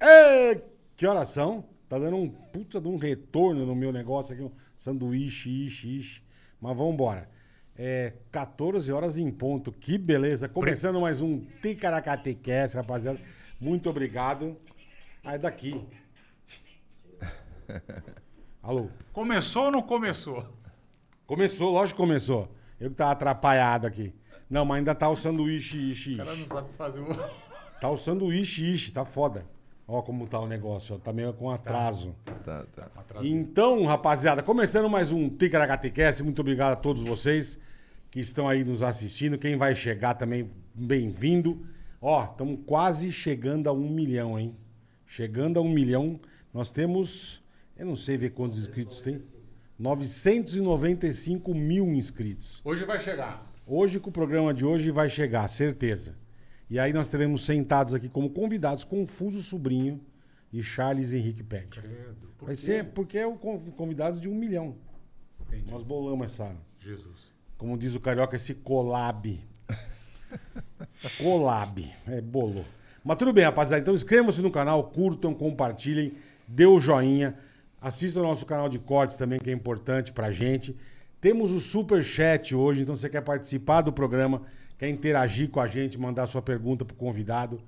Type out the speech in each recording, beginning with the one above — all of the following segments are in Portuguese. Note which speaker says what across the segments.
Speaker 1: Ê, É, que horas são? Tá dando um puta de um retorno no meu negócio aqui, um sanduíche, ixi, ixi. Mas vambora. É 14 horas em ponto, que beleza. Começando mais um Ticaracatequest, rapaziada. Muito obrigado. Aí daqui. Alô.
Speaker 2: Começou ou não começou?
Speaker 1: Começou, lógico que começou. Eu que tava atrapalhado aqui. Não, mas ainda tá o sanduíche, ixi,
Speaker 2: Ela
Speaker 1: ixi.
Speaker 2: não sabe fazer o.
Speaker 1: Tá o sanduíche, ixi, tá foda. Ó como tá o negócio, ó. Tá meio com atraso.
Speaker 3: Tá, tá.
Speaker 1: Então, rapaziada, começando mais um Ticaracatecast, muito obrigado a todos vocês que estão aí nos assistindo. Quem vai chegar também, bem-vindo. Ó, estamos quase chegando a um milhão, hein? Chegando a um milhão, nós temos, eu não sei ver quantos inscritos tem, 995 mil inscritos.
Speaker 2: Hoje vai chegar.
Speaker 1: Hoje, com o programa de hoje, vai chegar, certeza. E aí nós teremos sentados aqui como convidados Confuso Sobrinho e Charles Henrique Pet.
Speaker 2: Por
Speaker 1: Vai
Speaker 2: quê?
Speaker 1: ser porque é o con- convidado de um milhão.
Speaker 2: Entendi.
Speaker 1: Nós bolamos essa,
Speaker 2: Jesus.
Speaker 1: como diz o carioca, esse collab. collab. É, bolou. Mas tudo bem, rapaziada. Então inscrevam-se no canal, curtam, compartilhem, dê o joinha. Assista o nosso canal de cortes também, que é importante pra gente. Temos o super chat hoje, então se você quer participar do programa, quer interagir com a gente, mandar sua pergunta pro convidado,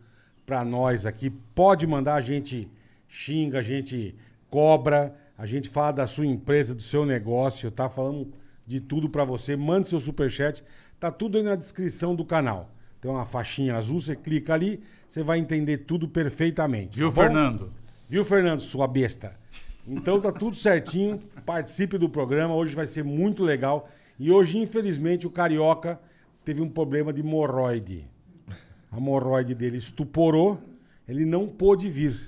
Speaker 1: pra nós aqui. Pode mandar, a gente xinga, a gente cobra, a gente fala da sua empresa, do seu negócio, tá? Falando de tudo pra você. Mande seu superchat, tá tudo aí na descrição do canal. Tem uma faixinha azul, você clica ali, você vai entender tudo perfeitamente.
Speaker 2: Viu,
Speaker 1: tá bom?
Speaker 2: Fernando?
Speaker 1: Viu, Fernando, sua besta? Então tá tudo certinho. Participe do programa. Hoje vai ser muito legal. E hoje, infelizmente, o Carioca teve um problema de hemorroide. A hemorroide dele estuporou. Ele não pôde vir.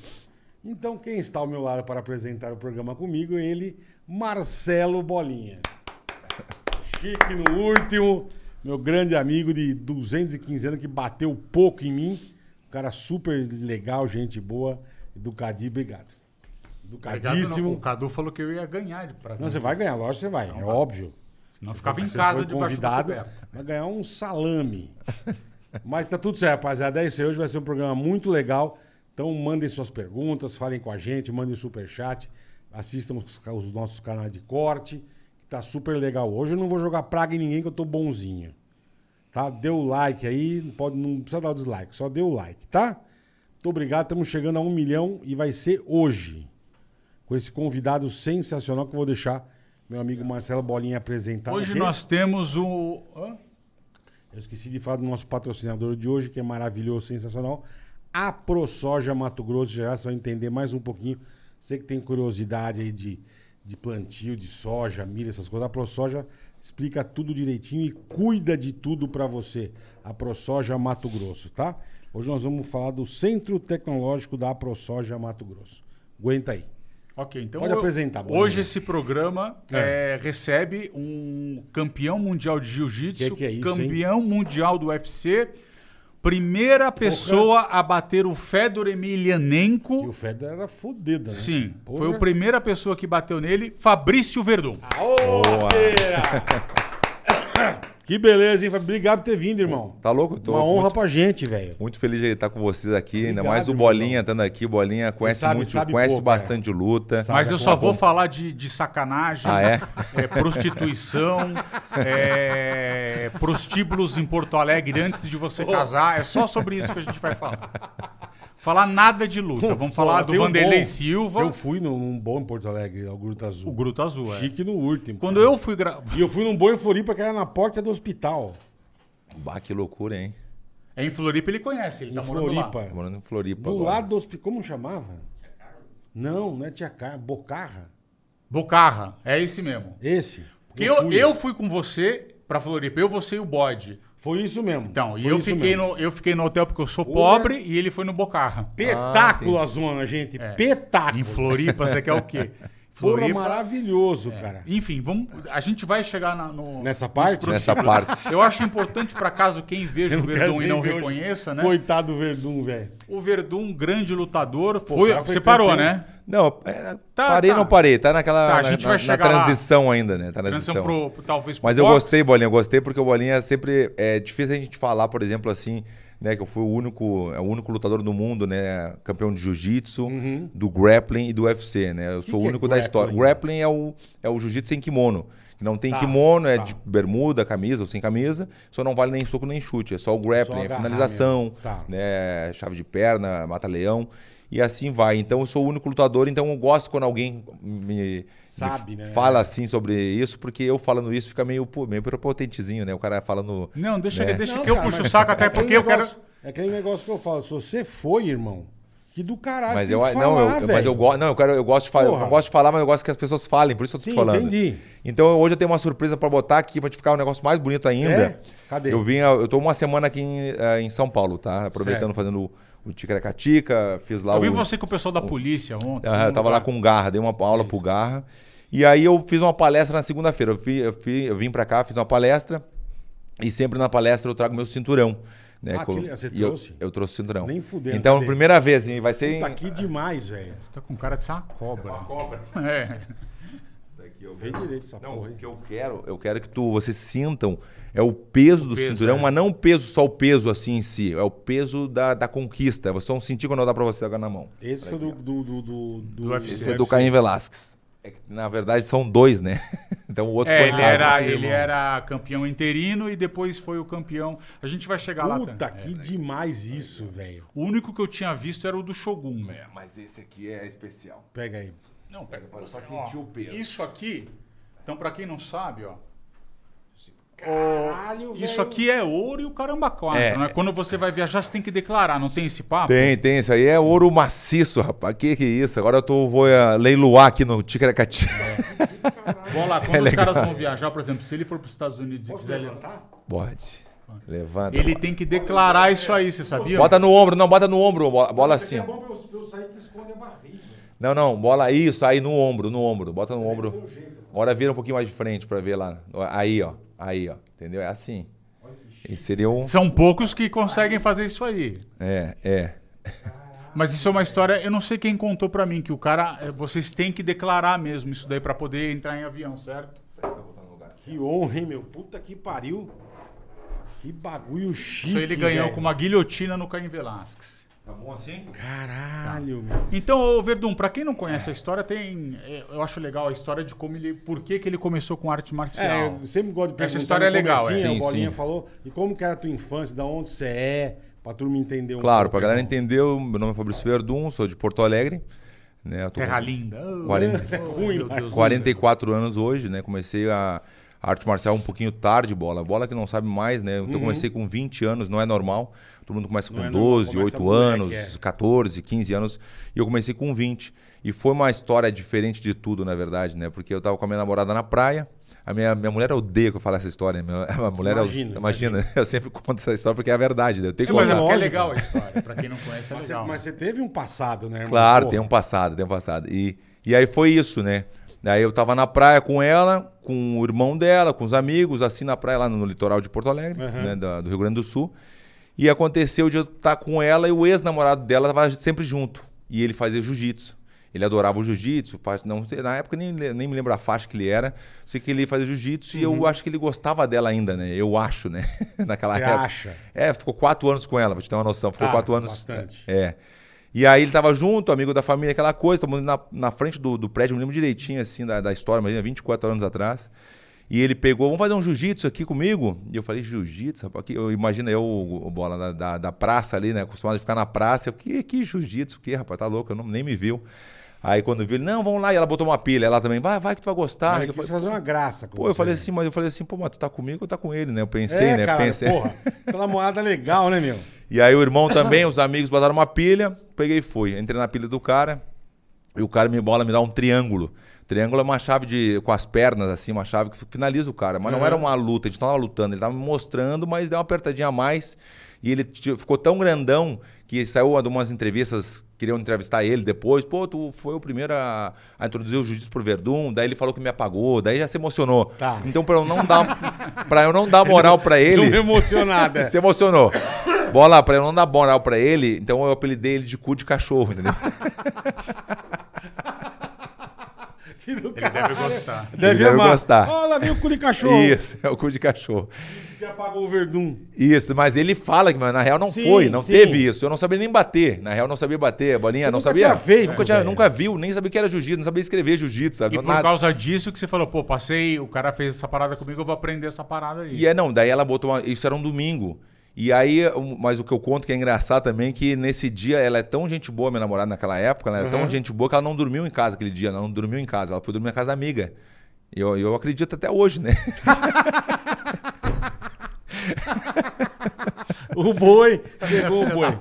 Speaker 1: Então, quem está ao meu lado para apresentar o programa comigo é ele, Marcelo Bolinha. Chique no último, meu grande amigo de 215 anos que bateu pouco em mim. Um cara super legal, gente boa, educadinho, obrigado.
Speaker 2: Obrigado, não. O
Speaker 1: Educadíssimo.
Speaker 2: Cadu falou que eu ia ganhar de pra
Speaker 1: Não, você vai ganhar, lógico, você vai, é óbvio.
Speaker 2: Senão eu ficava em
Speaker 1: Você
Speaker 2: casa
Speaker 1: foi
Speaker 2: de
Speaker 1: convidado,
Speaker 2: coberta. né?
Speaker 1: vai ganhar um salame. Mas tá tudo certo, rapaziada. É isso aí. Hoje vai ser um programa muito legal. Então mandem suas perguntas, falem com a gente, mandem o superchat, assistam os, ca- os nossos canais de corte, que tá super legal. Hoje eu não vou jogar praga em ninguém que eu tô bonzinho. Tá? Dê o like aí, não, pode, não precisa dar o dislike, só dê o like, tá? Muito obrigado, estamos chegando a um milhão e vai ser hoje. Com esse convidado sensacional que eu vou deixar meu amigo Marcelo Bolinha apresentar.
Speaker 2: Hoje
Speaker 1: aqui.
Speaker 2: nós temos o. Hã?
Speaker 1: Eu esqueci de falar do nosso patrocinador de hoje, que é maravilhoso, sensacional. A ProSoja Mato Grosso, já já você vai entender mais um pouquinho. Você que tem curiosidade aí de, de plantio, de soja, milho, essas coisas. A ProSoja explica tudo direitinho e cuida de tudo pra você. A ProSoja Mato Grosso, tá? Hoje nós vamos falar do Centro Tecnológico da ProSoja Mato Grosso. Aguenta aí.
Speaker 2: Ok, então.
Speaker 1: Pode
Speaker 2: eu-
Speaker 1: apresentar, É. Bolinha.
Speaker 2: Hoje esse programa eh, recebe um campeão mundial de jiu-jitsu,
Speaker 1: Que que é isso,
Speaker 2: campeão mundial do UFC, primeira pessoa a bater o Fedor
Speaker 1: E o
Speaker 2: Emelianenko.
Speaker 1: Fedor era fodido, né?
Speaker 2: Sim,
Speaker 1: Porra.
Speaker 2: foi a primeira pessoa que bateu nele, Fabrício Verdun.
Speaker 1: Ô, rasteira! Que beleza, hein? Fábio? Obrigado por ter vindo, irmão.
Speaker 3: Tá louco? Tô
Speaker 1: Uma honra
Speaker 3: muito,
Speaker 1: pra gente, velho.
Speaker 3: muito feliz de estar com vocês aqui. ainda
Speaker 1: Obrigado,
Speaker 3: mais o
Speaker 1: irmão.
Speaker 3: Bolinha estando aqui. O Bolinha conhece
Speaker 1: sabe-
Speaker 3: muito,
Speaker 1: sabe
Speaker 3: conhece
Speaker 1: pouco, é.
Speaker 3: bastante luta.
Speaker 2: Mas eu só
Speaker 1: Tá bom.
Speaker 2: vou falar de, de sacanagem,
Speaker 3: Ah, é?
Speaker 2: é, prostituição, é, prostíbulos em Porto Alegre antes de você casar. É só sobre isso que a gente vai falar. Falar nada de luta. Então Vamos falar do
Speaker 1: Tem um
Speaker 2: Vanderlei
Speaker 1: bom.
Speaker 2: Silva,
Speaker 1: Eu fui num, num bom em Porto Alegre, ao Gruta Azul.
Speaker 2: o Gruta Azul. é.
Speaker 1: Chique no último.
Speaker 2: Quando eu fui gravar.
Speaker 1: E eu fui num bom em Floripa que era na porta do hospital.
Speaker 3: Bah, que loucura, hein?
Speaker 2: É em Floripa, ele conhece, ele
Speaker 1: Em
Speaker 2: tá morando lá.
Speaker 1: Floripa.
Speaker 3: Morando em Floripa
Speaker 1: Do
Speaker 3: agora.
Speaker 1: lado do hospital. Como chamava? Não, não é Tia Carmen. Bocarra.
Speaker 2: Bocarra, é esse mesmo.
Speaker 1: Esse.
Speaker 2: Porque eu, eu fui. com você pra Floripa, eu, você e o bode.
Speaker 1: Foi isso mesmo.
Speaker 2: Então, e
Speaker 1: Foi
Speaker 2: eu
Speaker 1: isso
Speaker 2: fiquei,
Speaker 1: mesmo.
Speaker 3: Ah,
Speaker 2: no, eu fiquei no hotel porque eu sou
Speaker 1: Porra.
Speaker 2: pobre e ele foi no Bocarra.
Speaker 1: Petáculo a zona, gente. Petáculo.
Speaker 2: É. Em Floripa, você quer o quê?
Speaker 1: Porra, maravilhoso,
Speaker 2: É.
Speaker 1: cara.
Speaker 2: Enfim, vamos, a gente vai chegar na- no,
Speaker 1: Nessa
Speaker 2: nos
Speaker 1: parte?
Speaker 2: prostíbulos.
Speaker 3: Nessa parte.
Speaker 2: Eu acho importante, para caso quem veja
Speaker 1: Eu
Speaker 2: o
Speaker 1: não quero
Speaker 2: Verdun e
Speaker 1: nem
Speaker 2: não
Speaker 1: ver hoje.
Speaker 2: reconheça, né?
Speaker 1: Coitado do Verdun, velho.
Speaker 2: O Verdun, grande lutador,
Speaker 1: o
Speaker 2: foi,
Speaker 1: cara foi
Speaker 2: você parou,
Speaker 1: campeão.
Speaker 2: né?
Speaker 3: Não, é,
Speaker 2: Tá,
Speaker 3: parei
Speaker 2: tá.
Speaker 3: não parei. Tá naquela.
Speaker 2: Tá, a
Speaker 3: na-
Speaker 2: gente
Speaker 3: na,
Speaker 2: vai
Speaker 3: na
Speaker 2: chegar lá.
Speaker 3: transição ainda, né? Transição.
Speaker 2: Transição pro, pro- talvez pro
Speaker 3: Mas eu
Speaker 2: boxe.
Speaker 3: gostei, Bolinha, eu gostei porque o Bolinha sempre. É difícil a gente falar, por exemplo, assim, né? Que eu fui o único, é o único lutador do mundo, né? Campeão de jiu-jitsu, do grappling e do UFC, né? Eu
Speaker 1: Uhum.
Speaker 3: sou
Speaker 1: que
Speaker 3: o
Speaker 1: é
Speaker 3: único da história.
Speaker 1: grappling?
Speaker 3: Grappling é o, é o jiu-jitsu sem kimono. que Não tem
Speaker 1: Tá,
Speaker 3: kimono, é
Speaker 1: tá.
Speaker 3: de bermuda, camisa ou sem camisa, só não vale nem soco nem chute, é só o grappling, é
Speaker 1: agarrar
Speaker 3: finalização,
Speaker 1: mesmo. Tá.
Speaker 3: né, chave de perna, mata-leão e assim vai. Então eu sou o único lutador, então eu gosto quando alguém me,
Speaker 1: Sabe,
Speaker 3: me
Speaker 1: né?
Speaker 3: fala assim sobre isso, porque eu falando isso fica meio, pô, meio prepotentezinho, né? O cara falando.
Speaker 2: Não, deixa,
Speaker 3: né?
Speaker 2: ele- deixa
Speaker 1: É. Não,
Speaker 2: que eu
Speaker 1: cara,
Speaker 2: puxo o
Speaker 1: mas
Speaker 2: saco, até
Speaker 1: aquele
Speaker 2: porque eu quero...
Speaker 1: negócio- É aquele negócio que eu falo. Se você foi, irmão, que do caralho
Speaker 3: Mas
Speaker 1: você
Speaker 3: eu,
Speaker 1: tem que
Speaker 3: não, eu-
Speaker 1: falar,
Speaker 3: eu, mas eu
Speaker 1: velho.
Speaker 3: gosto, não, eu quero, eu gosto de falar,
Speaker 1: Porra.
Speaker 3: eu gosto de falar, mas eu gosto que as pessoas falem, por isso eu tô
Speaker 1: Sim,
Speaker 3: te falando.
Speaker 1: entendi.
Speaker 3: Então hoje eu tenho uma surpresa pra botar aqui pra te ficar um negócio mais bonito ainda.
Speaker 1: É? Cadê?
Speaker 3: Eu vim, eu tô uma semana aqui em, eh, em São Paulo, tá? Aproveitando
Speaker 1: Certo.
Speaker 3: fazendo o Ticaracatica, fiz lá
Speaker 2: Eu vi
Speaker 3: o
Speaker 2: você com o pessoal da polícia ontem.
Speaker 3: Aham, eu tava lá com o Garra, dei uma aula pro Garra. E aí eu fiz uma palestra na segunda-feira. Eu, fi- eu fi- eu vim pra cá, fiz uma palestra. E sempre na palestra eu trago meu cinturão. Né?
Speaker 1: Ah,
Speaker 3: Co-
Speaker 1: que le- você
Speaker 3: e eu-
Speaker 1: trouxe?
Speaker 3: Eu, trouxe o cinturão.
Speaker 1: Nem fudendo,
Speaker 3: Então,
Speaker 1: cadê?
Speaker 3: primeira vez, hein? Vai ser em...
Speaker 1: Puta, que demais, velho.
Speaker 2: Tá com cara de ser uma cobra. Uma cobra. É.
Speaker 1: Vem direito essa
Speaker 3: Não,
Speaker 1: porra
Speaker 3: o
Speaker 1: aí.
Speaker 3: que eu quero, eu quero que tu, vocês sintam é o peso do
Speaker 2: peso,
Speaker 3: cinturão,
Speaker 1: é.
Speaker 2: né?
Speaker 3: mas não o peso, só o peso assim em si, é o peso da, da conquista. Vocês vão sentir quando eu dar pra você agora na mão.
Speaker 1: Esse foi do, do, do, do,
Speaker 2: Do UFC.
Speaker 3: Esse é do Caim Velasquez. É que, na verdade são dois, né? Então o outro
Speaker 2: É,
Speaker 3: foi
Speaker 2: ele
Speaker 3: em casa.
Speaker 2: era,
Speaker 1: meu
Speaker 2: ele
Speaker 1: irmão.
Speaker 2: era campeão interino e depois foi o campeão. A gente vai chegar lá.
Speaker 1: Puta,
Speaker 2: também. É.
Speaker 1: que demais isso, velho.
Speaker 2: O único que eu tinha visto era o do Shogun. né?
Speaker 3: Mas esse aqui é especial.
Speaker 1: Pega aí.
Speaker 2: Não, pega pra
Speaker 3: Só
Speaker 2: você,
Speaker 3: sentir
Speaker 2: ó.
Speaker 3: o peso.
Speaker 2: Isso aqui, então pra quem não sabe, ó.
Speaker 1: Caralho, velho.
Speaker 2: Isso aqui é ouro e o caramba quatro,
Speaker 3: É.
Speaker 2: né? Quando você vai viajar, você tem que declarar, não tem esse papo?
Speaker 3: Tem, tem. Isso aí é ouro maciço, rapaz. Que que é isso? Agora eu tô, vou eh, leiloar aqui no Ticaracati.
Speaker 2: Vamos lá,
Speaker 3: É
Speaker 2: quando os caras vão viajar, por exemplo, se ele for pros Estados Unidos e quiser levantar,
Speaker 3: Pode. Levanta.
Speaker 2: ele
Speaker 3: bola.
Speaker 2: tem que declarar isso aí, você sabia?
Speaker 3: Bota no ombro, não, bota no ombro, bola, bola assim. ó.
Speaker 1: é bom pra eu, pra eu sair que esconde a barriga.
Speaker 3: Não, não, bola isso aí no ombro, no ombro, bota no ombro. Agora vira um pouquinho mais de frente pra ver lá. Aí, ó. Aí, ó. Entendeu? É assim. Esse seria um.
Speaker 2: São poucos que conseguem fazer isso aí.
Speaker 3: É, é.
Speaker 2: Mas isso é uma história, eu não sei quem contou pra mim, que o cara, eh, vocês têm que declarar mesmo isso daí pra poder entrar em avião, certo?
Speaker 1: Que honra, hein, meu? Puta que pariu. Que bagulho chique.
Speaker 2: Isso aí ele ganhou
Speaker 3: é?
Speaker 1: velho.
Speaker 2: com uma guilhotina no Caim Velasquez.
Speaker 3: Tá bom assim?
Speaker 1: Caralho, meu.
Speaker 2: Então, ô Verdun, pra quem não conhece a história, tem. é, Eu acho legal a história de como ele. Por que, que ele começou com arte
Speaker 1: É,
Speaker 2: marcial?
Speaker 1: eu sempre gosto de perguntar.
Speaker 2: Essa história é
Speaker 1: no
Speaker 2: legal,
Speaker 1: comecinho,
Speaker 3: é. Sim,
Speaker 1: O Bolinha
Speaker 3: sim.
Speaker 1: falou. E como que era a tua infância? Da onde você é? Pra turma entender um
Speaker 3: Claro, pra
Speaker 1: pouco,
Speaker 3: galera
Speaker 1: irmão.
Speaker 3: entender, o meu nome é Fabrício Verdun, sou de Porto Alegre. Né? Eu tô com
Speaker 2: Terra linda. Oh,
Speaker 3: 40
Speaker 2: oh,
Speaker 1: ruim,
Speaker 2: meu
Speaker 1: né?
Speaker 2: Deus do
Speaker 3: 44 anos hoje, né? Comecei a a arte marcial um pouquinho tarde, bola. Bola que não sabe mais, né? Então comecei com 20 anos, não é normal. Todo mundo começa com
Speaker 1: Não é normal,
Speaker 3: 12,
Speaker 1: começa
Speaker 3: 8
Speaker 1: moleque,
Speaker 3: anos,
Speaker 1: é.
Speaker 3: 14, 15 anos. E eu comecei com 20. E foi uma história diferente de tudo, na verdade, né? Porque eu tava com a minha namorada na praia. A minha, minha mulher odeia que eu fale essa história. Minha, a mulher
Speaker 1: Imagina,
Speaker 3: imagina, imagina. Eu sempre conto essa história porque é a verdade, né? Eu tenho
Speaker 2: céu.
Speaker 3: que
Speaker 2: É, mas é
Speaker 3: contar.
Speaker 2: porque é
Speaker 1: Lógico.
Speaker 2: legal a história. Pra quem não conhece, é
Speaker 1: Mas você,
Speaker 2: legal.
Speaker 1: mas você teve um passado, né, irmão?
Speaker 3: Claro,
Speaker 1: Pô,
Speaker 3: tem um passado, tem um passado. E, e aí foi isso, né? Daí eu tava na praia com ela, com o irmão dela, com os amigos, assim na praia, lá no litoral de Porto Alegre, né, da- do Rio Grande do Sul. E aconteceu de eu estar com ela e o ex-namorado dela tava sempre junto. E ele fazia jiu-jitsu. Ele adorava o jiu-jitsu, faz- não sei, na época nem, le- nem me lembro a faixa que ele era. Sei que ele fazia jiu-jitsu e eu acho que ele gostava dela ainda, né? Eu acho, né? Naquela
Speaker 1: Uhum. Você
Speaker 3: época.
Speaker 1: acha?
Speaker 3: É, ficou quatro anos com ela, pra te ter uma noção. Ficou
Speaker 1: Tá,
Speaker 3: quatro anos.
Speaker 1: bastante.
Speaker 3: É. E aí ele tava junto, amigo da família, aquela coisa, todo mundo na, na frente do, do prédio, eu me lembro direitinho assim da, da história, imagina, 24 anos atrás. E ele pegou, vamos fazer um jiu-jitsu aqui comigo? E eu falei, jiu-jitsu, rapaz, que- eu imagina eu, o o bola da, da, da praça ali, né? Acostumado a ficar na praça. Eu, que, que jiu-jitsu, que, rapaz, tá louco, eu não, nem me viu. Aí quando viu, ele, não, vamos lá. E ela botou uma pilha. Ela também, vai, vai que tu vai gostar.
Speaker 1: Ele
Speaker 3: Eu
Speaker 1: quis
Speaker 3: falei,
Speaker 1: fazer uma graça com
Speaker 3: pô,
Speaker 1: você.
Speaker 3: eu falei assim, mas eu falei assim, pô, mas tu tá comigo ou tá com ele, né? Eu
Speaker 1: é,
Speaker 3: pensei, né?
Speaker 1: cara,
Speaker 3: Pensei.
Speaker 1: porra. Aquela moada legal, né, meu?
Speaker 3: E aí o irmão também, os amigos botaram uma pilha, peguei e fui. Entrei na pilha do cara, e o cara me bola, me dá um triângulo. Triângulo é uma chave de, com as pernas, assim, uma chave que finaliza o cara. Mas não era uma luta, a gente não tava lutando, ele tava me mostrando, mas deu uma apertadinha a mais. E ele t- ficou tão grandão que saiu de umas entrevistas, queriam entrevistar ele depois. Pô, tu foi o primeiro a, a introduzir o jiu-jitsu pro Verdun, daí ele falou que me apagou, daí já se emocionou.
Speaker 1: Tá.
Speaker 3: Então, pra eu não dar, pra eu não dar moral pra ele. é
Speaker 1: Deu uma emocionada.
Speaker 3: Se emocionou. Bola pra ele, não dá moral pra ele, então eu apelidei ele de cu de cachorro, entendeu?
Speaker 1: Que do
Speaker 2: Ele
Speaker 1: cara.
Speaker 2: deve gostar.
Speaker 3: Ele deve gostar.
Speaker 1: Olha lá, vem o cu de cachorro.
Speaker 3: Isso, é o cu de cachorro.
Speaker 1: Que apagou o verdum.
Speaker 3: Isso, mas ele fala que, mas na real não
Speaker 1: Sim,
Speaker 3: foi, não
Speaker 1: sim.
Speaker 3: teve isso. Eu não sabia nem bater. Na real, não sabia bater a bolinha,
Speaker 1: Você
Speaker 3: não
Speaker 1: nunca
Speaker 3: sabia.
Speaker 1: tinha feito,
Speaker 3: nunca, tinha-
Speaker 1: velho.
Speaker 3: nunca viu, nem sabia o que era jiu-jitsu, não sabia escrever jiu-jitsu, sabe?
Speaker 2: E por
Speaker 3: Nada.
Speaker 2: causa disso que você falou, pô, passei, o cara fez essa parada comigo, eu vou aprender essa parada aí.
Speaker 3: E é, não, daí ela botou. uma- isso era um domingo. E aí, um- mas o que eu conto que é engraçado também é que nesse dia ela é tão gente boa, minha namorada naquela época, ela era
Speaker 1: Uhum.
Speaker 3: tão gente boa que ela não dormiu em casa aquele dia, né? ela não dormiu em casa, ela foi dormir na casa da amiga. E eu, eu acredito até hoje, né?
Speaker 1: O boi. Pegou o boi.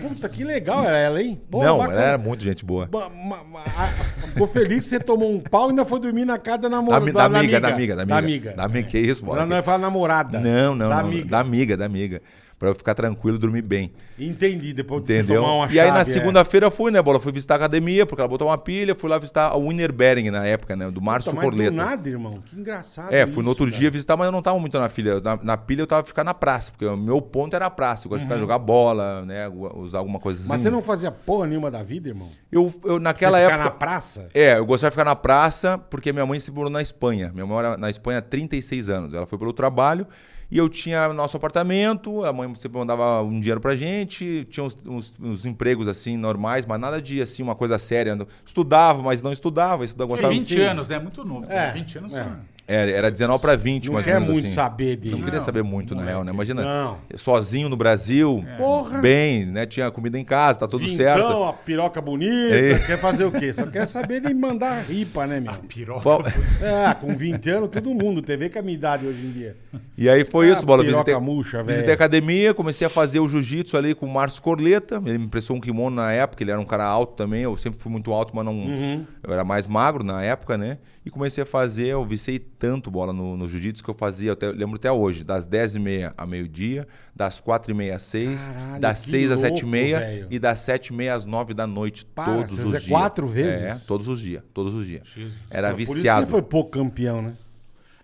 Speaker 1: Puta, que legal era ela, hein? Boa,
Speaker 3: não,
Speaker 1: bacana.
Speaker 3: ela era muito gente boa.
Speaker 1: Ba- ma- ma- a- Ficou feliz que você tomou um pau e ainda foi dormir na casa da
Speaker 3: Da,
Speaker 1: namorada.
Speaker 3: ami- da amiga, da amiga, da amiga. Da amiga, que isso,
Speaker 1: Ela
Speaker 3: bora.
Speaker 1: não vai falar namorada.
Speaker 3: Não, não,
Speaker 1: Da
Speaker 3: não,
Speaker 1: amiga.
Speaker 3: Da amiga, da amiga. Pra eu ficar tranquilo e dormir bem.
Speaker 1: Entendi, depois de você
Speaker 3: Entendeu?
Speaker 1: tomar uma
Speaker 3: e aí na
Speaker 1: chave, é.
Speaker 3: segunda-feira eu fui, né, Bola? Fui visitar a academia, porque ela botou uma pilha, fui lá visitar a Winner Bering na época, né? Do Márcio
Speaker 1: Puta, mas
Speaker 3: Corleta.
Speaker 1: do nada, irmão. Que engraçado
Speaker 3: É, fui no
Speaker 1: isso,
Speaker 3: outro
Speaker 1: cara.
Speaker 3: dia visitar, mas eu não tava muito na pilha. Na, na pilha eu tava ficar na praça, porque o meu ponto era a praça. Eu gosto de ficar jogar bola, né? Usar alguma coisa
Speaker 1: Uhum.
Speaker 3: assim.
Speaker 1: Mas você não fazia porra nenhuma da vida, irmão?
Speaker 3: Eu, eu naquela
Speaker 1: você
Speaker 3: um- época.
Speaker 1: na praça?
Speaker 3: É, eu gostava de ficar na praça porque minha mãe se morou na Espanha. Minha mãe mora na Espanha há 36 anos. Ela foi pelo trabalho e eu tinha nosso apartamento. A mãe sempre mandava um dinheiro pra gente. Tinha uns, uns- uns empregos assim normais, mas nada de assim, uma coisa séria. Estudava, mas não estudava. estudava
Speaker 2: Tem
Speaker 3: gostava- assim.
Speaker 2: 20
Speaker 1: Sim.
Speaker 2: anos, né? Muito novo.
Speaker 1: É,
Speaker 2: cara. 20 anos
Speaker 1: é.
Speaker 2: sim.
Speaker 3: É, era 19 pra 20,
Speaker 1: Não
Speaker 3: mais ou
Speaker 1: quer
Speaker 3: menos
Speaker 1: muito
Speaker 3: assim.
Speaker 1: saber
Speaker 3: Não,
Speaker 1: dele.
Speaker 3: queria saber muito, na real, né? Imagina,
Speaker 1: Não.
Speaker 3: sozinho no Brasil,
Speaker 1: Porra.
Speaker 3: bem, né? Tinha comida em casa, tá tudo certo.
Speaker 1: Então, a piroca bonita,
Speaker 3: É.
Speaker 1: quer fazer o quê? Só quer saber de mandar ripa, né, meu?
Speaker 2: Piroca.
Speaker 3: Bom,
Speaker 1: É, com 20 anos, todo mundo. TV com a minha idade hoje em dia.
Speaker 3: e aí foi
Speaker 1: Ah,
Speaker 3: isso, bola.
Speaker 1: piroca
Speaker 3: Visitei,
Speaker 1: murcha, velho.
Speaker 3: visitei a academia, comecei a fazer o jiu-jitsu ali com o Márcio Corleta. Ele me emprestou um kimono na época, ele era um cara alto também. Eu sempre fui muito alto, mas não.
Speaker 1: Uhum.
Speaker 3: Eu era mais magro na época, né? E comecei a fazer, eu vicei tanto bola no, no jiu-jitsu que eu fazia, até, eu lembro até hoje, das 10h30 a meio-dia, das 4h30 às 6,
Speaker 1: Caralho,
Speaker 3: das
Speaker 1: que
Speaker 3: 6 às
Speaker 1: louco,
Speaker 3: 7h30
Speaker 1: velho.
Speaker 3: e das 7h30 às 9 da noite,
Speaker 1: Para,
Speaker 3: todos
Speaker 1: você
Speaker 3: os
Speaker 1: fazia
Speaker 3: dias.
Speaker 1: quatro vezes?
Speaker 3: É, todos os dias, todos os dias.
Speaker 2: Jesus.
Speaker 3: Era
Speaker 1: Por isso que
Speaker 3: viciado.
Speaker 1: ele foi pouco campeão, né?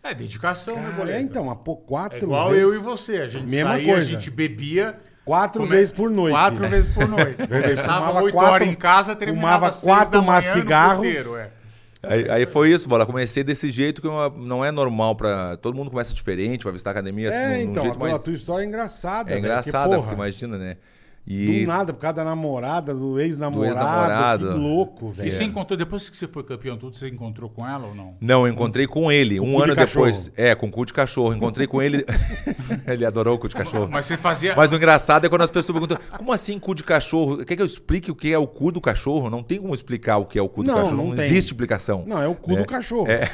Speaker 2: É, dedicação, né,
Speaker 1: Cara,
Speaker 2: Boleto?
Speaker 1: é, então, mas pô, quatro
Speaker 2: É igual
Speaker 1: vezes.
Speaker 2: eu e você. A gente
Speaker 1: Mesma
Speaker 2: saía,
Speaker 1: coisa.
Speaker 2: a gente bebia.
Speaker 1: Quatro
Speaker 2: come-
Speaker 1: vezes por noite.
Speaker 2: Quatro
Speaker 3: né?
Speaker 1: É.
Speaker 2: vezes por noite. Começava
Speaker 1: Fumava
Speaker 2: 8
Speaker 1: quatro-
Speaker 2: horas em casa, terminava
Speaker 1: fumava
Speaker 2: às
Speaker 1: quatro
Speaker 2: 6 da manhã
Speaker 1: maços
Speaker 2: no
Speaker 1: cigarro.
Speaker 2: puteiro, é.
Speaker 3: Aí, aí foi isso, bola. Comecei desse jeito que uma- não é normal pra. Todo mundo começa diferente, vai visitar a academia assim,
Speaker 1: É,
Speaker 3: num,
Speaker 1: então,
Speaker 3: num jeito
Speaker 1: a, tua-
Speaker 3: mais.
Speaker 1: a tua história é engraçada.
Speaker 3: É
Speaker 1: velho,
Speaker 3: engraçada,
Speaker 1: porque,
Speaker 3: porque,
Speaker 1: porra,
Speaker 3: imagina, né?
Speaker 1: do
Speaker 3: E
Speaker 1: nada, por causa da namorada, do ex-namorado.
Speaker 3: Do ex-namorado.
Speaker 1: Que louco, velho.
Speaker 2: E
Speaker 3: É.
Speaker 2: você encontrou, depois que você foi campeão tudo, você encontrou com ela ou não?
Speaker 3: não, eu encontrei com ele um
Speaker 1: cu de
Speaker 3: ano depois.
Speaker 1: cachorro.
Speaker 3: É, com cu de cachorro. Encontrei com ele. ele adorou o cu de cachorro.
Speaker 2: Mas você fazia.
Speaker 3: Mas o engraçado é quando as pessoas perguntam: como assim cu de cachorro? Quer que eu explique o que é o cu do cachorro? Não tem como explicar o que é o cu do
Speaker 1: Não,
Speaker 3: cachorro.
Speaker 1: não
Speaker 3: Não,
Speaker 1: tem.
Speaker 3: existe explicação. Né?
Speaker 1: Não, é o cu do cachorro.
Speaker 3: É,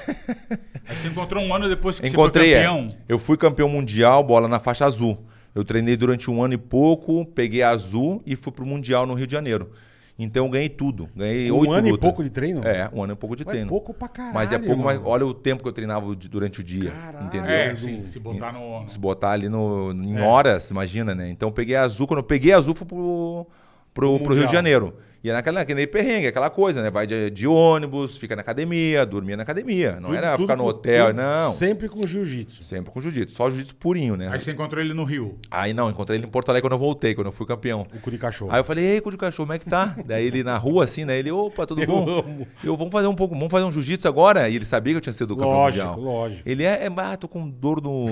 Speaker 2: Aí Você encontrou um ano depois que
Speaker 3: Encontrei,
Speaker 2: você foi
Speaker 3: é.
Speaker 2: campeão?
Speaker 3: Eu fui campeão mundial, bola na faixa azul. Eu treinei durante um ano e pouco, peguei a azul e fui pro Mundial no Rio de Janeiro. Então eu ganhei tudo. Ganhei
Speaker 1: Um
Speaker 3: oito
Speaker 1: ano e
Speaker 3: lutas.
Speaker 1: pouco de treino?
Speaker 3: É, um ano e pouco de
Speaker 1: Mas é
Speaker 3: treino.
Speaker 1: pouco pra caralho,
Speaker 3: Mas é pouco, mas
Speaker 1: irmão.
Speaker 3: olha o tempo que eu treinava de- durante o dia.
Speaker 1: Caralho.
Speaker 3: Entendeu?
Speaker 2: É,
Speaker 1: Eu-
Speaker 2: sim. Se botar no.
Speaker 3: Se botar ali no, em horas, imagina, né? Então eu peguei a azul. Quando eu peguei a azul, fui pro, pro, pro Rio
Speaker 1: Mundial.
Speaker 3: de Janeiro. E era naquela, aquele perrengue, aquela coisa, né? Vai de, de ônibus, fica na academia, dormia na academia. Não
Speaker 1: Tudo-
Speaker 3: era
Speaker 1: tudo
Speaker 3: ficar no
Speaker 1: com-
Speaker 3: hotel,
Speaker 1: tudo-
Speaker 3: não.
Speaker 1: Sempre com jiu-jitsu.
Speaker 3: Sempre com jiu-jitsu, só jiu-jitsu purinho, né?
Speaker 2: Aí você encontrou ele no Rio.
Speaker 3: Aí não, encontrei ele em Porto Alegre quando eu voltei, quando eu fui campeão.
Speaker 1: O cu de cachorro.
Speaker 3: Aí eu falei, ei, cu de cachorro, como é que tá? Daí ele na rua, assim, né? Ele, opa, tudo
Speaker 1: Eu
Speaker 3: bom?
Speaker 1: amo.
Speaker 3: Eu, vamos fazer um pouco, vamos fazer um jiu-jitsu agora? E ele sabia que eu tinha sido campeão
Speaker 1: Lógico,
Speaker 3: mundial.
Speaker 1: lógico.
Speaker 3: Ele é, é, ah, tô com dor no...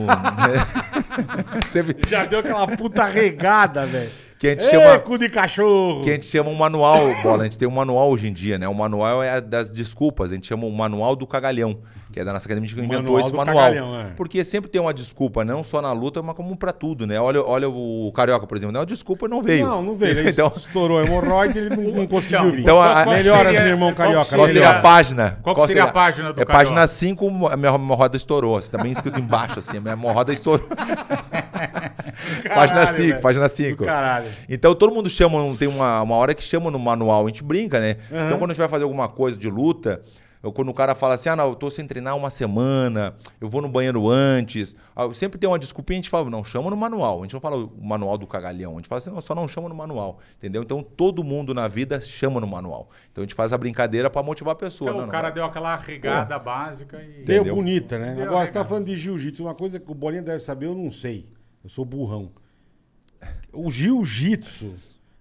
Speaker 3: Sempre-
Speaker 1: Já deu aquela puta regada, velho.
Speaker 3: Que a gente
Speaker 1: Chama...
Speaker 3: chama.
Speaker 1: cu de cachorro!
Speaker 3: Que a gente chama um manual, bola. A gente tem um manual hoje em dia, né? O manual é das desculpas. A gente chama o manual do cagalhão, que é da nossa academia que inventou
Speaker 1: Manual
Speaker 3: esse
Speaker 1: do
Speaker 3: manual.
Speaker 1: cagalhão, é.
Speaker 3: Porque sempre tem uma desculpa, não só na luta, mas como pra tudo, né? Olha, olha o Carioca, por exemplo. Não, desculpa não veio.
Speaker 1: Não, não veio. é Ele
Speaker 3: então,
Speaker 1: estourou a hemorroide ele não, não conseguiu
Speaker 2: Então,
Speaker 1: vir.
Speaker 3: então a- a-
Speaker 1: Melhoras,
Speaker 2: seria-
Speaker 1: meu irmão
Speaker 2: qual que
Speaker 1: carioca.
Speaker 2: seria
Speaker 3: qual seria a
Speaker 1: melhoras.
Speaker 3: página?
Speaker 2: Qual que seria a página do
Speaker 3: É
Speaker 2: Carioca?
Speaker 3: página 5, a minha roda estourou. Assim, também escrito embaixo, assim. A minha roda estourou. página
Speaker 1: Caralho,
Speaker 3: 5,
Speaker 1: velho.
Speaker 3: página
Speaker 1: Do
Speaker 3: 5.
Speaker 1: caralho.
Speaker 3: Então todo mundo chama, não tem uma, uma hora que chama no manual, a gente brinca, né? Então quando a gente vai fazer alguma coisa de luta, eu- quando o cara fala assim, ah, não, eu tô sem treinar uma semana, eu vou no banheiro antes, ah, sempre tem uma desculpinha, a gente fala, não, chama no manual. A gente não fala o manual do cagalhão, a gente fala assim, não, só não chama no manual, entendeu? Então todo mundo na vida chama no manual. Então a gente faz a brincadeira pra motivar a pessoa.
Speaker 2: Então
Speaker 3: né?
Speaker 2: o
Speaker 3: Não
Speaker 2: cara
Speaker 3: vai-
Speaker 2: deu aquela regada básica e.
Speaker 1: Deu
Speaker 3: Entendeu?
Speaker 1: bonita, né?
Speaker 2: Deu,
Speaker 1: Agora,
Speaker 2: né,
Speaker 1: você tá
Speaker 2: cara?
Speaker 1: falando de jiu-jitsu, uma coisa que o Bolinha deve saber, eu não sei. Eu sou burrão. O jiu-jitsu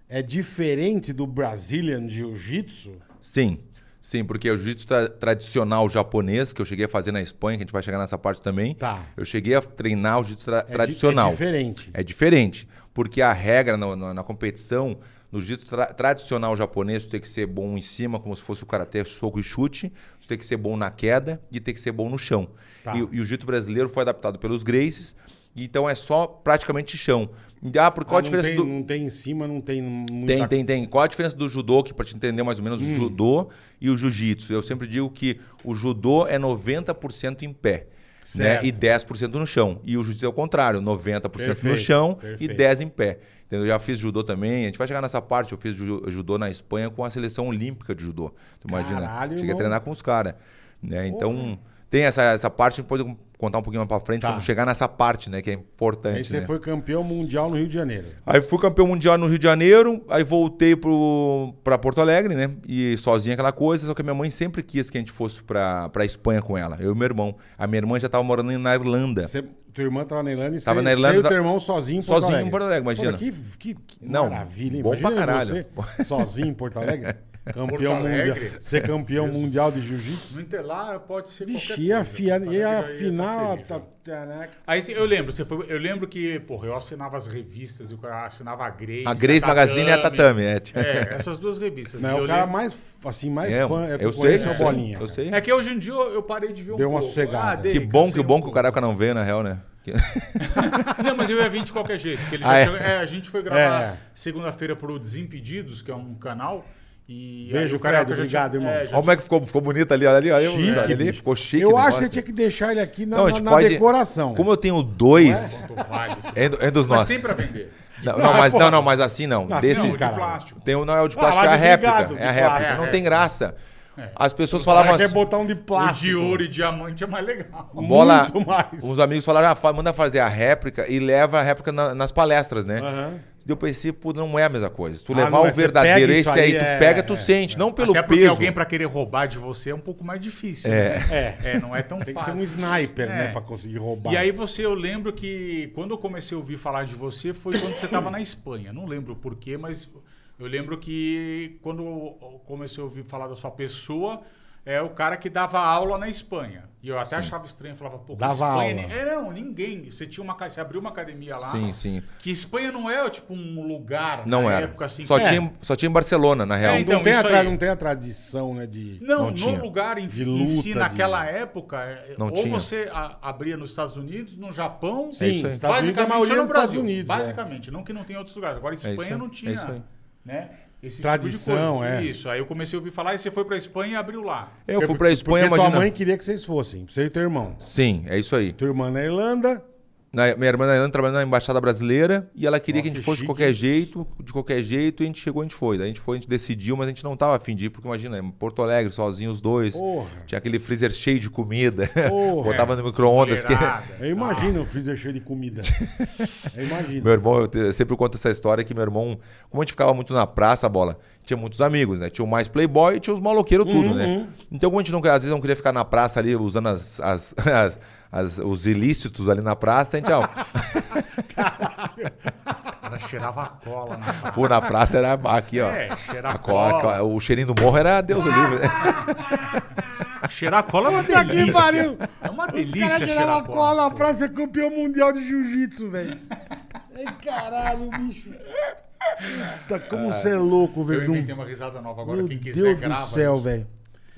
Speaker 1: é diferente do Brazilian Jiu-Jitsu? É
Speaker 3: Sim, sim, porque o jiu-jitsu tra- tradicional japonês, que eu cheguei a fazer na Espanha, que a gente vai chegar nessa parte também,
Speaker 1: Tá.
Speaker 3: eu cheguei a treinar o jiu-jitsu tra-
Speaker 1: É di-
Speaker 3: tradicional.
Speaker 1: é diferente.
Speaker 3: É diferente, porque a regra no- no- na competição, no jiu-jitsu tra- tradicional japonês, tu tem que ser bom em cima, como se fosse o karatê, soco e chute, tu tem que ser bom na queda e tem que ser bom no chão.
Speaker 1: Tá.
Speaker 3: E, e o jiu-jitsu brasileiro foi adaptado pelos Gracies, então é só praticamente chão. E, Ah, por qual
Speaker 1: Ah,
Speaker 3: a
Speaker 1: não,
Speaker 3: diferença
Speaker 1: tem,
Speaker 3: do...
Speaker 1: não tem em cima, não tem muita
Speaker 3: Tem, tem, tem. Qual a diferença do judô, que pra te entender mais ou menos,
Speaker 1: Hum.
Speaker 3: o judô e o jiu-jitsu? Eu sempre digo que o judô é 90% em pé. Né?
Speaker 1: Certo.
Speaker 3: E 10% no chão. E o jiu-jitsu é o contrário, 90%
Speaker 1: Perfeito,
Speaker 3: no chão
Speaker 1: perfeito.
Speaker 3: e 10% em pé. Entendeu? Eu já fiz judô também. A gente vai chegar nessa parte. Eu fiz ju- judô na Espanha com a seleção olímpica de judô. Tu imagina?
Speaker 1: Caralho,
Speaker 3: Cheguei
Speaker 1: irmão.
Speaker 3: a treinar com os caras. Né? Então, tem essa, essa parte. A gente pode contar um pouquinho mais pra frente
Speaker 1: Tá.
Speaker 3: quando chegar nessa parte, né? Que é importante.
Speaker 1: Aí você
Speaker 3: né?
Speaker 1: foi campeão mundial no Rio de Janeiro.
Speaker 3: Aí fui campeão mundial no Rio de Janeiro, aí voltei pro, pra Porto Alegre, né? E sozinha aquela coisa, só que a minha mãe sempre quis que a gente fosse pra, pra Espanha com ela, eu e meu irmão. A minha irmã já tava morando na Irlanda.
Speaker 1: Você, tua irmã tava na Irlanda e
Speaker 3: É. Tava
Speaker 1: você-
Speaker 3: na Irlanda,
Speaker 1: você e
Speaker 3: tá-
Speaker 1: teu irmão sozinho em Porto
Speaker 3: Sozinho em
Speaker 1: Alegre.
Speaker 3: Porto Alegre, imagina.
Speaker 1: Olha, que, que- que
Speaker 3: Não,
Speaker 1: maravilha.
Speaker 3: bom
Speaker 1: imagina
Speaker 3: pra caralho.
Speaker 1: você sozinho em Porto Alegre. Campeão
Speaker 2: Porto Alegre?
Speaker 1: mundial. Ser campeão mundial de jiu-jitsu.
Speaker 2: No Interlar pode ser
Speaker 1: Vixe,
Speaker 2: qualquer
Speaker 1: ia
Speaker 2: coisa. tá
Speaker 1: afiar-
Speaker 2: Porto Alegre
Speaker 1: ia
Speaker 2: já ia tá
Speaker 1: afinar.
Speaker 2: feliz,
Speaker 1: tá-
Speaker 2: já.
Speaker 1: tá- né?
Speaker 2: Aí eu lembro, você foi, eu lembro que, porra, eu assinava as revistas, eu assinava a Grace.
Speaker 3: A Grace Magazine e a Tatame, é.
Speaker 2: É, essas duas revistas. E
Speaker 1: Não, é
Speaker 2: eu
Speaker 1: o cara
Speaker 2: lembro-
Speaker 1: mais, assim, mais
Speaker 3: É,
Speaker 1: fã. É
Speaker 3: eu sei,
Speaker 1: conhece
Speaker 3: eu
Speaker 1: o
Speaker 3: sei,
Speaker 1: Bolinha.
Speaker 3: eu sei.
Speaker 2: É que hoje em dia eu eu parei de ver um
Speaker 1: Deu uma
Speaker 2: pouco.
Speaker 1: sossegada.
Speaker 2: dei,
Speaker 3: Que
Speaker 1: assim,
Speaker 3: bom,
Speaker 1: é
Speaker 2: cansei
Speaker 3: que
Speaker 2: um
Speaker 3: bom que o
Speaker 2: pouco.
Speaker 3: Carioca não veio, na real, né? Que-
Speaker 2: Não, mas eu ia vir de qualquer jeito. Porque ele já
Speaker 3: Ah, é?
Speaker 2: tinha- é, a gente foi gravar
Speaker 1: É.
Speaker 2: segunda-feira pro Desimpedidos, que é um canal. E aí
Speaker 1: Beijo,
Speaker 2: o Carioca
Speaker 1: Fred,
Speaker 2: já tinha-
Speaker 1: obrigado, irmão.
Speaker 2: é, já
Speaker 3: Olha como é que ficou, ficou bonito ali, olha ali, olha
Speaker 1: Chique,
Speaker 3: olha ali.
Speaker 1: bicho.
Speaker 3: Ficou chique.
Speaker 1: Eu
Speaker 3: o
Speaker 1: acho que
Speaker 3: negócio.
Speaker 1: você tinha que deixar ele aqui na,
Speaker 3: Não, a
Speaker 1: na-
Speaker 3: gente
Speaker 1: na
Speaker 3: pode-
Speaker 1: decoração.
Speaker 3: Como eu tenho dois,
Speaker 2: tinha quanto vale isso.
Speaker 3: é, do- é dos
Speaker 2: Mas
Speaker 3: nossos.
Speaker 2: tem pra vender.
Speaker 3: Não,
Speaker 1: Não,
Speaker 3: não, mas,
Speaker 1: porra.
Speaker 3: não, não, mas assim não.
Speaker 1: Assim
Speaker 3: Desse,
Speaker 1: não,
Speaker 2: não, de
Speaker 1: caralho.
Speaker 2: plástico.
Speaker 3: Tem o não é o de
Speaker 1: Ah,
Speaker 3: plástico,
Speaker 1: lá
Speaker 3: é a
Speaker 1: de
Speaker 3: réplica.
Speaker 1: brigado,
Speaker 3: é a
Speaker 1: de
Speaker 3: réplica,
Speaker 2: plástico.
Speaker 3: não
Speaker 2: É,
Speaker 3: tem
Speaker 2: é.
Speaker 3: graça. As pessoas
Speaker 1: É. Cara,
Speaker 3: falavam
Speaker 1: quer
Speaker 3: assim.
Speaker 1: botar um de
Speaker 2: O
Speaker 1: plástico.
Speaker 2: de ouro e diamante é mais legal.
Speaker 3: Bola,
Speaker 1: muito mais.
Speaker 3: os amigos falaram, ah, fa- manda fazer a réplica e leva a réplica na- nas palestras, né?
Speaker 1: Aham.
Speaker 3: Eu pensei, pô, não é a mesma coisa. Tu
Speaker 1: Ah,
Speaker 3: levar
Speaker 1: não é,
Speaker 3: o
Speaker 1: você
Speaker 3: verdadeiro,
Speaker 1: pega isso
Speaker 3: esse aí,
Speaker 1: aí,
Speaker 3: tu
Speaker 1: é,
Speaker 3: pega, tu
Speaker 1: é,
Speaker 3: sente. Não pelo
Speaker 2: Até porque
Speaker 3: peso.
Speaker 2: alguém pra querer roubar de você é um pouco mais difícil.
Speaker 3: É.
Speaker 2: né?
Speaker 1: É.
Speaker 2: É, não é tão
Speaker 1: Tem que ser
Speaker 2: fácil.
Speaker 1: um sniper, né?
Speaker 2: É.
Speaker 1: Pra conseguir roubar.
Speaker 2: E aí você, eu lembro que quando eu comecei a ouvir falar de você foi quando você estava na Espanha. Não lembro o porquê, mas eu lembro que quando eu comecei a ouvir falar da sua pessoa, é o cara que dava aula na Espanha. E eu até achava estranho, falava, pô,
Speaker 1: Dava
Speaker 2: Espanha...
Speaker 1: aula.
Speaker 2: É, não, ninguém. Você, tinha uma, ca- você abriu uma academia lá.
Speaker 3: Sim, sim.
Speaker 2: Que Espanha não é, tipo, um lugar
Speaker 3: Não
Speaker 2: na
Speaker 3: era.
Speaker 2: época assim.
Speaker 3: só,
Speaker 2: que-
Speaker 3: tinha, só tinha em Barcelona, na real.
Speaker 2: É, então,
Speaker 1: não, tem a
Speaker 2: isso
Speaker 1: tra-
Speaker 2: aí.
Speaker 1: não tem a tradição, né? De...
Speaker 2: Não,
Speaker 3: Não
Speaker 2: no
Speaker 3: tinha.
Speaker 2: lugar em,
Speaker 1: De
Speaker 2: em si,
Speaker 1: luta,
Speaker 2: naquela
Speaker 1: de-
Speaker 2: época, é,
Speaker 3: Não
Speaker 2: ou
Speaker 3: tinha.
Speaker 2: você a- abria nos Estados Unidos, no Japão,
Speaker 1: Sim, isso aí. Estados Unidos,
Speaker 2: basicamente
Speaker 1: a maioria
Speaker 2: era
Speaker 1: nos
Speaker 2: no Brasil.
Speaker 1: Estados Unidos, é.
Speaker 2: basicamente, não que não tenha outros lugares. Agora, a
Speaker 3: isso
Speaker 2: Espanha
Speaker 3: aí,
Speaker 2: não
Speaker 3: é
Speaker 2: tinha
Speaker 3: isso aí.
Speaker 2: né, esse tipo de
Speaker 1: Tradição,
Speaker 2: coisa.
Speaker 1: é.
Speaker 2: Isso, aí eu comecei a ouvir falar, e você foi pra Espanha e abriu lá.
Speaker 3: Eu fui pra Espanha,
Speaker 1: Porque
Speaker 3: imagina.
Speaker 1: tua mãe queria que vocês fossem, você e teu irmão.
Speaker 3: Sim, é isso aí.
Speaker 1: Tua irmã na Irlanda,
Speaker 3: Na- minha irmã na Irlanda trabalhando na Embaixada Brasileira e ela queria
Speaker 1: Ó,
Speaker 3: que a gente
Speaker 1: que
Speaker 3: fosse
Speaker 1: chique.
Speaker 3: de qualquer jeito, de qualquer jeito, e a gente chegou, a gente foi. Daí a gente foi, a gente decidiu, mas a gente não tava afim de ir, porque imagina, em Porto Alegre, sozinho os dois.
Speaker 1: Porra.
Speaker 3: Tinha aquele freezer cheio de comida.
Speaker 1: Porra.
Speaker 3: Botava no micro-ondas. Que...
Speaker 2: Mulherada,
Speaker 1: eu imagino o freezer cheio de comida. Eu imagino.
Speaker 3: Meu irmão, eu, te- eu sempre conto essa história que meu irmão, como a gente ficava muito na praça, bola, tinha muitos amigos, né? Tinha o mais playboy e tinha os maloqueiros tudo,
Speaker 1: Uhum.
Speaker 3: né? Então, como a gente não, às vezes não queria ficar na praça ali usando as, as- as- as- os ilícitos ali na praça, a gente, ó,
Speaker 2: Ela cheirava a cola né? na cara.
Speaker 3: Pô, na praça era aqui, ó.
Speaker 2: É, cheira
Speaker 3: A cola,
Speaker 2: cola.
Speaker 3: cola. O cheirinho do morro era Deus o livre. né?
Speaker 2: Cheirar a cola é uma
Speaker 1: Puta que pariu!
Speaker 2: delícia. É uma delícia cheirar a cola.
Speaker 1: é pra ser campeão mundial de jiu-jitsu, velho. Ai, caralho, bicho. Tá, como você é louco,
Speaker 2: Eu
Speaker 1: Verdun.
Speaker 2: inventei uma risada nova agora.
Speaker 1: Meu
Speaker 2: Quem quiser
Speaker 1: Deus do
Speaker 2: grava.
Speaker 1: céu,
Speaker 2: isso.
Speaker 1: velho.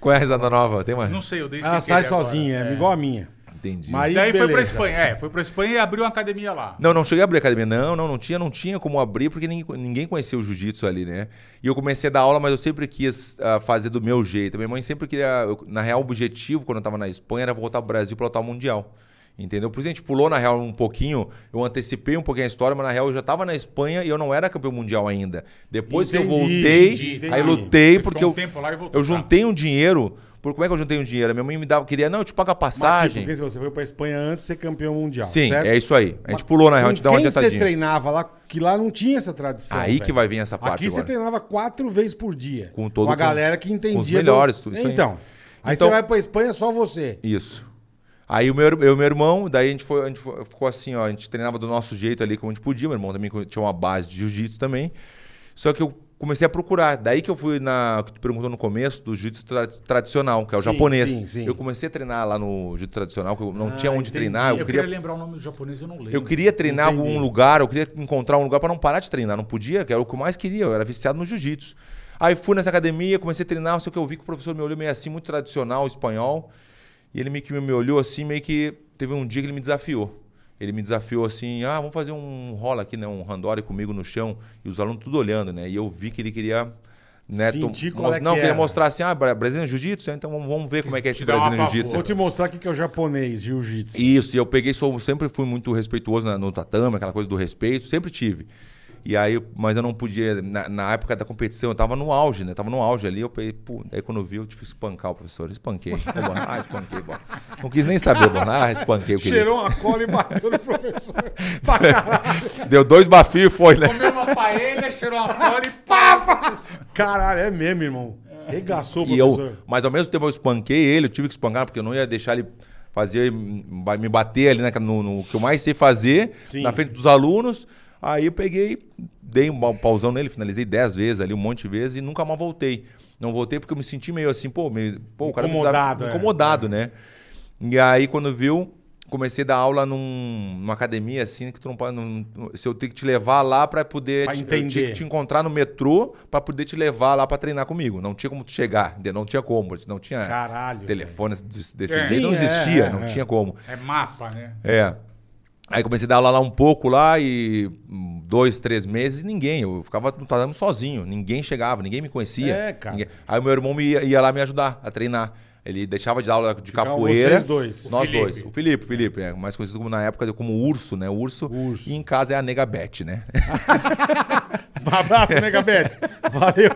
Speaker 3: Qual é a risada nova? Tem uma?
Speaker 2: Não sei, eu dei sem
Speaker 1: Ela sai
Speaker 3: né?
Speaker 2: querer agora.
Speaker 1: sozinha, é
Speaker 2: É.
Speaker 1: igual a minha.
Speaker 3: Entendi.
Speaker 1: Mas- Aí,
Speaker 2: Daí foi pra
Speaker 1: beleza.
Speaker 2: Espanha. É, foi pra Espanha e abriu uma academia lá.
Speaker 3: Não, não cheguei a abrir a academia. Não, não, não tinha, não tinha como abrir, porque ninguém, ninguém conhecia o jiu-jitsu ali, né? E eu comecei a dar aula, mas eu sempre quis ah, fazer do meu jeito. Minha mãe sempre queria. eu- na real, o objetivo, quando eu tava na Espanha, era voltar pro Brasil pra lutar o Mundial. Entendeu? Por isso a gente pulou, na real, um pouquinho. Eu antecipei um pouquinho a história, mas na real eu já tava na Espanha e eu não era campeão mundial ainda. Depois que eu
Speaker 1: Entendi,
Speaker 3: voltei,
Speaker 2: entendi. Você
Speaker 3: aí lutei,
Speaker 2: ficou
Speaker 3: porque
Speaker 2: um
Speaker 3: eu,
Speaker 2: tempo lá e voltou.
Speaker 3: eu juntei um dinheiro. Por, como é que eu juntei um dinheiro? Minha mãe me dava, queria, não, eu te pago a
Speaker 1: Mas,
Speaker 3: passagem.
Speaker 1: tipo, porque você foi pra Espanha antes de ser campeão mundial,
Speaker 3: Sim,
Speaker 1: certo?
Speaker 3: é isso aí. A gente pulou, na real, a
Speaker 1: Com
Speaker 3: gente dá uma
Speaker 1: quem você
Speaker 3: adiantadinha.
Speaker 1: treinava lá, que lá não tinha essa tradição.
Speaker 3: Aí que
Speaker 1: velho.
Speaker 3: vai vir essa parte
Speaker 1: Aqui você
Speaker 3: agora.
Speaker 1: treinava quatro vezes por dia.
Speaker 3: Com todo-
Speaker 1: a galera que
Speaker 3: com os
Speaker 1: entendia.
Speaker 3: melhores, tudo isso aí.
Speaker 1: Então. Aí
Speaker 3: Então-
Speaker 1: você vai pra Espanha só você.
Speaker 3: Isso. Aí o meu, eu e meu irmão, daí a gente, foi, a gente foi- ficou assim, ó, a gente treinava do nosso jeito ali como a gente podia, meu irmão também tinha uma base de jiu-jitsu também. Só que eu comecei a procurar, daí que eu fui na, que tu perguntou no começo, do jiu-jitsu tra- tradicional, que é o
Speaker 1: Sim,
Speaker 3: japonês.
Speaker 1: sim, sim. Ah,
Speaker 3: Eu comecei a treinar lá no jiu-jitsu tradicional, que eu não tinha onde
Speaker 1: entendi.
Speaker 3: treinar, eu,
Speaker 2: Ah, eu
Speaker 3: queria,
Speaker 2: queria lembrar o nome do japonês, eu não lembro.
Speaker 3: eu queria treinar
Speaker 1: Entendi.
Speaker 3: algum lugar, eu queria encontrar um lugar pra não parar de treinar, não podia, que era o que eu mais queria, eu era viciado no jiu-jitsu. Aí fui nessa academia, comecei a treinar, só que eu vi que o professor me olhou meio assim, muito tradicional, espanhol, e ele meio que me olhou assim, meio que teve um dia que ele me desafiou. Ele me desafiou assim, ah, vamos fazer um rola aqui, né, um randori comigo no chão, e os alunos tudo olhando, né, e eu vi que ele queria... Né, tom-
Speaker 1: Sentir qual é
Speaker 3: não,
Speaker 1: que
Speaker 3: queria
Speaker 1: era.
Speaker 3: mostrar assim, ah, bra- brasileiro jiu-jitsu, então vamos- vamos ver como é que é esse
Speaker 2: Te dá uma
Speaker 3: brasileiro
Speaker 2: pavor.
Speaker 3: jiu-jitsu.
Speaker 1: Vou te mostrar o que que é o japonês, jiu-jitsu.
Speaker 3: Isso, e eu peguei, sou, sempre fui muito respeituoso na- no tatame, aquela coisa do respeito, sempre tive. E aí, mas eu não podia, na, na época da competição, eu tava no auge, né? Tava no auge ali, eu peguei, pô, daí quando eu vi, eu tive que espancar o professor, espanquei. Eu, bom, ah, espanquei, bom. Não quis nem saber, bom, ah, espanquei, eu queria.
Speaker 1: Cheirou uma cola e bateu no professor. pra caralho.
Speaker 3: Deu dois bafios e foi, né?
Speaker 2: Comeu uma paella, cheirou uma flor e pá!
Speaker 1: Caralho, é mesmo, irmão. Regaçou o
Speaker 3: E eu,
Speaker 1: professor.
Speaker 3: mas ao mesmo tempo eu espanquei ele, eu tive que espancar, porque eu não ia deixar ele fazer, me bater ali naquela- no, no que eu mais sei fazer,
Speaker 1: Sim.
Speaker 3: na frente dos alunos. Aí eu peguei, dei um pausão nele, finalizei 10 vezes ali, um monte de vezes, e nunca mais voltei. Não voltei porque eu me senti meio assim, pô, meio, pô o cara me desaf-
Speaker 1: Incomodado, é.
Speaker 3: incomodado, né? E aí quando viu, comecei a dar aula num- numa academia assim, que tu não pode, não- não- se eu tenho que te levar lá pra poder
Speaker 1: Pra
Speaker 3: te- Eu tinha
Speaker 1: entender.
Speaker 3: que te encontrar no metrô pra poder te levar lá pra treinar comigo. Não tinha como tu chegar, entendeu? não tinha como, não tinha
Speaker 1: Caralho,
Speaker 3: telefone desse, desse
Speaker 2: É.
Speaker 3: jeito, não
Speaker 1: Sim, é,
Speaker 3: existia,
Speaker 1: é,
Speaker 3: não
Speaker 1: é.
Speaker 3: tinha como.
Speaker 2: É mapa, né?
Speaker 3: É. Aí comecei a dar aula lá um pouco lá e hum, dois, três meses, ninguém. Eu ficava no tatame sozinho, ninguém chegava, ninguém me conhecia.
Speaker 1: É, cara.
Speaker 3: Ninguém- Aí o meu irmão me ia, ia lá me ajudar a treinar. Ele deixava de dar aula de
Speaker 1: Ficavam
Speaker 3: capoeira.
Speaker 1: Então, vocês dois.
Speaker 3: Nós
Speaker 2: O Felipe.
Speaker 3: dois. O Felipe, o Felipe, é, mais conhecido como na época como Urso, né? Urso.
Speaker 1: Urso.
Speaker 3: E em casa é a Nega Beth, né?
Speaker 1: Um abraço, Megabeth. Valeu.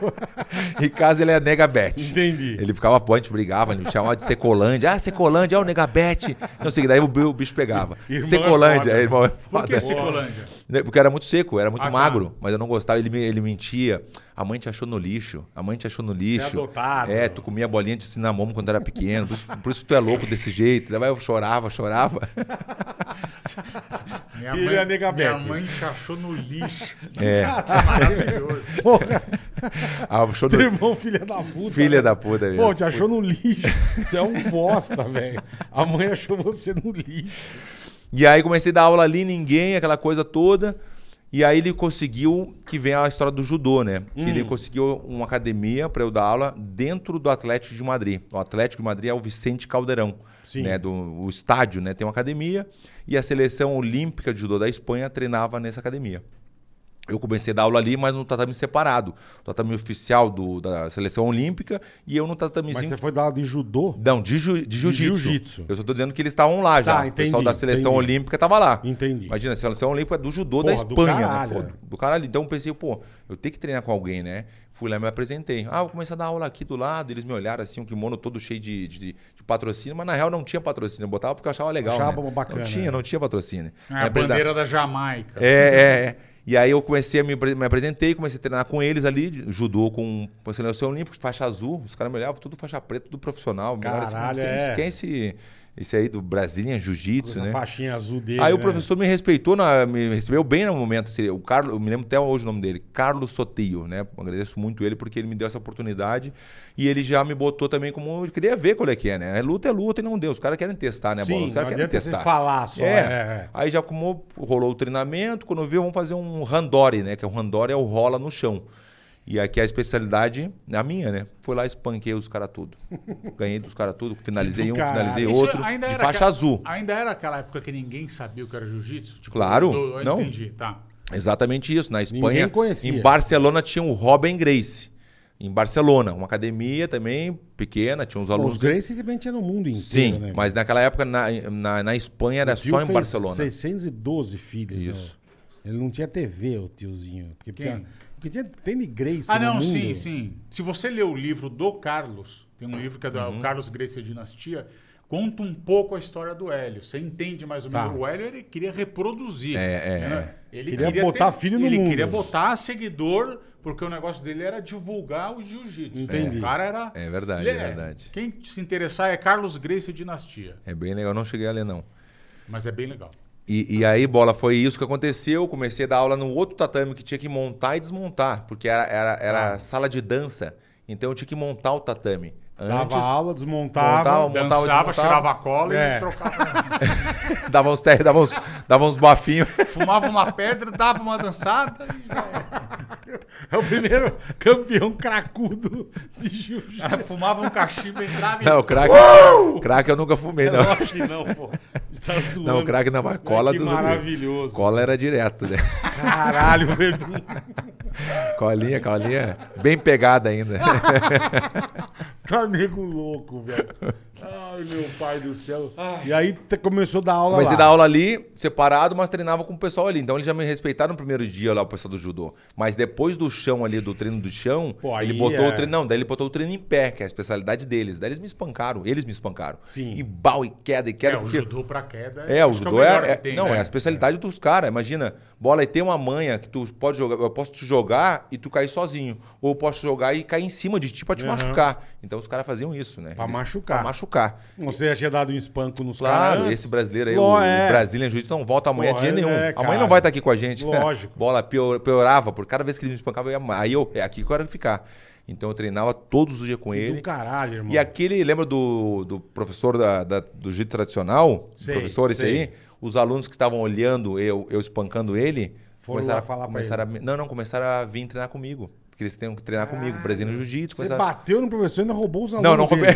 Speaker 3: em casa ele é a Nega Beth.
Speaker 1: Entendi.
Speaker 3: Ele ficava pô, a gente brigava, ele me chamava de Secolândia. Ah, Secolândia, é o Negabete. Não sei, daí o bi- o bicho pegava.
Speaker 1: Irmão é
Speaker 3: Secolândia,
Speaker 1: foda.
Speaker 3: é, irmão, é foda.
Speaker 2: Por que Cicolândia?
Speaker 3: Né, Porque eu era muito seco, eu era muito
Speaker 2: Ah, tá.
Speaker 3: magro, mas eu não gostava, ele, me- ele mentia. A mãe te achou no lixo, a mãe te achou no lixo.
Speaker 1: adotado.
Speaker 3: É, tu comia bolinha de cinnamon quando era pequeno, por isso, por isso que tu é louco desse jeito. Daí eu chorava, chorava.
Speaker 2: Minha
Speaker 1: Ele é nega
Speaker 2: minha
Speaker 1: Bete.
Speaker 2: mãe te achou no lixo.
Speaker 3: É,
Speaker 2: Maravilhoso.
Speaker 1: Porra,
Speaker 3: achou
Speaker 1: teu
Speaker 3: no...
Speaker 1: irmão, filha da puta.
Speaker 3: Filha
Speaker 1: né?
Speaker 3: da puta mesmo.
Speaker 1: Pô, te achou no lixo. Você é um bosta, velho. A mãe achou você no lixo.
Speaker 3: E aí comecei a dar aula ali, ninguém, aquela coisa toda. E aí ele conseguiu que vem a história do judô, né? Que
Speaker 1: Hum.
Speaker 3: ele conseguiu uma academia para eu dar aula dentro do Atlético de Madrid. O Atlético de Madrid é o Vicente Caldeirão,
Speaker 1: Sim.
Speaker 3: né? Do o estádio, né? Tem uma academia e a seleção olímpica de judô da Espanha treinava nessa academia. Eu comecei a dar aula ali, mas no tatame separado. Tatame oficial do- da seleção olímpica e eu no
Speaker 1: Mas
Speaker 3: tatamezinho
Speaker 1: você foi dar aula de judô?
Speaker 3: não, de, ju- de jiu-jitsu.
Speaker 1: jiu-jitsu.
Speaker 3: Eu só tô dizendo que eles estavam lá já.
Speaker 1: Tá,
Speaker 3: o pessoal
Speaker 1: entendi,
Speaker 3: da seleção
Speaker 1: entendi.
Speaker 3: olímpica tava lá.
Speaker 1: Entendi.
Speaker 3: Imagina, a seleção olímpica é do judô da
Speaker 1: Porra, do
Speaker 3: Espanha,
Speaker 1: caralho,
Speaker 3: né?
Speaker 1: é.
Speaker 3: Pô, do caralho. Então eu pensei, pô, eu tenho que treinar com alguém, né? Fui lá e me apresentei. Ah, eu comecei a dar aula aqui do lado, eles me olharam assim, um kimono todo cheio de, de, de patrocínio, mas na real não tinha patrocínio. Eu botava porque eu achava legal.
Speaker 1: Achava
Speaker 3: né?
Speaker 1: bacana,
Speaker 3: Não tinha,
Speaker 1: né?
Speaker 3: não tinha patrocínio.
Speaker 2: É
Speaker 3: Me
Speaker 2: a
Speaker 3: apresenta-
Speaker 2: bandeira da Jamaica.
Speaker 3: é, é, é. E aí eu comecei a me, apre- me apresentei, comecei a treinar com eles ali, de- judô com com a seleção olímpica, faixa azul, os caras me olhavam, tudo faixa preta, tudo profissional. me olhavam
Speaker 1: Caralho,
Speaker 3: "Mas
Speaker 1: é.
Speaker 3: quem- Quem é esse, Esse aí do Brasília Jiu-Jitsu,
Speaker 1: Essa
Speaker 3: né?
Speaker 1: faixinha azul dele.
Speaker 3: Aí o
Speaker 1: né?
Speaker 3: professor me respeitou, na- me recebeu bem no momento. assim, o Carlos, eu me lembro até hoje o nome dele, Carlos Soteio, né? Agradeço muito ele porque ele me deu essa oportunidade e ele já me botou também como. Eu queria ver qual é que é, né? Luta é luta e não deu. Os caras querem testar, né, Bola?
Speaker 1: Sim,
Speaker 3: Os
Speaker 1: não
Speaker 3: caras querem
Speaker 1: adianta você
Speaker 3: testar.
Speaker 1: falar só.
Speaker 3: É.
Speaker 1: É. é.
Speaker 3: Aí já como rolou o treinamento, quando viu, vamos fazer um randori, né? Que é o randori é o rola no chão. E aqui é a especialidade, a minha, né? Foi lá, espanquei os caras tudo. Ganhei dos caras tudo, finalizei
Speaker 1: Do
Speaker 3: um,
Speaker 1: caralho.
Speaker 3: finalizei
Speaker 1: Isso
Speaker 3: outro. de faixa
Speaker 2: aquela-
Speaker 3: azul.
Speaker 2: Ainda era aquela época que ninguém sabia o que era jiu-jitsu? Tipo,
Speaker 3: Claro,
Speaker 2: do- eu
Speaker 3: não.
Speaker 2: Entendi, tá.
Speaker 3: Exatamente isso. Na Espanha,
Speaker 1: conhecia.
Speaker 3: em Barcelona, tinha o Robin Grace. Em Barcelona, uma academia também pequena, tinha uns
Speaker 1: Pô,
Speaker 3: alunos.
Speaker 1: Os Gracie também tinha no mundo inteiro,
Speaker 3: Sim,
Speaker 1: né?
Speaker 3: mas naquela época na, na, na Espanha era
Speaker 1: O tio
Speaker 3: Né? só em
Speaker 1: fez
Speaker 3: Barcelona.
Speaker 1: 612 filhos.
Speaker 3: Isso.
Speaker 1: né? Ele não tinha TV, o tiozinho. Porque,
Speaker 2: Quem?
Speaker 1: tinha, porque tinha, tem de Gracie
Speaker 2: Ah,
Speaker 1: no
Speaker 2: não,
Speaker 1: mundo.
Speaker 2: sim, sim. Se você ler o livro do Carlos, tem um livro que é do Carlos Gracie e a Dinastia, conta um pouco a história do Hélio. Você entende mais ou
Speaker 1: Tá.
Speaker 2: menos. O Hélio ele queria reproduzir.
Speaker 3: É, é,
Speaker 2: né? Ele
Speaker 1: Queria botar filho no
Speaker 2: ele
Speaker 1: mundo.
Speaker 2: queria botar seguidor, porque o negócio dele era divulgar o jiu-jitsu.
Speaker 1: Entendi.
Speaker 2: O cara era.
Speaker 3: É verdade,
Speaker 2: Ele
Speaker 3: é verdade.
Speaker 2: Quem se interessar é Carlos Gracie e Dinastia.
Speaker 3: É bem legal, eu não cheguei a ler, não.
Speaker 2: Mas é bem legal.
Speaker 3: E, e aí, bola, foi isso que aconteceu. Comecei a dar aula no outro tatame que tinha que montar e desmontar, porque era, era,
Speaker 1: Ah.
Speaker 3: era sala de dança. Então eu tinha que montar o tatame.
Speaker 1: Dava
Speaker 3: Antes,
Speaker 1: aula, desmontava.
Speaker 3: Montava, montava,
Speaker 2: Dançava,
Speaker 3: desmontava.
Speaker 2: cheirava a cola
Speaker 1: É.
Speaker 2: e trocava.
Speaker 3: dava uns terres, dava uns, dava uns bafinhos.
Speaker 2: Fumava uma pedra, dava uma dançada e já era.
Speaker 3: um-
Speaker 1: É o primeiro campeão cracudo de jiu-jitsu.
Speaker 2: Cara, fumava um cachimbo, entrava e...
Speaker 3: Não, crack, crack eu nunca fumei, não.
Speaker 1: É Lógico que não, pô. Tá zoando. é
Speaker 3: Não, crack não, mas cola
Speaker 1: que
Speaker 3: dos-
Speaker 1: maravilhoso.
Speaker 3: Cola era direto, né?
Speaker 1: Caralho, Verdun.
Speaker 3: Colinha, colinha, bem pegada ainda.
Speaker 1: Tá nego louco, velho. Ai, meu pai do céu. E aí te- começou a dar aula
Speaker 3: Comecei a
Speaker 1: lá.
Speaker 3: dar aula ali, separado, mas treinava com o pessoal ali. Então eles já me respeitaram no primeiro dia lá, o pessoal do judô. Mas depois do chão ali, do treino do chão,
Speaker 1: Pô, aí
Speaker 3: ele botou
Speaker 1: é.
Speaker 3: o treino. Não, daí ele botou o treino em pé, que é a especialidade deles. Daí eles me espancaram, eles me espancaram.
Speaker 1: Sim.
Speaker 3: E bal, e queda, e queda.
Speaker 2: É, o
Speaker 3: porque...
Speaker 2: judô pra queda.
Speaker 3: É, o
Speaker 2: acho que
Speaker 3: judô é,
Speaker 2: melhor
Speaker 3: é-
Speaker 2: que tem,
Speaker 3: não,
Speaker 2: né?
Speaker 3: é a especialidade dos caras. Imagina, bola e tem uma manha que tu pode jogar, eu posso te jogar e tu cair sozinho, ou eu posso jogar e cair em cima de ti pra te
Speaker 1: Aham.
Speaker 3: machucar. Então os caras faziam isso, né?
Speaker 1: Pra
Speaker 3: Eles-
Speaker 1: machucar.
Speaker 3: Pra machucar.
Speaker 1: Você já tinha dado um espanco nos caras.
Speaker 3: Claro,
Speaker 1: antes.
Speaker 3: esse brasileiro aí,
Speaker 1: Ló,
Speaker 3: o
Speaker 1: é.
Speaker 3: Brasília juiz não volta amanhã
Speaker 1: Pô,
Speaker 3: de dia
Speaker 1: é,
Speaker 3: nenhum.
Speaker 1: é,
Speaker 3: amanhã
Speaker 1: cara.
Speaker 3: não vai estar aqui com a gente.
Speaker 1: Lógico.
Speaker 3: Bola pior- piorava, por cada vez que ele me espancava, eu ia, aí eu, é aqui que eu quero ficar. Então eu treinava todos os dias com ele.
Speaker 1: Do caralho, irmão.
Speaker 3: E aquele, lembra do, do professor da, da- do jeito tradicional?
Speaker 1: Sei,
Speaker 3: professor, esse
Speaker 1: sei.
Speaker 3: aí? Os alunos que estavam olhando eu, eu espancando ele.
Speaker 1: Foram lá
Speaker 3: começaram a-
Speaker 1: falar pra
Speaker 3: começaram a- Não, não, começaram a vir treinar comigo. Porque eles têm que treinar comigo. Brasileiro Jiu-Jitsu.
Speaker 1: Ah, Você
Speaker 3: começaram-
Speaker 1: bateu no professor e ainda roubou os alunos.
Speaker 3: Não, não
Speaker 1: dele.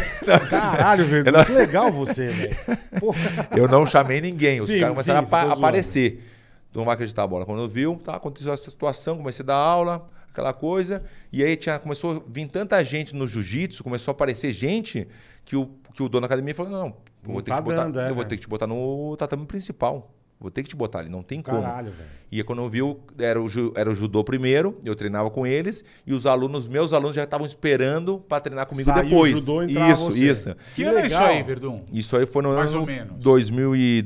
Speaker 1: Caralho, Verdun.
Speaker 3: Ela-
Speaker 1: Que legal você, velho. Porra.
Speaker 3: Eu não chamei ninguém. Os
Speaker 1: Sim,
Speaker 3: caras
Speaker 1: sim,
Speaker 3: começaram a
Speaker 1: você
Speaker 3: apa-
Speaker 1: tá zoando.
Speaker 3: aparecer. Tu não vai acreditar a bola. Quando eu viu, tá, aconteceu essa situação, comecei a dar aula, aquela coisa. E aí tinha, começou a vir tanta gente no jiu-jitsu, começou a aparecer gente que o, que o dono da academia falou: não, não, eu
Speaker 1: Não
Speaker 3: vou, ter,
Speaker 1: tá
Speaker 3: que te botar,
Speaker 1: dando, é,
Speaker 3: eu vou
Speaker 1: é.
Speaker 3: ter que te botar no tatame principal. Vou ter que te botar ali, não tem como.
Speaker 1: Caralho, velho.
Speaker 3: E aí, quando eu vi, eu- era o, ju- era o judô primeiro, eu treinava com eles, e os alunos, meus alunos, já estavam esperando para treinar comigo
Speaker 1: Saiu o
Speaker 3: depois.
Speaker 1: judô, entrava
Speaker 3: isso,
Speaker 1: você.
Speaker 3: isso.
Speaker 2: Que, ano é isso
Speaker 1: legal.
Speaker 2: aí, Verdun?
Speaker 3: Isso aí foi no
Speaker 2: Mais
Speaker 3: ano
Speaker 2: ou menos. É,
Speaker 3: 2000 e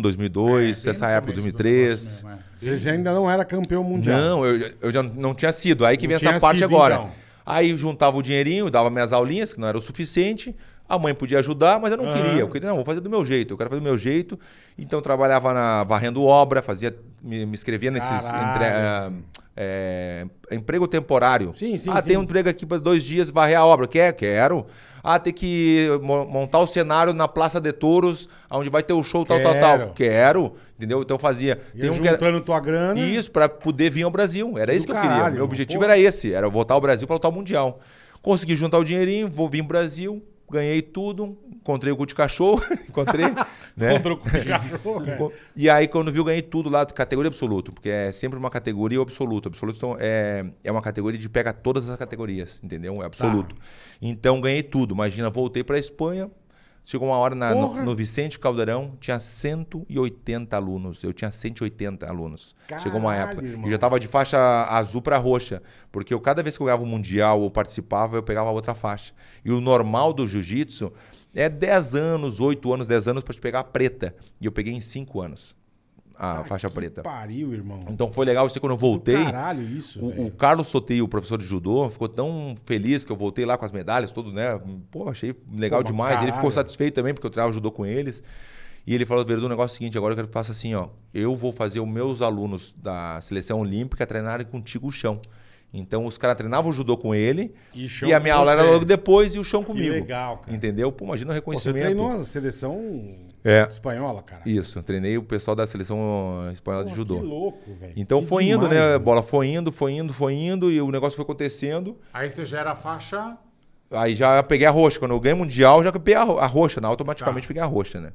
Speaker 3: 2001, 2002, essa época,
Speaker 2: né?
Speaker 3: 2003.
Speaker 1: Você já ainda não era campeão mundial.
Speaker 3: Não, eu, já- eu já não tinha sido. Aí que
Speaker 1: Não
Speaker 3: vem
Speaker 1: tinha
Speaker 3: essa parte
Speaker 1: sido,
Speaker 3: agora.
Speaker 1: então.
Speaker 3: Aí eu juntava o dinheirinho, dava minhas aulinhas, que não era o suficiente. A mãe podia ajudar, mas eu não
Speaker 1: Aham.
Speaker 3: queria. Eu queria, não, vou fazer do meu jeito, eu quero fazer do meu jeito. Então eu trabalhava na, varrendo obra, fazia, me, me inscrevia nesses
Speaker 1: Caralho.
Speaker 3: entre- ah, é, emprego temporário.
Speaker 1: Sim, sim,
Speaker 3: Ah, tem
Speaker 1: sim.
Speaker 3: um emprego aqui para dois dias, varrer a obra. Quer? Quero. Ah, tem que mo- montar o cenário na Praça de Touros, onde vai ter o show tal, tal,
Speaker 1: Quero.
Speaker 3: tal. Quero. Entendeu? Então eu fazia.
Speaker 1: Ia né?
Speaker 3: que era-
Speaker 1: juntando tua grana.
Speaker 3: isso, pra poder vir ao Brasil. Era isso que eu queria.
Speaker 1: caralho,
Speaker 3: Meu objetivo
Speaker 1: porra.
Speaker 3: era esse, era voltar ao Brasil pra lutar o Mundial. Consegui juntar o dinheirinho, vou vir ao Brasil, ganhei tudo, encontrei o cu de cachorro, encontrei, né?
Speaker 1: Contra o cachorro, velho.
Speaker 3: E aí, quando viu, ganhei tudo lá, categoria absoluto, porque é sempre uma categoria absoluta. Absoluto são- é, é uma categoria de pega todas as categorias, entendeu? É absoluto.
Speaker 1: Tá.
Speaker 3: Então, ganhei tudo. Imagina, voltei pra Espanha, chegou uma hora na-
Speaker 1: Porra.
Speaker 3: no, no Vicente Caldeirão, tinha 180 alunos. Eu tinha 180 alunos. chegou uma
Speaker 1: Caralho,
Speaker 3: época.
Speaker 1: irmão.
Speaker 3: Eu já tava de faixa azul pra roxa, porque eu, cada vez que eu ganhava o Mundial ou participava, eu pegava outra faixa. E o normal do jiu-jitsu é 10 anos, 8 anos, 10 anos pra te pegar a preta. E eu peguei em 5 anos. a faixa preta.
Speaker 1: Pariu, irmão.
Speaker 3: Então foi legal isso quando eu voltei.
Speaker 1: Caralho, isso.
Speaker 3: O, o
Speaker 1: velho.
Speaker 3: Carlos Soteio, o professor de judô, ficou tão feliz que eu voltei lá com as medalhas, tudo, né? Pô, achei legal
Speaker 1: Pô, mas
Speaker 3: demais. Ele ficou
Speaker 1: caralho.
Speaker 3: satisfeito também, porque eu treinava judô com eles. E ele falou, Verdun, o negócio é o seguinte, agora eu quero que faça assim, ó. Eu vou fazer os meus alunos da seleção olímpica treinarem contigo o chão. Então os caras treinavam o judô com ele
Speaker 1: E
Speaker 3: e,
Speaker 1: chão
Speaker 3: a
Speaker 1: com
Speaker 3: minha aula
Speaker 1: você.
Speaker 3: era logo depois e o chão comigo.
Speaker 1: legal, cara.
Speaker 3: Entendeu? Pô, imagina o
Speaker 1: Pô, Você
Speaker 3: reconhecimento.
Speaker 1: treinou a seleção
Speaker 3: É.
Speaker 1: espanhola, cara.
Speaker 3: Isso, eu treinei o pessoal da seleção espanhola
Speaker 1: Pô,
Speaker 3: de judô.
Speaker 1: Que louco, velho.
Speaker 3: Então
Speaker 1: Que
Speaker 3: foi indo,
Speaker 1: demais,
Speaker 3: né? A
Speaker 1: velho.
Speaker 3: bola foi indo, foi indo, foi indo e o negócio foi acontecendo.
Speaker 2: Aí você já era faixa.
Speaker 3: Aí já peguei a roxa. Quando eu ganhei mundial, já peguei a, ro- a roxa, né? Automaticamente
Speaker 2: Tá.
Speaker 3: peguei a roxa, né?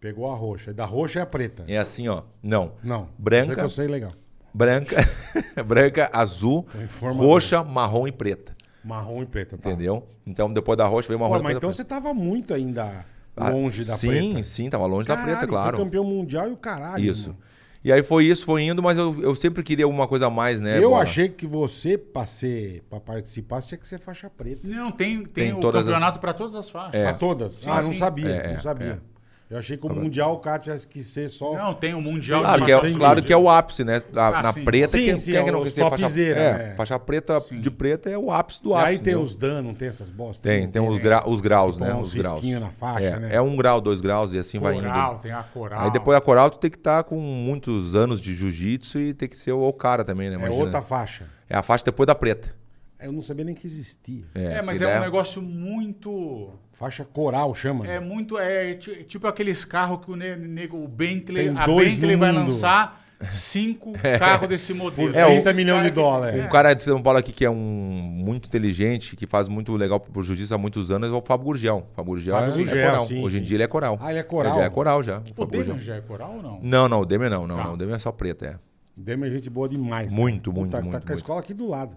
Speaker 1: Pegou a roxa. Da roxa é a preta.
Speaker 3: É assim, ó. Não.
Speaker 1: Não.
Speaker 3: Branca.
Speaker 1: Vê que eu sei legal.
Speaker 3: Branca, branca, azul,
Speaker 1: Então informa
Speaker 3: roxa, marrom e preta.
Speaker 1: Marrom e preta, tá?
Speaker 3: Entendeu? Então depois da roxa veio
Speaker 1: Pô,
Speaker 3: marrom e
Speaker 1: mas
Speaker 3: preta.
Speaker 1: então você tava muito ainda
Speaker 3: Ah,
Speaker 1: longe da
Speaker 3: sim,
Speaker 1: preta.
Speaker 3: Sim, sim, tava longe da
Speaker 1: Caralho,
Speaker 3: preta, claro.
Speaker 1: Foi campeão mundial e o caralho.
Speaker 3: Isso.
Speaker 1: mano.
Speaker 3: E aí foi isso, foi indo, mas eu, eu sempre queria alguma coisa a mais, né?
Speaker 1: eu
Speaker 3: bola?
Speaker 1: achei que você, pra, ser, pra participar, você tinha que ser faixa preta.
Speaker 2: Não, tem, tem,
Speaker 3: Tem
Speaker 2: o
Speaker 3: todas as-
Speaker 2: campeonato pra todas as faixas. Tá?
Speaker 1: Pra todas. ah, não
Speaker 2: sim.
Speaker 1: sabia,
Speaker 3: É,
Speaker 1: não
Speaker 3: é,
Speaker 1: sabia. Eu achei que o mundial o cara tivesse que ser só...
Speaker 2: Não, tem o Mundial
Speaker 3: Claro,
Speaker 2: de
Speaker 3: que é,
Speaker 2: faixa
Speaker 3: claro
Speaker 2: preta.
Speaker 3: que é o ápice, né? A-
Speaker 2: Ah,
Speaker 3: na
Speaker 2: sim.
Speaker 3: preta,
Speaker 1: Sim,
Speaker 3: quem,
Speaker 1: sim,
Speaker 3: quem é que
Speaker 1: é
Speaker 3: não
Speaker 1: os
Speaker 3: quer ser faixa,
Speaker 1: topzera,
Speaker 3: é,
Speaker 1: é.
Speaker 3: faixa preta de preta é o ápice do
Speaker 1: E
Speaker 3: ápice.
Speaker 1: aí tem
Speaker 3: entendeu?
Speaker 1: os danos, não tem essas bostas?
Speaker 3: tem, tem os, gra- os graus,
Speaker 1: Tipo,
Speaker 3: né?
Speaker 1: uns
Speaker 3: Os graus.
Speaker 1: risquinhos na faixa,
Speaker 3: é,
Speaker 1: né?
Speaker 3: é um grau, dois graus e assim vai indo.
Speaker 2: Coral, tem a coral.
Speaker 3: Aí depois a coral tu tem que estar com muitos anos de jiu-jitsu e tem que ser o, o cara também, né?
Speaker 1: É
Speaker 3: Imagina.
Speaker 1: outra faixa.
Speaker 3: É a faixa depois da preta.
Speaker 1: Eu não sabia nem que existia.
Speaker 2: É, mas
Speaker 3: que
Speaker 2: é um
Speaker 3: daí-
Speaker 2: negócio muito.
Speaker 1: Faixa coral chama.
Speaker 2: É
Speaker 1: né?
Speaker 2: muito. É ti- tipo aqueles carros que o ne- nego, o Bentley,
Speaker 1: Tem
Speaker 2: a
Speaker 1: dois
Speaker 2: Bentley
Speaker 1: no
Speaker 2: vai
Speaker 1: mundo.
Speaker 2: lançar cinco
Speaker 3: É.
Speaker 2: carros desse modelo.
Speaker 1: Por 30
Speaker 2: Esses
Speaker 1: milhões
Speaker 2: cara
Speaker 1: de
Speaker 2: que-
Speaker 1: dólares.
Speaker 3: Um cara de São Paulo aqui que é um muito inteligente, que faz muito legal pro jiu-jitsu há muitos anos, é o Fábio Gurgel. O Fábio Gurgel,
Speaker 1: Fábio
Speaker 3: é,
Speaker 1: Gurgel,
Speaker 3: é coral.
Speaker 1: sim,
Speaker 3: Hoje em
Speaker 1: sim.
Speaker 3: dia ele é coral.
Speaker 1: Ah, ele é coral.
Speaker 3: já é coral
Speaker 2: O
Speaker 3: já. Fábio Gurgel.
Speaker 2: Demian já é coral ou não?
Speaker 3: Não, não, o Demian não, não,
Speaker 2: Tá.
Speaker 3: não. O Demian é só preta, é.
Speaker 1: Demian é gente boa demais. cara.
Speaker 3: Muito, muito,
Speaker 1: tá, Tá
Speaker 3: muito,
Speaker 1: com a
Speaker 3: muito.
Speaker 1: escola aqui do lado.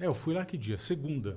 Speaker 2: É, eu fui lá que dia? Segunda.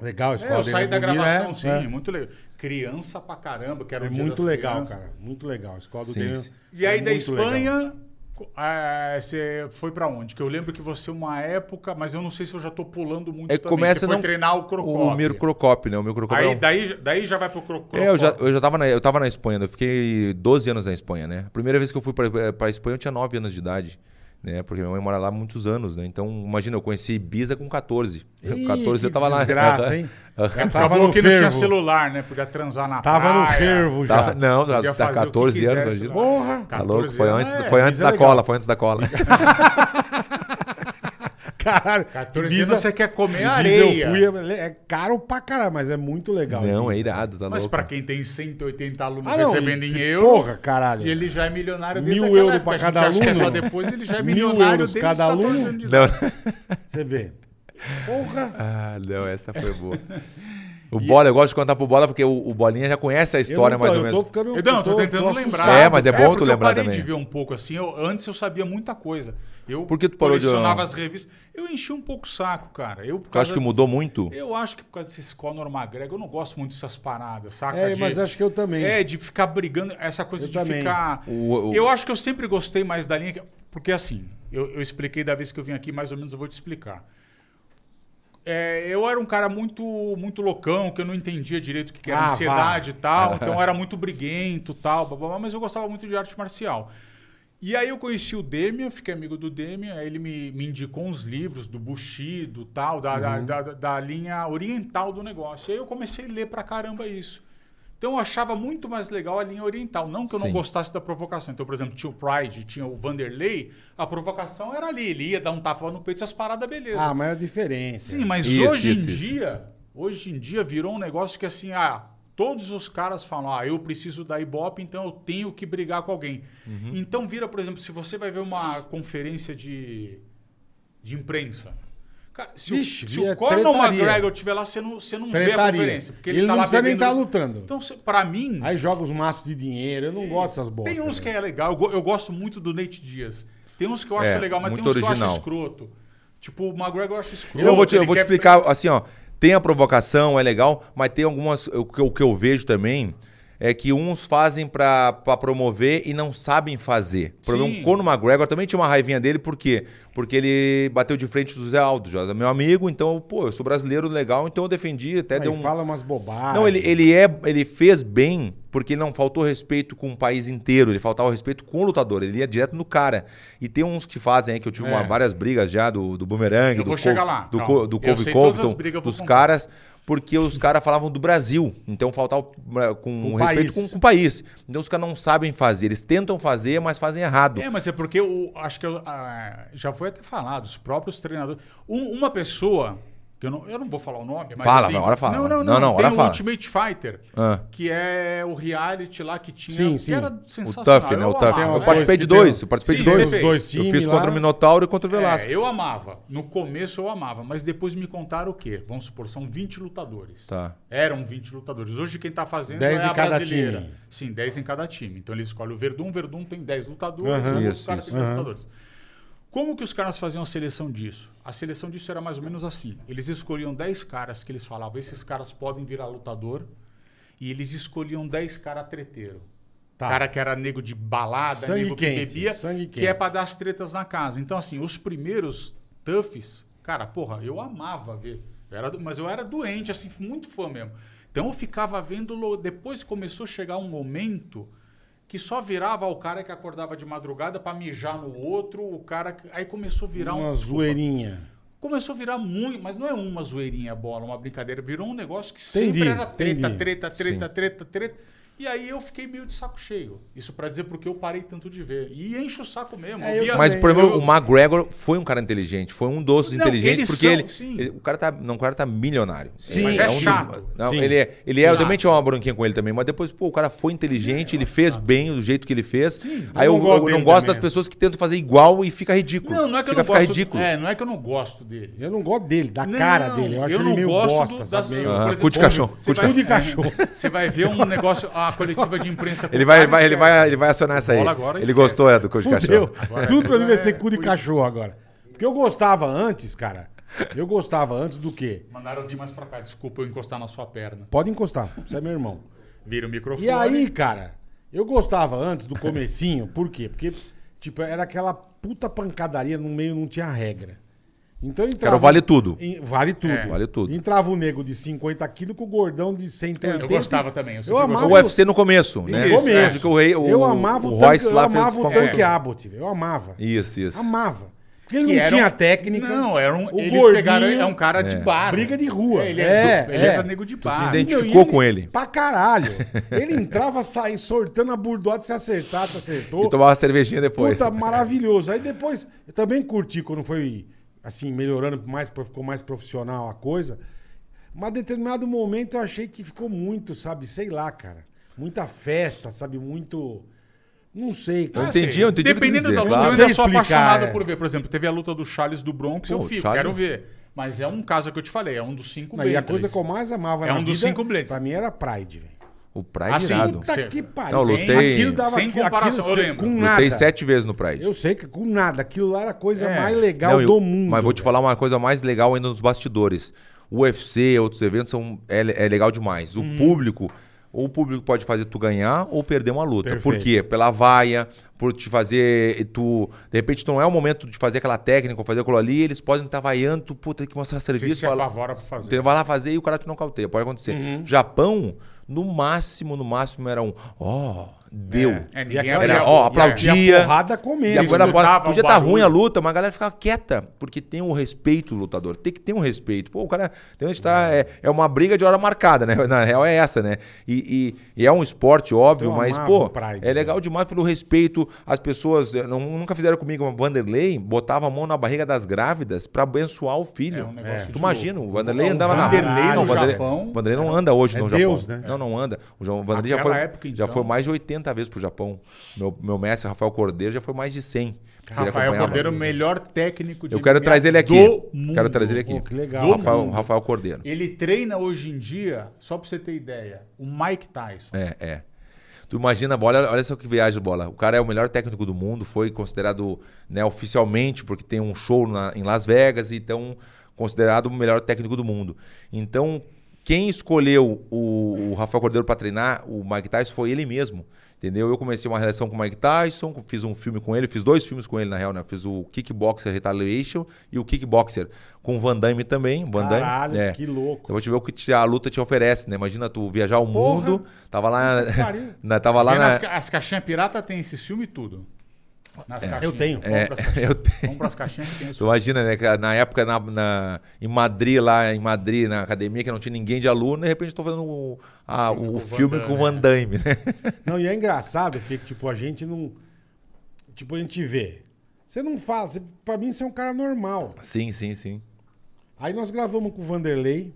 Speaker 1: Legal a
Speaker 2: É,
Speaker 1: escola
Speaker 2: eu
Speaker 1: dele
Speaker 2: saí
Speaker 1: é
Speaker 2: da
Speaker 1: bonita,
Speaker 2: gravação,
Speaker 1: é,
Speaker 2: sim,
Speaker 1: é.
Speaker 2: muito legal. Criança pra caramba, que era
Speaker 1: É
Speaker 2: o dia
Speaker 1: muito
Speaker 2: das
Speaker 1: legal,
Speaker 2: crianças.
Speaker 1: cara. Muito legal. A escola do
Speaker 3: Sim,
Speaker 1: Demian
Speaker 3: sim.
Speaker 2: E aí
Speaker 1: é
Speaker 2: da
Speaker 1: muito legal.
Speaker 2: Espanha, co- ah, você foi pra onde? Que eu lembro que você uma época, mas eu não sei se eu já tô pulando muito
Speaker 3: É que
Speaker 2: também.
Speaker 3: começa
Speaker 2: você foi
Speaker 3: não-
Speaker 2: treinar o Crocop.
Speaker 3: O Mir Crocop, né? O Mir Crocop é
Speaker 2: Aí
Speaker 3: um-
Speaker 2: daí, daí já vai pro Crocop.
Speaker 3: É, eu já, eu já tava na, eu tava na Espanha, né? eu fiquei 12 anos na Espanha, né? A primeira vez que eu fui pra, pra Espanha eu tinha 9 anos de idade, né? Porque minha mãe mora lá há muitos anos, né? Então, imagina, eu conheci Ibiza com 14. Eu,
Speaker 1: Ih,
Speaker 3: 14 eu
Speaker 1: que
Speaker 3: tava lá.
Speaker 1: desgraça, hein? Já tava
Speaker 2: Acabou
Speaker 1: no
Speaker 2: que não tinha
Speaker 1: fervo.
Speaker 2: celular, né? Podia transar na
Speaker 1: Tava
Speaker 2: praia.
Speaker 1: no fervo já.
Speaker 3: Ah, é. Tava, não, tá,
Speaker 2: Podia
Speaker 3: tá
Speaker 2: fazer o que
Speaker 3: 14 anos,
Speaker 2: quisesse
Speaker 3: imagina.
Speaker 2: lá.
Speaker 1: Porra.
Speaker 3: Tá louco, foi
Speaker 2: 14
Speaker 3: antes,
Speaker 2: anos, é,
Speaker 3: foi
Speaker 1: Ibiza
Speaker 3: antes
Speaker 1: é
Speaker 3: da
Speaker 1: legal.
Speaker 3: cola, foi antes da cola.
Speaker 1: Caralho.
Speaker 2: 14
Speaker 1: Ibiza-
Speaker 2: anos você quer comer
Speaker 1: Ibiza
Speaker 2: areia.
Speaker 1: Eu fui, é é caro pra caralho, mas é muito legal.
Speaker 3: não, é
Speaker 1: Ibiza.
Speaker 3: irado, tá
Speaker 2: Mas
Speaker 3: louco.
Speaker 2: pra quem tem 180 alunos
Speaker 1: Ah, não,
Speaker 2: recebendo
Speaker 1: e-
Speaker 2: em
Speaker 1: se-
Speaker 2: euro,
Speaker 1: porra, caralho.
Speaker 2: e ele já é milionário desde
Speaker 1: Mil
Speaker 2: aquela
Speaker 1: euro
Speaker 2: época.
Speaker 1: pra
Speaker 2: A gente
Speaker 1: cada
Speaker 2: acha que é só
Speaker 1: aluno?
Speaker 2: depois ele já é
Speaker 1: Mil
Speaker 2: milionário
Speaker 1: euros
Speaker 2: desde
Speaker 1: cada
Speaker 2: 14
Speaker 1: aluno?
Speaker 2: anos de idade.
Speaker 3: Não, é
Speaker 1: Você vê. Porra.
Speaker 3: ah, não, essa foi boa. O Bola, eu gosto de contar pro Bola porque o, o Bolinha já conhece a história
Speaker 1: Eu não tô-
Speaker 3: mais ou
Speaker 1: eu
Speaker 3: menos.
Speaker 1: Tô ficando,
Speaker 2: Edão, eu tô,
Speaker 1: eu
Speaker 2: tentando
Speaker 1: assustado.
Speaker 2: lembrar.
Speaker 3: assustado. É, mas é bom tu
Speaker 2: porque
Speaker 3: lembrar
Speaker 2: eu parei
Speaker 3: também.
Speaker 2: de ver um pouco assim. eu- antes eu sabia muita coisa. Eu
Speaker 3: Por que tu parou de-
Speaker 2: colecionava as revistas. Eu enchi um pouco o saco, cara. Eu, por
Speaker 3: Eu acho
Speaker 2: causa-
Speaker 3: que mudou muito.
Speaker 2: Eu acho que por causa desses Conor McGregor, eu não gosto muito dessas paradas, saca?
Speaker 1: É,
Speaker 2: De-
Speaker 1: mas acho que eu também.
Speaker 2: É, de ficar brigando, essa coisa
Speaker 1: Eu
Speaker 2: de
Speaker 1: também.
Speaker 2: ficar.
Speaker 3: O- o-
Speaker 2: Eu acho que eu sempre gostei mais da linha. que- Porque assim, eu, eu expliquei da vez que eu vim aqui, mais ou menos eu vou te explicar. É, eu era um cara muito muito loucão, que eu não entendia direito o que, que era
Speaker 1: Ah,
Speaker 2: ansiedade e tal, então eu era muito briguento e tal, blá, blá, blá, mas eu gostava muito de arte marcial. E aí eu conheci o Demian, fiquei amigo do Demian, aí ele me, me indicou uns livros do Bushido e tal, da, da- da, da linha oriental do negócio. E aí eu comecei a ler pra caramba isso. Então eu achava muito mais legal a linha oriental, não que eu não
Speaker 3: Sim.
Speaker 2: gostasse da provocação. Então, por exemplo, tinha o Pride, tinha o Vanderlei, a provocação era ali, ele ia dar um tapa no peito, essas paradas, beleza.
Speaker 1: Ah, mas é a diferença.
Speaker 2: Sim, mas
Speaker 3: Isso,
Speaker 2: hoje
Speaker 3: isso,
Speaker 2: em
Speaker 3: isso.
Speaker 2: dia, hoje em dia virou um negócio que assim, ah, todos os caras falam, ah, eu preciso da Ibope, então eu tenho que brigar com alguém. Então vira, por exemplo, se você vai ver uma conferência de, de imprensa. Cara, se,
Speaker 1: Vixe,
Speaker 2: o, se
Speaker 1: via
Speaker 2: o Conor
Speaker 1: tretaria.
Speaker 2: McGregor estiver lá, você não, você não vê a
Speaker 1: Tretaria.
Speaker 2: conferência. Porque ele,
Speaker 1: Ele
Speaker 2: tá
Speaker 1: não
Speaker 2: lá
Speaker 1: precisa nem
Speaker 2: bebendo
Speaker 1: tá
Speaker 2: isso.
Speaker 1: lutando.
Speaker 2: Então, se- pra mim,
Speaker 1: Aí joga os maços de dinheiro. Eu não gosto dessas bostas. né?
Speaker 2: tem uns que
Speaker 1: velho.
Speaker 2: é legal. Eu, go- eu gosto muito do Nate Dias. Tem uns que eu acho
Speaker 3: É,
Speaker 2: legal, mas tem
Speaker 3: muito
Speaker 2: uns que eu acho
Speaker 3: original.
Speaker 2: escroto. Tipo, o McGregor eu acho escroto.
Speaker 3: Eu vou te, eu
Speaker 2: ele
Speaker 3: vou te
Speaker 2: quer-
Speaker 3: explicar, assim, ó. Tem a provocação, é legal, mas tem algumas. O que eu, o que eu vejo também é que uns fazem pra pra promover e não sabem fazer. O problema,
Speaker 2: Sim.
Speaker 3: o Conor McGregor também tinha uma raivinha dele, por quê? Porque ele bateu de frente do Zé Aldo, já meu amigo, então, pô, eu sou brasileiro legal, então eu defendi, até
Speaker 1: Aí
Speaker 3: deu um...
Speaker 1: fala umas
Speaker 2: Ah,
Speaker 1: bobagens.
Speaker 3: Não, ele, ele, é, ele fez bem porque não faltou respeito com o país inteiro, ele faltava respeito com o lutador, ele ia direto no cara. E tem uns que fazem aí, que eu tive
Speaker 1: É.
Speaker 3: uma- várias brigas já do, do Boomerang,
Speaker 2: Eu
Speaker 3: do,
Speaker 2: vou chegar
Speaker 3: Col-
Speaker 2: lá,
Speaker 3: do,
Speaker 2: calma.
Speaker 3: Co- do
Speaker 2: Eu
Speaker 3: Colby
Speaker 2: sei todas as
Speaker 3: Compton,
Speaker 2: brigas, eu vou
Speaker 3: dos
Speaker 2: contar.
Speaker 3: caras, porque os caras falavam do Brasil, então faltava eh, com,
Speaker 1: Com o
Speaker 3: respeito
Speaker 1: país.
Speaker 3: com, com o país. Então os caras não sabem fazer, eles tentam fazer, mas fazem errado.
Speaker 2: É, mas é porque eu acho que eu, ah, já foi até falado, os próprios treinadores. Um- uma pessoa, que eu não, eu não vou falar o nome, mas.
Speaker 3: Fala,
Speaker 2: assim,
Speaker 3: vai, hora fala.
Speaker 2: Não, não, não.
Speaker 3: Não, não,
Speaker 2: tem
Speaker 3: hora
Speaker 2: o
Speaker 3: fala.
Speaker 2: Ultimate Fighter,
Speaker 3: Ah.
Speaker 2: que é o reality lá que tinha.
Speaker 1: Sim,
Speaker 2: que
Speaker 1: sim.
Speaker 2: era
Speaker 3: O
Speaker 2: sensacional.
Speaker 3: Tuff, né?
Speaker 2: Eu
Speaker 3: O Tuff.
Speaker 2: amava,
Speaker 3: Eu
Speaker 2: né?
Speaker 3: participei de
Speaker 1: Tem
Speaker 3: dois,
Speaker 1: um-
Speaker 3: eu participei
Speaker 2: Sim,
Speaker 3: de dois.
Speaker 2: você fez.
Speaker 3: Eu fiz
Speaker 1: lá.
Speaker 3: contra o Minotauro e contra o Velasquez.
Speaker 2: É, eu amava. No começo eu amava, mas depois me contaram o quê? Vamos supor, são 20 lutadores.
Speaker 3: Tá.
Speaker 2: Eram 20 lutadores. Hoje quem tá fazendo
Speaker 1: 10
Speaker 2: é
Speaker 1: em
Speaker 2: a
Speaker 1: cada
Speaker 2: brasileira.
Speaker 1: time.
Speaker 2: Sim, 10 em cada time. Então ele escolhe o Verdun, Verdun tem 10 lutadores,
Speaker 1: Aham.
Speaker 2: o outro
Speaker 3: Isso,
Speaker 2: cara
Speaker 3: isso.
Speaker 2: tem 10 lutadores. Como que os caras faziam a seleção disso? A seleção disso era mais ou menos assim. Eles escolhiam 10 caras que eles falavam, esses caras podem virar lutador, e eles escolhiam 10 caras treteiro.
Speaker 1: Tá.
Speaker 2: Cara que era nego de balada,
Speaker 1: Sangue
Speaker 2: nego
Speaker 1: quente,
Speaker 2: que bebia,
Speaker 1: sangue
Speaker 2: que é
Speaker 1: quente.
Speaker 2: pra dar as tretas na casa. Então, assim, os primeiros toughs, cara, porra, eu amava ver. Eu era do- mas eu era doente, assim, muito fã mesmo. Então eu ficava vendo. lo- Depois começou a chegar um momento que só virava o cara que acordava de madrugada pra mijar no outro, o cara. que- Aí começou a virar um.
Speaker 1: Uma
Speaker 2: desculpa,
Speaker 1: zoeirinha.
Speaker 2: Começou a virar muito, mas não é uma zoeirinha a bola, uma brincadeira. Virou um negócio que
Speaker 1: Entendi,
Speaker 2: sempre era treta,
Speaker 1: entendi.
Speaker 2: treta, treta, treta, treta. E aí eu fiquei meio de saco cheio. Isso pra dizer porque eu parei tanto de ver. E enche o saco mesmo.
Speaker 1: É,
Speaker 2: eu
Speaker 1: eu
Speaker 2: via-
Speaker 3: Mas o
Speaker 1: Também,
Speaker 3: problema,
Speaker 1: eu-
Speaker 3: o McGregor foi um cara inteligente, foi um dos
Speaker 2: Não,
Speaker 3: inteligentes,
Speaker 2: eles
Speaker 3: porque
Speaker 2: são,
Speaker 3: ele,
Speaker 2: sim.
Speaker 3: ele- O cara tá. Não, o cara tá milionário.
Speaker 1: Sim,
Speaker 3: Ele
Speaker 1: mas é
Speaker 3: um dos-
Speaker 2: chato.
Speaker 3: não,
Speaker 1: Sim.
Speaker 3: ele é. Ele é eu
Speaker 2: Chato.
Speaker 3: também tinha uma bronquinha com ele também, mas depois, pô, o cara foi inteligente, ele fez bem do jeito que ele fez. Aí
Speaker 1: eu não
Speaker 3: eu, eu
Speaker 1: gosto
Speaker 3: não
Speaker 1: dele
Speaker 3: gosto
Speaker 1: também.
Speaker 3: das pessoas que tentam fazer igual e fica ridículo.
Speaker 2: Não, não é que eu
Speaker 3: Chega
Speaker 2: não
Speaker 3: a ficar
Speaker 2: gosto.
Speaker 3: ridículo.
Speaker 2: É, não é que eu não gosto dele.
Speaker 1: Eu não gosto dele, da
Speaker 2: Não,
Speaker 1: cara dele. Eu acho
Speaker 2: eu
Speaker 1: ele
Speaker 2: não
Speaker 1: meio
Speaker 2: gosto
Speaker 1: bosta,
Speaker 2: do- das-
Speaker 1: sabe? Meio-
Speaker 2: Por
Speaker 3: Ah,
Speaker 2: exemplo,
Speaker 3: cu de cachorro.
Speaker 2: você
Speaker 3: cu de
Speaker 2: vai-
Speaker 1: Cu
Speaker 3: cachorro.
Speaker 1: de cachorro.
Speaker 2: Você vai ver um negócio, a coletiva de imprensa. com
Speaker 3: Ele
Speaker 2: o
Speaker 3: vai,
Speaker 2: cara,
Speaker 3: vai, ele,
Speaker 2: esquece.
Speaker 3: vai, ele vai acionar essa aí.
Speaker 2: Bola agora,
Speaker 3: ele
Speaker 2: esquece.
Speaker 3: gostou, é, do cu de
Speaker 1: Fudeu.
Speaker 3: cachorro.
Speaker 2: é
Speaker 1: Tudo pra mim vai ser cu de cachorro agora. Porque eu gostava antes, cara. Eu gostava antes do quê?
Speaker 2: Mandaram eu vir mais pra cá, desculpa eu encostar na sua perna.
Speaker 1: Pode encostar, você é meu irmão.
Speaker 2: Vira o microfone.
Speaker 1: E aí, cara, eu gostava antes do comecinho, por quê? Porque, tipo, era aquela puta pancadaria no meio, não tinha regra. Então entrava...
Speaker 3: Cara, o vale tudo.
Speaker 1: Em- Vale tudo.
Speaker 2: É.
Speaker 3: Vale tudo.
Speaker 1: Entrava o nego de 50 quilos com o gordão de 180.
Speaker 2: Eu gostava também, eu
Speaker 1: Eu,
Speaker 2: sempre
Speaker 1: amava
Speaker 3: O UFC no começo, né?
Speaker 1: no começo.
Speaker 3: Acho que o rei, o,
Speaker 1: eu amava
Speaker 3: o
Speaker 1: o,
Speaker 3: Royce
Speaker 1: tanque,
Speaker 3: lá
Speaker 1: eu amava
Speaker 3: fez
Speaker 1: o
Speaker 3: pancada.
Speaker 1: Tank Abbott, velho, eu amava.
Speaker 3: Isso, isso.
Speaker 1: Amava. Porque ele
Speaker 2: Que
Speaker 1: não
Speaker 2: era
Speaker 1: tinha
Speaker 2: um-
Speaker 1: técnica.
Speaker 2: Não, era um.
Speaker 1: o
Speaker 2: eles
Speaker 1: gordinho,
Speaker 2: pegaram. É um cara de
Speaker 3: É.
Speaker 2: bar.
Speaker 1: Briga de rua.
Speaker 2: É, ele
Speaker 1: É,
Speaker 2: é, do- ele
Speaker 1: é.
Speaker 2: é nego de bar.
Speaker 3: entende?
Speaker 1: Meu, e
Speaker 3: identificou com ele.
Speaker 1: Pra caralho. Ele entrava, saía sortando a burdoada, se acertar, se acertou.
Speaker 3: E tomava uma cervejinha depois.
Speaker 1: Puta, maravilhoso. Aí depois, eu também curti quando foi, assim, melhorando mais, ficou mais profissional a coisa. Mas determinado momento eu achei que ficou muito, sabe? Sei lá, cara. Muita festa, sabe? Muito. Não sei,
Speaker 3: Eu
Speaker 1: cara.
Speaker 3: entendi, eu entendi o que tu
Speaker 2: assim, Dependendo
Speaker 3: quis
Speaker 2: da
Speaker 3: dizer,
Speaker 2: luta,
Speaker 3: claro.
Speaker 2: eu ainda
Speaker 1: Sem
Speaker 2: sou
Speaker 1: explicar,
Speaker 2: apaixonado
Speaker 1: é.
Speaker 2: por ver. Por exemplo, teve a luta do Charles do Bronx, eu
Speaker 3: Pô,
Speaker 2: fico,
Speaker 3: Charles-
Speaker 2: quero ver. Mas é um caso que eu te falei, é um dos cinco
Speaker 1: Não, e a
Speaker 2: Bentleys.
Speaker 1: coisa que eu mais amava
Speaker 2: É
Speaker 1: na
Speaker 2: um dos
Speaker 1: vida,
Speaker 2: cinco Blades.
Speaker 1: Pra mim era Pride, velho.
Speaker 3: O Pride é
Speaker 2: Assim,
Speaker 3: irado.
Speaker 1: Puta
Speaker 2: Cê-
Speaker 1: que pariu.
Speaker 3: Não, eu lutei-
Speaker 1: Aquilo dava
Speaker 2: Sem
Speaker 1: aquilo-
Speaker 2: comparação,
Speaker 1: aquilo
Speaker 2: eu
Speaker 1: cê-
Speaker 2: lembro.
Speaker 1: Com nada.
Speaker 3: Lutei sete vezes no Pride.
Speaker 1: Eu sei que com nada. Aquilo lá era a coisa
Speaker 2: É.
Speaker 1: mais legal
Speaker 3: Não, eu-
Speaker 1: do mundo.
Speaker 3: Mas vou te
Speaker 1: velho.
Speaker 3: falar uma coisa mais legal ainda nos bastidores. O UFC, outros eventos, são, é, le- é legal demais. O
Speaker 1: Uhum.
Speaker 3: público, ou o público pode fazer tu ganhar ou perder uma luta. Por
Speaker 1: Perfeito.
Speaker 3: quê? Pela vaia, por te fazer. e Tu, de repente, não é o momento de fazer aquela técnica ou fazer aquilo ali, eles podem estar vaiando, tu, pô, tem que mostrar
Speaker 2: Você
Speaker 3: serviço.
Speaker 2: se
Speaker 3: vai lá-
Speaker 2: apavora Uhum. pra fazer.
Speaker 3: Você vai lá fazer e o cara te não cauteia. Pode acontecer. Japão, no máximo, no máximo era um. Ó, deu.
Speaker 2: É,
Speaker 1: E
Speaker 2: ninguém
Speaker 1: aquela-
Speaker 2: abria
Speaker 3: Era,
Speaker 2: a
Speaker 3: ó,
Speaker 2: boca.
Speaker 3: aplaudia.
Speaker 1: E a porrada
Speaker 3: E
Speaker 1: comendo.
Speaker 2: Eles
Speaker 3: agora
Speaker 2: escutavam
Speaker 3: pode- podia
Speaker 2: o
Speaker 3: estar
Speaker 2: um barulho.
Speaker 3: ruim a luta, mas a galera ficava quieta, porque tem o respeito do lutador. Tem que ter um respeito. Pô, o cara. Tem onde tá, é, é uma briga de hora marcada, né? Na real é essa, né? E, e- e é um esporte, óbvio,
Speaker 1: Eu
Speaker 3: mas,
Speaker 1: amava
Speaker 3: pô,
Speaker 1: o Pride,
Speaker 3: é legal demais pelo respeito. As pessoas eh, não- nunca fizeram comigo. Mas Vanderlei botava a mão na barriga das grávidas pra abençoar o filho.
Speaker 2: É um negócio de
Speaker 3: Tu imagina, o
Speaker 2: louco.
Speaker 3: Vanderlei
Speaker 1: Não,
Speaker 3: andava na
Speaker 2: Vanderlei
Speaker 3: Não,
Speaker 2: no
Speaker 3: Vanderlei,
Speaker 2: Japão-
Speaker 3: Vanderlei não anda hoje
Speaker 1: É
Speaker 3: no
Speaker 1: Deus,
Speaker 3: Japão.
Speaker 1: né?
Speaker 3: Não, não anda. O João- o Vanderlei já
Speaker 2: Aquela
Speaker 3: foi,
Speaker 2: época,
Speaker 3: já
Speaker 2: então.
Speaker 3: foi mais de 80 vezes pro Japão. Meu, meu mestre, Rafael Cordeiro, já foi mais de 100. que ele
Speaker 2: Rafael
Speaker 3: acompanhava.
Speaker 2: Cordeiro, é o melhor técnico de
Speaker 3: Eu quero
Speaker 2: MMA
Speaker 3: trazer ele aqui.
Speaker 2: do mundo.
Speaker 3: Quero trazer ele aqui.
Speaker 1: Pô, que legal.
Speaker 3: Do Rafael,
Speaker 1: mundo.
Speaker 3: Rafael Cordeiro.
Speaker 2: Ele treina hoje em dia, só pra você ter ideia, o Mike Tyson.
Speaker 3: É, é. Tu imagina, bola, olha só que viagem bola. O cara é o melhor técnico do mundo, foi considerado né, oficialmente, porque tem um show na- em Las Vegas, então considerado o melhor técnico do mundo. Então, Quem escolheu o, o Rafael Cordeiro para treinar o Mike Tyson foi ele mesmo. Entendeu? Eu comecei uma relação com o Mike Tyson, fiz um filme com ele, fiz dois filmes com ele, na real, né? Fiz o Kickboxer Retaliation e o Kickboxer. Com o Van Damme também. Van Damme,
Speaker 1: Caralho,
Speaker 3: né?
Speaker 1: que louco.
Speaker 3: Então, pra te ver o que te- a luta te oferece, né? Imagina tu viajar o
Speaker 1: Porra!
Speaker 3: mundo, tava lá,
Speaker 1: que pariu.
Speaker 3: na, tava lá
Speaker 2: Vem
Speaker 3: na,
Speaker 2: nas ca- as caixinhas pirata tem esse filme tudo. Nas caixinhas.
Speaker 1: É. Eu tenho.
Speaker 2: Vamos pras caixinhas.
Speaker 3: É, eu tenho.
Speaker 2: Vamos pras caixinhas que tem
Speaker 3: Tu
Speaker 2: isso.
Speaker 3: imagina, né? cara, Na época, na, na- em Madrid, lá em Madrid, na academia, que não tinha ninguém de aluno, de repente eu tô fazendo o, a- o
Speaker 2: com o Van
Speaker 3: filme
Speaker 2: Damme,
Speaker 3: com o Van Damme, né?
Speaker 1: Não, e é engraçado, porque, tipo, a gente não. Tipo, a gente vê. Você não fala, você, pra mim você é um cara normal.
Speaker 3: Sim, sim, sim.
Speaker 1: Aí nós gravamos com o Vanderlei.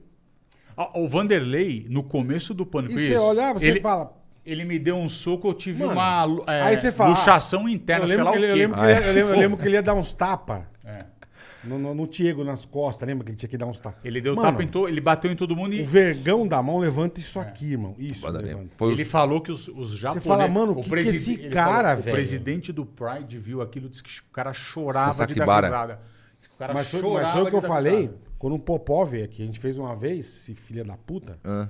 Speaker 2: Ah, O Vanderlei, no começo do Pânico,
Speaker 1: E
Speaker 2: isso,
Speaker 1: você olha, ah, você
Speaker 2: ele,
Speaker 1: fala.
Speaker 2: ele me deu um soco, eu tive
Speaker 1: Mano,
Speaker 2: uma lu- é,
Speaker 1: aí você fala, "Ah,
Speaker 2: luxação interna,
Speaker 1: Eu
Speaker 2: sei
Speaker 1: lembro,
Speaker 2: lá
Speaker 1: que
Speaker 2: o
Speaker 1: ele,
Speaker 2: quê.
Speaker 1: eu, lembro que
Speaker 3: Ah,
Speaker 1: ele, eu, lembro, eu lembro que ele ia dar uns tapas
Speaker 2: É.
Speaker 1: no, no, no Diego nas costas, lembra que ele tinha que dar uns tapas?
Speaker 2: Ele deu
Speaker 1: Mano,
Speaker 2: tapa em todo, ele bateu em todo mundo
Speaker 1: O
Speaker 2: e É.
Speaker 1: vergão da mão levanta isso aqui, irmão. Isso,
Speaker 3: Van Damme.
Speaker 1: levanta.
Speaker 3: Foi
Speaker 2: ele
Speaker 3: os-
Speaker 2: falou que os, os japoneses...
Speaker 1: fala, mano, o que que
Speaker 2: presi-
Speaker 1: esse
Speaker 2: ele
Speaker 1: cara,
Speaker 2: falou,
Speaker 1: velho?
Speaker 2: O presidente do Pride viu aquilo, disse que o cara chorava de dar
Speaker 3: Sakibara.
Speaker 2: risada. Disse que O cara
Speaker 1: Mas foi,
Speaker 2: chorava
Speaker 1: mas foi o que
Speaker 2: de
Speaker 1: eu
Speaker 2: dar
Speaker 1: falei
Speaker 2: risada.
Speaker 1: quando o Popó veio aqui. A gente fez uma vez, esse filho da puta,
Speaker 3: Ah.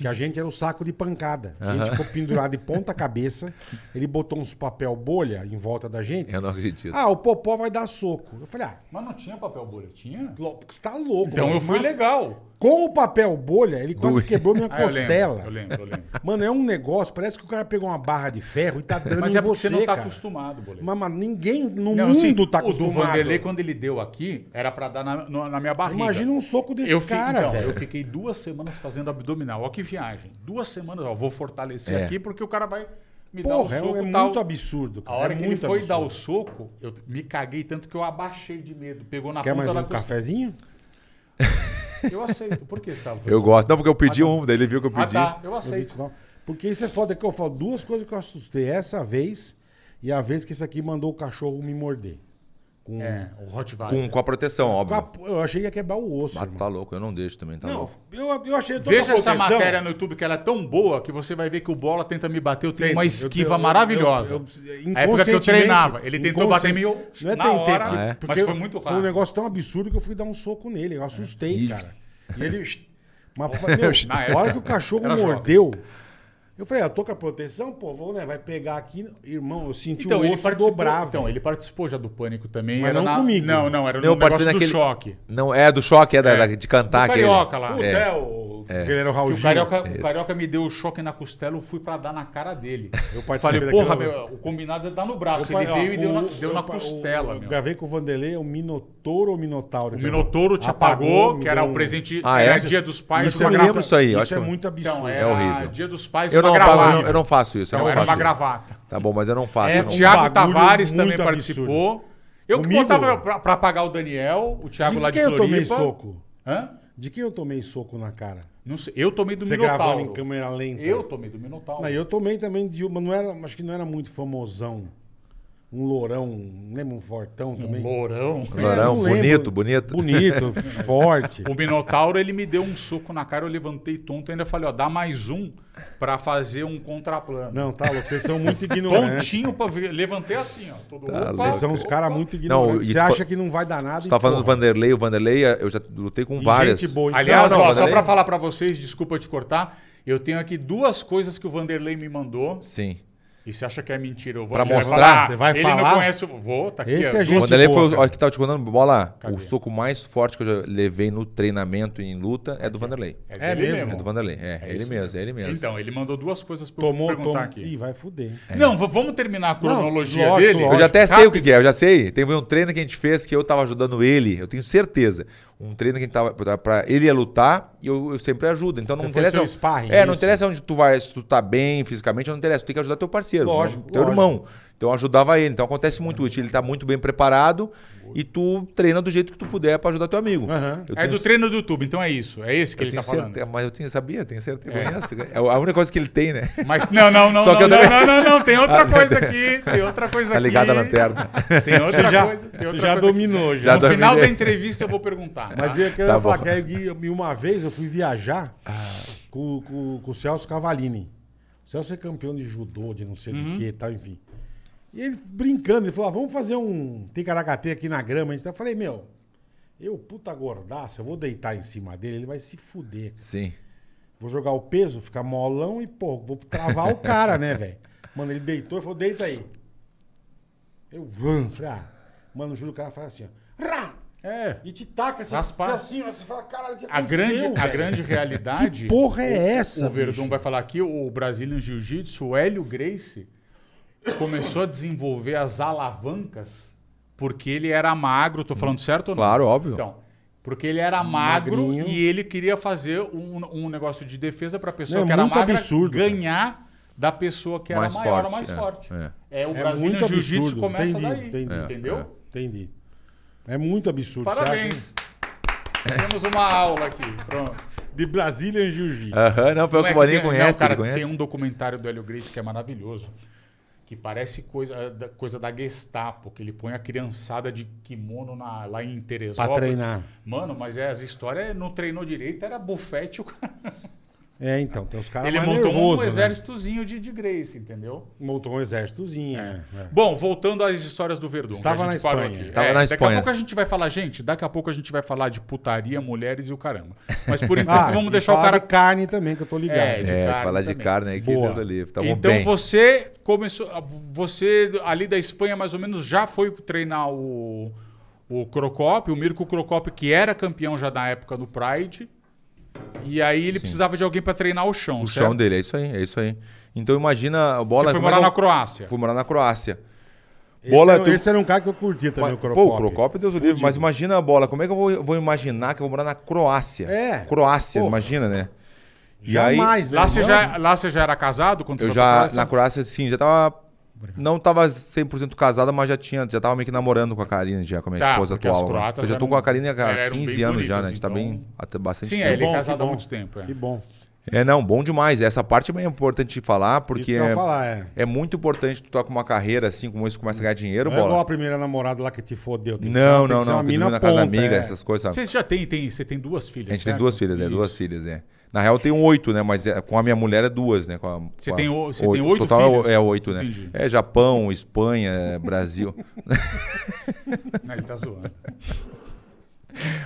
Speaker 1: que a gente era o saco de pancada. A gente ficou pendurado de ponta cabeça. Ele botou uns papel bolha em volta da gente.
Speaker 3: Eu não acredito.
Speaker 1: Ah, o Popó vai dar soco. Eu falei, ah,
Speaker 2: Mas não tinha papel bolha, tinha?
Speaker 1: louco, você tá louco.
Speaker 2: Então
Speaker 1: mas
Speaker 2: eu fui
Speaker 1: ma-
Speaker 2: legal.
Speaker 1: Com o papel bolha, ele quase
Speaker 3: Doeu.
Speaker 1: quebrou minha
Speaker 2: Ah, eu lembro,
Speaker 1: costela.
Speaker 2: Eu lembro, eu lembro.
Speaker 1: Mano, é um negócio, parece que o cara pegou uma barra de ferro e tá dando
Speaker 2: Mas
Speaker 1: em
Speaker 2: é porque você não tá
Speaker 1: cara.
Speaker 2: acostumado, boleto.
Speaker 1: Mas, mas ninguém no
Speaker 2: Não,
Speaker 1: mundo
Speaker 2: assim,
Speaker 1: tá
Speaker 2: o do
Speaker 1: acostumado.
Speaker 2: Vanderlei, quando ele deu aqui, era pra dar na, no- na minha barriga.
Speaker 1: Imagina um soco desse
Speaker 2: eu fi-
Speaker 1: cara,
Speaker 2: então,
Speaker 1: velho.
Speaker 2: Eu fiquei duas semanas fazendo abdominal. Olha que viagem. Duas semanas, ó, vou fortalecer
Speaker 3: É.
Speaker 2: aqui porque o cara vai me
Speaker 1: Porra,
Speaker 2: dar
Speaker 1: é,
Speaker 2: o um soco
Speaker 1: é
Speaker 2: e tal.
Speaker 1: muito absurdo.
Speaker 2: A
Speaker 1: Cara.
Speaker 2: hora
Speaker 1: é
Speaker 2: que ele
Speaker 1: muito
Speaker 2: foi dar
Speaker 1: absurdo.
Speaker 2: o soco, eu me caguei tanto que eu abaixei de medo. Pegou na
Speaker 1: Quer
Speaker 2: ponta
Speaker 1: mais
Speaker 2: da
Speaker 1: um
Speaker 2: costela.
Speaker 1: cafezinho?
Speaker 2: Eu aceito. Por que você tava
Speaker 3: Eu gosto. Não, porque eu pedi um, daí ele viu que eu
Speaker 2: Ah,
Speaker 3: pedi.
Speaker 2: tá. Eu
Speaker 1: Eu vi
Speaker 2: aceito.
Speaker 1: que não. Porque isso é foda que eu falo. Duas coisas que eu assustei. Essa vez e a vez que esse aqui mandou o cachorro me morder. Com,
Speaker 2: É, o Rottweiler.
Speaker 3: Com, com a proteção,
Speaker 1: um com a
Speaker 3: óbvio.
Speaker 1: p- eu achei que ia quebrar o osso,
Speaker 3: Ah,
Speaker 1: irmão.
Speaker 3: tá louco, eu não deixo também, tá
Speaker 1: Não,
Speaker 3: louco.
Speaker 1: eu, eu achei toda
Speaker 2: Veja
Speaker 1: a
Speaker 2: essa
Speaker 1: proteção.
Speaker 2: matéria no YouTube que ela é tão boa que você vai ver que o Bola tenta me bater, eu tenho
Speaker 1: Tenta.
Speaker 2: uma
Speaker 1: Eu-
Speaker 2: esquiva
Speaker 1: eu- eu-
Speaker 2: maravilhosa.
Speaker 1: eu-
Speaker 2: a época
Speaker 1: eu-
Speaker 2: que eu
Speaker 1: inconscientemente-
Speaker 2: treinava, ele tentou
Speaker 1: inconsci-
Speaker 2: bater em mim eu,
Speaker 1: Não é
Speaker 2: na
Speaker 1: tentei,
Speaker 2: hora,
Speaker 1: porque-
Speaker 3: Ah, é?
Speaker 1: porque
Speaker 2: mas foi muito
Speaker 1: Foi um
Speaker 2: rápido.
Speaker 1: negócio tão absurdo que eu fui dar um soco nele. Eu assustei,
Speaker 3: Ih.
Speaker 1: cara. E ele. Mas, meu,
Speaker 2: Na
Speaker 1: na
Speaker 2: época.
Speaker 1: hora que o cachorro
Speaker 2: Era jovem.
Speaker 1: mordeu. Eu falei, ah, tô com a proteção, pô, vou, né? Vai pegar aqui. Irmão, eu senti
Speaker 2: Então,
Speaker 1: o
Speaker 2: ele
Speaker 1: osso
Speaker 2: participou,
Speaker 1: dobrar.
Speaker 2: então,
Speaker 1: velho.
Speaker 2: ele participou já do Pânico também.
Speaker 1: um Mas
Speaker 2: era
Speaker 1: não
Speaker 2: na-
Speaker 1: comigo.
Speaker 2: Não, não, era
Speaker 3: Não,
Speaker 2: no
Speaker 3: eu
Speaker 2: negócio
Speaker 3: participei
Speaker 2: do
Speaker 3: daquele-
Speaker 2: choque.
Speaker 3: Não, é do choque, é, da-
Speaker 2: É.
Speaker 3: da- de cantar.
Speaker 2: Do
Speaker 3: aquele-
Speaker 2: Carioca lá.
Speaker 1: Puta,
Speaker 3: É.
Speaker 1: é, o. Ele era o Raul
Speaker 2: E o
Speaker 1: Gil.
Speaker 2: carioca,
Speaker 3: Esse.
Speaker 2: o carioca me deu o choque na costela, eu fui pra dar na cara dele.
Speaker 1: Eu
Speaker 2: Falei,
Speaker 1: participei
Speaker 2: porra,
Speaker 1: daquele-
Speaker 2: meu, o combinado é dar no braço.
Speaker 1: Eu
Speaker 2: ele
Speaker 1: par-
Speaker 2: veio
Speaker 1: ó,
Speaker 2: e deu na,
Speaker 1: o-
Speaker 2: deu
Speaker 1: eu
Speaker 2: na
Speaker 1: par- o-
Speaker 2: costela,
Speaker 1: Eu
Speaker 2: meu.
Speaker 1: gravei com o Vanderlei, o Minotouro ou Minotauro?
Speaker 2: O
Speaker 1: cara?
Speaker 2: Minotouro te apagou,
Speaker 1: me
Speaker 2: que era
Speaker 1: deu
Speaker 2: o
Speaker 1: um-
Speaker 2: presente,
Speaker 3: Ah,
Speaker 2: era
Speaker 3: é?
Speaker 2: dia dos pais.
Speaker 1: é
Speaker 3: Isso eu
Speaker 2: uma
Speaker 3: me
Speaker 1: muito-
Speaker 3: lembro isso aí, eu
Speaker 1: Isso
Speaker 3: acho
Speaker 1: é
Speaker 3: que-
Speaker 1: muito absurdo.
Speaker 2: Então,
Speaker 3: é
Speaker 2: era
Speaker 3: horrível.
Speaker 2: dia dos pais,
Speaker 3: Eu
Speaker 2: uma
Speaker 3: não,
Speaker 2: gravata.
Speaker 3: pago, eu não- eu não faço isso. Eu
Speaker 2: Não, é
Speaker 3: não,
Speaker 2: era
Speaker 3: faço
Speaker 2: uma
Speaker 3: isso.
Speaker 2: gravata.
Speaker 3: Tá bom, mas eu não faço.
Speaker 1: É,
Speaker 3: eu não-
Speaker 1: Um
Speaker 2: Tiago
Speaker 1: bagulho
Speaker 2: Tavares
Speaker 1: muito
Speaker 2: também
Speaker 1: absurdo.
Speaker 2: participou. Eu que
Speaker 1: Comigo?
Speaker 2: botava pra, pra pagar o Daniel, o Thiago
Speaker 1: De
Speaker 2: lá É um de
Speaker 1: quem eu
Speaker 2: Floripa.
Speaker 1: tomei soco?
Speaker 2: Hã?
Speaker 1: De quem eu tomei soco na cara?
Speaker 2: Não sei, eu tomei do
Speaker 1: Você gravando em
Speaker 2: Minotauro.
Speaker 1: câmera lenta.
Speaker 2: Eu tomei do Minotauro.
Speaker 1: Não, eu tomei também de uma, não era, acho que não era muito famosão. Um lourão, lembra um fortão também?
Speaker 2: Lourão.
Speaker 1: É,
Speaker 3: Lourão,
Speaker 1: não lembro.
Speaker 3: bonito, bonito.
Speaker 1: Bonito, forte.
Speaker 2: O Minotauro, ele me deu um soco na cara, eu levantei tonto e ainda falei, ó, dá mais um pra fazer um contraplano.
Speaker 1: Não, tá louco, vocês são muito ignorantes.
Speaker 2: Tontinho pra ver. Levantei assim, ó. Todo
Speaker 3: Tá
Speaker 2: opa,
Speaker 3: louco.
Speaker 1: Vocês são uns
Speaker 2: opa.
Speaker 1: caras muito
Speaker 3: Não,
Speaker 1: ignorantes.
Speaker 3: e
Speaker 1: Você
Speaker 3: tu
Speaker 1: acha
Speaker 3: fa-
Speaker 1: que não vai dar nada.
Speaker 3: Você
Speaker 1: e
Speaker 3: tá falando do
Speaker 1: porra.
Speaker 3: Vanderlei, o Vanderlei, é, eu já lutei com
Speaker 1: E
Speaker 3: várias.
Speaker 1: gente boa, então.
Speaker 2: Aliás,
Speaker 3: Não, não,
Speaker 2: ó, só
Speaker 3: Vanderlei-
Speaker 2: pra falar pra vocês, desculpa te cortar, eu tenho aqui duas coisas que o Vanderlei me mandou.
Speaker 3: Sim.
Speaker 2: E você acha que é mentira? Eu vou
Speaker 3: Pra
Speaker 2: você vai
Speaker 3: mostrar?
Speaker 2: falar,
Speaker 1: Você vai
Speaker 2: ele
Speaker 1: falar?
Speaker 2: não conhece. o- Vou, tá aqui.
Speaker 1: Esse
Speaker 2: ó,
Speaker 1: é
Speaker 2: duas-
Speaker 3: O
Speaker 1: gente
Speaker 3: Vanderlei
Speaker 1: boa,
Speaker 3: foi o
Speaker 1: cara.
Speaker 3: ó, que tava te contando, bola.
Speaker 2: Cadê?
Speaker 3: O soco mais forte que eu já levei no treinamento e em luta é do Vanderlei.
Speaker 1: É
Speaker 2: dele
Speaker 1: mesmo?
Speaker 3: É do Vanderlei, é, é ele
Speaker 2: isso
Speaker 3: mesmo, é ele mesmo.
Speaker 2: Então, ele mandou duas coisas pra eu
Speaker 1: Tomou,
Speaker 2: perguntar
Speaker 1: tomou.
Speaker 2: aqui.
Speaker 1: Ih, vai fuder.
Speaker 2: Não, v- vamos terminar a cronologia
Speaker 1: lógico,
Speaker 2: dele. Tá?
Speaker 1: lógico.
Speaker 3: eu já até sei o
Speaker 2: Rápido.
Speaker 3: que, que é, eu já sei. Teve um treino que a gente fez que eu tava ajudando ele, eu tenho certeza. Um treino que a gente tava pra, pra- ele ia lutar e eu, eu sempre ajudo. Então não
Speaker 1: Você foi
Speaker 3: interessa.
Speaker 1: seu sparring,
Speaker 3: é, não
Speaker 1: isso.
Speaker 3: interessa onde tu vai, se tu tá bem fisicamente, não interessa. Tu tem que ajudar teu parceiro,
Speaker 1: Lógico,
Speaker 3: teu
Speaker 1: lógico.
Speaker 3: irmão. Então eu ajudava ele. Então acontece muito isso. Ele tá muito bem preparado e tu treina do jeito que tu puder pra ajudar teu amigo.
Speaker 1: Aham.
Speaker 3: Eu
Speaker 2: É
Speaker 3: tenho
Speaker 2: do treino do YouTube, então é isso. É esse que ele tá
Speaker 3: tenho
Speaker 2: falando.
Speaker 3: certeza, mas eu tinha, sabia, tenho certeza. eu conheço. É a única coisa que ele tem, né?
Speaker 2: Mas não, não, não,
Speaker 3: Só
Speaker 2: não,
Speaker 3: que eu
Speaker 2: não,
Speaker 3: também-
Speaker 2: não, não, não, tem outra coisa aqui, tem outra coisa
Speaker 3: Tá
Speaker 2: aqui.
Speaker 3: ligado à lanterna.
Speaker 2: Tem outra
Speaker 1: Você já,
Speaker 2: coisa, tem
Speaker 1: você
Speaker 2: outra coisa
Speaker 1: já
Speaker 2: aqui.
Speaker 1: dominou, já.
Speaker 3: Já
Speaker 2: No final
Speaker 3: dominei.
Speaker 2: da entrevista eu vou perguntar.
Speaker 1: Mas
Speaker 2: tá?
Speaker 1: eu quero
Speaker 3: Tá
Speaker 1: falar
Speaker 3: bom. Ah.
Speaker 1: que aí, uma vez eu fui viajar com, com- com o Celso Cavalini. O Celso é campeão de judô, de não sei
Speaker 3: Uhum.
Speaker 1: do que e tal, enfim. E ele brincando, ele falou: ah, vamos fazer um ticaracaté aqui na grama. A gente tá, eu falei, meu, Eu, puta gordaço, eu vou deitar em cima dele, ele vai se fuder.
Speaker 3: Sim.
Speaker 1: Vou jogar o peso, ficar molão e, pô, vou travar o cara, né, velho? Mano, ele deitou e falou, deita aí. Eu, vã, falei, ah, mano, juro, o cara fala assim, ó. Rá!
Speaker 2: É.
Speaker 1: E te taca assim,
Speaker 2: Raspar.
Speaker 1: assim, ó, você fala, caralho, o que
Speaker 2: A
Speaker 1: aconteceu,
Speaker 2: grande, a
Speaker 1: velho?"
Speaker 2: grande realidade.
Speaker 1: Que porra é
Speaker 2: o-
Speaker 1: essa,
Speaker 2: O Verdun
Speaker 1: bicho?
Speaker 2: vai falar aqui, o Brazilian Jiu-Jitsu, o Hélio Gracie, começou a desenvolver as alavancas porque ele era magro, tô falando certo ou não?
Speaker 3: Claro, óbvio.
Speaker 2: Então, porque ele era magro
Speaker 1: Magrinho.
Speaker 2: e ele queria fazer um, um negócio de defesa pra pessoa
Speaker 1: Não, é
Speaker 2: que era
Speaker 1: muito
Speaker 2: magra
Speaker 1: absurdo, cara.
Speaker 2: ganhar da pessoa que era
Speaker 3: Mais
Speaker 2: maior,
Speaker 3: forte,
Speaker 2: mais
Speaker 3: é,
Speaker 2: forte.
Speaker 3: é.
Speaker 2: É, o
Speaker 1: É
Speaker 2: Brazilian
Speaker 1: muito
Speaker 2: Jiu-Jitsu
Speaker 1: absurdo,
Speaker 2: começa
Speaker 1: entendi,
Speaker 2: daí,
Speaker 1: entendi. É,
Speaker 2: entendeu?
Speaker 3: é.
Speaker 1: Entendi. É muito absurdo. você
Speaker 2: Parabéns. Temos uma aula aqui, pronto.
Speaker 1: acha? De Brasília em Jiu-Jitsu.
Speaker 3: Aham, não,
Speaker 2: Não
Speaker 3: pior que
Speaker 2: é
Speaker 3: o Boninho
Speaker 2: tem- não,
Speaker 3: conhece,
Speaker 2: cara,
Speaker 3: ele conhece.
Speaker 2: Tem um documentário do Hélio Gracie que é maravilhoso, que parece coisa eh, da, coisa da Gestapo, que ele põe a criançada de kimono na- lá em Teresópolis.
Speaker 1: Pra treinar.
Speaker 2: Mano, mas é, as histórias não treinou direito, era bufete o cara.
Speaker 1: É, então, tem os caras
Speaker 2: ele
Speaker 1: mais
Speaker 2: montou
Speaker 1: nervoso,
Speaker 2: um
Speaker 1: né?
Speaker 2: exércitozinho de, de Gracie, entendeu?
Speaker 1: Montou um exércitozinho. é.
Speaker 2: Bom, voltando às histórias do Verdun.
Speaker 1: Estava
Speaker 2: que a
Speaker 1: na
Speaker 2: gente parou
Speaker 1: Espanha.
Speaker 2: aqui. É,
Speaker 3: Estava na
Speaker 2: daqui
Speaker 3: Espanha.
Speaker 2: a pouco a gente vai falar, gente, daqui a pouco a gente vai falar de putaria, mulheres e o caramba. Mas por enquanto Então vamos
Speaker 1: Ah, e
Speaker 2: deixar o
Speaker 1: falar
Speaker 2: cara
Speaker 1: de carne também, que eu tô ligado.
Speaker 2: É, de
Speaker 3: É,
Speaker 2: carne
Speaker 3: falar de
Speaker 2: também.
Speaker 3: carne aí que
Speaker 1: Boa.
Speaker 3: Deus ali. Tá bom,
Speaker 2: então
Speaker 3: bem.
Speaker 2: você começou. Você ali da Espanha, mais ou menos, já foi treinar o, o Crocop, o Mirko Crocop, que era campeão já na época do Pride. E aí ele precisava de alguém pra treinar o chão.
Speaker 3: O
Speaker 2: certo?
Speaker 3: chão dele, é isso aí, é isso aí. Então imagina a bola.
Speaker 2: Você foi
Speaker 3: como é
Speaker 2: morar
Speaker 3: que
Speaker 2: na
Speaker 3: eu-
Speaker 2: Croácia.
Speaker 3: Fui morar na Croácia.
Speaker 1: Esse,
Speaker 3: Bola,
Speaker 1: era,
Speaker 3: tu-
Speaker 1: esse era um cara que eu curtia também, o
Speaker 3: Mas,
Speaker 1: Crocop.
Speaker 3: Pô, o Procópio, Deus o livre, mas imagina a bola. Como é que eu vou, vou imaginar que eu vou morar na Croácia?
Speaker 1: É.
Speaker 3: Croácia,
Speaker 1: Pô.
Speaker 3: imagina, né? E
Speaker 1: Jamais, né?
Speaker 2: Lá você,
Speaker 1: Não,
Speaker 2: já, é lá você já era casado quando você
Speaker 3: Eu
Speaker 2: foi pra
Speaker 3: já,
Speaker 2: Croácia?
Speaker 3: na Croácia, sim, já tava. Não tava 100% casada, mas já tinha, já tava meio que namorando com a Karina, já, com a minha
Speaker 2: Tá,
Speaker 3: esposa
Speaker 2: porque as
Speaker 3: atual. né?
Speaker 2: croatas
Speaker 3: Eu já tô
Speaker 2: eram-
Speaker 3: com a Karina há
Speaker 2: eram bem
Speaker 3: 15 anos já, né?
Speaker 2: bonitas,
Speaker 3: A gente tá
Speaker 2: então-
Speaker 3: bem. Até bastante
Speaker 2: Sim,
Speaker 3: tempo.
Speaker 2: é, ele é
Speaker 1: que
Speaker 2: casado há
Speaker 1: bom.
Speaker 2: muito tempo. é.
Speaker 1: Que bom.
Speaker 3: É, não, bom demais. Essa parte é importante de falar,
Speaker 1: Isso
Speaker 3: porque
Speaker 1: que eu ia
Speaker 3: é,
Speaker 1: falar, é.
Speaker 3: é muito importante tu tá com uma carreira assim, como isso começa a ganhar dinheiro,
Speaker 1: Não é
Speaker 3: bola.
Speaker 1: igual a primeira namorada lá que te fodeu. Tem que ser-
Speaker 3: não,
Speaker 1: tem que
Speaker 3: não,
Speaker 1: ser
Speaker 3: não.
Speaker 1: Uma
Speaker 3: que dormiu
Speaker 1: mina
Speaker 3: na casa
Speaker 1: ponta,
Speaker 3: amiga,
Speaker 1: é.
Speaker 3: essas coisas.
Speaker 2: Você
Speaker 3: sabe?
Speaker 2: já tem, tem, você tem duas filhas.
Speaker 3: A gente tem
Speaker 2: certo?
Speaker 3: duas filhas, é
Speaker 2: Isso.
Speaker 3: Duas filhas, é. Na real tem oito, né? Mas é- com a minha mulher é duas, né? Com a-
Speaker 2: Você
Speaker 3: com a-
Speaker 2: tem o- você tem oito
Speaker 3: total é o-
Speaker 2: filhos?
Speaker 3: É, oito, né?
Speaker 2: Entendi.
Speaker 3: É Japão, Espanha, é Brasil.
Speaker 2: Não, ele tá zoando.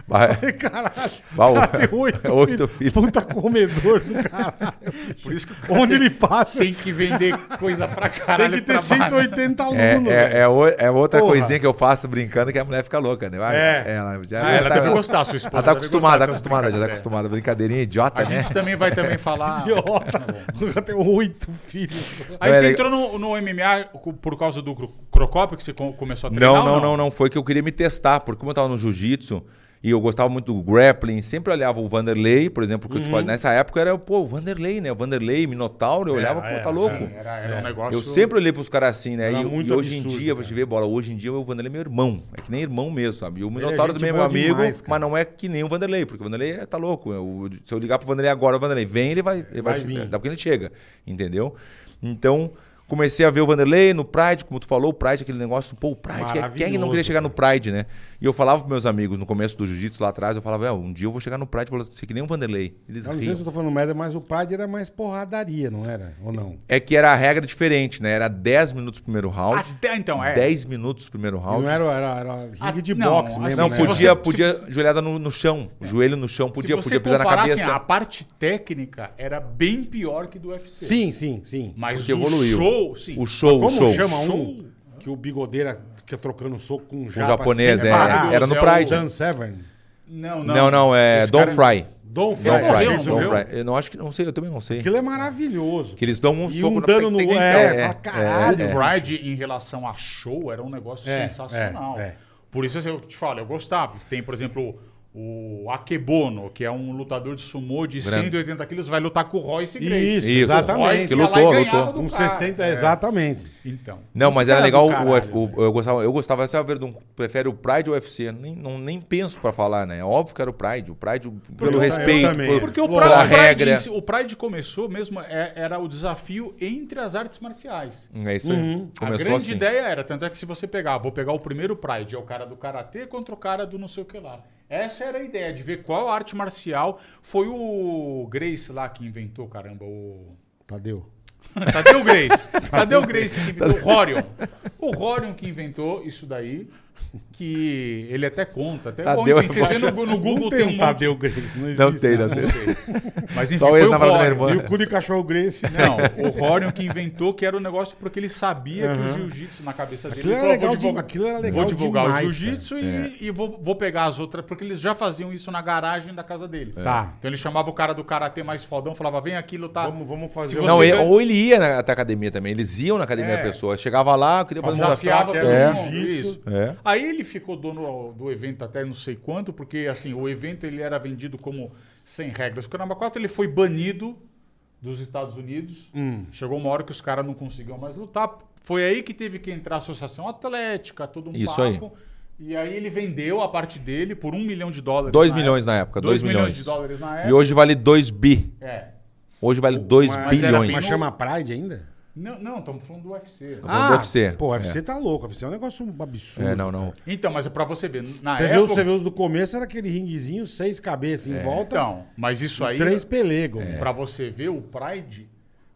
Speaker 3: Bah,
Speaker 1: Caralho.
Speaker 3: bah, o-
Speaker 1: Tem oito,
Speaker 3: é oito filhos.
Speaker 1: Puta comedor do caralho.
Speaker 2: Por isso que o cara
Speaker 1: Onde ele passa,
Speaker 2: tem que vender coisa pra
Speaker 1: tem
Speaker 2: caralho.
Speaker 1: que ter
Speaker 2: pra barra.
Speaker 1: 180 alunos.
Speaker 3: É,
Speaker 1: velho.
Speaker 3: é, é o- é outra
Speaker 1: Porra.
Speaker 3: coisinha que eu faço brincando que a mulher fica louca, né? Vai,
Speaker 1: É.
Speaker 3: Ela, já,
Speaker 2: Ah, ela
Speaker 3: tá,
Speaker 2: deve gostar, sua esposa.
Speaker 3: ela
Speaker 2: deve gostar
Speaker 3: tá acostumada, tá
Speaker 2: dessas
Speaker 3: acostumada, já tá
Speaker 2: brincadeiras.
Speaker 3: acostumada. Brincadeirinha idiota,
Speaker 2: A
Speaker 3: né?
Speaker 2: gente tá também vai também falar.
Speaker 3: Tá
Speaker 1: Idiota. O cara tem oito filhos.
Speaker 2: Aí
Speaker 3: Não,
Speaker 2: você
Speaker 3: é-
Speaker 2: entrou no, no MMA co- por causa do cro- Crocópio que você co- começou a treinar?
Speaker 3: Não,
Speaker 2: ou
Speaker 3: não, não, não. Foi que eu queria me testar, porque como eu tava no jiu-jitsu e eu gostava muito do grappling, sempre olhava o Vanderlei, por exemplo, que eu te falei, nessa época era, pô, o Vanderlei, né? O Vanderlei, Minotauro, eu olhava,
Speaker 1: é,
Speaker 3: pô, tá
Speaker 1: sim.
Speaker 3: louco.
Speaker 2: Era, era um negócio.
Speaker 3: Eu sempre olhei pros caras assim, né?
Speaker 1: Era
Speaker 3: E, e
Speaker 1: muito
Speaker 3: hoje em
Speaker 1: absurdo,
Speaker 3: dia,
Speaker 1: cara.
Speaker 3: pra te ver, bola, hoje em dia o Vanderlei é meu irmão. É que nem irmão mesmo, sabe? E o
Speaker 1: é
Speaker 3: Minotauro
Speaker 1: gente
Speaker 3: também é meu
Speaker 1: boa
Speaker 3: amigo,
Speaker 1: demais, cara.
Speaker 3: mas não é que nem o Vanderlei, porque o Vanderlei é, tá louco. Eu- se eu ligar pro Vanderlei agora, o Vanderlei vem, ele vai. Ele vai, é,
Speaker 1: Vai vir.
Speaker 3: Daqui a pouco ele chega, entendeu? Então. Comecei a ver o Vanderlei no Pride, como tu falou, o Pride, é aquele negócio, pô, o Pride, quem- quem é que não queria
Speaker 1: Maravilhoso,
Speaker 3: chegar no Pride, né? E eu falava pros meus amigos no começo do jiu-jitsu lá atrás, eu falava, é, um dia eu vou chegar no Pride, vou ser que nem o Vanderlei. Eles
Speaker 1: Não, não
Speaker 3: riam.
Speaker 1: sei se eu tô falando merda, mas o Pride era mais porradaria, não era? Ou não?
Speaker 3: É que era a regra diferente, né? Era 10 minutos pro primeiro round.
Speaker 2: Até então, é.
Speaker 3: 10 minutos primeiro
Speaker 1: E
Speaker 3: round.
Speaker 1: Não era, era, era ringue
Speaker 2: Ah,
Speaker 1: de
Speaker 2: não,
Speaker 1: boxe mesmo.
Speaker 2: assim,
Speaker 3: Não,
Speaker 2: se
Speaker 1: né?
Speaker 3: podia,
Speaker 2: você-
Speaker 3: podia
Speaker 2: se- É.
Speaker 3: joelhada no, no chão, joelho no chão, podia,
Speaker 2: Se você
Speaker 3: podia pisar na
Speaker 2: comparar, assim,
Speaker 3: cabeça.
Speaker 2: a parte técnica era bem pior que do UFC.
Speaker 1: Sim, sim, sim.
Speaker 2: Mas o
Speaker 3: Porque evoluiu.
Speaker 2: show, sim.
Speaker 3: o show, o
Speaker 1: Como
Speaker 3: show.
Speaker 1: chama
Speaker 2: Show.
Speaker 1: um que o bigodeira fica trocando soco com um
Speaker 3: O
Speaker 1: japa?
Speaker 3: japonês,
Speaker 1: sem
Speaker 3: é,
Speaker 1: parar?
Speaker 3: era no
Speaker 2: É o
Speaker 3: Pride.
Speaker 1: Dan Severn.
Speaker 2: Não, não.
Speaker 3: Não, não, é
Speaker 2: Esse
Speaker 3: Don
Speaker 2: cara-
Speaker 3: Fry.
Speaker 1: Don
Speaker 3: Don
Speaker 1: Fry.
Speaker 3: Fry,
Speaker 2: morreu,
Speaker 3: Don
Speaker 2: morreu?
Speaker 3: Fry. Eu não acho que não sei, eu também não sei.
Speaker 1: Aquilo é maravilhoso.
Speaker 3: Que eles dão um
Speaker 1: E
Speaker 3: soco
Speaker 1: um
Speaker 3: na-
Speaker 1: dano no...
Speaker 3: Tem- tem-
Speaker 1: É,
Speaker 3: é,
Speaker 1: fala, caralho.
Speaker 2: O Pride, em relação a show, era um negócio
Speaker 1: É,
Speaker 2: sensacional.
Speaker 1: é, é.
Speaker 2: Por isso assim, eu te falo, eu gostava. Tem, por exemplo, o Akebono, que é um lutador de sumô de
Speaker 3: Grande.
Speaker 2: 180 quilos, vai lutar com o Royce Gracie.
Speaker 1: Isso,
Speaker 3: Isso.
Speaker 1: exatamente.
Speaker 2: Royce
Speaker 3: Que
Speaker 2: ia lá e
Speaker 3: lutou,
Speaker 2: ganhava
Speaker 3: lutou.
Speaker 2: do
Speaker 1: Um
Speaker 2: cara.
Speaker 1: 60,
Speaker 2: É.
Speaker 1: exatamente.
Speaker 2: Então.
Speaker 3: Não,
Speaker 1: Os
Speaker 3: mas era
Speaker 1: caras
Speaker 3: legal
Speaker 1: do
Speaker 3: o,
Speaker 1: caralho,
Speaker 3: Uf- o-
Speaker 2: né?
Speaker 3: eu gostava, eu gostava essa Verdun prefere o Pride ou o UFC, nem não, nem penso pra falar, né? É Óbvio que era o Pride, o Pride pelo
Speaker 1: eu
Speaker 3: respeito,
Speaker 1: também.
Speaker 3: por-
Speaker 2: Porque o,
Speaker 1: Pela
Speaker 2: Pride- o Pride,
Speaker 3: regra.
Speaker 2: em si- o Pride começou mesmo, é- era o desafio entre as artes marciais.
Speaker 3: É isso aí.
Speaker 2: Uhum. a
Speaker 3: Começou
Speaker 2: grande
Speaker 3: assim.
Speaker 2: ideia era, tanto é que se você pegar, vou pegar o primeiro Pride, é o cara do Karatê contra o cara do não sei o que lá. Essa era a ideia, de ver qual arte marcial foi o Grace lá que inventou, caramba, o...
Speaker 1: Tadeu.
Speaker 2: Cadê o Grace? Cadê o Grace que inventou? O Rorion. O Rorion que inventou isso daí. que ele até conta. Até,
Speaker 3: Tadeu
Speaker 2: enfim, você vê no, no Google
Speaker 1: não
Speaker 2: tem,
Speaker 1: tem,
Speaker 2: um
Speaker 1: um
Speaker 2: monte.
Speaker 1: Tadeu Grace, não existe.
Speaker 3: Não tem, não
Speaker 1: né?
Speaker 3: tem.
Speaker 2: Mas enfim,
Speaker 3: Só o
Speaker 2: foi o
Speaker 3: ex-namorado da minha
Speaker 2: Horner.
Speaker 3: irmã.
Speaker 1: E o cu de cachorro Grace. né?
Speaker 2: Não, o Horner que inventou que era o negócio porque ele sabia que o
Speaker 1: Aham.
Speaker 2: jiu-jitsu na cabeça dele.
Speaker 1: Aquilo
Speaker 2: ele falou,
Speaker 1: era
Speaker 2: "Vou
Speaker 1: legal de-
Speaker 2: divulgar-
Speaker 1: aquilo era
Speaker 2: Vou
Speaker 1: legal
Speaker 2: divulgar
Speaker 1: demais,
Speaker 2: o jiu-jitsu e, e vou, vou pegar as outras, porque eles já faziam isso na garagem da casa deles.
Speaker 1: Tá.
Speaker 2: Então ele chamava o cara do karatê mais fodão, falava, vem aqui lutar.
Speaker 1: Vamos, vamos fazer
Speaker 2: Se
Speaker 1: um-
Speaker 2: você
Speaker 3: Não, ele-
Speaker 2: ganha-
Speaker 3: ou ele ia na, até a academia também. Eles iam na academia
Speaker 2: É.
Speaker 3: da pessoa. Chegava lá, queria fazer uma
Speaker 2: Desafiava
Speaker 1: fraca,
Speaker 2: todo
Speaker 3: é.
Speaker 2: mundo,
Speaker 1: Jiu-jitsu.
Speaker 2: isso.
Speaker 3: É.
Speaker 2: Aí ele ficou dono do evento até não sei quanto, porque assim, o evento ele era vendido como sem regras. O Caramba 4 ele foi banido dos Estados Unidos. Chegou uma hora que os caras não conseguiam mais lutar. Foi aí que teve que entrar a Associação Atlética, todo um
Speaker 3: Isso aí.
Speaker 2: papo. E aí ele vendeu a parte dele por um milhão de dólares.
Speaker 3: 2
Speaker 2: na
Speaker 3: milhões
Speaker 2: época.
Speaker 3: na época.
Speaker 2: Dois
Speaker 3: 2
Speaker 2: milhões
Speaker 3: milhões.
Speaker 2: de dólares na
Speaker 3: E
Speaker 2: época.
Speaker 3: hoje vale 2 bi.
Speaker 2: É.
Speaker 3: Hoje vale 2
Speaker 1: Mas
Speaker 2: era
Speaker 3: bilhões.
Speaker 2: bem
Speaker 1: Mas
Speaker 2: no-
Speaker 1: chama Pride ainda?
Speaker 2: Não, não, estamos falando do UFC.
Speaker 1: Ah.
Speaker 3: Tô falando É do UFC.
Speaker 1: Pô, o UFC tá louco. O UFC é um negócio absurdo.
Speaker 3: É, não, não.
Speaker 2: Então, mas é pra você ver. Na
Speaker 1: Você, vê, os-
Speaker 2: época.
Speaker 1: você vê os do começo, era aquele ringuezinho, seis cabeças
Speaker 3: É.
Speaker 1: em volta,
Speaker 2: Então, mas isso aí.
Speaker 1: três pelego.
Speaker 2: Pra você ver o Pride,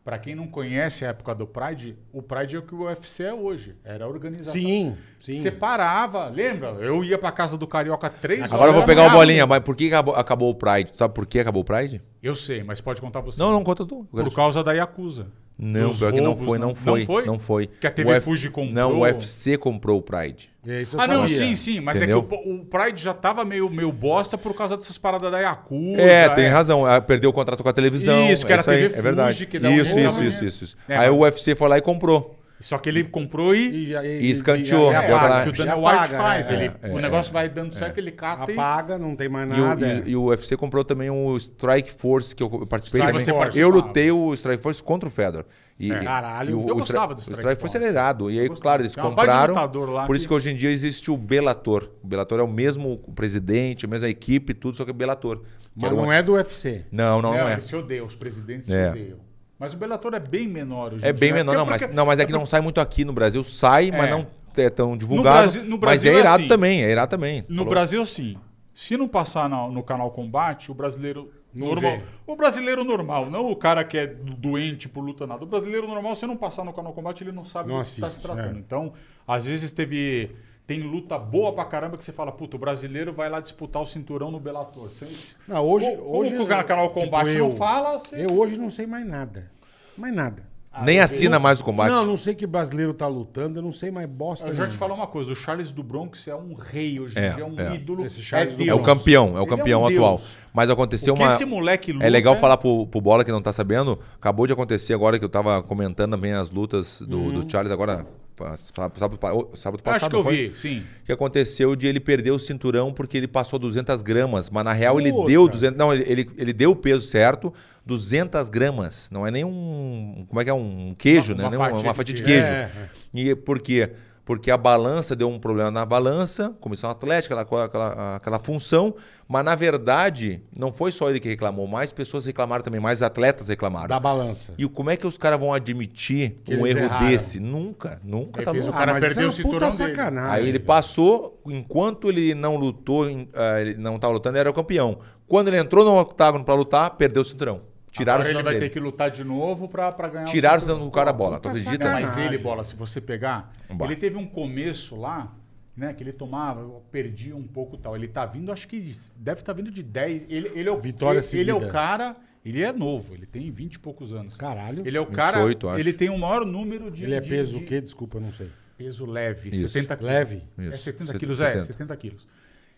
Speaker 2: pra quem não conhece a época do Pride, o Pride é o que o UFC é hoje. Era a organização.
Speaker 1: Sim, sim.
Speaker 2: Você parava, lembra? Eu ia pra casa do Carioca três horas.
Speaker 3: Agora eu vou
Speaker 2: da
Speaker 3: pegar o
Speaker 2: manhã.
Speaker 3: bolinha. Mas por que acabou, acabou o Pride? Tu sabe por que acabou o Pride?
Speaker 2: Eu sei, mas pode contar você.
Speaker 3: Não, não conta tu. Eu quero-
Speaker 2: Por causa da Yakuza.
Speaker 3: Não,
Speaker 2: Dos
Speaker 3: pior que não
Speaker 2: roubos,
Speaker 1: né?
Speaker 3: foi, não foi.
Speaker 2: Não foi?
Speaker 3: Não foi.
Speaker 2: Que a TV
Speaker 3: O F-
Speaker 2: Fuji comprou.
Speaker 3: Não, o UFC comprou o Pride.
Speaker 1: É, isso eu
Speaker 2: Ah, não,
Speaker 1: sabia.
Speaker 2: sim, sim. Mas é
Speaker 3: Entendeu?
Speaker 2: que o, o Pride já tava meio, meio bosta por causa dessas paradas da Yakuza.
Speaker 3: É, tem razão. Ah, Perdeu o contrato com a televisão.
Speaker 2: Isso, que era
Speaker 3: aí,
Speaker 2: TV Fuji,
Speaker 3: É verdade.
Speaker 2: que dá um
Speaker 3: isso, isso,
Speaker 2: nome.
Speaker 3: isso, isso, isso.
Speaker 2: É,
Speaker 3: aí
Speaker 2: mas-
Speaker 3: o UFC foi lá e comprou.
Speaker 2: é. Só que ele comprou e.
Speaker 1: E,
Speaker 3: E escanteou,
Speaker 1: e
Speaker 3: né?
Speaker 2: É,
Speaker 1: apaga,
Speaker 3: Deu aquela-
Speaker 2: que o
Speaker 1: já
Speaker 2: Dana White
Speaker 1: apaga,
Speaker 2: faz.
Speaker 1: é.
Speaker 2: ele, o negócio vai dando
Speaker 3: É.
Speaker 2: certo, ele cata e.
Speaker 1: Apaga, não tem mais
Speaker 3: E o-
Speaker 1: nada.
Speaker 3: E, e o UFC comprou também o Strike Force, que eu co- eu participei
Speaker 2: Strike
Speaker 3: também.
Speaker 2: Force,
Speaker 3: eu
Speaker 2: participava.
Speaker 3: lutei o Strike Force contra o Fedor. E,
Speaker 1: É.
Speaker 3: e-
Speaker 1: Caralho,
Speaker 3: e o,
Speaker 1: eu
Speaker 3: o Stra-
Speaker 2: gostava do
Speaker 3: o
Speaker 2: Strike
Speaker 3: Strike Force.
Speaker 2: Force.
Speaker 3: era irado. E aí,
Speaker 2: gostava.
Speaker 3: claro, eles
Speaker 2: Tem uma parte de
Speaker 3: compraram.
Speaker 2: lutador lá
Speaker 3: por
Speaker 2: que-
Speaker 3: isso que hoje em dia existe o Bellator. O Bellator é o mesmo presidente, a mesma equipe, tudo, só que é Bellator. Que
Speaker 1: Mas
Speaker 3: era
Speaker 1: não
Speaker 3: uma-
Speaker 1: é do UFC.
Speaker 3: Não, não, não é.
Speaker 2: eles se odeiam, os presidentes se
Speaker 3: É.
Speaker 2: odeiam. Mas o Bellator é bem menor hoje
Speaker 3: É
Speaker 2: em
Speaker 3: bem
Speaker 2: dia, né? porque-
Speaker 3: menor, não, mas,
Speaker 2: porque-
Speaker 3: não, mas é que não sai muito aqui no Brasil. Sai, mas
Speaker 2: É.
Speaker 3: não é tão divulgado.
Speaker 2: Brasi- no Brasil
Speaker 3: mas
Speaker 2: é
Speaker 3: é irado
Speaker 2: assim.
Speaker 3: também, é irado também.
Speaker 2: No
Speaker 3: Falou?
Speaker 2: Brasil, sim. Se não passar na- no canal Combate, o brasileiro
Speaker 1: Não
Speaker 2: normal.
Speaker 1: vê.
Speaker 2: O brasileiro normal, não o cara que é doente por luta nada. O brasileiro normal, se não passar no canal Combate, ele não sabe
Speaker 1: Não
Speaker 2: do que está se
Speaker 1: assiste,
Speaker 2: tratando.
Speaker 1: é.
Speaker 2: Então, às vezes teve. Tem luta boa pra caramba que você fala, puta, o brasileiro vai lá disputar o cinturão no Bellator. Você-
Speaker 1: Não, hoje,
Speaker 2: Como-
Speaker 1: hoje tipo,
Speaker 2: como o é canal Combate não
Speaker 1: eu-
Speaker 2: fala, você-
Speaker 1: Eu hoje não sei mais nada. Mais nada.
Speaker 2: Ah,
Speaker 3: Nem assina mais o combate.
Speaker 1: Não, não sei que brasileiro tá lutando, eu não sei mais bosta.
Speaker 2: Eu já te
Speaker 1: nenhuma.
Speaker 2: falo uma coisa, o Charles do Bronx é um rei hoje, em
Speaker 3: É,
Speaker 2: dia, é um
Speaker 3: é.
Speaker 2: ídolo.
Speaker 1: Esse Charles do
Speaker 3: É o
Speaker 1: Bronx.
Speaker 3: campeão, é o
Speaker 2: Ele é
Speaker 3: campeão
Speaker 2: um
Speaker 3: atual.
Speaker 2: deus.
Speaker 3: Mas aconteceu
Speaker 2: O que
Speaker 3: uma.
Speaker 2: esse moleque luta-
Speaker 3: É legal falar pro, pro Bola que não tá sabendo. Acabou de acontecer agora que eu tava comentando também as lutas do, do Charles agora. pa- Sábado, sábado, sábado passado.
Speaker 2: Uhum. Acho que eu
Speaker 3: foi?
Speaker 2: vi, sim.
Speaker 3: que aconteceu de ele perder o cinturão porque ele passou 200 gramas, mas na real ele
Speaker 1: Puta.
Speaker 3: deu 200, não, ele, ele, ele deu o peso certo, 200 gramas, não é nem um, como é que é, um queijo,
Speaker 2: Uma- uma
Speaker 3: né? Não, é
Speaker 2: fatia
Speaker 3: uma
Speaker 2: de
Speaker 3: fatia de
Speaker 1: queijo.
Speaker 3: queijo. E por quê? Porque a balança deu um problema na balança, comissão atlética, aquela, aquela, aquela função, mas na verdade não foi só ele que reclamou, mais pessoas reclamaram também, mais atletas reclamaram.
Speaker 1: Da balança.
Speaker 3: E como é que os caras vão admitir
Speaker 1: Que
Speaker 3: um
Speaker 1: eles
Speaker 3: erro
Speaker 1: erraram.
Speaker 3: desse? Nunca, nunca. tá
Speaker 2: Ele fez o
Speaker 3: louco.
Speaker 2: cara
Speaker 1: mas isso
Speaker 2: perdeu o
Speaker 1: é uma
Speaker 2: cinturão
Speaker 1: puta
Speaker 2: dele.
Speaker 1: sacanagem.
Speaker 3: Aí ele passou, enquanto ele não lutou, em- ah, ele não estava lutando, ele era o campeão. Quando ele entrou no octágono para lutar, perdeu o cinturão. Tiraram
Speaker 2: Agora
Speaker 3: o
Speaker 2: ele vai
Speaker 3: cinturão
Speaker 2: ter
Speaker 3: dele.
Speaker 2: que lutar de novo pra, pra ganhar
Speaker 3: Tiraram o
Speaker 2: cinturão.
Speaker 3: cinturão do cara a bola, tu
Speaker 1: Puta
Speaker 3: acredita?
Speaker 2: Não,
Speaker 1: sacanagem.
Speaker 2: mas ele, bola, se você pegar,
Speaker 3: Vambora.
Speaker 2: ele teve um começo lá, né? Que ele tomava, eu perdia um pouco e tal. Ele tá vindo, acho que deve estar vindo de 10. Ele, ele é o,
Speaker 1: Vitória
Speaker 2: ele, ele é o
Speaker 1: seguida.
Speaker 2: cara, ele é novo, ele tem 20 e poucos anos.
Speaker 1: Caralho.
Speaker 2: Ele é o cara,
Speaker 3: 28, acho.
Speaker 2: ele tem o maior número de...
Speaker 1: Ele é
Speaker 2: de-
Speaker 1: peso
Speaker 2: de
Speaker 1: o quê? Desculpa, eu não sei.
Speaker 2: Peso leve,
Speaker 3: Isso.
Speaker 2: 70 quilos.
Speaker 1: Leve?
Speaker 2: É
Speaker 3: Isso,
Speaker 2: 70
Speaker 3: set-
Speaker 2: quilos, é,
Speaker 3: 70.
Speaker 2: 70 quilos.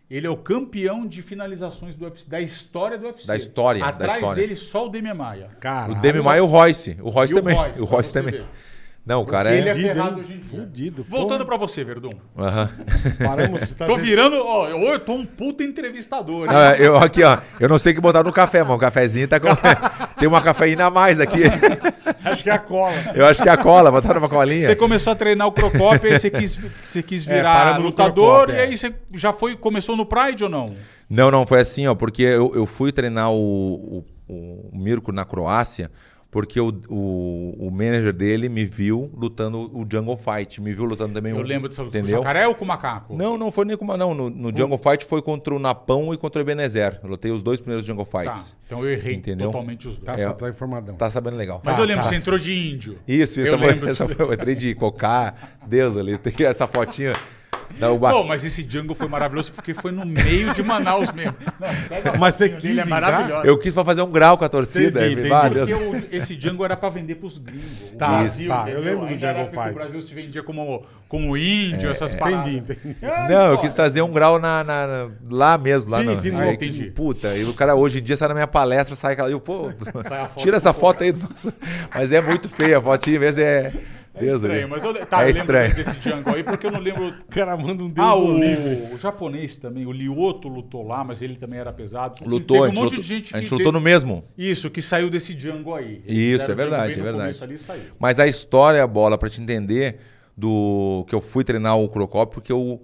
Speaker 2: Ele é o campeão de finalizações do UFC, da história do UFC.
Speaker 3: Da história, da
Speaker 2: Atrás
Speaker 3: história.
Speaker 2: dele, só o Demian Maia.
Speaker 1: Caralho.
Speaker 3: O Demi Maia e o Royce. O Royce
Speaker 2: E o
Speaker 3: também.
Speaker 2: Royce,
Speaker 3: o
Speaker 2: pra
Speaker 3: Royce
Speaker 2: você
Speaker 3: também.
Speaker 2: ver.
Speaker 3: Não, o cara
Speaker 2: Ele é
Speaker 3: é.
Speaker 2: ferrado
Speaker 1: hein?
Speaker 2: hoje em dia.
Speaker 1: Fudido.
Speaker 2: Voltando
Speaker 1: porra.
Speaker 2: pra você, Verdun.
Speaker 3: Aham.
Speaker 1: Paramos. Tá
Speaker 2: Tô
Speaker 1: sendo-
Speaker 2: virando, ó, eu tô um puta entrevistador. hein?
Speaker 3: Não, é, eu aqui, ó. Eu não sei o que botar no café, mas o cafezinho tá com. Tem uma cafeína a mais aqui.
Speaker 1: Acho que é a cola.
Speaker 3: Eu acho que é a cola, botaram uma colinha.
Speaker 2: Você começou a treinar o Procop, aí você quis, você quis
Speaker 1: É,
Speaker 2: virar
Speaker 1: paramos no
Speaker 2: lutador,
Speaker 1: Procópio,
Speaker 2: e
Speaker 1: é.
Speaker 2: aí você já foi, começou no Pride ou não?
Speaker 3: Não, não, foi assim, ó, porque eu, eu fui treinar o, o, o Mirko na Croácia, porque o, o, o manager dele me viu lutando o Jungle Fight, me viu lutando também
Speaker 2: Eu
Speaker 3: o-
Speaker 2: lembro dessa luta. Com o
Speaker 3: entendeu?
Speaker 2: jacaré ou com o macaco?
Speaker 3: Não, não foi nem com uma, não, no, no Jungle Fight foi contra o Napão e contra o Ebenezer, eu lutei os dois primeiros Jungle
Speaker 2: Tá,
Speaker 3: Fights.
Speaker 2: então eu errei
Speaker 3: Entendeu?
Speaker 2: totalmente os dois.
Speaker 1: Tá, só tá informadão.
Speaker 3: É, Tá sabendo legal.
Speaker 2: Mas eu lembro,
Speaker 1: tá.
Speaker 2: você entrou de índio.
Speaker 3: Isso, é
Speaker 2: Eu
Speaker 3: essa foi,
Speaker 2: lembro
Speaker 3: essa
Speaker 2: disso.
Speaker 3: foi, eu entrei de cocá, Deus ali, tem essa fotinha. Dá o ba-
Speaker 2: Pô, mas esse Django foi maravilhoso porque foi no meio de Manaus mesmo. Não, pega a
Speaker 1: Mas você
Speaker 2: fotinho dele,
Speaker 1: quis
Speaker 2: é
Speaker 1: entrar?
Speaker 2: maravilhoso.
Speaker 3: Eu quis pra fazer um grau com a
Speaker 1: Entendi,
Speaker 3: torcida. aí,
Speaker 1: entendi.
Speaker 3: ah, Deus.
Speaker 2: Porque o- esse Django era pra vender pros gringos. O
Speaker 1: Tá, tá,
Speaker 2: entendeu?
Speaker 1: eu lembro do
Speaker 2: Ainda
Speaker 1: Django
Speaker 2: era que
Speaker 1: Fight.
Speaker 2: O Brasil se vendia como, como índio,
Speaker 3: É,
Speaker 2: essas paradas.
Speaker 1: Entendi, entendi.
Speaker 2: Ah,
Speaker 3: Não, eu
Speaker 2: só.
Speaker 3: quis fazer um grau na, na- na- lá mesmo, lá
Speaker 1: Sim,
Speaker 3: na,
Speaker 1: sim,
Speaker 3: aí,
Speaker 1: não,
Speaker 3: quis-
Speaker 1: entendi.
Speaker 3: Puta, e o cara hoje em dia sai na minha palestra, sai aquela. Eu, pô,
Speaker 2: a foto
Speaker 3: tira essa foto aí do nosso. Mas é muito feia a fotinha mesmo, é.
Speaker 2: É estranho, mas eu, le- tá,
Speaker 3: é
Speaker 2: eu lembro
Speaker 3: estranho.
Speaker 2: desse Django aí porque eu não lembro...
Speaker 1: O cara manda um Deus
Speaker 2: Ah,
Speaker 1: o livre.
Speaker 2: o, o japonês também, o Lioto lutou lá, mas ele também era pesado. Assim,
Speaker 3: Lutou,
Speaker 2: teve
Speaker 3: a gente lutou,
Speaker 2: de gente
Speaker 3: a gente
Speaker 2: que
Speaker 3: lutou no
Speaker 2: desse-
Speaker 3: mesmo.
Speaker 2: Isso, que saiu desse Django aí.
Speaker 3: Isso, é
Speaker 2: Fizeram o Django
Speaker 3: verdade,
Speaker 2: bem
Speaker 3: é
Speaker 2: no
Speaker 3: verdade.
Speaker 2: começo Ali, e saiu.
Speaker 3: Mas a história, bola, pra te entender, do que eu fui treinar o Crocop, porque eu,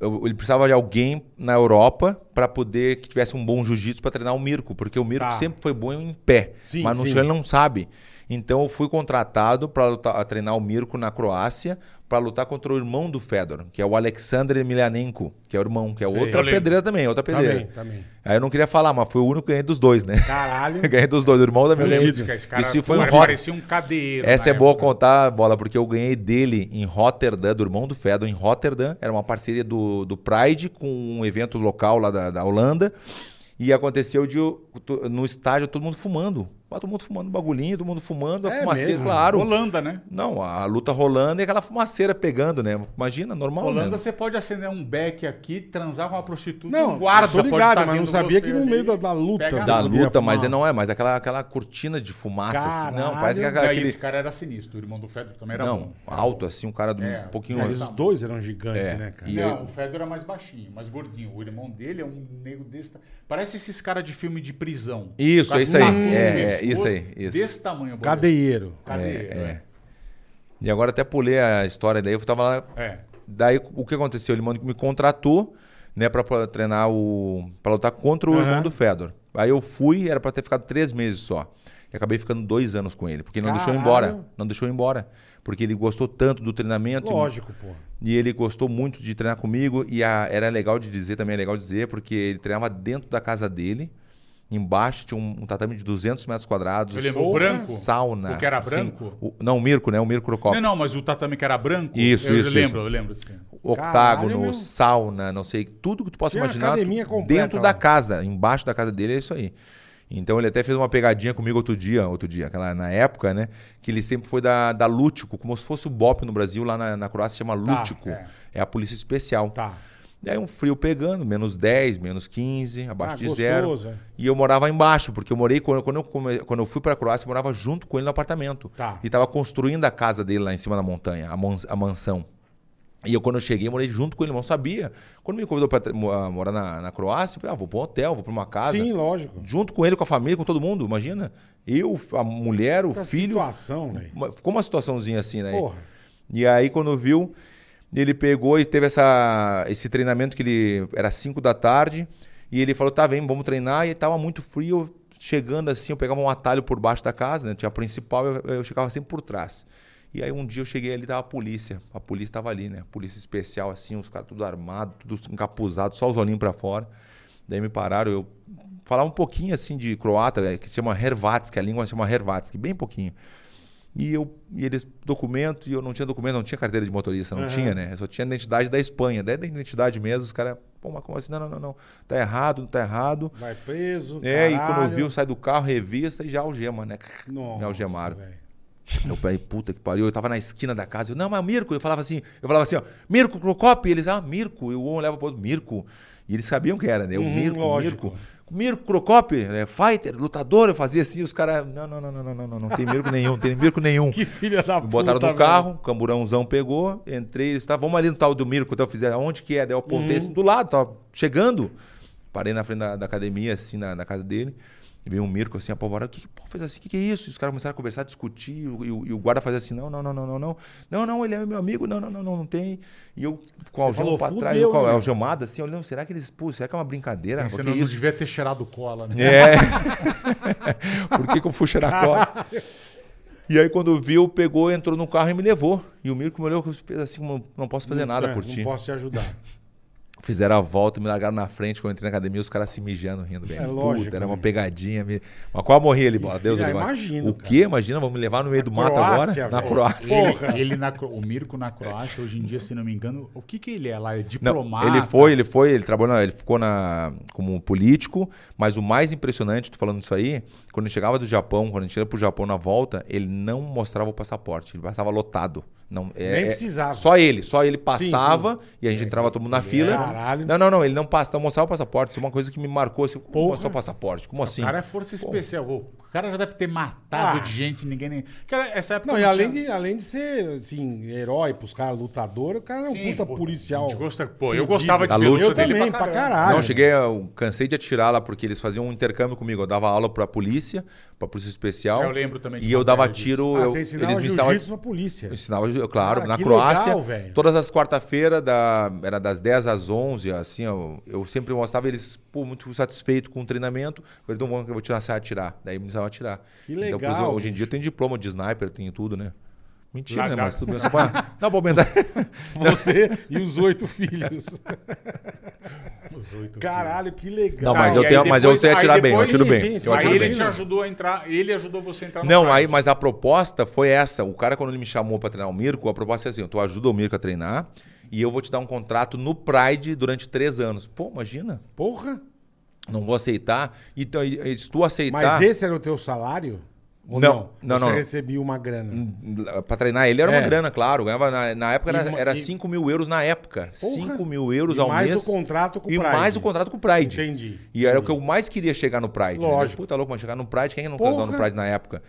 Speaker 3: eu- ele precisava de alguém na Europa pra poder que tivesse um bom jiu-jitsu pra treinar o Mirko, porque o Mirko
Speaker 1: Tá.
Speaker 3: sempre foi bom em pé,
Speaker 1: Sim,
Speaker 3: mas no
Speaker 1: sim.
Speaker 3: chão ele não sabe. Então eu fui contratado para treinar o Mirko na Croácia pra lutar contra o irmão do Fedor, que é o Alexander Emelianenko, que é o irmão, que é
Speaker 1: Sei,
Speaker 3: outra
Speaker 1: eu lembro.
Speaker 3: pedreira também, outra pedreira.
Speaker 1: Também, também.
Speaker 3: Aí eu não queria falar, mas foi o único que ganhei dos dois, né?
Speaker 1: Caralho.
Speaker 3: ganhei dos dois, o irmão da minha
Speaker 1: Fudido,
Speaker 3: lembro.
Speaker 2: Cara, esse cara
Speaker 3: Isso foi um
Speaker 2: cara
Speaker 3: rock.
Speaker 2: parecia um cadeiro.
Speaker 3: Essa
Speaker 2: na
Speaker 3: é boa
Speaker 2: época.
Speaker 3: contar, bola, porque eu ganhei dele em Rotterdam, do irmão do Fedor, em Rotterdam. Era uma parceria do, do Pride com um evento local lá da, da Holanda. E aconteceu de eu- to- no estádio todo mundo fumando. Ah, Todo mundo fumando bagulhinho, todo mundo fumando, a
Speaker 1: É
Speaker 3: fumaceira,
Speaker 1: mesmo?
Speaker 3: claro.
Speaker 2: Holanda, né?
Speaker 3: Não, a luta rolando e aquela fumaceira pegando, né? Imagina, normal.
Speaker 2: Holanda,
Speaker 3: né?
Speaker 2: você pode acender um beck aqui, transar com uma prostituta,
Speaker 1: Não,
Speaker 2: um guarda
Speaker 1: tô ligado,
Speaker 2: pode tá
Speaker 1: mas não
Speaker 2: vendo
Speaker 1: sabia
Speaker 2: você
Speaker 1: que no
Speaker 2: ali.
Speaker 1: meio da- da luta, né?
Speaker 2: Pega-
Speaker 1: sabe?
Speaker 3: Da
Speaker 1: Não podia
Speaker 3: luta, mas
Speaker 1: fumar.
Speaker 3: é- não é, mas aquela, aquela cortina de fumaça, assim. Não,
Speaker 1: Caralho.
Speaker 3: parece que é
Speaker 2: Não, e
Speaker 3: aquele.
Speaker 2: Esse cara era sinistro, o irmão do Fedor também era
Speaker 3: Não,
Speaker 2: bom.
Speaker 3: alto, assim, um cara do-
Speaker 2: É,
Speaker 3: um pouquinho.
Speaker 1: Mas os dois eram gigantes,
Speaker 3: É,
Speaker 1: né, cara?
Speaker 3: e-
Speaker 2: não,
Speaker 3: eu-
Speaker 2: o Fedor era mais baixinho, mais gordinho. O irmão dele é um nego desse. ta- Parece esses caras de filme de prisão.
Speaker 3: Isso,
Speaker 2: Com
Speaker 3: é
Speaker 2: as
Speaker 3: isso aí,
Speaker 2: tatuas no
Speaker 3: é, é,
Speaker 2: pescoço,
Speaker 3: isso aí, isso.
Speaker 2: Desse tamanho, boleiro.
Speaker 1: Cadeieiro.
Speaker 2: Cadeiro, é.
Speaker 3: E agora até pulei a história daí, eu tava lá.
Speaker 2: É.
Speaker 3: Daí o que aconteceu? Ele mand- me contratou, né, pra, pra treinar o. pra lutar contra o
Speaker 1: Aham.
Speaker 3: irmão do Fedor. Aí eu fui, era pra ter ficado três meses só. E acabei ficando dois anos com ele, porque ele não deixou eu
Speaker 1: Caralho.
Speaker 3: embora. Não deixou eu embora. Porque ele gostou tanto do treinamento. e-
Speaker 1: Lógico, pô.
Speaker 3: E ele gostou muito de treinar comigo. E a- era legal de dizer, também é legal dizer, porque ele treinava dentro da casa dele. Embaixo tinha um, um tatame de 200 metros quadrados.
Speaker 2: Ele levou o branco?
Speaker 3: Sauna.
Speaker 2: O que era
Speaker 3: rin-
Speaker 2: branco?
Speaker 3: o- não, o Mirko, né? O Mirko Crocop.
Speaker 2: Não, não, mas o tatame que era branco.
Speaker 3: Isso,
Speaker 2: eu
Speaker 3: isso,
Speaker 2: Eu lembro,
Speaker 3: isso.
Speaker 2: eu lembro disso.
Speaker 3: Octágono,
Speaker 1: Caralho, meu.
Speaker 3: sauna, não sei, tudo que tu possa
Speaker 1: Tinha
Speaker 3: imaginar.
Speaker 1: academia
Speaker 3: tu-
Speaker 1: completa
Speaker 3: dentro
Speaker 1: lá.
Speaker 3: da casa, embaixo da casa dele, é isso aí. Então ele até fez uma pegadinha comigo outro dia, outro dia, aquela na época, né? Que ele sempre foi da, da Lútico, como se fosse o BOP no Brasil, lá na, na Croácia chama Lútico.
Speaker 2: é.
Speaker 3: é. a polícia especial.
Speaker 1: Tá.
Speaker 3: Daí um frio pegando, menos 10, menos 15, abaixo
Speaker 1: Ah,
Speaker 3: de
Speaker 1: gostoso, é.
Speaker 3: zero. E eu morava embaixo, porque eu morei, quando quando eu, come- quando eu fui pra Croácia, eu morava junto com ele no apartamento.
Speaker 1: Tá.
Speaker 3: E tava construindo a casa dele lá em cima da montanha, a, mans- a mansão. E eu, quando eu cheguei, morei junto com ele, não sabia. Quando me convidou pra tre- mo- ah, morar na, na Croácia, eu falei, ah, vou pra um hotel, vou pra uma casa.
Speaker 1: Sim, lógico.
Speaker 3: Junto com ele, com a família, com todo mundo, imagina. Eu, a mulher, o
Speaker 1: Puta
Speaker 3: um filho.
Speaker 1: situação, velho.
Speaker 3: Uma- Ficou uma situaçãozinha assim, né?
Speaker 1: Porra.
Speaker 3: E aí, quando viu, ele pegou e teve essa, esse treinamento que ele era 5 da tarde. E ele falou: tá, vem, vamos treinar. E tava muito frio. Chegando assim, eu pegava um atalho por baixo da casa, né? Tinha a principal, eu, eu chegava sempre por trás. E aí um dia eu cheguei ali, tava a polícia. A polícia tava ali, né? polícia especial, assim, os caras tudo armado, tudo encapuzado, só os olhinhos pra fora. Daí me pararam, eu falava um pouquinho assim de croata, né, que se chama Hervatsk, a língua se chama Hervatsk, bem pouquinho. E eu e eles documento, e eu não tinha documento, não tinha carteira de motorista, não tinha, né? Só tinha identidade da Espanha. Daí da identidade mesmo, os caras, pô, mas como assim? Não, não, não, não. Tá errado, não tá errado.
Speaker 1: Vai preso.
Speaker 3: É, e
Speaker 1: caralho.
Speaker 3: quando viu, sai do carro, revista e já algema, né?
Speaker 1: Nossa,
Speaker 3: me algemaram.
Speaker 1: velho.
Speaker 3: Eu falei, puta que pariu. Eu tava na esquina da casa. Eu, não, mas Mirko. Eu falava assim, eu falava assim, ó, Mirko Crocop. Eles, ah, Mirko. Eu um olhava pro outro, Mirko. E eles sabiam que era, né? O
Speaker 1: Uhum,
Speaker 3: Mirko,
Speaker 1: lógico.
Speaker 3: Mirko. Mirko Crocop, né? fighter, lutador. Eu fazia assim, os caras, não, não, não, não, não, não, não, não tem Mirko nenhum, não tem Mirko nenhum.
Speaker 1: Que filha da
Speaker 3: Me
Speaker 1: puta.
Speaker 3: Botaram no
Speaker 1: velho.
Speaker 3: carro, o camburãozão pegou, entrei, eles estavam, vamos ali no tal do Mirko, então eu fizeram, onde que é? Daí eu apontei assim, do lado, tava chegando. Parei na frente da, da academia, assim, na, na casa dele, e veio um Mirko assim, apavorado, o que que porra, fez assim, o que que é isso? E os caras começaram a conversar, discutir, e o, e o- e o guarda fazia assim, não, não, não, não, não, não, não, não, ele é meu amigo, não, não, não, não, não tem. E eu com a
Speaker 1: Você falou,
Speaker 3: algema pra trás,
Speaker 1: "Fudeu,
Speaker 3: eu com a
Speaker 1: né?"
Speaker 3: algemada assim, olhando, será que eles, pô, será que é uma brincadeira? Pô,
Speaker 2: Você
Speaker 3: que
Speaker 2: não, não
Speaker 3: isso?
Speaker 2: devia ter cheirado cola, né?
Speaker 3: É. Por que, que eu fui cheirar cola? E aí, quando viu, pegou, entrou no carro e me levou. E o Mirko me olhou e fez assim: não, não posso fazer nada
Speaker 1: É,
Speaker 3: por
Speaker 1: não
Speaker 3: ti.
Speaker 1: posso te ajudar.
Speaker 3: Fizeram a volta, me largaram na frente. Quando eu entrei na academia, os caras se mijando, rindo. Bem.
Speaker 1: É lógico,
Speaker 3: Era uma
Speaker 1: né?
Speaker 3: pegadinha. Me... Mas qual morri ali, bola? Deus
Speaker 1: filha,
Speaker 3: ali, bola.
Speaker 1: imagino,
Speaker 3: O quê? Imagina, vamos me levar no meio do mato
Speaker 1: Croácia,
Speaker 3: agora? Na
Speaker 1: velho.
Speaker 3: Croácia.
Speaker 1: Porra.
Speaker 2: Ele, ele na, Cro- o Mirko na Croácia, hoje em dia, se não me engano, o que que ele é lá? É
Speaker 3: Não,
Speaker 2: diplomata?
Speaker 3: ele foi, ele foi, ele trabalhou, na- ele ficou na, como político, mas o mais impressionante, tô falando isso aí, quando ele chegava do Japão, quando a gente ia pro Japão na volta, ele não mostrava o passaporte, ele passava lotado. Não, é-
Speaker 1: Nem
Speaker 3: é-
Speaker 1: precisava.
Speaker 3: Só ele, só ele passava e
Speaker 2: É,
Speaker 3: a gente entrava todo mundo na fila.
Speaker 1: Caralho.
Speaker 3: Não, não, não, ele não passa, não mostrava o passaporte, isso é uma coisa que me marcou, assim, como
Speaker 1: Porra.
Speaker 3: mostrar o passaporte, como assim?
Speaker 2: O cara é força especial. O cara já deve ter matado
Speaker 1: Ah.
Speaker 2: de gente, ninguém nem. Cara, essa época
Speaker 1: Não, e
Speaker 2: tinha-
Speaker 1: além de, além de ser, assim, herói pros caras, lutador, o cara é um
Speaker 2: Sim,
Speaker 1: puta
Speaker 2: pô,
Speaker 1: policial.
Speaker 2: a gente gosta- pô,
Speaker 1: Fudido. Tá
Speaker 2: eu gostava de
Speaker 3: Da
Speaker 2: ver
Speaker 3: luta
Speaker 1: Eu
Speaker 2: luta dele
Speaker 1: também, pra caralho.
Speaker 2: é
Speaker 3: Não, eu cheguei, eu cansei de atirar lá porque eles faziam um intercâmbio comigo. Eu dava aula pra polícia, pra polícia especial.
Speaker 2: Eu lembro também de
Speaker 3: E eu
Speaker 2: uma
Speaker 3: dava
Speaker 2: matéria disso.
Speaker 3: tiro,
Speaker 1: Ah,
Speaker 3: eu,
Speaker 1: você
Speaker 3: eles
Speaker 1: ensinava
Speaker 3: me
Speaker 1: jiu-jitsu
Speaker 3: ensinavam
Speaker 1: na polícia.
Speaker 3: eu ensinava, eu- claro,
Speaker 1: Cara,
Speaker 3: na
Speaker 1: Ah, que
Speaker 3: Croácia.
Speaker 1: legal, velho.
Speaker 3: todas as quarta-feiras, da- era das 10 às 11, assim, ó, eu sempre mostrava eles, pô, muito satisfeitos com o treinamento. Eu falei, então vamos que eu vou tirar, sabe atirar. Daí me ensinavam a atirar.
Speaker 1: Que
Speaker 3: Então, por
Speaker 1: legal,
Speaker 3: exemplo, hoje em
Speaker 1: bicho.
Speaker 3: dia eu tenho diploma de sniper, tenho tudo, né? Mentira, né?
Speaker 1: Lagar-
Speaker 3: Mas tudo bem. Só pra... Não, vou aumentar.
Speaker 1: Você e os oito filhos.
Speaker 2: Os oito
Speaker 1: Caralho, que legal.
Speaker 3: Não, mas
Speaker 2: Não,
Speaker 3: eu,
Speaker 2: e aí
Speaker 3: tenho, mas eu
Speaker 2: depois-
Speaker 3: sei
Speaker 2: aí
Speaker 3: atirar bem, eu
Speaker 2: depois-
Speaker 3: atiro
Speaker 1: sim,
Speaker 3: bem.
Speaker 1: sim, sim.
Speaker 3: eu
Speaker 2: Aí
Speaker 3: atiro
Speaker 2: ele
Speaker 3: bem.
Speaker 2: te ajudou a entrar, ele ajudou você a entrar no
Speaker 3: Não,
Speaker 2: kart.
Speaker 3: aí, mas a proposta foi essa. O cara, quando ele me chamou pra treinar o Mirko, a proposta é assim: tu ajuda o Mirko a treinar e eu vou te dar um contrato no Pride durante três anos. Pô, imagina.
Speaker 1: Porra.
Speaker 3: Não vou aceitar. Então, e- e se tu aceitar.
Speaker 1: Mas esse era o teu salário? Ou
Speaker 3: Não, não,
Speaker 1: Você
Speaker 3: não.
Speaker 1: recebia uma grana.
Speaker 3: Pra treinar ele era
Speaker 1: É.
Speaker 3: uma grana, claro. Ganhava na, na época
Speaker 1: E uma-
Speaker 3: era, era
Speaker 1: e-
Speaker 3: 5 mil euros na época.
Speaker 1: Porra.
Speaker 3: 5 mil euros
Speaker 1: E
Speaker 3: ao
Speaker 1: mais
Speaker 3: mês.
Speaker 1: o contrato com o
Speaker 3: E
Speaker 1: Pride.
Speaker 3: mais o contrato com o Pride.
Speaker 1: Entendi.
Speaker 3: E era o que eu mais queria chegar no Pride. né?
Speaker 1: Lógico.
Speaker 3: Puta louco, mas chegar no Pride, quem é que não
Speaker 1: Porra.
Speaker 3: quer no Pride na época?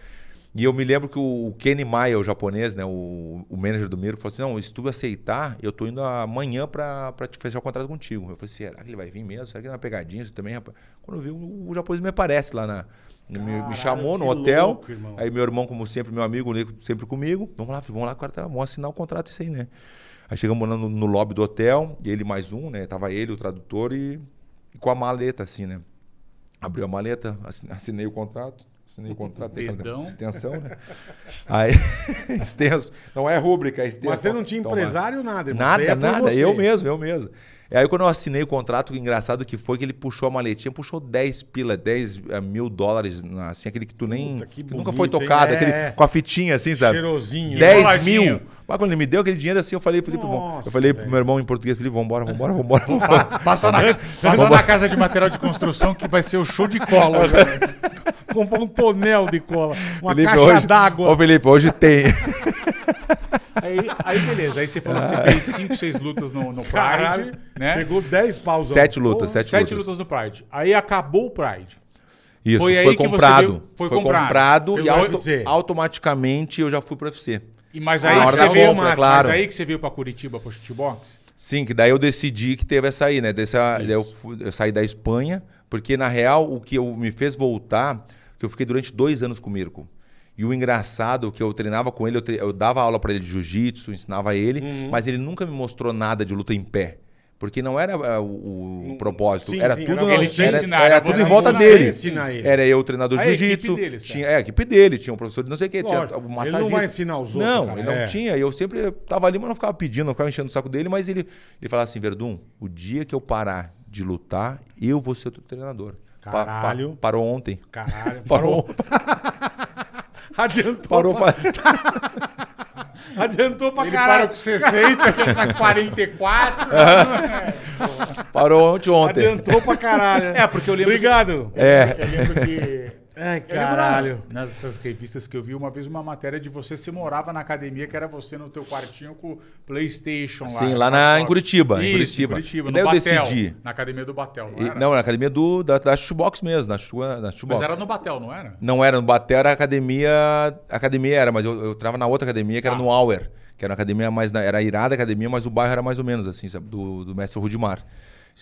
Speaker 3: E eu me lembro que o o Kenny Maia, o japonês, né, o, o manager do Miro, falou assim: não, se tu aceitar, eu tô indo amanhã pra, pra te fechar o contrato contigo. Eu falei: assim, será que ele vai vir mesmo? Será que ele é uma pegadinha? Isso também, rapaz. Quando eu vi, o, o japonês me aparece lá na. me-
Speaker 1: Caralho,
Speaker 3: me chamou no
Speaker 1: que
Speaker 3: hotel.
Speaker 1: louco, irmão.
Speaker 3: aí meu irmão, como sempre, meu amigo, né, sempre comigo. Vamos lá, filho, vamos lá, cara, tá, vamos assinar o contrato, isso aí, né? Aí chegamos lá no, no lobby do hotel, e ele mais um, né? Tava ele, o tradutor, e, e com a maleta, assim, né? Abriu a maleta, assin- assinei o contrato. Assinei o contrato, tem aquela
Speaker 2: Dedão.
Speaker 3: extensão, né? Aí, extenso. Não é rúbrica, é extenso.
Speaker 1: Mas você não tinha
Speaker 3: Toma.
Speaker 1: empresário, nada, irmão.
Speaker 3: Nada,
Speaker 1: Você ia por
Speaker 3: nada.
Speaker 1: você.
Speaker 3: Eu mesmo, eu mesmo. E aí quando eu assinei o contrato, o engraçado que foi que ele puxou a maletinha, puxou 10 pila, 10 eh, mil dólares, na- assim, aquele que tu nem...
Speaker 1: Puta, que
Speaker 3: que nunca foi
Speaker 1: bonito, hein?
Speaker 3: tocado,
Speaker 1: É,
Speaker 3: aquele
Speaker 1: é.
Speaker 3: com a fitinha assim, sabe?
Speaker 1: Cheirosinho.
Speaker 3: 10
Speaker 2: Emboladinho.
Speaker 3: mil. Mas quando ele me deu aquele dinheiro assim, eu falei, Felipe, irmão,
Speaker 1: Nossa,
Speaker 3: eu falei pro
Speaker 1: velho.
Speaker 3: meu irmão em português, Felipe, vambora, vambora, vambora, vambora.
Speaker 2: Passa na, passa na casa de material de construção que vai ser o show de cola. né? cara.
Speaker 1: Comprou um tonel de cola. Uma
Speaker 3: Felipe,
Speaker 1: caixa
Speaker 3: hoje-
Speaker 1: d'água.
Speaker 3: Ô, Felipe, hoje tem.
Speaker 2: aí, aí beleza, aí você falou que você fez 5, 6 lutas no, no Pride,
Speaker 1: Caralho,
Speaker 2: né?
Speaker 1: Pegou 10 paus.
Speaker 3: Sete lutas, sete,
Speaker 2: Sete lutas
Speaker 3: lutas.
Speaker 2: no Pride. Aí acabou o Pride.
Speaker 3: Isso,
Speaker 2: Foi
Speaker 3: foi,
Speaker 2: aí que você
Speaker 3: comprado.
Speaker 2: veio- foi
Speaker 3: foi,
Speaker 2: comprado.
Speaker 3: comprado.
Speaker 1: Pelo
Speaker 3: e auto-
Speaker 1: UFC.
Speaker 3: automaticamente eu já fui pro UFC.
Speaker 2: E mas
Speaker 3: Na
Speaker 2: aí, que
Speaker 3: hora
Speaker 2: você
Speaker 3: da
Speaker 2: veio,
Speaker 3: compra,
Speaker 2: mas
Speaker 3: claro.
Speaker 2: aí que você veio pra Curitiba pro shootbox?
Speaker 3: Sim, que daí eu decidi que teve essa aí, né? Dessa, daí eu, fui- eu saí da Espanha, porque na real o que eu, me fez voltar, que eu fiquei durante dois anos com o Mirko. E o engraçado é que eu treinava com ele, eu, tre- eu dava aula pra ele de jiu-jitsu, ensinava ele,
Speaker 1: Uhum.
Speaker 3: mas ele nunca me mostrou nada de luta em pé. Porque não era ah, o, o propósito,
Speaker 1: Hum, sim,
Speaker 3: era
Speaker 1: sim,
Speaker 3: tudo,
Speaker 1: era
Speaker 3: era,
Speaker 1: você
Speaker 2: ensinar,
Speaker 3: era
Speaker 2: era
Speaker 3: tudo
Speaker 2: você
Speaker 3: em volta
Speaker 1: ensinar,
Speaker 3: dele.
Speaker 1: ensinar ele. Ah,
Speaker 3: Era eu, o treinador
Speaker 2: A
Speaker 3: de
Speaker 2: equipe
Speaker 3: jiu-jitsu.
Speaker 2: dele, certo.
Speaker 3: Tinha, é, a equipe dele, tinha um professor de não sei o quê,
Speaker 1: Lógico,
Speaker 3: tinha
Speaker 1: ele
Speaker 3: um
Speaker 1: não
Speaker 3: massagista.
Speaker 1: vai ensinar os outros,
Speaker 3: Não,
Speaker 1: cara,
Speaker 3: ele não
Speaker 1: é.
Speaker 3: tinha tinha, eu sempre tava ali, mas não ficava pedindo, não ficava enchendo o saco dele, mas ele, ele falava assim, Verdun, o dia que eu parar de lutar, eu vou ser o teu treinador. Pa- pa-
Speaker 1: Caralho.
Speaker 3: parou ontem.
Speaker 1: Caralho,
Speaker 3: Parou.
Speaker 1: parou. Adiantou.
Speaker 3: Parou.
Speaker 1: pra,
Speaker 3: pa-
Speaker 1: adiantou pra
Speaker 2: Ele parou
Speaker 1: caralho.
Speaker 2: com 60, já tá com 44.
Speaker 3: É. parou ontem ontem.
Speaker 1: Adiantou pra caralho.
Speaker 2: É, porque eu lembro que-
Speaker 1: Obrigado.
Speaker 3: É.
Speaker 2: Eu lembro que...
Speaker 1: Ai,
Speaker 2: Eu lembro
Speaker 1: caralho.
Speaker 2: na- Nessas revistas que eu vi, uma vez uma matéria de você se morava na academia, que era você no teu quartinho com o Playstation lá. né?
Speaker 3: Sim, lá na- em Curitiba, em
Speaker 2: Isso,
Speaker 3: Curitiba.
Speaker 2: Curitiba,
Speaker 3: E
Speaker 2: no
Speaker 3: daí eu
Speaker 2: Batel.
Speaker 3: decidi.
Speaker 2: Na academia do Batel, não
Speaker 3: E-
Speaker 2: era?
Speaker 3: não, na academia do, da, da Shoebox mesmo, na, Shoe- na
Speaker 2: Mas
Speaker 3: Shoebox.
Speaker 2: era no Batel, não era?
Speaker 3: Não era no Batel, era academia. Academia era, mas eu, eu trava na outra academia que era
Speaker 2: Tá.
Speaker 3: no Auer, que era uma academia mais. na- Era a irada academia, mas o bairro era mais ou menos assim, sabe? Do, do mestre Rudimar.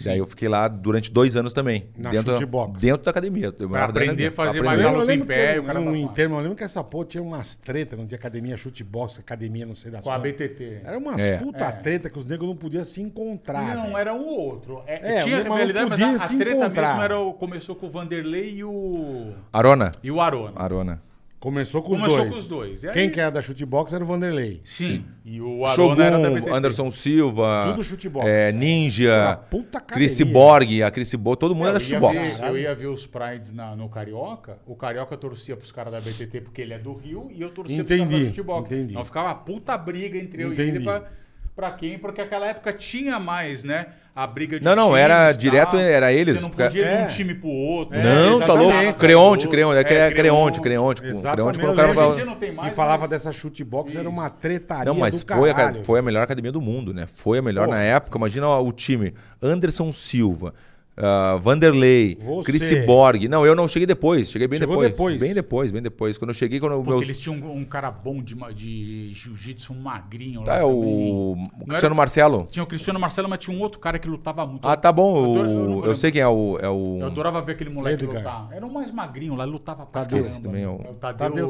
Speaker 3: Daí eu fiquei lá durante dois anos também.
Speaker 1: Na
Speaker 3: dentro,
Speaker 1: chutebox.
Speaker 3: dentro da academia. Eu morava dentro
Speaker 2: aprender
Speaker 3: da
Speaker 2: a
Speaker 3: academia, pra
Speaker 2: fazer
Speaker 3: aprender.
Speaker 2: mais
Speaker 1: Eu
Speaker 2: aula. luta
Speaker 1: lembro,
Speaker 2: em
Speaker 1: que
Speaker 2: pé,
Speaker 1: eu-
Speaker 2: o cara
Speaker 1: um
Speaker 2: vai lá.
Speaker 1: interno, eu lembro que essa porra tinha umas tretas, não tinha academia chute box, academia não sei das
Speaker 2: Com a
Speaker 1: quantas.
Speaker 2: BTT.
Speaker 1: Era umas
Speaker 3: É.
Speaker 1: puta treta que os negros não podiam se encontrar.
Speaker 2: não,
Speaker 1: velho.
Speaker 2: era um ou outro.
Speaker 1: É,
Speaker 2: É, tinha
Speaker 1: mas não
Speaker 2: rivalidade, mas
Speaker 1: podia
Speaker 2: a, a
Speaker 1: se
Speaker 2: treta
Speaker 1: encontrar.
Speaker 2: mesmo era o, começou com o Vanderlei e o,
Speaker 3: Arona.
Speaker 2: e o Arona.
Speaker 3: Arona.
Speaker 1: Começou com os
Speaker 2: Começou
Speaker 1: dois.
Speaker 2: com os dois. E aí-
Speaker 1: Quem que era da chutebox era o Vanderlei.
Speaker 2: Sim. E o Arona era da
Speaker 3: Shogun,
Speaker 2: PTT.
Speaker 3: Anderson Silva,
Speaker 1: Tudo chutebox.
Speaker 3: é,
Speaker 1: Uma
Speaker 3: Ninja,
Speaker 1: puta academia.
Speaker 3: Chris Borg, a Chris Borg, todo mundo
Speaker 2: Eu
Speaker 3: era
Speaker 2: ia
Speaker 3: chutebox.
Speaker 2: ver- Eu ia ver os prides na- no Carioca, o Carioca torcia pros caras da BTT porque ele é do Rio e eu torcia pros caras
Speaker 1: Entendi,
Speaker 2: da Chutebox.
Speaker 1: entendi.
Speaker 2: Então ficava uma puta briga entre eu e
Speaker 1: Entendi.
Speaker 2: ele pra, pra quem, porque aquela época tinha mais, né? A briga de
Speaker 3: Não, não, era
Speaker 2: times,
Speaker 3: direto,
Speaker 2: tal.
Speaker 3: era eles,
Speaker 2: Você não
Speaker 3: porque-
Speaker 2: podia ir de
Speaker 1: É.
Speaker 2: um time pro outro.
Speaker 1: É,
Speaker 3: não, tá
Speaker 1: exatamente.
Speaker 3: louco.
Speaker 1: Tá
Speaker 3: Creonte,
Speaker 2: louco.
Speaker 3: Creonte, é, que
Speaker 2: É,
Speaker 3: é Creonte,
Speaker 2: Creonte.
Speaker 3: Creonte. com- Creonte
Speaker 1: Exatamente.
Speaker 3: quando o cara
Speaker 1: Hoje em
Speaker 3: falava-
Speaker 2: dia não tem mais,
Speaker 1: E falava
Speaker 2: mas-
Speaker 1: dessa chutebox, era uma tretaria
Speaker 3: Não, mas
Speaker 1: do
Speaker 3: foi, a,
Speaker 1: caralho.
Speaker 3: foi a melhor academia do mundo, né? Foi a melhor
Speaker 1: Pô.
Speaker 3: na época. Imagina ó, o time. Anderson Silva, ah, Vanderlei,
Speaker 1: Você.
Speaker 3: Chris Borg. Não, eu não cheguei depois. Cheguei bem
Speaker 1: Chegou
Speaker 3: depois.
Speaker 1: depois.
Speaker 3: Bem depois, bem depois. Quando eu cheguei, quando eu...
Speaker 2: Porque
Speaker 3: meus-
Speaker 2: eles tinham um, um cara bom de, ma- de jiu-jitsu, um magrinho lá
Speaker 3: Ah, é
Speaker 2: também.
Speaker 3: o
Speaker 2: Não
Speaker 3: Cristiano
Speaker 2: era-
Speaker 3: Marcelo.
Speaker 2: Tinha o Cristiano Marcelo, mas tinha um outro cara que lutava muito.
Speaker 3: Ah, tá bom. o-
Speaker 2: Adoro- eu não vou
Speaker 3: eu,
Speaker 2: lembrar.
Speaker 3: sei quem é o... É o...
Speaker 2: Eu adorava ver aquele moleque
Speaker 1: Edgar.
Speaker 2: lutar. Era um mais magrinho lá, ele lutava pra
Speaker 1: Tadeu.
Speaker 2: caramba.
Speaker 3: Também é o-
Speaker 2: o Tadeu,
Speaker 1: Tadeu,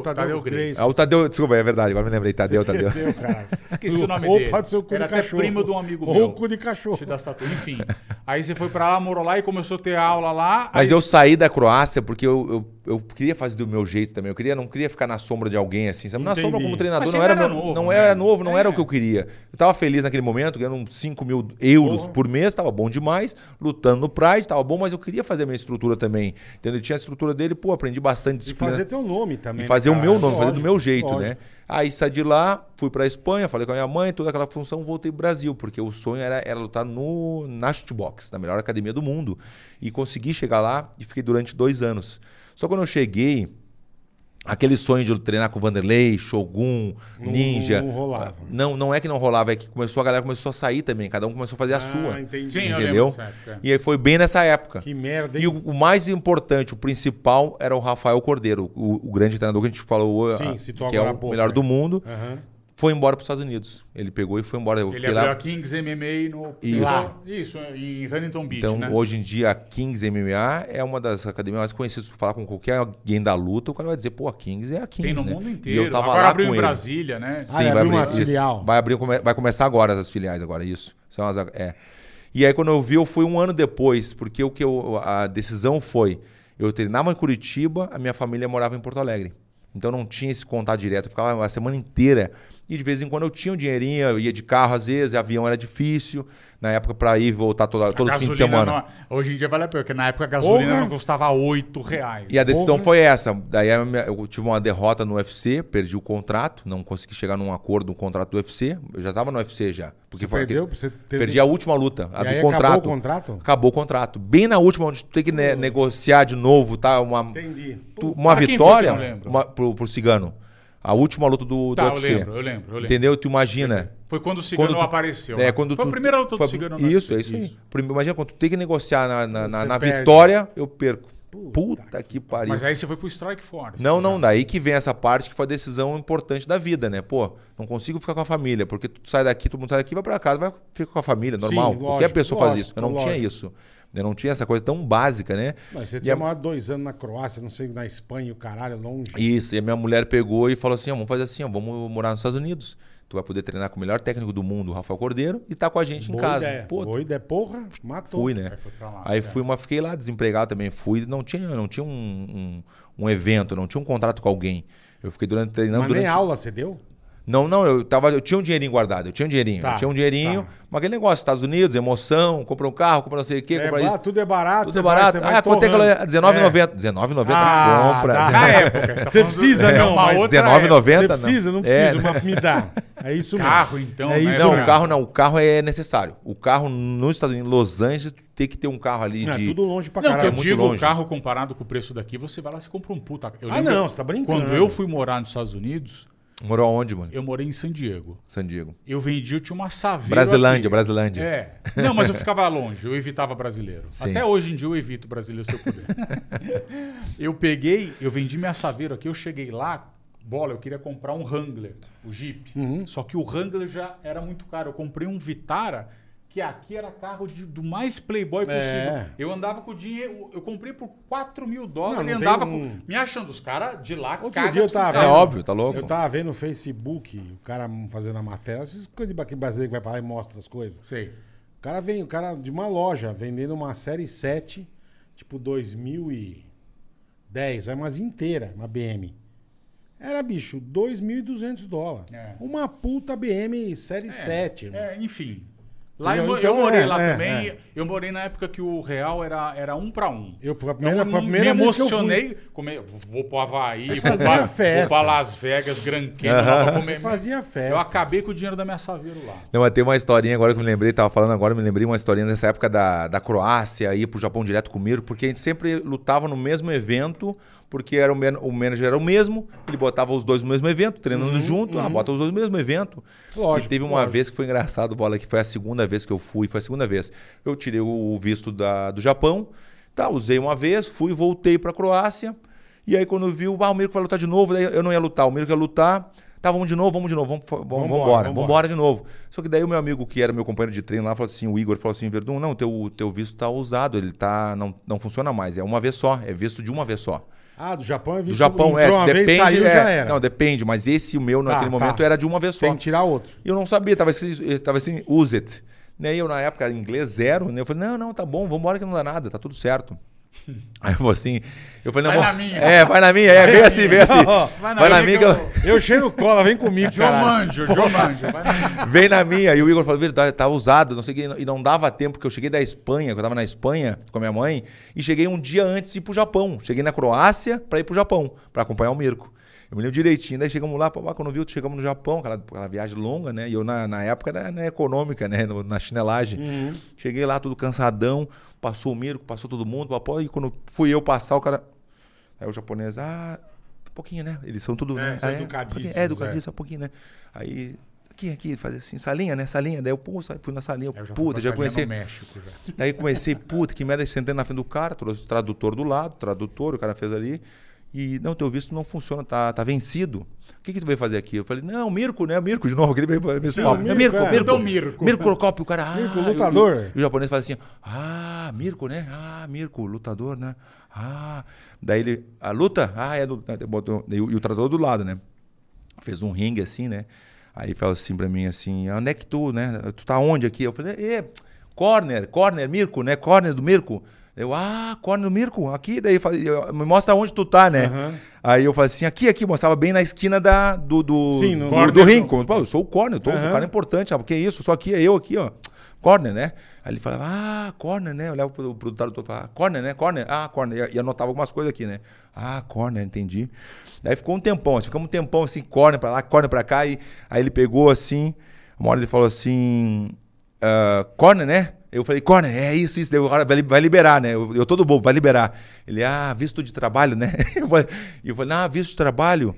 Speaker 2: Tadeu,
Speaker 1: Tadeu Grace.
Speaker 3: Ah, o Tadeu... Desculpa, é verdade. Agora me lembrei. Tadeu, Tadeu.
Speaker 1: Esqueceu, cara.
Speaker 2: Esqueci o nome
Speaker 1: Ou
Speaker 2: dele.
Speaker 1: pode ser o cu
Speaker 2: Era
Speaker 1: de
Speaker 2: até
Speaker 1: cachorro.
Speaker 2: primo de um amigo
Speaker 1: Ou
Speaker 2: meu.
Speaker 1: o cu de cachorro.
Speaker 2: Te dá estatua. Enfim. Aí você foi pra lá, morou lá e começou a ter aula lá.
Speaker 3: Mas
Speaker 2: aí...
Speaker 3: eu saí da Croácia porque eu, eu, eu queria fazer do meu jeito também. Eu queria, não queria ficar na sombra de alguém assim. Sabe? Na
Speaker 1: Entendi.
Speaker 3: sombra como treinador
Speaker 2: Mas
Speaker 3: não
Speaker 2: você
Speaker 3: era,
Speaker 2: ainda
Speaker 3: meu-
Speaker 2: era novo,
Speaker 3: não
Speaker 2: né?
Speaker 3: era novo, não era
Speaker 2: É.
Speaker 3: o que eu queria. Eu tava feliz naquele momento, ganhando uns 5 mil euros por mês, tava bom demais. Lutando no Pride, tava bom, mas eu queria fazer a minha estrutura também. Entendeu? Eu tinha a estrutura dele, pô, aprendi bastante
Speaker 1: E
Speaker 3: disciplina.
Speaker 1: fazer teu nome também.
Speaker 3: E fazer
Speaker 1: né,
Speaker 3: o
Speaker 1: cara?
Speaker 3: meu nome, fazer do
Speaker 1: Lógico,
Speaker 3: meu jeito,
Speaker 1: lógico.
Speaker 3: né? Aí saí de lá, fui pra Espanha, falei com a minha mãe, toda aquela função, voltei pro Brasil, porque o sonho era, era lutar no, na shootbox, na melhor academia do mundo. E consegui chegar lá e fiquei durante dois anos. Só quando eu cheguei, aquele sonho de treinar com Vanderlei, Shogun,
Speaker 1: Não-
Speaker 3: Ninja.
Speaker 1: não rolava.
Speaker 3: Não, não é que não rolava, é que começou, a galera começou a sair também, cada um começou a fazer a sua.
Speaker 1: Ah, entendi.
Speaker 2: Sim, eu lembro
Speaker 3: Entendeu?
Speaker 2: dessa época.
Speaker 3: E aí foi bem nessa época.
Speaker 1: Que merda, hein?
Speaker 3: E o, o mais importante, o principal, era o Rafael Cordeiro, o, o grande treinador que a gente falou,
Speaker 1: Sim,
Speaker 3: ah,
Speaker 1: citou
Speaker 3: que é
Speaker 1: agora
Speaker 3: o
Speaker 1: há pouco,
Speaker 3: melhor
Speaker 1: né?
Speaker 3: do mundo,
Speaker 1: Aham.
Speaker 3: foi embora para os Estados Unidos. Ele pegou e foi embora. Eu
Speaker 2: Ele
Speaker 3: fiquei
Speaker 2: abriu
Speaker 3: lá.
Speaker 2: a Kings MMA no...
Speaker 3: Isso.
Speaker 2: lá. Isso, em Huntington Beach,
Speaker 3: Então,
Speaker 2: né?
Speaker 3: hoje em dia, a Kings MMA é uma das academias mais conhecidas. Se tu falar com qualquer alguém da luta, o cara vai dizer, pô, a Kings é a Kings,
Speaker 2: Tem no
Speaker 3: né?
Speaker 2: mundo
Speaker 3: E
Speaker 2: inteiro.
Speaker 3: eu tava
Speaker 2: Agora
Speaker 3: lá
Speaker 2: abriu
Speaker 3: com
Speaker 2: em
Speaker 3: ele.
Speaker 2: Brasília, né?
Speaker 3: Sim,
Speaker 1: ele
Speaker 3: vai
Speaker 1: abriu
Speaker 3: abrir
Speaker 1: uma
Speaker 3: isso.
Speaker 1: filial.
Speaker 3: Vai abrir, come- vai começar agora as filiais agora, isso. São as, é. E aí quando eu vi, eu fui um ano depois, porque o que eu, a decisão foi, eu treinava em Curitiba, a minha família morava em Porto Alegre. Então não tinha esse contato direto, eu ficava a semana inteira. E de vez em quando eu tinha um dinheirinho, eu ia de carro às vezes, avião era difícil, na época para ir e voltar toda, todo fim de
Speaker 2: Gasolina
Speaker 3: semana.
Speaker 2: não- é- Hoje em dia vale a pena, porque na época a gasolina
Speaker 1: Porra.
Speaker 2: não custava 8 reais.
Speaker 3: E a decisão
Speaker 1: Porra.
Speaker 3: foi essa. Daí a minha- eu tive uma derrota no UFC, perdi o contrato, não consegui chegar num acordo, um contrato do UFC. Eu já tava no UFC já. Porque
Speaker 1: Você perdeu?
Speaker 3: aquele-
Speaker 1: Você teve- um
Speaker 3: Perdi a última luta, a
Speaker 1: E
Speaker 3: do
Speaker 1: aí acabou
Speaker 3: contrato.
Speaker 1: o contrato?
Speaker 3: Acabou o contrato. Bem na última, onde tu tem que ne- negociar de novo, tá? Uma,
Speaker 1: Entendi.
Speaker 3: tu- uma
Speaker 2: Pra Ah, quem
Speaker 3: vitória
Speaker 2: foi que eu lembro?
Speaker 3: uma, pro, pro Cigano. A última luta do,
Speaker 2: Tá,
Speaker 3: do
Speaker 2: eu
Speaker 3: UFC.
Speaker 2: lembro, eu lembro, eu lembro.
Speaker 3: Entendeu? Tu imagina.
Speaker 2: Foi quando o Cigano
Speaker 3: Quando tu-
Speaker 2: apareceu.
Speaker 3: É,
Speaker 2: né?
Speaker 3: quando
Speaker 2: foi
Speaker 3: tu,
Speaker 2: a primeira luta
Speaker 3: foi
Speaker 2: do
Speaker 3: a-
Speaker 2: Cigano. né?
Speaker 3: Isso, é isso, aí. Prime- Imagina, quando tu tem que negociar na, na, na-
Speaker 1: Você
Speaker 3: na
Speaker 1: perde.
Speaker 3: vitória, eu perco. Puta, que pariu.
Speaker 2: Mas aí você foi pro Strike Force.
Speaker 3: Não, não, daí que vem essa parte que foi a decisão importante da vida, né? Pô, não consigo ficar com a família, porque tu sai daqui, todo mundo sai daqui, vai pra casa, vai ficar com a família, normal.
Speaker 1: lógico,
Speaker 3: Qualquer pessoa faz
Speaker 1: lógico,
Speaker 3: isso. Eu não
Speaker 1: lógico.
Speaker 3: tinha isso. Eu não tinha essa coisa tão básica, né?
Speaker 1: Mas
Speaker 3: E
Speaker 1: você tinha
Speaker 3: a-
Speaker 1: morado dois anos na Croácia, não sei, na Espanha, o caralho, longe.
Speaker 3: Isso, e a minha mulher pegou e falou assim: ó, vamos fazer assim, ó, vamos morar nos Estados Unidos. Tu vai poder treinar com o melhor técnico do mundo, o Rafael Cordeiro, e tá com a gente em casa.
Speaker 1: Ideia.
Speaker 3: Pô,
Speaker 1: Boa ideia, porra, matou.
Speaker 3: fui, né?
Speaker 2: Aí foi pra lá,
Speaker 3: Aí
Speaker 2: certo.
Speaker 3: fui, mas fiquei lá desempregado também. Fui, não tinha, não tinha um, um, um evento, não tinha um contrato com alguém. Eu fiquei durante treinando
Speaker 1: Mas
Speaker 3: durante
Speaker 1: nem aula você deu?
Speaker 3: Não, não, eu, tava, eu tinha um dinheirinho guardado, eu tinha um dinheirinho.
Speaker 1: Tá,
Speaker 3: eu tinha um dinheirinho,
Speaker 1: tá.
Speaker 3: mas aquele negócio, Estados Unidos, emoção, compra um carro, compra não sei o quê,
Speaker 1: É,
Speaker 3: compra
Speaker 1: ba-
Speaker 3: isso.
Speaker 1: Tudo é barato.
Speaker 3: Tudo
Speaker 1: você
Speaker 3: é
Speaker 1: vai-
Speaker 3: barato.
Speaker 1: você vai
Speaker 3: ah, quanto é que ela é?
Speaker 1: torrando.
Speaker 3: R$19,90. R$19,90
Speaker 1: Ah,
Speaker 3: compra.
Speaker 1: tá.
Speaker 2: Na época. tá
Speaker 1: Você
Speaker 2: falando-
Speaker 1: precisa,
Speaker 2: É,
Speaker 1: não,
Speaker 2: uma
Speaker 1: mas
Speaker 2: outra época.
Speaker 3: 19,90
Speaker 1: Você
Speaker 3: não.
Speaker 1: precisa, não
Speaker 3: É,
Speaker 1: precisa,
Speaker 3: né?
Speaker 1: mas me dá. É isso mesmo.
Speaker 2: Carro, então,
Speaker 1: É
Speaker 2: né?
Speaker 1: isso
Speaker 3: Não,
Speaker 1: mesmo.
Speaker 3: o carro não, o carro é necessário. O carro nos Estados Unidos, em Los Angeles, tu tem que ter um carro ali
Speaker 1: Não, é
Speaker 3: de.
Speaker 1: tudo longe pra
Speaker 2: Não, que
Speaker 1: caralho.
Speaker 2: eu
Speaker 3: é muito
Speaker 2: digo, o
Speaker 3: longe.
Speaker 2: carro comparado com o preço daqui, você vai lá e você compra um puta. Eu
Speaker 1: Ah,
Speaker 2: lembro-
Speaker 1: não, você tá brincando.
Speaker 2: Quando eu fui morar nos Estados Unidos,
Speaker 3: Morou aonde, mano?
Speaker 2: eu morei em San Diego.
Speaker 3: San Diego.
Speaker 2: Eu vendi, eu tinha uma saveira.
Speaker 3: Brasilândia,
Speaker 2: aqui.
Speaker 3: Brasilândia.
Speaker 2: É. Não, mas eu ficava longe, eu evitava brasileiro.
Speaker 3: Sim.
Speaker 2: Até hoje em dia eu evito brasileiro se eu puder. eu peguei, eu vendi minha saveira aqui, eu cheguei lá, bola, eu queria comprar um Wrangler, o Jeep.
Speaker 1: Uhum.
Speaker 2: Só que o Wrangler já era muito caro. Eu comprei um Vitara, que aqui era carro de- do mais playboy possível.
Speaker 1: É.
Speaker 2: Eu andava com dinheiro, eu comprei por 4 mil dólares
Speaker 1: Não, não
Speaker 2: e
Speaker 1: tem
Speaker 2: andava
Speaker 1: um-
Speaker 2: com. Me achando, os caras de lá
Speaker 1: Outro
Speaker 2: cagam
Speaker 1: dia eu
Speaker 2: pra esses
Speaker 1: tava
Speaker 3: É
Speaker 2: caras.
Speaker 3: óbvio, tá louco?
Speaker 1: Eu tava vendo no Facebook, o cara fazendo a matéria, essas coisas de brasileiro que vai pra lá e mostra as coisas.
Speaker 2: Sei.
Speaker 1: O cara vem, o cara de uma loja, vendendo uma série 7, tipo 2010, é mas inteira, uma BM. Era, bicho, 2.200 dólares.
Speaker 2: É.
Speaker 1: Uma puta BM Série 7. irmão.
Speaker 2: É, enfim. Lá
Speaker 1: Entendeu?
Speaker 2: eu, mo-
Speaker 1: Então,
Speaker 2: eu morei
Speaker 1: é,
Speaker 2: lá
Speaker 1: é,
Speaker 2: também.
Speaker 1: é.
Speaker 2: Eu morei na época que o real era, era um pra um.
Speaker 1: Eu, foi a primeira-
Speaker 2: Então,
Speaker 1: foi a primeira
Speaker 2: me
Speaker 1: vez que eu fui.
Speaker 2: emocionei. Come, vou pro Havaí, vou
Speaker 1: fazia
Speaker 2: pra,
Speaker 1: festa.
Speaker 2: vou pra Las Vegas, Gran Canyon. lá pra comer-
Speaker 1: Você fazia festa.
Speaker 2: Eu acabei com o dinheiro da minha Saveiro lá.
Speaker 3: Não, mas tem uma historinha agora que eu me lembrei, tava falando agora, me lembrei uma historinha dessa época da, da Croácia, ir pro Japão direto comigo, porque a gente sempre lutava no mesmo evento, porque era o, man- o manager era o mesmo, ele botava os dois no mesmo evento, treinando junto, ah, bota os dois no mesmo evento.
Speaker 1: Uhum, Lógico,
Speaker 3: e teve uma
Speaker 1: lógico.
Speaker 3: vez que foi engraçado, bola, que foi a segunda vez que eu fui, foi a segunda vez. Eu tirei o visto da, do Japão, tá, usei uma vez, fui, voltei pra Croácia, e aí quando viu, ah, o Mirko vai lutar de novo, daí eu não ia lutar, o Mirko ia lutar, tá, vamos de novo, vamos de novo, vamos, vamos, vamos
Speaker 1: Vambora,
Speaker 3: embora,
Speaker 1: vambora.
Speaker 3: vamos embora de novo. Só que daí o meu amigo, que era meu companheiro de treino lá, falou assim, o Igor falou assim, Verdun, não, teu, teu visto tá usado, ele tá, não, não funciona mais, é uma vez só, é visto de uma vez só.
Speaker 1: Ah, do Japão é
Speaker 3: Do
Speaker 1: visto.
Speaker 3: Japão,
Speaker 1: entrou
Speaker 3: é,
Speaker 1: uma
Speaker 3: depende,
Speaker 1: vez, saiu,
Speaker 3: é,
Speaker 1: já era.
Speaker 3: não, depende, mas esse o meu
Speaker 1: Tá,
Speaker 3: naquele
Speaker 1: tá.
Speaker 3: momento era de uma vez só.
Speaker 1: Tem que tirar outro.
Speaker 3: E eu não sabia, tava escrito, tava assim, use it. Né? E eu, na época, inglês zero, né? Eu falei, não, não, tá bom, vambora que não dá nada, tá tudo certo. Aí eu falei assim, eu falei, não,
Speaker 2: Vai
Speaker 3: vamos-
Speaker 2: na minha.
Speaker 3: É, vai na minha, é, vem assim, vem assim.
Speaker 2: Vai
Speaker 3: Vai
Speaker 2: na
Speaker 3: na,
Speaker 2: minha que
Speaker 3: minha, que
Speaker 2: eu
Speaker 3: eu-
Speaker 2: vou.
Speaker 1: Eu cheiro cola, vem comigo,
Speaker 2: Joe
Speaker 1: cara.
Speaker 2: Manjo, Joe Manjo. vai na-
Speaker 3: Vem na minha. E o Igor falou, verdade, tá usado, não sei o que. E não dava tempo, porque eu cheguei da Espanha, que eu tava na Espanha com a minha mãe, e cheguei um dia antes de ir pro Japão. Cheguei na Croácia pra ir pro Japão, pra acompanhar o Mirko. Eu me lembro direitinho, daí chegamos lá, pá, pá, quando viu, chegamos no Japão, aquela, aquela viagem longa, né? E eu, na, na época, era na econômica, né? No- na chinelagem. Cheguei lá, todo cansadão, passou o Mirko, passou todo mundo, papá, e quando fui eu passar, o cara. Aí o japonês, ah, um pouquinho, né? Eles são tudo.
Speaker 1: É,
Speaker 3: né?
Speaker 1: são
Speaker 3: Ah, é,
Speaker 1: educadíssimos,
Speaker 3: É, educadíssimo, só um pouquinho, né? Aí, aqui, aqui, fazer assim, salinha, né? Salinha. Daí eu, pô, sa- fui na salinha,
Speaker 2: É, Eu
Speaker 3: eu,
Speaker 2: já fui
Speaker 3: puta,
Speaker 2: pra
Speaker 3: já
Speaker 2: Salinha
Speaker 3: comecei.
Speaker 2: no México, já.
Speaker 3: Daí comecei, puta, que merda, sentei na frente do cara, trouxe o tradutor do lado, tradutor, o cara fez ali. E, não, teu visto não funciona, tá, tá vencido. O que, que tu veio fazer aqui? Eu falei, não, Mirko, né? Mirko de novo, aquele veio pra- me
Speaker 1: Mirko,
Speaker 3: sobe. Mirko, Mirko,
Speaker 1: é.
Speaker 3: Mirko,
Speaker 2: Então, Mirko.
Speaker 3: Mirko Procópio, o cara. Ah,
Speaker 1: Mirko,
Speaker 3: e o-
Speaker 1: lutador.
Speaker 3: E o japonês fala assim: ah, Mirko, né? Ah, Mirko, lutador, né? Ah. Daí ele, a luta? Ah, é do. Botou, e, o, e o tradutor do lado, né? fez um ringue assim, né? Aí falou assim pra mim assim, onde é que tu, né? Tu tá onde aqui? Eu falei, é, corner, corner, Mirko, né? Corner do Mirko. Eu, ah, corner do Mirko, aqui, daí eu falei, eu- me mostra onde tu tá, né? Aí eu falei assim, aqui, aqui, mostrava bem na esquina da, do, do,
Speaker 1: Sim, no
Speaker 3: do,
Speaker 1: corner.
Speaker 3: do ringue. Como, Pô, eu sou o corner, eu tô,
Speaker 1: Aham.
Speaker 3: o cara é importante, ah, porque é isso, só aqui é eu aqui, ó. Corner, né? Aí ele falava, ah, corner, né? Eu olhava pro, pro tradutor e falava, ah, corner, né? Corner, ah, corner. E, e anotava algumas coisas aqui, né? Ah, corner, entendi. Daí ficou um tempão, assim, ficamos um tempão assim, corner pra lá, corner pra cá. E aí ele pegou assim, uma hora ele falou assim, ah, corner, né? Eu falei, corner, é isso, isso. Daí agora vai, li- vai liberar, né? Eu, eu todo bobo, vai liberar. Ele, ah, visto de trabalho, né? Eu falei, eu falei ah, visto de trabalho.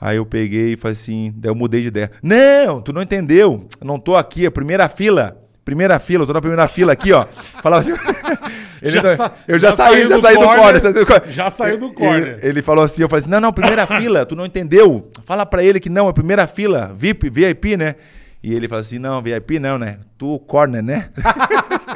Speaker 3: Aí eu peguei e falei assim, daí eu mudei de ideia. Não, tu não entendeu. Eu não tô aqui, é primeira fila. Primeira fila, eu tô na primeira fila aqui, ó. Falava assim. Ele
Speaker 1: Já
Speaker 3: não-
Speaker 1: sa-
Speaker 3: eu já,
Speaker 1: já
Speaker 3: saí,
Speaker 1: saiu
Speaker 3: já
Speaker 1: do
Speaker 3: saí do
Speaker 1: corner,
Speaker 3: corner. saí do corner.
Speaker 1: já saiu do
Speaker 3: Ele-
Speaker 1: corner.
Speaker 3: Ele, falou assim, eu falei assim, não, não, primeira fila, tu não entendeu. Fala pra ele que não, é primeira fila, VIP, VIP, né? E ele falou assim, não, VIP não, né? Tu, corner, né?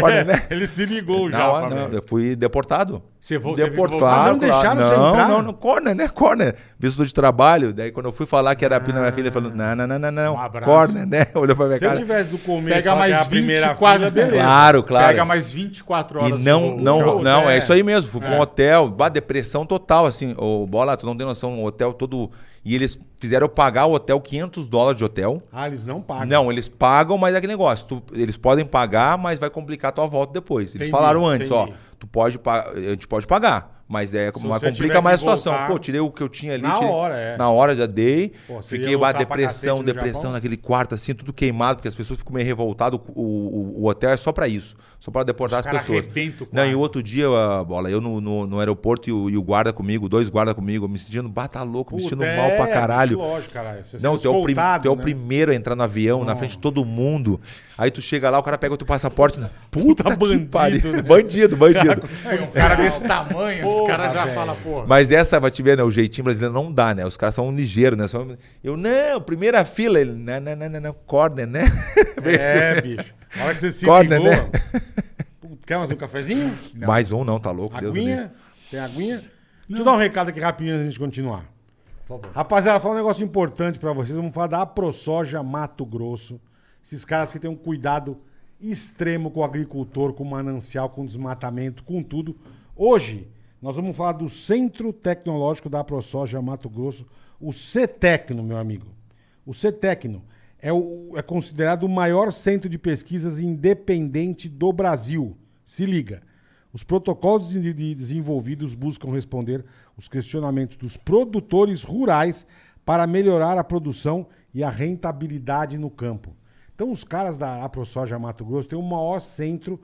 Speaker 3: corner, né?
Speaker 1: Ele se ligou já.
Speaker 3: Não, ah,
Speaker 1: pra
Speaker 3: não,
Speaker 1: mim.
Speaker 3: eu fui deportado.
Speaker 2: Você vo- teve que
Speaker 3: deportado,
Speaker 2: voltar?
Speaker 1: Ah, não
Speaker 3: claro, claro.
Speaker 1: deixaram você entrar?
Speaker 3: Não, não, não, corner, né? Corner. Visto de trabalho. Daí quando eu fui falar que era a minha filha, ele falou: "Não, não, não, não, não.
Speaker 2: Um abraço.
Speaker 3: corner, né?" Olhou pra minha
Speaker 1: Se eu
Speaker 3: cara.
Speaker 1: tivesse do começo,
Speaker 2: Pega
Speaker 1: lá,
Speaker 2: mais
Speaker 1: que é a primeira
Speaker 2: 24,
Speaker 1: fila, beleza.
Speaker 3: Claro, claro.
Speaker 2: Pega mais 24
Speaker 3: E
Speaker 2: horas.
Speaker 3: não,
Speaker 2: de-
Speaker 3: não,
Speaker 1: jogo,
Speaker 3: não,
Speaker 2: né?
Speaker 1: é.
Speaker 3: é isso aí mesmo. Fui pra um hotel, bah, depressão total, assim. Ô, bola, tu não tem noção, um hotel todo. E eles fizeram eu pagar o hotel 500 dólares de hotel.
Speaker 1: Ah, eles não pagam.
Speaker 3: Não, eles pagam, mas é aquele negócio. tu- eles podem pagar, mas vai complicar a tua volta depois. Eles
Speaker 1: Entendi,
Speaker 3: falaram antes,
Speaker 1: entendi.
Speaker 3: ó. Tu pode pagar, a gente pode pagar. Mas é como
Speaker 1: você tiver
Speaker 3: complica mais a
Speaker 1: que
Speaker 3: situação.
Speaker 1: voltar-
Speaker 3: Pô, tirei o que eu tinha ali.
Speaker 1: Na
Speaker 3: tirei-
Speaker 1: hora, é.
Speaker 3: Na hora já dei.
Speaker 1: Pô, você ia
Speaker 3: fiquei uma
Speaker 1: voltar pra
Speaker 3: depressão,
Speaker 1: cacete no Japão?
Speaker 3: depressão naquele quarto, assim, tudo queimado, porque as pessoas ficam meio revoltadas. O, o- o hotel é só pra isso. Só pra deportar
Speaker 2: Os
Speaker 3: as
Speaker 2: cara
Speaker 3: pessoas.
Speaker 2: arrebenta o
Speaker 3: Não, e
Speaker 2: quarto.
Speaker 3: o outro dia, a bola, eu no, no- no aeroporto e o, e o guarda comigo, dois guarda comigo, eu me sentindo bata louco, me sentindo
Speaker 1: Puta,
Speaker 3: mal pra
Speaker 1: é,
Speaker 3: caralho.
Speaker 1: Lógico, caralho. Você
Speaker 3: Não,
Speaker 1: sendo
Speaker 3: tu é, o prim-
Speaker 1: escoltado,
Speaker 3: tu é o
Speaker 1: né?
Speaker 3: primeiro a entrar no avião, na frente de todo mundo. Aí tu chega lá, o cara pega o teu passaporte. na- Puta, que
Speaker 1: bandido,
Speaker 3: pariu.
Speaker 1: né?
Speaker 3: Bandido, bandido.
Speaker 2: Foi um cara desse tamanho, os
Speaker 1: Porra,
Speaker 2: caras já
Speaker 1: velho.
Speaker 2: falam, pô.
Speaker 3: Mas essa, vai te ver, né? O jeitinho brasileiro não dá, né? Os caras são ligeiros, né? São- Eu, não, primeira fila. Ele, não, não, não, não, não, corner, né?
Speaker 1: É, bicho. Na hora que você se
Speaker 3: Corta,
Speaker 1: ligou...
Speaker 3: né?
Speaker 1: Puta, Quer mais um cafezinho?
Speaker 3: Mais um não, tá louco, Deus do
Speaker 1: Aguinha?
Speaker 3: livre.
Speaker 1: Tem aguinha? Deixa eu dar um recado aqui rapidinho antes de a gente continuar. Rapaziada, falar um negócio importante pra vocês. Vamos falar da AproSoja Mato Grosso. Esses caras que têm um cuidado extremo com o agricultor, com o manancial, com o desmatamento, com tudo. Hoje, Nós vamos falar do Centro Tecnológico da AproSoja Mato Grosso, o CETECNO, meu amigo. O CETECNO é, o, é considerado o maior centro de pesquisas independente do Brasil. Se liga. Os protocolos de- de- desenvolvidos buscam responder os questionamentos dos produtores rurais para melhorar a produção e a rentabilidade no campo. Então, os caras da AproSoja Mato Grosso têm o maior centro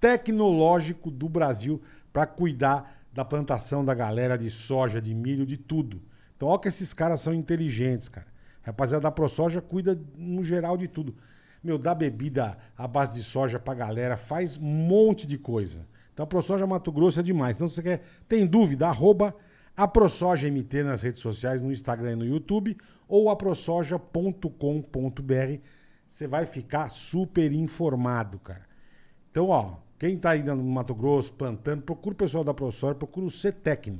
Speaker 1: tecnológico do Brasil para cuidar da plantação da galera de soja, de milho, de tudo. Então, olha que esses caras são inteligentes, cara. Rapaziada da ProSoja cuida no geral de tudo. Meu, dá bebida à base de soja pra galera, faz um monte de coisa. Então a ProSoja Mato Grosso é demais. Então se você quer, tem dúvida, arroba a ProSoja MT nas redes sociais, no Instagram e no YouTube, ou aprosoja.com.br. Você vai ficar super informado, cara. Então, ó, quem tá aí no Mato Grosso plantando, procura o pessoal da ProSoja, procura o CETECNO.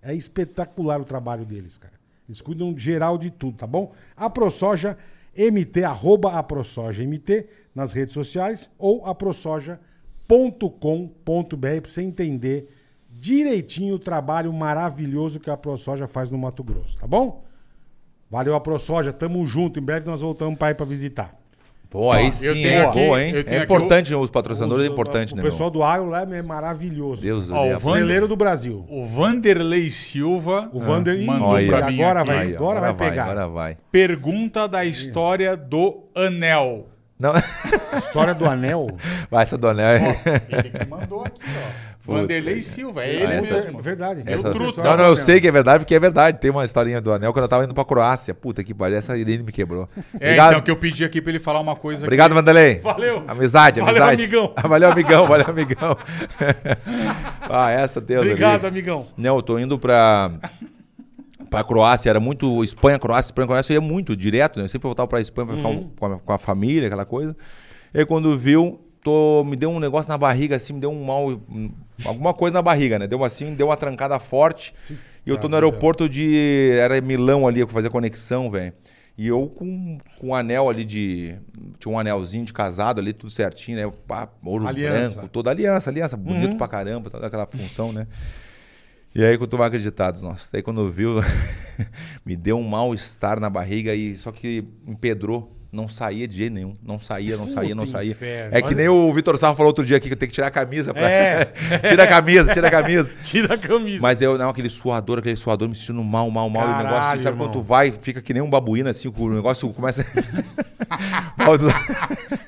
Speaker 1: É espetacular o trabalho deles, cara. Eles cuidam geral de tudo, tá bom? A ProSoja MT, arroba a ProSoja MT nas redes sociais ou aprosoja.com.br pra você entender direitinho o trabalho maravilhoso que a ProSoja faz no Mato Grosso, tá bom? Valeu a ProSoja, tamo junto. Em breve nós voltamos pra ir pra visitar.
Speaker 3: Pô, aí
Speaker 2: eu
Speaker 3: sim,
Speaker 2: tenho
Speaker 3: é
Speaker 2: aqui-
Speaker 3: boa, hein?
Speaker 2: eu tenho
Speaker 3: É
Speaker 2: aqui
Speaker 3: importante, os patrocinadores
Speaker 1: Os-
Speaker 3: é importante,
Speaker 1: o
Speaker 3: né, meu?
Speaker 1: pessoal do agro lá é maravilhoso.
Speaker 3: Deus,
Speaker 2: Ó,
Speaker 3: olha,
Speaker 2: o
Speaker 1: O
Speaker 2: Vander-
Speaker 1: Celeiro do Brasil.
Speaker 2: O Vanderlei Silva Ah,
Speaker 1: O Vander Ih,
Speaker 2: mandou
Speaker 3: Olha.
Speaker 2: pra mim
Speaker 1: agora
Speaker 2: aqui.
Speaker 1: vai- agora vai pegar.
Speaker 3: Agora vai.
Speaker 2: Pergunta da história do anel.
Speaker 3: Não,
Speaker 1: História do anel.
Speaker 3: vai essa do anel. é-
Speaker 2: Ele que mandou aqui, ó.
Speaker 3: Puta.
Speaker 2: Vanderlei Silva, é ele
Speaker 3: Ah, essa-
Speaker 2: mesmo.
Speaker 1: Verdade.
Speaker 2: Deu
Speaker 3: essa-
Speaker 2: truta.
Speaker 3: Não, não, eu sei que é verdade, porque é verdade. Tem uma historinha do anel quando eu tava indo pra Croácia. Puta que pariu, essa ideia me quebrou.
Speaker 2: É,
Speaker 3: Obrigado,
Speaker 2: então que eu pedi aqui pra ele falar uma coisa
Speaker 3: obrigado Vanderlei.
Speaker 2: Valeu.
Speaker 3: Amizade, amizade.
Speaker 1: Valeu, amigão.
Speaker 3: valeu, amigão, valeu, amigão. ah, essa Deus.
Speaker 1: Obrigado,
Speaker 3: ali.
Speaker 1: amigão.
Speaker 3: Não, eu tô indo pra. Pra Croácia, era muito Espanha, Croácia, Espanha, Croácia, eu ia muito direto, né? Eu sempre voltava pra Espanha pra ficar com, a, com a família, aquela coisa. E aí, quando viu, tô, me deu um negócio na barriga, assim, me deu um mal. um- Alguma coisa na barriga, né? Deu uma, assim, deu uma trancada forte. E eu tô no aeroporto de. Era Milão ali, que eu fazia conexão, velho. E eu com, com um anel ali de. Tinha um anelzinho de casado ali, tudo certinho, né? Pá, ouro
Speaker 1: Aliança.
Speaker 3: branco, toda aliança, aliança, bonito pra caramba, toda aquela função, né? E aí que eu tomava acreditados, nossa. Daí quando viu, me deu um mal-estar na barriga e só que empedrou. Não saía de jeito nenhum. Não saía, não saía, não
Speaker 1: Puta
Speaker 3: saía.
Speaker 1: inferno.
Speaker 3: É que nem o Vitor Sarro falou outro dia aqui que eu tenho que tirar a camisa. Pra...
Speaker 1: É.
Speaker 3: tira a camisa, tira a camisa.
Speaker 1: Tira a camisa.
Speaker 3: Mas eu, não, aquele suador, aquele suador me sentindo mal, mal, mal. e o negócio,
Speaker 1: Caralho,
Speaker 3: assim, sabe quando tu
Speaker 1: irmão.
Speaker 3: vai, fica que nem um babuíno, assim, o negócio começa. Mal do-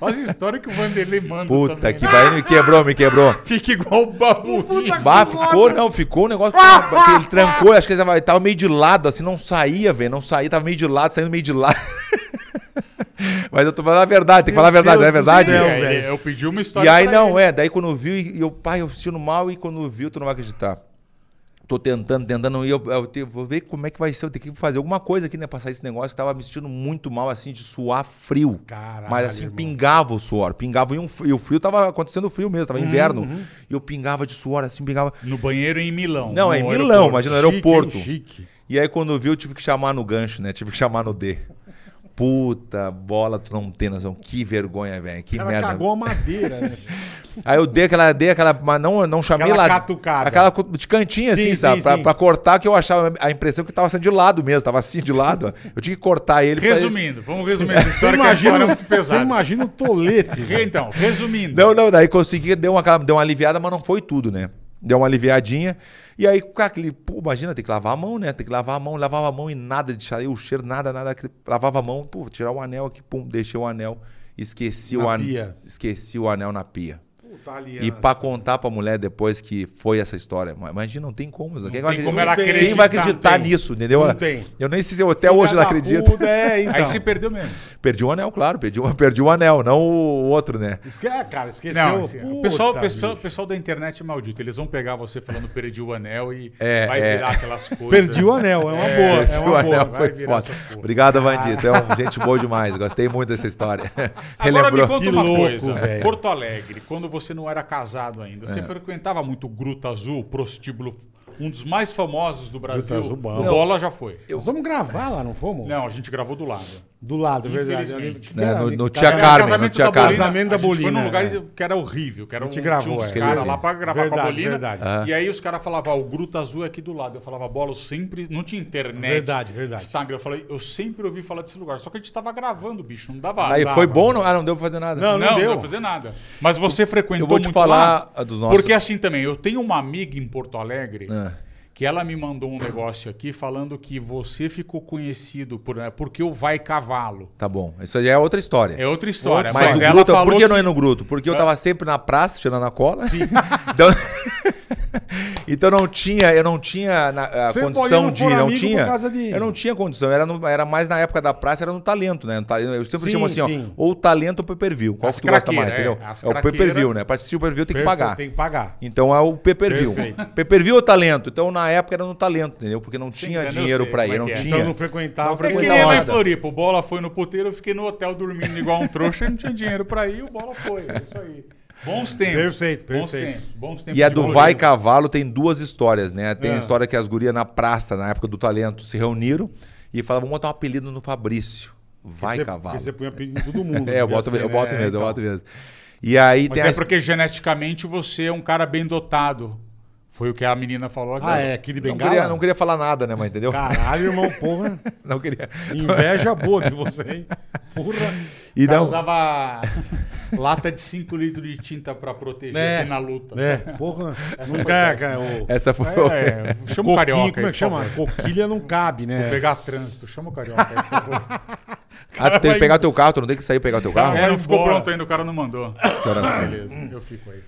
Speaker 2: Olha as histórias que o Vanderlei manda.
Speaker 3: Puta
Speaker 2: também,
Speaker 3: que Um
Speaker 2: né?
Speaker 3: daí me quebrou, me quebrou.
Speaker 2: Fica igual o babu.
Speaker 3: Bah, ficou, não, ficou um negócio que ele trancou, acho que ele tava, ele tava meio de lado, assim, não saía, velho, não saía, tava meio de lado, saindo meio de lado. Mas eu tô falando a verdade, tem que falar a verdade, não é
Speaker 1: Deus do
Speaker 3: verdade?
Speaker 1: céu,
Speaker 2: É,
Speaker 1: velho.
Speaker 2: eu pedi uma
Speaker 3: E
Speaker 2: história.
Speaker 3: aí
Speaker 2: pra
Speaker 3: não,
Speaker 2: ele.
Speaker 3: é, daí quando viu, e e eu, pai, eu sentindo mal, e quando viu, tu não vai acreditar. Tô tentando, tentando, e eu, eu te- vou ver como é que vai ser, eu tenho que fazer alguma coisa aqui, né, passar esse negócio, que tava me sentindo muito mal, assim, de suar frio.
Speaker 1: Caralho,
Speaker 3: Mas assim,
Speaker 1: irmão.
Speaker 3: pingava o suor, pingava, e, um frio- e o frio tava acontecendo frio mesmo,
Speaker 1: Uhum,
Speaker 3: tava inverno, e eu pingava de suor, assim, pingava...
Speaker 2: No banheiro em Milão.
Speaker 3: Não, é em
Speaker 2: no
Speaker 3: Milão,
Speaker 2: aeroporto.
Speaker 3: imagina, no aeroporto.
Speaker 1: Chique, hein, chique.
Speaker 3: E aí quando viu, eu tive que chamar no gancho, né? Tive que chamar no D. Puta, bola, tu não tem noção. Que vergonha, velho. Que
Speaker 1: Ela
Speaker 3: merda.
Speaker 1: cagou a madeira, né?
Speaker 3: Aí eu dei aquela, dei aquela, mas não, não chamei
Speaker 1: Aquela
Speaker 3: lá.
Speaker 1: catucada.
Speaker 3: Aquela cu- de cantinho,
Speaker 1: Sim,
Speaker 3: assim,
Speaker 1: sim,
Speaker 3: sabe? pra,
Speaker 1: sim.
Speaker 3: pra cortar, que eu achava a impressão que tava sendo de lado mesmo, tava assim de lado. ó. Eu tinha que cortar ele. tá pra ele-
Speaker 2: Resumindo, vamos resumir essa
Speaker 1: Você
Speaker 2: história que a história é
Speaker 1: imagina, um-
Speaker 2: muito
Speaker 1: você
Speaker 2: pesada.
Speaker 1: imagina o tolete.
Speaker 2: Re-
Speaker 1: velho.
Speaker 2: Então, resumindo.
Speaker 3: um- Não, não, daí consegui, deu uma, aquela- deu uma aliviada, mas não foi tudo, né? Deu uma aliviadinha. E aí, com aquele, pô, imagina, tem que lavar a mão, né? Tem que lavar a mão, lavava a mão e nada de sair o cheiro, nada, nada. que- Lavava a mão, pô, tirar o anel aqui, pum, deixei o anel. Esqueci o
Speaker 1: Na
Speaker 3: anel.
Speaker 1: pia.
Speaker 3: Esqueci o anel na pia.
Speaker 1: Puta
Speaker 3: E
Speaker 1: aliança.
Speaker 3: pra contar pra mulher depois que foi essa história. mas Imagina, não tem como. Não quem, vai
Speaker 2: tem
Speaker 3: acreditar-
Speaker 2: como ela
Speaker 3: quem vai
Speaker 2: acreditar,
Speaker 3: acreditar
Speaker 1: tem.
Speaker 3: nisso, entendeu?
Speaker 1: Não tem.
Speaker 3: Eu nem sei se eu até
Speaker 1: Filha
Speaker 3: hoje ela
Speaker 1: da
Speaker 3: acredita.
Speaker 1: puta, é, então.
Speaker 2: Aí se perdeu mesmo.
Speaker 3: Perdi o anel, claro, perdi, o- perdi o anel, não o outro, né?
Speaker 1: Esque... ah, cara, esqueceu.
Speaker 2: Não, assim, o pessoal,
Speaker 1: Puta,
Speaker 2: pessoal,
Speaker 1: bicho.
Speaker 2: pessoal da internet é maldito. Eles vão pegar você falando perdi o anel e
Speaker 3: É,
Speaker 2: vai
Speaker 3: é.
Speaker 2: virar aquelas coisas.
Speaker 1: Perdi o anel, é uma boa.
Speaker 3: Perdi
Speaker 1: é
Speaker 3: o
Speaker 1: uma
Speaker 3: anel,
Speaker 1: boa.
Speaker 3: foi
Speaker 2: virar
Speaker 3: foda.
Speaker 2: essas porra.
Speaker 3: Obrigado, Vandito. É um gente boa demais. Gostei muito dessa história.
Speaker 2: Agora me
Speaker 3: Relembrou.
Speaker 2: conta
Speaker 1: Que
Speaker 2: uma
Speaker 1: louco,
Speaker 2: coisa.
Speaker 1: velho. É.
Speaker 2: Porto Alegre, quando você não era casado ainda, você frequentava muito Gruta Azul, prostíbulo um dos mais famosos do Brasil,
Speaker 1: Vitor
Speaker 2: o
Speaker 1: Zubão.
Speaker 2: Bola já foi.
Speaker 1: Nós vamos gravar lá, não fomos?
Speaker 2: Não, a gente gravou do lado.
Speaker 1: Do lado, é verdade. Eu lembro
Speaker 2: Infelizmente.
Speaker 1: que
Speaker 3: É,
Speaker 1: era
Speaker 3: no-
Speaker 1: ali
Speaker 3: no
Speaker 1: que tá
Speaker 3: Tia
Speaker 1: tava-
Speaker 3: Carmen,
Speaker 2: casamento
Speaker 3: não tinha
Speaker 2: da
Speaker 3: Carmen.
Speaker 2: Bolina.
Speaker 1: Casamento da
Speaker 2: a gente foi
Speaker 1: Bolina,
Speaker 2: num lugar
Speaker 1: é.
Speaker 2: que era horrível. Que era
Speaker 1: A gente
Speaker 2: um,
Speaker 1: gravou,
Speaker 2: tinha uns
Speaker 1: é.
Speaker 2: caras
Speaker 1: Verdade,
Speaker 2: lá pra gravar com
Speaker 1: verdade,
Speaker 2: a Bolina.
Speaker 1: verdade.
Speaker 2: E aí os caras falavam, "Ah, o Gruta Azul é aqui do lado. Eu falava, bola, eu sempre... Não tinha internet.
Speaker 1: Verdade, verdade.
Speaker 2: Instagram. Eu falei, eu sempre ouvi falar desse lugar. Só que a gente tava gravando, bicho. Não dava.
Speaker 3: Aí
Speaker 2: não
Speaker 3: foi
Speaker 2: dava.
Speaker 3: bom, não? Ah, não deu pra fazer nada.
Speaker 1: Não,
Speaker 2: tá, Não, não
Speaker 1: deu.
Speaker 2: ia fazer nada. Mas você frequentou
Speaker 3: Eu vou te
Speaker 2: muito
Speaker 3: falar
Speaker 2: lá?
Speaker 3: dos nossos-
Speaker 2: Porque assim também, eu tenho uma amiga em Porto Alegre
Speaker 3: É.
Speaker 2: que ela me mandou um negócio aqui falando que você ficou conhecido por, é, porque o Vai Cavalo.
Speaker 3: Tá bom. Isso aí é outra história.
Speaker 2: É outra história.
Speaker 3: Mas,
Speaker 2: Mas
Speaker 3: o
Speaker 2: ela
Speaker 3: Gruta,
Speaker 2: falou
Speaker 3: por que
Speaker 2: que-
Speaker 3: não é no Gruto? Porque eu tava sempre na praça, tirando a cola. então, então não tinha, eu não tinha na- a
Speaker 1: Você
Speaker 3: condição
Speaker 1: pode
Speaker 3: de,
Speaker 1: ir no
Speaker 3: não
Speaker 1: Foramigo
Speaker 3: tinha.
Speaker 1: por causa de-
Speaker 3: Eu não tinha condição. Era, no- era mais na época da praça, era no talento, né? No talento- Eu sempre
Speaker 1: Sim,
Speaker 3: chamo assim,
Speaker 1: sim.
Speaker 3: ó, ou talento ou pay-per-view. Qual
Speaker 2: As
Speaker 3: que tu gosta mais,
Speaker 2: craqueiras,
Speaker 3: entendeu?
Speaker 2: é. As
Speaker 3: É o pay-per-view,
Speaker 2: craqueiras.
Speaker 3: né? Pra assistir o pay-per-view tem que
Speaker 1: Perfeito,
Speaker 3: pagar.
Speaker 1: Tem que pagar.
Speaker 3: Então é o pay-per-view.
Speaker 1: Perfeito.
Speaker 3: Pay-per-view ou talento? Então na época era no talento, entendeu? Porque não tinha
Speaker 2: eu
Speaker 3: dinheiro
Speaker 2: sei
Speaker 3: pra
Speaker 2: como
Speaker 3: ir,
Speaker 2: é
Speaker 3: não
Speaker 2: que é.
Speaker 3: tinha.
Speaker 1: Então não frequentava.
Speaker 3: Não
Speaker 2: É que
Speaker 3: frequentava.
Speaker 2: nem lá em
Speaker 3: Nada.
Speaker 2: Floripa, o Bola foi no puteiro, eu fiquei no hotel dormindo igual um trouxa, eu não tinha dinheiro pra ir, o Bola foi, é isso aí. Bons tempos.
Speaker 1: Perfeito,
Speaker 2: Bons
Speaker 1: perfeito.
Speaker 2: tempos, bons tempos
Speaker 3: E a
Speaker 2: de
Speaker 3: do
Speaker 2: Bola.
Speaker 3: Vai Cavalo tem duas histórias, né? Tem
Speaker 1: Ah.
Speaker 3: a história que as gurias na praça, na época do talento, se reuniram e falaram, vamos botar um apelido no Fabrício. Vai
Speaker 1: Você-
Speaker 3: Cavalo.
Speaker 1: Porque você põe apelido em todo mundo.
Speaker 3: É,
Speaker 1: devia
Speaker 3: eu boto,
Speaker 1: ser,
Speaker 3: eu
Speaker 1: né?
Speaker 3: boto
Speaker 1: É,
Speaker 3: mesmo, eu
Speaker 1: então.
Speaker 3: boto mesmo. E aí
Speaker 2: Mas
Speaker 3: tem
Speaker 2: é
Speaker 3: a-
Speaker 2: porque geneticamente você é um cara bem dotado. Foi o que a menina falou agora.
Speaker 1: Ah, é, aquele
Speaker 3: Não
Speaker 1: bengala?
Speaker 3: queria, não queria falar nada, né, mas entendeu?
Speaker 1: Caralho, irmão, porra.
Speaker 3: Não queria. Então,
Speaker 1: Inveja boa de você, hein? Porra.
Speaker 3: E
Speaker 2: O cara
Speaker 3: não,
Speaker 2: usava lata de 5 litros de tinta pra proteger aqui na luta.
Speaker 1: É, porra. Não quer, cara. o-
Speaker 3: essa foi...
Speaker 2: É, é, chama o
Speaker 1: coquinho,
Speaker 2: carioca.
Speaker 1: Como é
Speaker 2: aí,
Speaker 1: que chama?
Speaker 2: por favor.
Speaker 1: Coquilha não cabe,
Speaker 2: Vou
Speaker 1: né?
Speaker 2: pegar trânsito, chama o carioca. aí, por favor.
Speaker 3: Ah, tu tem que pegar teu carro, tu não tem que sair pegar teu carro?
Speaker 1: Cara,
Speaker 2: É, não ficou
Speaker 1: embora.
Speaker 2: pronto ainda, o cara não mandou.
Speaker 3: Cara, assim,
Speaker 2: Beleza, eu fico aí.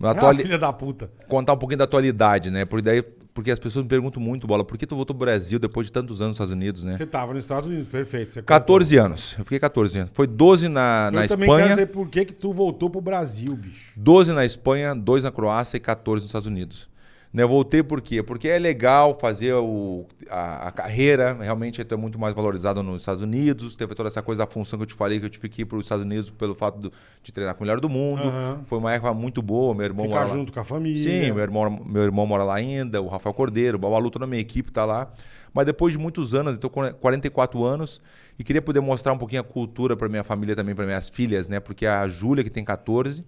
Speaker 3: na
Speaker 1: Ah,
Speaker 3: tua, li-
Speaker 1: filha da puta.
Speaker 3: contar um pouquinho da atualidade, né? Porque daí... Porque as pessoas me perguntam muito, Bola, por que tu voltou pro Brasil depois de tantos anos nos Estados Unidos, né?
Speaker 1: Você tava nos Estados Unidos, perfeito. Você contou.
Speaker 3: 14 anos. Eu fiquei 14 anos. Foi 12 na, na
Speaker 1: Eu também quero
Speaker 3: Espanha,
Speaker 1: saber por que que tu voltou pro Brasil, bicho.
Speaker 3: 12 na Espanha, 2 na Croácia e 14 nos Estados Unidos. Né, eu voltei por quê? Porque é legal fazer o- a, a carreira, realmente é muito mais valorizado nos Estados Unidos. Teve toda essa coisa da função que eu te falei, que eu tive que ir para os Estados Unidos pelo fato do- de treinar com o melhor do mundo.
Speaker 1: Aham.
Speaker 3: Foi uma época muito boa, meu irmão
Speaker 1: Ficar
Speaker 3: mora lá.
Speaker 1: junto com a família.
Speaker 3: Sim, meu irmão, meu irmão mora lá ainda, o Rafael Cordeiro, o Babalu, toda a minha equipe tá lá. Mas depois de muitos anos, eu tô com 44 anos e queria poder mostrar um pouquinho a cultura para minha família também, para minhas filhas, né? Porque a Júlia, que tem 14,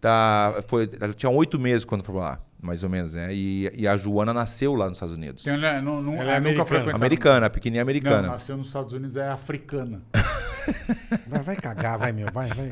Speaker 3: tá, foi, ela tinha 8 meses quando foi pra lá, mais ou menos, né? E, e a Joana nasceu lá nos Estados Unidos.
Speaker 2: Tem, né, não, não,
Speaker 1: Ela
Speaker 2: eu nunca
Speaker 1: é americana.
Speaker 2: frequentava.
Speaker 3: Americana, pequenininha
Speaker 2: Não,
Speaker 3: americana.
Speaker 2: nasceu nos Estados Unidos, é africana.
Speaker 1: Vai, vai cagar, vai, meu, vai, vai.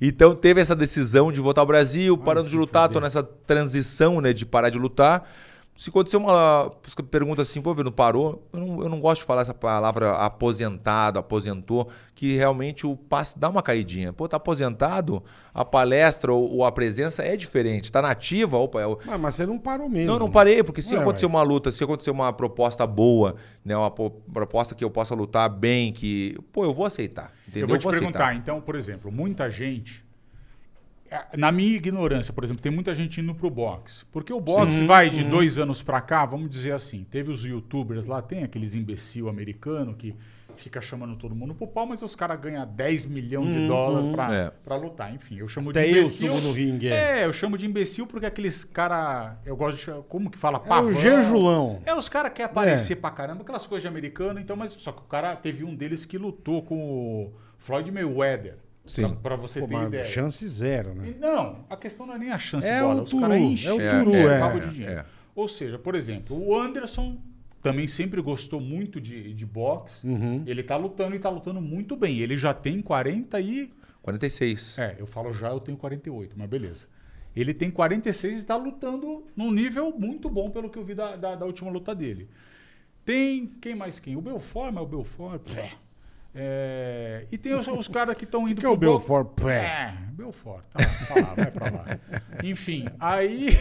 Speaker 3: Então teve essa decisão de voltar ao Brasil, parando de lutar, tô nessa transição, né, de parar de lutar. Se acontecer uma pergunta assim, pô, Vino, parou? Eu não, eu não gosto de falar essa palavra aposentado, aposentou, que realmente o passe dá uma caidinha. Pô, tá aposentado, a palestra ou, ou a presença é diferente. Tá nativa, opa, é o-
Speaker 1: Mas, Ah, mas você não parou mesmo.
Speaker 3: não, não parei, porque se
Speaker 1: Ué,
Speaker 3: acontecer uma luta, se acontecer uma proposta boa, né, uma po- proposta que eu possa lutar bem, que, pô, eu vou aceitar. Entendeu?
Speaker 2: Eu vou te perguntar,
Speaker 3: aceitar.
Speaker 2: então, por exemplo, muita gente. eh, Na minha ignorância, por exemplo, tem muita gente indo pro boxe. Porque o boxe vai
Speaker 1: Uhum.
Speaker 2: de dois anos pra cá, vamos dizer assim. Teve os youtubers lá, tem aqueles imbecil americano que fica chamando todo mundo pro pau, mas os caras ganham 10 milhões de dólares pra,
Speaker 3: É.
Speaker 2: pra lutar. Enfim, eu chamo
Speaker 1: Uhum. Até
Speaker 2: de
Speaker 1: eu
Speaker 2: imbecil.
Speaker 1: subo no ringue, é.
Speaker 2: é. eu chamo de imbecil porque aqueles cara, eu gosto de chamar, como que fala?
Speaker 1: É o Gerjulão.
Speaker 2: É, os caras querem aparecer pra caramba, aquelas coisas de americano, então, mas só que o cara teve um deles que lutou com o Floyd Mayweather.
Speaker 3: Sim.
Speaker 2: Pra, pra você
Speaker 1: Pô,
Speaker 2: ter
Speaker 1: mas
Speaker 2: ideia.
Speaker 1: chance zero, né?
Speaker 2: E Não, a questão não é nem a chance
Speaker 1: É
Speaker 2: bola.
Speaker 1: o
Speaker 2: os caras
Speaker 1: turu,
Speaker 2: enchem
Speaker 1: é o
Speaker 3: turu, é,
Speaker 2: cabo
Speaker 3: é,
Speaker 2: de dinheiro.
Speaker 3: é.
Speaker 2: Ou seja, por exemplo, o Anderson também sempre gostou muito de, de boxe.
Speaker 1: Uhum.
Speaker 2: Ele tá lutando e tá lutando muito bem. Ele já tem 40 e.
Speaker 3: 46.
Speaker 2: É, eu falo já, eu tenho 48, mas beleza. Ele tem 46 e está lutando num nível muito bom, pelo que eu vi da, da, da última luta dele. Tem quem mais quem? O Belfort, mas o Belfort. pé. É, e tem os, os caras que estão indo
Speaker 1: que é o
Speaker 2: pro boxe-
Speaker 1: Belfort, pé?
Speaker 2: É, Belfort, tá lá, tá lá, vai pra lá. Enfim, aí.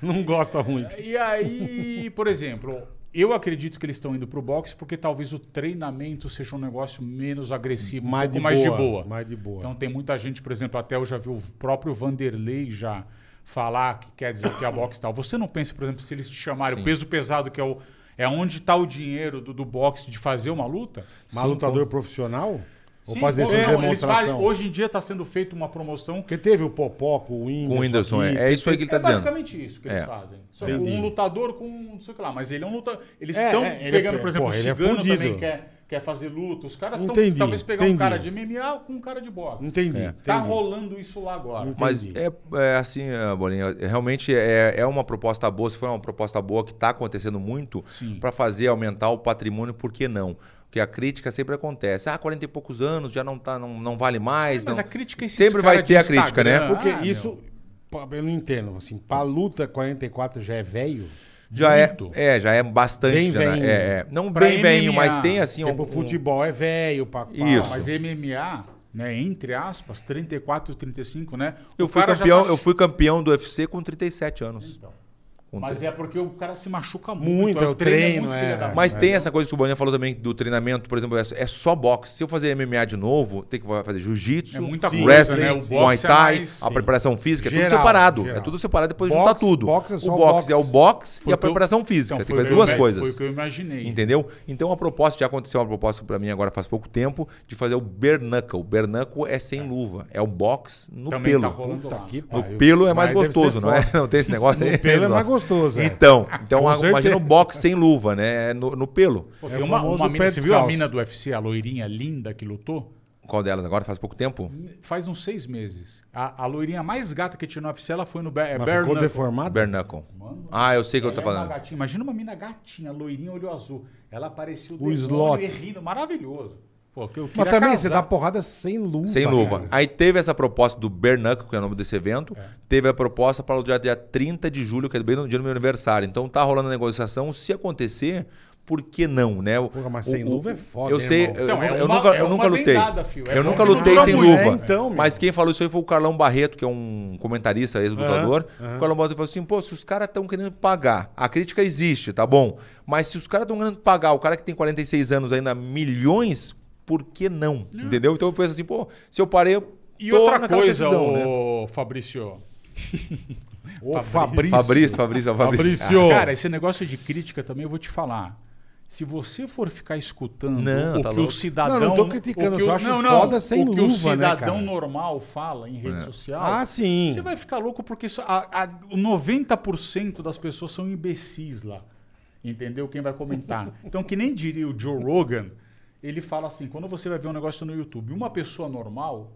Speaker 1: Não gosta muito.
Speaker 2: E aí, por exemplo, eu acredito que eles estão indo pro boxe porque talvez o treinamento seja um negócio menos agressivo,
Speaker 1: Mais
Speaker 2: um
Speaker 1: de
Speaker 2: pouco mais de
Speaker 1: boa,
Speaker 2: boa.
Speaker 1: mais de boa.
Speaker 2: Então tem muita gente, por exemplo, até eu já vi o próprio Vanderlei já falar que quer desafiar boxe e tal. Você não pensa, por exemplo, se eles te chamarem o peso pesado, que é o é onde está o dinheiro do, do boxe de fazer uma luta?
Speaker 1: Mas lutador profissional? Ou fazer essas
Speaker 2: não, É, eles
Speaker 1: demonstrações.
Speaker 2: fazem- hoje em dia está sendo feita uma promoção
Speaker 1: Porque teve o Popó com o Whindersson.
Speaker 3: Com o Whindersson,
Speaker 1: aqui.
Speaker 3: é, é isso aí que ele tá
Speaker 2: é
Speaker 3: dizendo.
Speaker 2: basicamente isso que eles
Speaker 3: É.
Speaker 2: fazem. Só
Speaker 1: Entendi.
Speaker 2: um lutador com não sei o que lá. Mas ele é um lutador. Eles
Speaker 1: É,
Speaker 2: estão
Speaker 1: é, ele é-
Speaker 2: pegando, por exemplo,
Speaker 1: pô,
Speaker 2: o
Speaker 1: ele é
Speaker 2: Cigano
Speaker 1: fudido.
Speaker 2: também quer, quer fazer luta. Os caras estão.
Speaker 1: Entendi,
Speaker 2: Talvez pegar
Speaker 1: entendi.
Speaker 2: um cara de MMA com um cara de boxe.
Speaker 1: Entendi.
Speaker 3: É.
Speaker 2: Tá
Speaker 1: entendi.
Speaker 2: rolando isso lá agora.
Speaker 3: Mas
Speaker 1: Entendi.
Speaker 3: é, é assim, é, Bolinha, é, realmente é, é uma proposta boa, se for uma proposta boa que está acontecendo muito,
Speaker 2: Sim.
Speaker 3: para fazer aumentar o patrimônio, por que não? Porque a crítica sempre acontece. Ah, 40 e poucos anos, já não, tá, não, não vale mais.
Speaker 2: Mas
Speaker 3: não.
Speaker 2: a crítica é esses
Speaker 3: Sempre
Speaker 2: cara
Speaker 3: vai
Speaker 2: de
Speaker 3: ter a crítica, né?
Speaker 2: Instagram.
Speaker 1: Porque
Speaker 2: Ah,
Speaker 1: isso, pô, eu não entendo. Assim, pra luta 44 já é velho.
Speaker 3: Já é,
Speaker 2: Muito.
Speaker 3: é, já é bastante.
Speaker 1: Bem
Speaker 3: já, né?
Speaker 1: veinho.
Speaker 3: É, é. Não
Speaker 2: Pra
Speaker 3: bem venho,
Speaker 2: MMA,
Speaker 3: mas tem assim.
Speaker 1: Porque pro futebol é velho. Pra, pra-
Speaker 3: Isso.
Speaker 2: Mas MMA, né? Entre aspas, 34, 35, né?
Speaker 3: Eu,
Speaker 2: o
Speaker 3: fui
Speaker 2: cara já
Speaker 3: campeão,
Speaker 2: tá- Então.
Speaker 3: eu fui campeão do UFC com 37 anos. Com
Speaker 2: Mas
Speaker 3: 30.
Speaker 2: é porque o cara se machuca muito.
Speaker 1: Muito, é o treino,
Speaker 2: muito
Speaker 1: é.
Speaker 2: filha da
Speaker 3: Mas
Speaker 2: mãe.
Speaker 3: tem essa coisa que o Boninho falou também do treinamento, por exemplo, é é só boxe. Se eu fazer MMA de novo, tem que fazer jiu-jitsu,
Speaker 2: É muita
Speaker 1: coisa,
Speaker 3: wrestling,
Speaker 1: né? O
Speaker 2: boxe
Speaker 3: Muay
Speaker 2: é
Speaker 3: Thai,
Speaker 2: mais-
Speaker 3: a preparação física, é
Speaker 1: Geral,
Speaker 3: tudo separado.
Speaker 1: geral.
Speaker 3: É tudo separado depois
Speaker 1: Boxe-
Speaker 3: juntar tudo.
Speaker 1: boxe é
Speaker 3: o
Speaker 1: só
Speaker 3: boxe,
Speaker 1: boxe.
Speaker 3: é o boxe
Speaker 2: Foi
Speaker 3: e a
Speaker 2: o que eu-
Speaker 3: preparação física.
Speaker 2: Então,
Speaker 3: tem
Speaker 2: foi
Speaker 3: que
Speaker 2: o
Speaker 3: fazer
Speaker 2: eu
Speaker 3: duas
Speaker 2: ime-
Speaker 3: coisas.
Speaker 2: Foi o que eu imaginei.
Speaker 3: Entendeu? Então a proposta, já aconteceu uma proposta pra mim agora faz pouco tempo, de fazer o bernacle. O bernacle é sem luva, é o box no
Speaker 2: Também
Speaker 3: pelo.
Speaker 2: tá rolando
Speaker 1: Puta
Speaker 2: lá.
Speaker 1: que
Speaker 3: O
Speaker 1: pariu.
Speaker 3: pelo é mais
Speaker 1: Mas deve ser
Speaker 3: gostoso, não é?
Speaker 1: forte.
Speaker 3: Não tem esse negócio aí?
Speaker 1: O pelo é mais
Speaker 3: Nossa.
Speaker 1: gostoso. é.
Speaker 3: Então, então
Speaker 1: Com
Speaker 3: a- imagina
Speaker 1: certeza.
Speaker 3: o box sem luva, né? No, no pelo.
Speaker 2: Pô,
Speaker 1: É
Speaker 2: tem
Speaker 1: o
Speaker 2: uma,
Speaker 1: famoso
Speaker 2: uma
Speaker 1: pé
Speaker 2: mina, você viu a
Speaker 1: descalço.
Speaker 2: mina do UFC, a loirinha linda que lutou?
Speaker 3: Qual delas agora? Faz pouco tempo?
Speaker 2: Faz uns seis meses. A, a loirinha mais gata que tinha no UFC, ela foi no Bear,
Speaker 1: Mas ficou
Speaker 2: Knuckle.
Speaker 3: A
Speaker 1: deformado?
Speaker 3: Bernacle.
Speaker 2: Mano,
Speaker 3: Ah, eu sei o que eu
Speaker 2: ela
Speaker 3: tô
Speaker 2: é uma
Speaker 3: falando.
Speaker 2: gatinha. Imagina uma mina gatinha, loirinha, olho azul. Ela apareceu
Speaker 1: slot.
Speaker 2: e rindo, maravilhoso. Pô, que eu
Speaker 1: Mas
Speaker 2: queria
Speaker 1: também
Speaker 2: casar.
Speaker 1: você dá porrada sem luva.
Speaker 3: Sem luva.
Speaker 1: cara.
Speaker 3: Aí teve essa proposta do Bernacle, que é o nome desse evento. Teve a proposta para o dia, dia 30 de julho, que é bem no dia do meu aniversário. Então tá rolando a negociação. Se acontecer, por que não, né? O-
Speaker 1: Porra, mas
Speaker 3: o-
Speaker 1: sem
Speaker 3: o-
Speaker 1: luva é foda,
Speaker 3: Eu
Speaker 1: né,
Speaker 3: sei,
Speaker 1: irmão?
Speaker 3: eu,
Speaker 2: Então, é
Speaker 3: eu
Speaker 2: uma-
Speaker 3: nunca,
Speaker 2: é
Speaker 3: eu
Speaker 2: uma
Speaker 3: nunca lutei.
Speaker 2: vendada, fio. É
Speaker 3: eu
Speaker 2: bom
Speaker 3: nunca
Speaker 2: que não
Speaker 3: lutei
Speaker 2: dura
Speaker 3: sem
Speaker 1: muito,
Speaker 3: luva.
Speaker 1: né? Então, meu.
Speaker 3: mas quem falou isso aí foi o Carlão Barreto, que é um comentarista, ex-lutador.
Speaker 1: Aham,
Speaker 3: O Carlão Barreto falou assim: pô, se os caras estão querendo pagar, a crítica existe, tá bom. Mas se os caras estão querendo pagar, o cara que tem 46 anos ainda milhões, por que não? Entendeu? Então eu penso assim, pô, se eu parei. eu
Speaker 2: E
Speaker 3: tô
Speaker 2: outra
Speaker 3: naquela
Speaker 2: coisa,
Speaker 3: decisão, né?
Speaker 2: ô, Fabrício.
Speaker 1: Ô, Fabrício.
Speaker 3: Fabrício, Fabrício, Fabrício. Ah,
Speaker 1: Fabrício. Ô.
Speaker 2: Cara, esse negócio de crítica também eu vou te falar. Se você for ficar escutando
Speaker 3: Não,
Speaker 2: o
Speaker 3: tá
Speaker 2: que
Speaker 3: louco.
Speaker 2: o cidadão.
Speaker 1: Não, não tô criticando,
Speaker 2: o que
Speaker 1: eu
Speaker 2: o-
Speaker 1: só acho foda sem
Speaker 2: O que o
Speaker 1: luva, né,
Speaker 2: cidadão
Speaker 1: cara?
Speaker 2: normal fala em
Speaker 3: É.
Speaker 2: rede social.
Speaker 1: Ah, sim.
Speaker 2: Você vai ficar louco porque só- a, a, 90% das pessoas são imbecis lá. Entendeu? Quem vai comentar. Então, que nem diria o Joe Rogan, ele fala assim: quando você vai ver um negócio no YouTube, uma pessoa normal,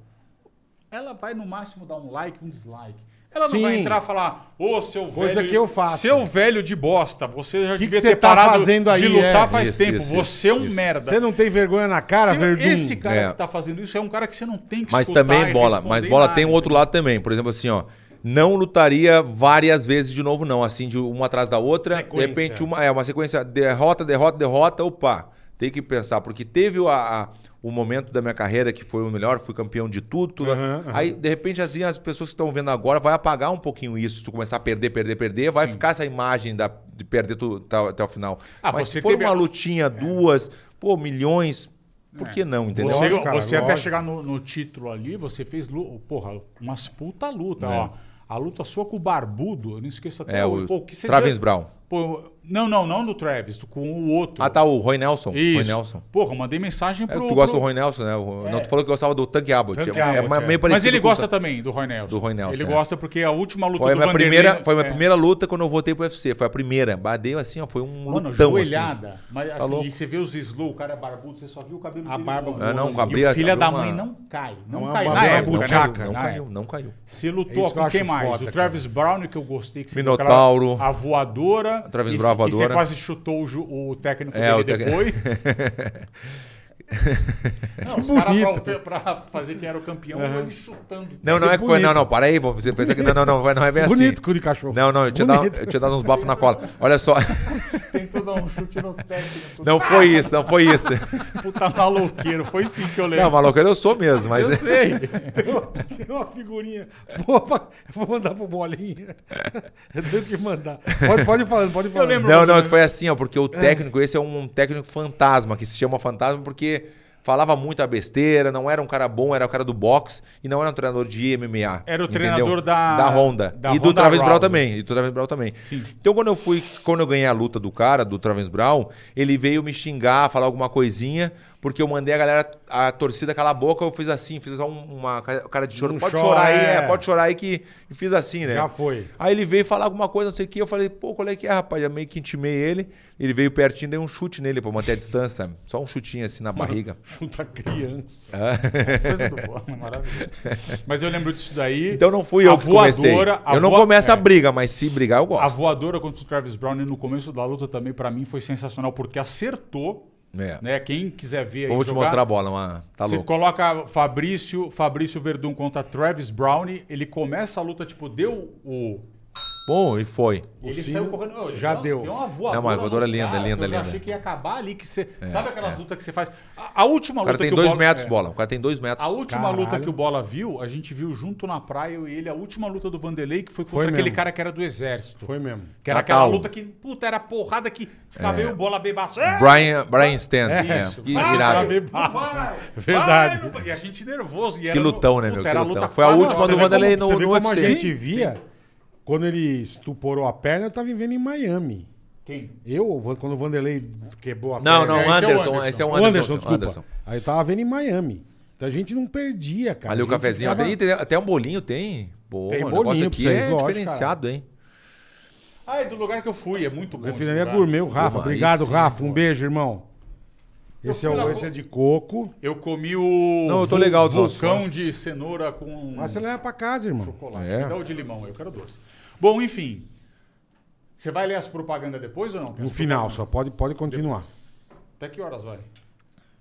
Speaker 2: ela vai no máximo dar um like, um dislike. Ela não
Speaker 1: Sim.
Speaker 2: vai entrar e falar, ô seu velho.
Speaker 1: Coisa que eu faço. né?
Speaker 2: Seu velho de bosta, você já
Speaker 1: Que
Speaker 2: devia
Speaker 1: que você
Speaker 2: ter
Speaker 1: tá
Speaker 2: parado
Speaker 1: fazendo aí,
Speaker 2: de lutar
Speaker 1: é?
Speaker 2: faz
Speaker 3: Isso,
Speaker 2: tempo.
Speaker 3: isso,
Speaker 2: você é um
Speaker 3: isso.
Speaker 2: merda.
Speaker 1: Você não tem vergonha na cara,
Speaker 2: Se-
Speaker 1: Verdun?
Speaker 2: Esse cara
Speaker 3: É.
Speaker 2: que tá fazendo isso é um cara que você não tem que
Speaker 3: Mas
Speaker 2: escutar
Speaker 3: também
Speaker 2: e
Speaker 3: bola, mas
Speaker 2: responder
Speaker 3: bola
Speaker 2: nada.
Speaker 3: tem um outro lado também. Por exemplo, assim, ó. Não lutaria várias vezes de novo, não. Assim, de uma atrás da outra.
Speaker 1: Sequência.
Speaker 3: De repente, uma, é uma sequência derrota, derrota, derrota. Opa, tem que pensar. Porque teve o- a- a- o momento da minha carreira que foi o melhor, fui campeão de tudo. tudo.
Speaker 1: Aham, aham.
Speaker 3: Aí, de repente, assim, as pessoas que estão vendo agora vai apagar um pouquinho isso. Se tu começar a perder, perder, perder, vai ficar essa imagem da, de perder tu, tá- até o final.
Speaker 2: Ah,
Speaker 3: mas
Speaker 2: você
Speaker 3: se for
Speaker 2: teve
Speaker 3: uma
Speaker 2: a- É.
Speaker 3: lutinha, duas, pô, milhões, por que não, entendeu?
Speaker 2: Você,
Speaker 1: Lógico, cara,
Speaker 2: você até
Speaker 1: lógico.
Speaker 2: chegar no, no título ali, você fez, lu- porra, umas puta luta, ó. A luta sua com o Barbudo, eu não esqueço até
Speaker 3: É,
Speaker 2: hoje.
Speaker 3: o
Speaker 2: Pô, que você
Speaker 3: Travis
Speaker 2: deu-
Speaker 3: Brown.
Speaker 2: Pô, não, não, não do Travis, com o outro.
Speaker 3: Ah, tá, o Roy Nelson. Roy
Speaker 2: Isso.
Speaker 3: Nelson.
Speaker 2: Porra, eu mandei mensagem
Speaker 3: É,
Speaker 2: pro...
Speaker 3: tu gosta
Speaker 2: pro- É.
Speaker 3: do Roy Nelson, né? O- Não, tu falou que gostava do Tank Abbott.
Speaker 1: Tank
Speaker 2: um-
Speaker 3: é,
Speaker 1: Abbott,
Speaker 3: ma-
Speaker 1: é.
Speaker 3: meio
Speaker 2: Mas
Speaker 3: parecido
Speaker 2: ele
Speaker 3: com o
Speaker 2: gosta
Speaker 3: Tan-
Speaker 2: também do Roy Nelson.
Speaker 3: Do Roy Nelson,
Speaker 2: Ele
Speaker 3: é.
Speaker 2: gosta porque a última luta
Speaker 3: Foi a
Speaker 2: do
Speaker 3: minha,
Speaker 2: Vanderlei-
Speaker 3: primeira, foi a minha
Speaker 2: é.
Speaker 3: primeira luta quando eu voltei pro UFC. Foi a primeira. Badeu assim, ó. Foi um
Speaker 2: Mano,
Speaker 3: lutão.
Speaker 2: joelhada.
Speaker 3: Assim.
Speaker 2: Mas
Speaker 3: Tá
Speaker 2: assim,
Speaker 3: louco.
Speaker 2: e você vê os slow, o cara é barbudo, você só viu o cabelo
Speaker 1: A
Speaker 2: dele
Speaker 1: barba é
Speaker 2: voando.
Speaker 3: Ah, não, com a
Speaker 2: E
Speaker 3: abri-
Speaker 2: o filho da
Speaker 3: abriu uma-
Speaker 2: mãe não cai. Não
Speaker 1: Uma
Speaker 2: cai.
Speaker 1: barba-
Speaker 2: Na
Speaker 1: uma
Speaker 2: época, né?
Speaker 1: buchaca.
Speaker 3: não
Speaker 2: Na
Speaker 3: caiu,
Speaker 2: época.
Speaker 3: não caiu.
Speaker 2: Você
Speaker 1: É
Speaker 2: lutou
Speaker 1: isso que eu
Speaker 2: com quem
Speaker 1: acho
Speaker 2: mais?
Speaker 1: foda,
Speaker 2: o Travis Brown, que eu gostei. Que você deu
Speaker 3: Minotauro.
Speaker 2: aquela- A voadora.
Speaker 3: Travis
Speaker 2: e,
Speaker 3: Brown, a
Speaker 2: você- E você
Speaker 3: voadora.
Speaker 2: quase chutou o, ju- o técnico
Speaker 3: É,
Speaker 2: dele
Speaker 3: o técnico-
Speaker 2: depois. não, os caras pra,
Speaker 1: bonito.
Speaker 2: pra fazer quem era o campeão, ele chutando.
Speaker 3: Não, não é que foi.
Speaker 1: bonito.
Speaker 3: Não, não, para aí. vamos- Você pensa que não, não, não, vai- não é bem assim.
Speaker 1: Bonito, cu de cachorro.
Speaker 3: Não, não, eu um- tinha, dado,
Speaker 1: Bonito.
Speaker 3: eu tinha dado uns bafos na cola. Olha só.
Speaker 2: Tentou dar um chute no técnico.
Speaker 3: Não foi isso, não foi isso.
Speaker 2: Puta maluqueiro. Foi sim que eu lembro.
Speaker 3: Não, maluco, eu sou mesmo, mas.
Speaker 2: eu sei.
Speaker 1: Tem uma- Tem uma figurinha. Vou, vou mandar pro Bolinha. Eu tenho que mandar. Pode, pode ir falando, pode ir falando.
Speaker 2: lembro- É.
Speaker 3: é Não, não, que foi assim, ó, porque o técnico, esse é um técnico fantasma, que se chama fantasma porque falava muita besteira, não era um cara bom, era o cara do boxe e não era um treinador de MMA.
Speaker 2: Era o
Speaker 3: entendeu?
Speaker 2: treinador da-
Speaker 3: da Honda.
Speaker 2: da
Speaker 3: e do
Speaker 2: Ronda
Speaker 3: Travis Brown
Speaker 2: Rousey.
Speaker 3: também, e do Travis Brown também.
Speaker 2: Sim.
Speaker 3: Então quando eu fui, quando eu ganhei a luta do cara, do Travis Brown, ele veio me xingar, falar alguma coisinha, porque eu mandei a galera, a torcida calar a boca, eu fiz assim, fiz só um- uma ca- cara de choro,
Speaker 1: Não
Speaker 3: pode
Speaker 1: chora,
Speaker 3: chorar aí,
Speaker 1: é.
Speaker 3: é, pode chorar aí que e fiz assim, né?
Speaker 1: Já foi.
Speaker 3: Aí ele veio falar alguma coisa, não sei o que. Eu falei, pô, qual é que é, rapaz? Eu meio que intimei ele. Ele veio pertinho, dei um chute nele pra manter a distância. sabe? Só um chutinho assim na barriga.
Speaker 1: Chuta criança.
Speaker 2: Coisa do bom,
Speaker 3: né?
Speaker 2: maravilhoso. Mas eu lembro disso daí.
Speaker 3: Então não fui eu que comecei.
Speaker 2: a
Speaker 3: Eu não
Speaker 2: voa-
Speaker 3: começo
Speaker 2: é,
Speaker 3: a briga, mas se brigar eu
Speaker 2: A
Speaker 3: gosto.
Speaker 2: voadora contra o Travis Brown no começo da luta também, pra mim, foi sensacional, porque acertou.
Speaker 3: É.
Speaker 2: Né? Quem quiser ver aí.
Speaker 3: Vou te
Speaker 2: jogar,
Speaker 3: mostrar a bola, mas tá
Speaker 2: você
Speaker 3: louco.
Speaker 2: coloca Fabrício, Fabrício Verdun contra Travis Brown. Ele começa a luta, tipo, deu o.
Speaker 3: Bom, e foi.
Speaker 2: Ele
Speaker 1: sino
Speaker 2: saiu correndo. Ô,
Speaker 1: já
Speaker 2: deu,
Speaker 1: deu.
Speaker 2: Deu uma voadora.
Speaker 3: Não, mas voadora
Speaker 2: no
Speaker 3: linda,
Speaker 2: cara,
Speaker 3: linda,
Speaker 2: que eu já
Speaker 3: linda. É,
Speaker 2: Achei que ia acabar ali. Que você, sabe aquelas lutas que você faz? A, a última
Speaker 3: O
Speaker 2: luta
Speaker 3: cara tem
Speaker 2: que o
Speaker 3: dois
Speaker 2: Bola-
Speaker 3: metros,
Speaker 2: é.
Speaker 3: bola. O cara tem dois metros.
Speaker 2: A última
Speaker 1: Caralho.
Speaker 2: luta que o Bola viu, a gente viu junto na praia, eu e ele, a última luta do Vanderlei, que foi contra
Speaker 1: Foi
Speaker 2: aquele
Speaker 1: mesmo.
Speaker 2: cara que era do exército.
Speaker 1: Foi mesmo.
Speaker 2: Que era
Speaker 3: Natal.
Speaker 2: aquela luta que, puta, era porrada que ficava meio bola bebaço. É,
Speaker 3: Brian, Brian Stan. É,
Speaker 2: isso. Ah, tá
Speaker 3: Que
Speaker 2: Vai,
Speaker 3: irado.
Speaker 2: vai, vai,
Speaker 1: Verdade.
Speaker 2: vai, não vai. e a gente nervoso. E
Speaker 3: Que
Speaker 2: era no-
Speaker 3: lutão, né,
Speaker 2: puta,
Speaker 3: meu?
Speaker 2: era
Speaker 3: Que lutão.
Speaker 2: luta
Speaker 3: Foi a
Speaker 2: quatro,
Speaker 3: última
Speaker 2: você
Speaker 3: do
Speaker 2: vê como-
Speaker 3: Vanderlei no
Speaker 1: Você vê como a
Speaker 3: UFC.
Speaker 1: gente via, quando ele estuporou a perna, eu tava vivendo em Miami.
Speaker 2: Quem?
Speaker 1: Eu, quando o Vanderlei quebrou a
Speaker 3: Não,
Speaker 1: perna... né?
Speaker 2: Esse é o
Speaker 3: não, Anderson.
Speaker 2: Anderson.
Speaker 3: Esse é o
Speaker 1: O Anderson,
Speaker 3: Anderson.
Speaker 1: desculpa. Aí eu tava vendo em Miami. Então a gente não perdia, cara.
Speaker 3: Ali
Speaker 1: A
Speaker 3: o
Speaker 1: gente
Speaker 3: cafezinho.
Speaker 1: ficava-
Speaker 3: Até, tem- até um bolinho tem. Pô,
Speaker 1: Tem
Speaker 3: o
Speaker 1: bolinho
Speaker 3: negócio
Speaker 1: pra
Speaker 3: aqui
Speaker 1: vocês,
Speaker 3: é
Speaker 1: lógico,
Speaker 3: diferenciado, hein?
Speaker 2: Ah, é do lugar que eu fui, é muito bom. esse
Speaker 1: Refinaria
Speaker 2: lugar.
Speaker 1: Gourmet, o Rafa.
Speaker 3: Porra, aí
Speaker 1: Obrigado,
Speaker 3: sim,
Speaker 1: Rafa. Um
Speaker 3: porra.
Speaker 1: beijo, irmão. Esse é,
Speaker 2: fui
Speaker 1: o,
Speaker 2: lá-
Speaker 1: esse é de coco.
Speaker 2: Eu comi o
Speaker 3: Não, eu tô legal do nosso,
Speaker 2: vulcão de cenoura com
Speaker 1: Mas você leva pra casa, irmão.
Speaker 2: chocolate.
Speaker 3: É.
Speaker 2: Me dá o de limão, eu quero doce. Bom, enfim. Você vai ler as propagandas depois ou não? Tem
Speaker 1: No
Speaker 2: as
Speaker 1: final,
Speaker 2: propagandas?
Speaker 1: só pode, pode continuar.
Speaker 2: Até que horas vai?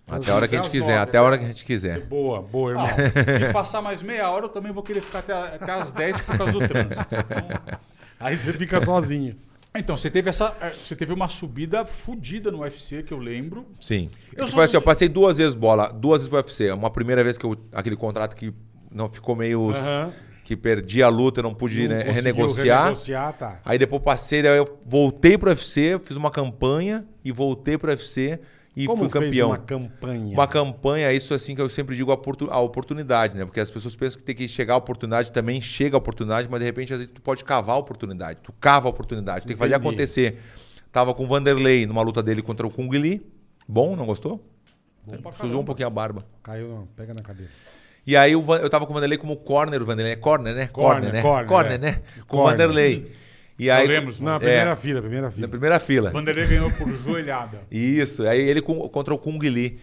Speaker 3: Até a hora que a gente quiser, até a hora que a gente quiser.
Speaker 1: Boa, boa, irmão.
Speaker 2: Ah, se passar mais meia hora, eu também vou querer ficar até, até as 10 por causa do trânsito. Então,
Speaker 1: Aí você fica sozinho.
Speaker 2: então, você teve essa. eh, Você teve uma subida fodida no UFC, que eu lembro.
Speaker 3: Sim.
Speaker 2: Eu
Speaker 3: Eu,
Speaker 2: sou
Speaker 3: foi assim,
Speaker 2: do-
Speaker 3: eu passei duas vezes bola, duas vezes pro UFC. Uma primeira vez que eu, aquele contrato que não ficou meio.
Speaker 1: Aham.
Speaker 3: que perdi a luta, não pude
Speaker 1: Não
Speaker 3: né,
Speaker 1: conseguiu
Speaker 3: renegociar.
Speaker 1: renegociar, tá.
Speaker 3: Aí depois passei, daí eu voltei pro UFC, fiz uma campanha e voltei pro UFC e
Speaker 1: Como
Speaker 3: fui
Speaker 1: fez
Speaker 3: campeão.
Speaker 1: uma campanha?
Speaker 3: Uma campanha, isso assim que eu sempre digo a, oportu- a oportunidade, né? Porque as pessoas pensam que tem que chegar a oportunidade, também chega a oportunidade, mas de repente às vezes tu pode cavar a oportunidade, tu cava a oportunidade, tu tem que fazer
Speaker 1: Entendi.
Speaker 3: acontecer. Tava com o Vanderlei numa luta dele contra o Kung Lee. Bom, não gostou?
Speaker 2: pra
Speaker 3: Sujou um pouquinho a barba.
Speaker 1: Caiu, não. Pega na cadeira.
Speaker 3: E aí o Van- eu tava com o Vanderlei como corner, o Vanderlei é corner, né?
Speaker 1: Corner,
Speaker 3: Corner, né?
Speaker 1: corner,
Speaker 3: Corner,
Speaker 1: é.
Speaker 3: né? Com o
Speaker 1: Corner. né?
Speaker 3: Vanderlei. E aí,
Speaker 2: lembro,
Speaker 1: Na
Speaker 3: é,
Speaker 1: primeira fila, primeira
Speaker 3: na
Speaker 1: fila.
Speaker 3: primeira fila.
Speaker 2: O Vanderlei ganhou por joelhada.
Speaker 3: Isso, aí ele com- contra o Kung Lee.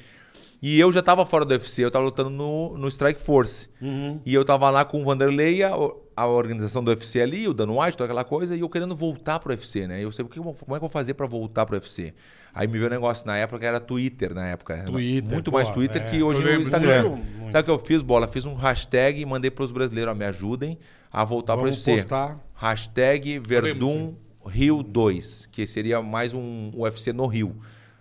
Speaker 3: E eu já tava fora do UFC, eu tava lutando no, no Strike Force.
Speaker 1: Uhum.
Speaker 3: E eu tava lá com o Vanderlei, a, a organização do UFC ali, o Dan White, toda aquela coisa, e eu querendo voltar pro UFC, né? Eu sei, o que eu vou- como é que eu vou fazer pra voltar pro UFC? Aí me veio um negócio na época, era Twitter na época.
Speaker 1: Twitter,
Speaker 3: Muito
Speaker 1: pô,
Speaker 3: mais Twitter
Speaker 1: é.
Speaker 3: que hoje
Speaker 1: Eu
Speaker 3: no
Speaker 1: lembro,
Speaker 3: Instagram.
Speaker 1: muito, muito.
Speaker 3: Sabe o que eu fiz, Bola? Fiz um hashtag e mandei pros brasileiros, ó, me ajudem a voltar pro
Speaker 1: Vamos
Speaker 3: UFC.
Speaker 1: postar.
Speaker 3: Hashtag Verdun Rio 2, que seria mais um UFC no Rio.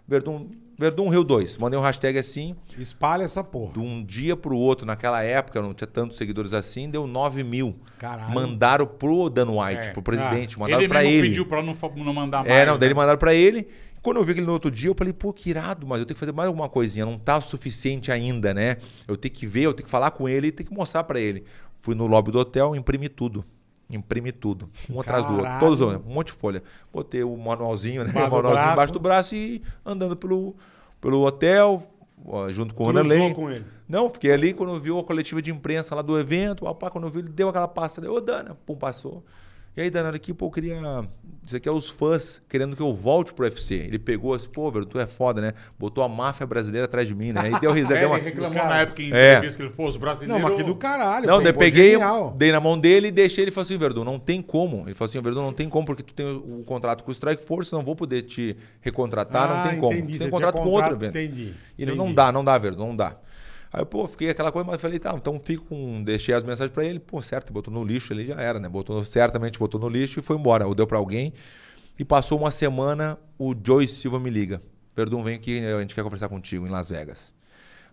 Speaker 3: Verdun, Verdun Rio 2. Mandei um hashtag assim,
Speaker 1: Espalha essa porra.
Speaker 3: de um dia pro outro, naquela época, eu não tinha tantos seguidores assim, deu 9 mil.
Speaker 1: Caralho.
Speaker 3: Mandaram pro Dan White,
Speaker 2: É.
Speaker 3: pro presidente,
Speaker 1: Ah,
Speaker 3: mandaram pra
Speaker 2: mesmo
Speaker 3: ele.
Speaker 2: pediu pra não, fa- não mandar mais.
Speaker 3: É, não, daí
Speaker 2: né?
Speaker 3: ele mandaram pra ele. Quando eu vi aquele no outro dia, eu falei, pô, que irado, mas eu tenho que fazer mais alguma coisinha, não tá o suficiente ainda, né? Eu tenho que ver, eu tenho que falar com ele e tenho que mostrar pra ele. Fui no lobby do hotel, imprimi tudo. Imprimi tudo. Um atrás do outro.
Speaker 1: Caralho.
Speaker 3: Todos um monte de folha. Botei o manualzinho, né?
Speaker 1: Embaixo
Speaker 3: o
Speaker 1: do
Speaker 3: manualzinho
Speaker 1: braço.
Speaker 3: embaixo do braço e andando pelo, pelo hotel, ó, junto com o
Speaker 1: Cruzou
Speaker 3: Vanderlei.
Speaker 1: com ele.
Speaker 3: Não, fiquei ali quando viu a coletiva de imprensa lá do evento, opa, quando viu ele deu aquela passada, ô Dana, pum, passou. E aí, Dana, olha aqui, pô, eu queria. Isso aqui é os fãs querendo que eu volte pro UFC. Ele pegou assim, pô, velho, tu é foda, né? Botou a máfia brasileira atrás de mim, né? E deu risada.
Speaker 2: É,
Speaker 3: deu
Speaker 2: ele
Speaker 3: uma...
Speaker 2: reclamou
Speaker 1: Cara.
Speaker 2: na época em
Speaker 3: É.
Speaker 2: entrevista que ele, pô, os
Speaker 1: Não,
Speaker 2: brasileiros.
Speaker 1: mas que do caralho.
Speaker 3: Não,
Speaker 1: pô,
Speaker 3: daí
Speaker 1: pô,
Speaker 3: peguei, um-
Speaker 1: genial.
Speaker 3: dei na mão dele e deixei ele e falou assim, Verdun, não tem como. Ele falou assim, Verdun, não tem como, porque tu tem o, o contrato com o Strike Force, não vou poder te recontratar,
Speaker 1: Ah,
Speaker 3: não tem como.
Speaker 1: entendi,
Speaker 3: Tu
Speaker 1: você
Speaker 3: tem
Speaker 1: tinha
Speaker 3: contrato com outro
Speaker 1: contrato,
Speaker 3: evento.
Speaker 1: entendi,
Speaker 3: E ele, não
Speaker 1: entendi.
Speaker 3: dá, não dá, Verdun, não dá. Aí, pô, fiquei aquela coisa, mas falei, tá, então fico com. Deixei as mensagens pra ele, pô, certo, botou no lixo, ele já era, né? Botou, certamente botou no lixo e foi embora. Ou deu pra alguém. E passou uma semana, o Joey Silva me liga. Verdun, vem aqui, a gente quer conversar contigo em Las Vegas.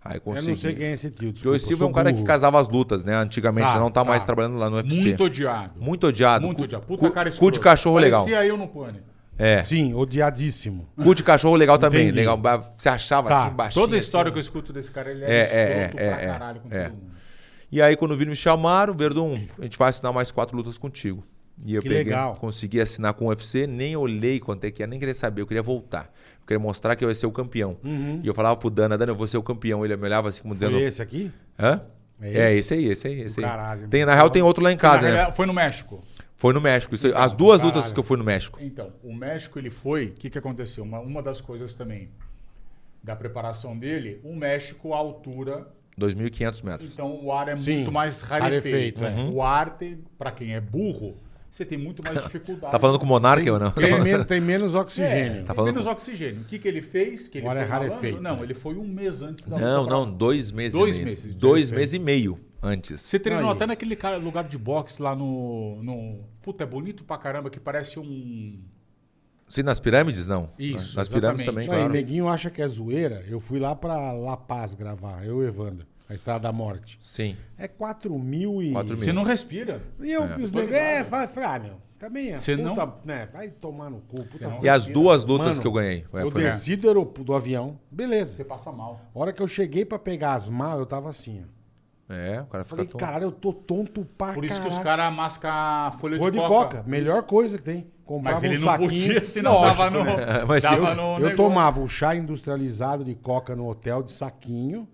Speaker 3: Aí
Speaker 1: Eu
Speaker 3: consegui.
Speaker 1: não sei quem é esse tio. desculpa,
Speaker 3: Joey
Speaker 1: eu
Speaker 3: Silva
Speaker 1: sou
Speaker 3: é um cara que
Speaker 1: burro.
Speaker 3: casava as lutas, né? Antigamente,
Speaker 1: Tá,
Speaker 3: já não tá,
Speaker 1: tá.
Speaker 3: mais trabalhando lá no UFC.
Speaker 2: Muito odiado.
Speaker 3: Muito odiado.
Speaker 2: Muito
Speaker 3: Cu-
Speaker 2: odiado. Puta
Speaker 3: cu-
Speaker 2: cara
Speaker 3: Cu de
Speaker 2: escroto.
Speaker 3: cachorro legal.
Speaker 2: Parecia eu no pânico.
Speaker 3: É.
Speaker 1: Sim, odiadíssimo.
Speaker 3: Curte cachorro legal também.
Speaker 1: Entendi.
Speaker 3: Legal. ba- Você achava
Speaker 1: Tá.
Speaker 3: assim baixinho.
Speaker 2: Toda a história
Speaker 3: assim.
Speaker 2: que eu escuto desse cara, ele é,
Speaker 3: É, é,
Speaker 2: escroto
Speaker 3: é,
Speaker 2: pra
Speaker 3: é,
Speaker 2: caralho com
Speaker 3: é.
Speaker 2: todo mundo.
Speaker 3: E aí, quando viram, me chamaram, Verdun, a gente vai assinar mais quatro lutas contigo. E eu
Speaker 1: Que
Speaker 3: peguei,
Speaker 1: legal.
Speaker 3: consegui assinar com o UFC, nem olhei quanto é que era, nem queria saber, eu queria voltar. Eu queria mostrar que eu ia ser o campeão. E eu falava pro Dana, Dana, eu vou ser o campeão. Ele me olhava assim, como dizendo.
Speaker 1: Foi esse aqui?
Speaker 3: Hã?
Speaker 1: É
Speaker 3: É,
Speaker 1: esse?
Speaker 3: esse aí, esse aí, esse aí.
Speaker 1: caralho,
Speaker 3: tem,
Speaker 1: meu.
Speaker 3: na real, tem outro lá em
Speaker 2: Na
Speaker 3: casa, né?
Speaker 2: realidade, Foi no México.
Speaker 3: Foi no México. Isso aí, as duas
Speaker 1: caralho.
Speaker 3: lutas que eu fui no México.
Speaker 2: Então, o México ele foi. O que, que aconteceu? Uma, uma das coisas também da preparação dele, o México, a altura.
Speaker 3: 2.500 metros.
Speaker 2: Então o ar é
Speaker 1: Sim,
Speaker 2: muito mais
Speaker 1: rarefeito,
Speaker 2: rarefeito. né? O ar, tem- pra quem é burro, você tem muito mais dificuldade.
Speaker 3: Tá falando com o Monarca ou não? Tá
Speaker 1: Tem
Speaker 3: falando-
Speaker 1: menos, tem menos oxigênio.
Speaker 2: É,
Speaker 3: Tá
Speaker 2: tá
Speaker 3: falando
Speaker 2: menos
Speaker 3: com-
Speaker 2: oxigênio. O que, que ele fez? Que ele
Speaker 1: Agora
Speaker 2: foi
Speaker 1: é rarefeito.
Speaker 2: ralando? Não, ele foi um mês antes da
Speaker 3: Não,
Speaker 2: luta pra-
Speaker 3: não, dois meses
Speaker 2: Dois
Speaker 3: e meio.
Speaker 2: meses,
Speaker 3: Dois meses e meio antes.
Speaker 2: Você treinou
Speaker 1: Aí.
Speaker 2: até naquele cara- lugar de boxe lá no, no. Puta, é bonito pra caramba, que parece um.
Speaker 3: Sim, nas pirâmides, não?
Speaker 2: Isso,
Speaker 3: Nas pirâmides
Speaker 2: exatamente.
Speaker 3: também,
Speaker 1: Não, e
Speaker 3: claro.
Speaker 1: neguinho acha que é zoeira. Eu fui lá pra La Paz gravar, eu e o Evandro, a Estrada da Morte.
Speaker 3: Sim.
Speaker 1: É 4 mil e.
Speaker 3: 4 mil.
Speaker 2: Você não respira.
Speaker 1: E eu, é. os negros. É, vai, falei, ah, meu. Também é.
Speaker 2: Você
Speaker 1: puta,
Speaker 2: não-
Speaker 1: né, vai tomar no cu. Puta
Speaker 2: não-
Speaker 3: E as duas lutas
Speaker 1: Mano,
Speaker 3: que eu ganhei. É,
Speaker 1: Eu
Speaker 3: foi-
Speaker 1: desci do, aerop- do avião,
Speaker 2: Você
Speaker 1: beleza.
Speaker 2: passa mal.
Speaker 1: A hora que eu cheguei pra pegar as malas, eu tava assim, ó.
Speaker 3: é, o cara fica
Speaker 1: Falei,
Speaker 3: tonto.
Speaker 1: caralho, eu tô tonto pra
Speaker 2: Por isso que os
Speaker 1: caralho.
Speaker 2: caras mascam a folha
Speaker 1: Foi
Speaker 2: de
Speaker 1: de
Speaker 2: coca.
Speaker 1: coca, melhor coisa que tem. Comprava
Speaker 2: Mas ele
Speaker 1: um
Speaker 2: não
Speaker 1: saquinho.
Speaker 2: podia, senão
Speaker 1: Lógico, né?
Speaker 2: tava no.
Speaker 3: Mas
Speaker 2: tava
Speaker 3: eu-
Speaker 2: no
Speaker 1: Eu
Speaker 2: negócio.
Speaker 1: tomava o chá industrializado de coca no hotel de saquinho,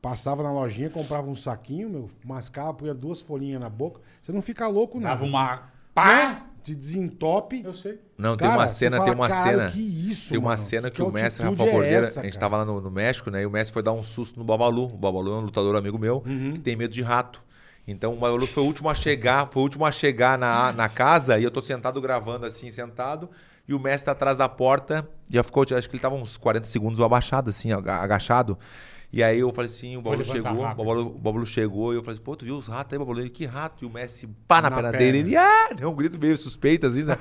Speaker 1: passava na lojinha, comprava um saquinho, meu, mascava, punha duas folhinhas na boca. Você não fica louco, não.
Speaker 2: Dava um- uma. Pá!
Speaker 1: Te desentope.
Speaker 2: Né? Eu sei.
Speaker 3: Não, tem
Speaker 1: Cara,
Speaker 3: uma
Speaker 1: você
Speaker 3: cena,
Speaker 1: fala,
Speaker 3: tem uma
Speaker 1: "Cara,
Speaker 3: cena.
Speaker 1: que isso,
Speaker 3: tem uma
Speaker 1: mano?
Speaker 3: cena que,
Speaker 1: Que
Speaker 3: o mestre
Speaker 1: altitude
Speaker 3: Rafael
Speaker 1: é
Speaker 3: Cordeira,
Speaker 1: essa,
Speaker 3: a gente
Speaker 1: cara?
Speaker 3: tava lá no, no México, né? E o mestre foi dar um susto no Babalu. O Babalu é um lutador amigo meu
Speaker 1: Uhum.
Speaker 3: que tem medo de rato. Então o Babalu foi o último a chegar, foi o último a chegar na, na casa e eu tô sentado gravando assim, sentado. E o mestre tá atrás da porta, já ficou, acho que ele tava uns 40 segundos abaixado, assim, aga- agachado. E aí eu falei assim, o
Speaker 2: Foi
Speaker 3: Babalu
Speaker 2: levantar
Speaker 3: chegou, o
Speaker 2: rápido.
Speaker 3: Babalu, o Babalu chegou e eu falei assim, pô, tu viu os ratos aí, Babalu? Ele, que rato? E o Messi, pá, na,
Speaker 1: Na
Speaker 3: perna,
Speaker 1: perna.
Speaker 3: dele, ele, ah! Deu um grito meio suspeito, assim, né?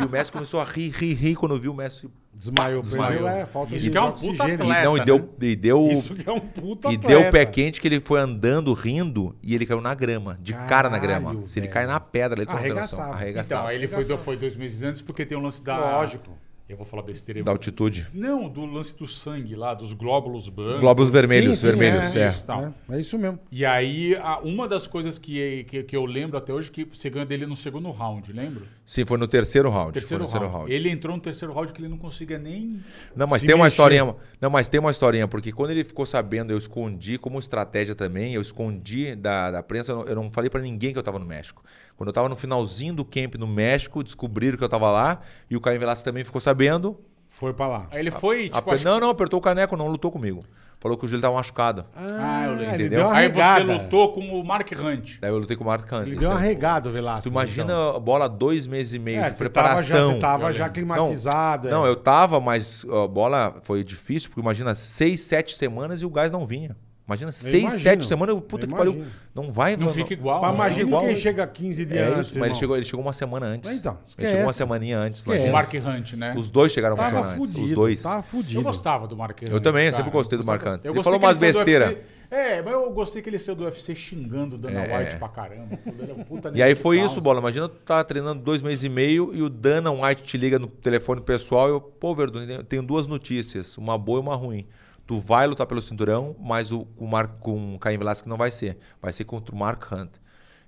Speaker 3: e o Messi começou a rir, rir, rir, quando eu vi o Messi...
Speaker 1: Desmaiou,
Speaker 3: Desmaiou.
Speaker 1: perdeu, é, falta
Speaker 2: Isso
Speaker 1: de
Speaker 2: que é um
Speaker 1: oxigênio.
Speaker 2: puta
Speaker 3: E,
Speaker 2: atleta.
Speaker 3: não, e
Speaker 2: né?
Speaker 3: deu, e deu,
Speaker 1: Isso que é um puta
Speaker 3: e
Speaker 1: atleta.
Speaker 3: deu o pé quente que ele foi andando, rindo, e ele caiu na grama, de cara na grama.
Speaker 1: Caralho,
Speaker 3: Se ele
Speaker 1: velho.
Speaker 3: cai na pedra, ele tá
Speaker 1: Arregaçava.
Speaker 3: Arregaçava.
Speaker 2: Então, aí ele foi, foi dois meses antes porque tem o lance da.
Speaker 1: Lógico.
Speaker 2: Eu vou falar besteira.
Speaker 3: Da altitude.
Speaker 2: Não, do lance do sangue lá, dos glóbulos brancos.
Speaker 3: Glóbulos vermelhos,
Speaker 1: Sim, sim,
Speaker 3: vermelhos,
Speaker 1: é,
Speaker 3: é.
Speaker 2: Isso, tal.
Speaker 1: É, é isso mesmo.
Speaker 2: E aí, a- uma das coisas que, que, que eu lembro até hoje é que você ganha dele no segundo round, lembra?
Speaker 3: Sim, foi no terceiro round. foi
Speaker 2: Terceiro,
Speaker 3: no terceiro
Speaker 2: round.
Speaker 3: round.
Speaker 2: Ele entrou no terceiro round que ele não conseguia nem.
Speaker 3: Não, mas
Speaker 2: se
Speaker 3: tem uma
Speaker 2: mexer.
Speaker 3: historinha. Não, mas tem uma historinha, porque quando ele ficou sabendo, eu escondi como estratégia também, eu escondi da, da prensa, eu não, eu não falei pra ninguém que eu tava no México. Quando eu tava no finalzinho do camp no México, descobriram que eu tava lá, e o Caio Velasco também ficou sabendo.
Speaker 1: Foi pra lá.
Speaker 2: Aí ele foi, tipo,
Speaker 3: Aper-
Speaker 2: acho que-
Speaker 3: Não, não, apertou o caneco, não lutou comigo. Falou que o joelho tava machucado.
Speaker 2: Ah, eu lembro.
Speaker 1: Ele
Speaker 3: Entendeu?
Speaker 1: deu uma
Speaker 2: Aí você
Speaker 1: regada.
Speaker 2: lutou com o Mark Hunt.
Speaker 3: Daí eu lutei com o Marco Cantos.
Speaker 1: Ele deu uma regada, o Velasco.
Speaker 3: Tu imagina
Speaker 1: então.
Speaker 3: a bola dois meses e meio
Speaker 1: É,
Speaker 3: de
Speaker 1: você tava já-
Speaker 3: preparação.
Speaker 1: Você tava
Speaker 2: eu
Speaker 1: já
Speaker 2: lembro.
Speaker 1: climatizado. é.
Speaker 3: Não, eu tava, mas ó, a bola foi difícil, porque imagina, seis, sete semanas e o gás não vinha. Imagina, seis,
Speaker 1: imagino.
Speaker 3: sete semanas, eu- puta
Speaker 1: Eu
Speaker 3: que pariu.
Speaker 1: imagino.
Speaker 3: Não vai,
Speaker 2: Não fica igual.
Speaker 1: Mas
Speaker 2: né?
Speaker 1: imagina
Speaker 3: igual,
Speaker 1: quem
Speaker 3: né?
Speaker 1: chega 15
Speaker 3: É
Speaker 1: dias
Speaker 3: isso,
Speaker 1: antes,
Speaker 3: mas ele
Speaker 1: irmão.
Speaker 3: chegou, ele chegou uma semana antes.
Speaker 1: Mas então,
Speaker 3: ele chegou uma
Speaker 1: esquece.
Speaker 3: semaninha antes,
Speaker 1: Esquece.
Speaker 2: O
Speaker 3: imagina.
Speaker 2: Mark Hunt, né?
Speaker 3: É. Os dois chegaram uma
Speaker 1: Tava
Speaker 3: semana
Speaker 1: fudido.
Speaker 3: antes. Os dois.
Speaker 1: Tava
Speaker 2: Eu
Speaker 1: fudido.
Speaker 2: gostava do Mark Hunt.
Speaker 3: Eu também, eu
Speaker 2: cara.
Speaker 3: sempre gostei do
Speaker 2: gostava-
Speaker 3: Mark Hunt.
Speaker 2: Eu
Speaker 3: Ele
Speaker 2: gostei
Speaker 3: falou
Speaker 2: que
Speaker 3: umas
Speaker 2: saiu do
Speaker 3: besteira.
Speaker 2: UFC. É, mas eu gostei que ele saiu do UFC xingando o Dana White pra caramba. Pô, ele é um puta
Speaker 1: Tá
Speaker 3: E aí
Speaker 2: negro
Speaker 3: foi
Speaker 2: de
Speaker 3: isso,
Speaker 2: tal.
Speaker 3: Bola. Imagina tu tá treinando dois meses e meio e o Dana White te liga no telefone pessoal e eu, pô, Verdun, eu tenho duas notícias, uma boa e uma ruim. Tu vai lutar pelo cinturão, mas o, com o, Mar, com o Caim Velasquez não vai ser. Vai ser contra o Mark Hunt.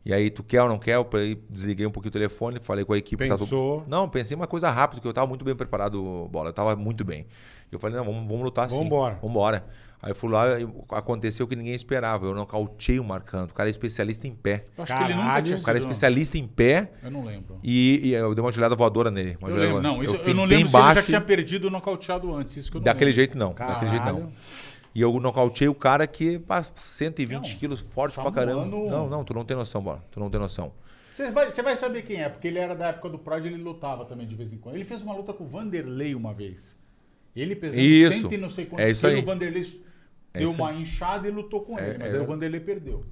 Speaker 3: E aí, tu quer ou não quer? Eu pe- desliguei um pouquinho o telefone, falei com a equipe. tá tudo-
Speaker 1: Pensou.
Speaker 3: Não, pensei uma coisa rápida, que eu tava muito bem preparado, Bola. Eu tava muito bem. Eu falei, não, vamos, vamos lutar sim.
Speaker 1: Vambora.
Speaker 3: Vambora. Aí fui lá e aconteceu o que ninguém esperava. Eu nocauteei o Mark Hunt. O cara é especialista em pé.
Speaker 2: Eu acho que ele nunca
Speaker 1: Caralho,
Speaker 2: tinha
Speaker 1: o
Speaker 3: O cara é
Speaker 2: sido-
Speaker 3: especialista em pé
Speaker 2: Eu não lembro.
Speaker 3: e, e eu dei uma joelhada voadora nele. Uma
Speaker 2: Eu
Speaker 3: joelhada
Speaker 2: lembro,
Speaker 3: voadora.
Speaker 2: não. Isso, eu,
Speaker 3: fui
Speaker 2: não
Speaker 3: bem
Speaker 2: lembro se ele já
Speaker 3: baixo e
Speaker 2: tinha perdido ou nocauteado antes. Isso que eu não
Speaker 3: Daquele
Speaker 2: lembro.
Speaker 3: jeito não, daquele jeito não.
Speaker 1: Caralho.
Speaker 3: E eu nocauteei o cara que pá, 120
Speaker 2: Não, um
Speaker 3: quilos, forte pra
Speaker 2: Samuano-
Speaker 3: caramba. Não, não, tu não tem noção, bola. Tu não tem noção.
Speaker 2: Você vai, você vai saber quem é, porque ele era da época do Prod ele lutava também de vez em quando. Ele fez uma luta com o Vanderlei uma vez. Ele pesando
Speaker 3: Isso.
Speaker 2: 100 e não sei quantos
Speaker 3: É isso
Speaker 2: quilos,
Speaker 3: aí. É
Speaker 2: o Vanderlei deu
Speaker 3: isso
Speaker 2: uma inchada e lutou com ele, mas
Speaker 3: é.
Speaker 2: aí o Vanderlei perdeu.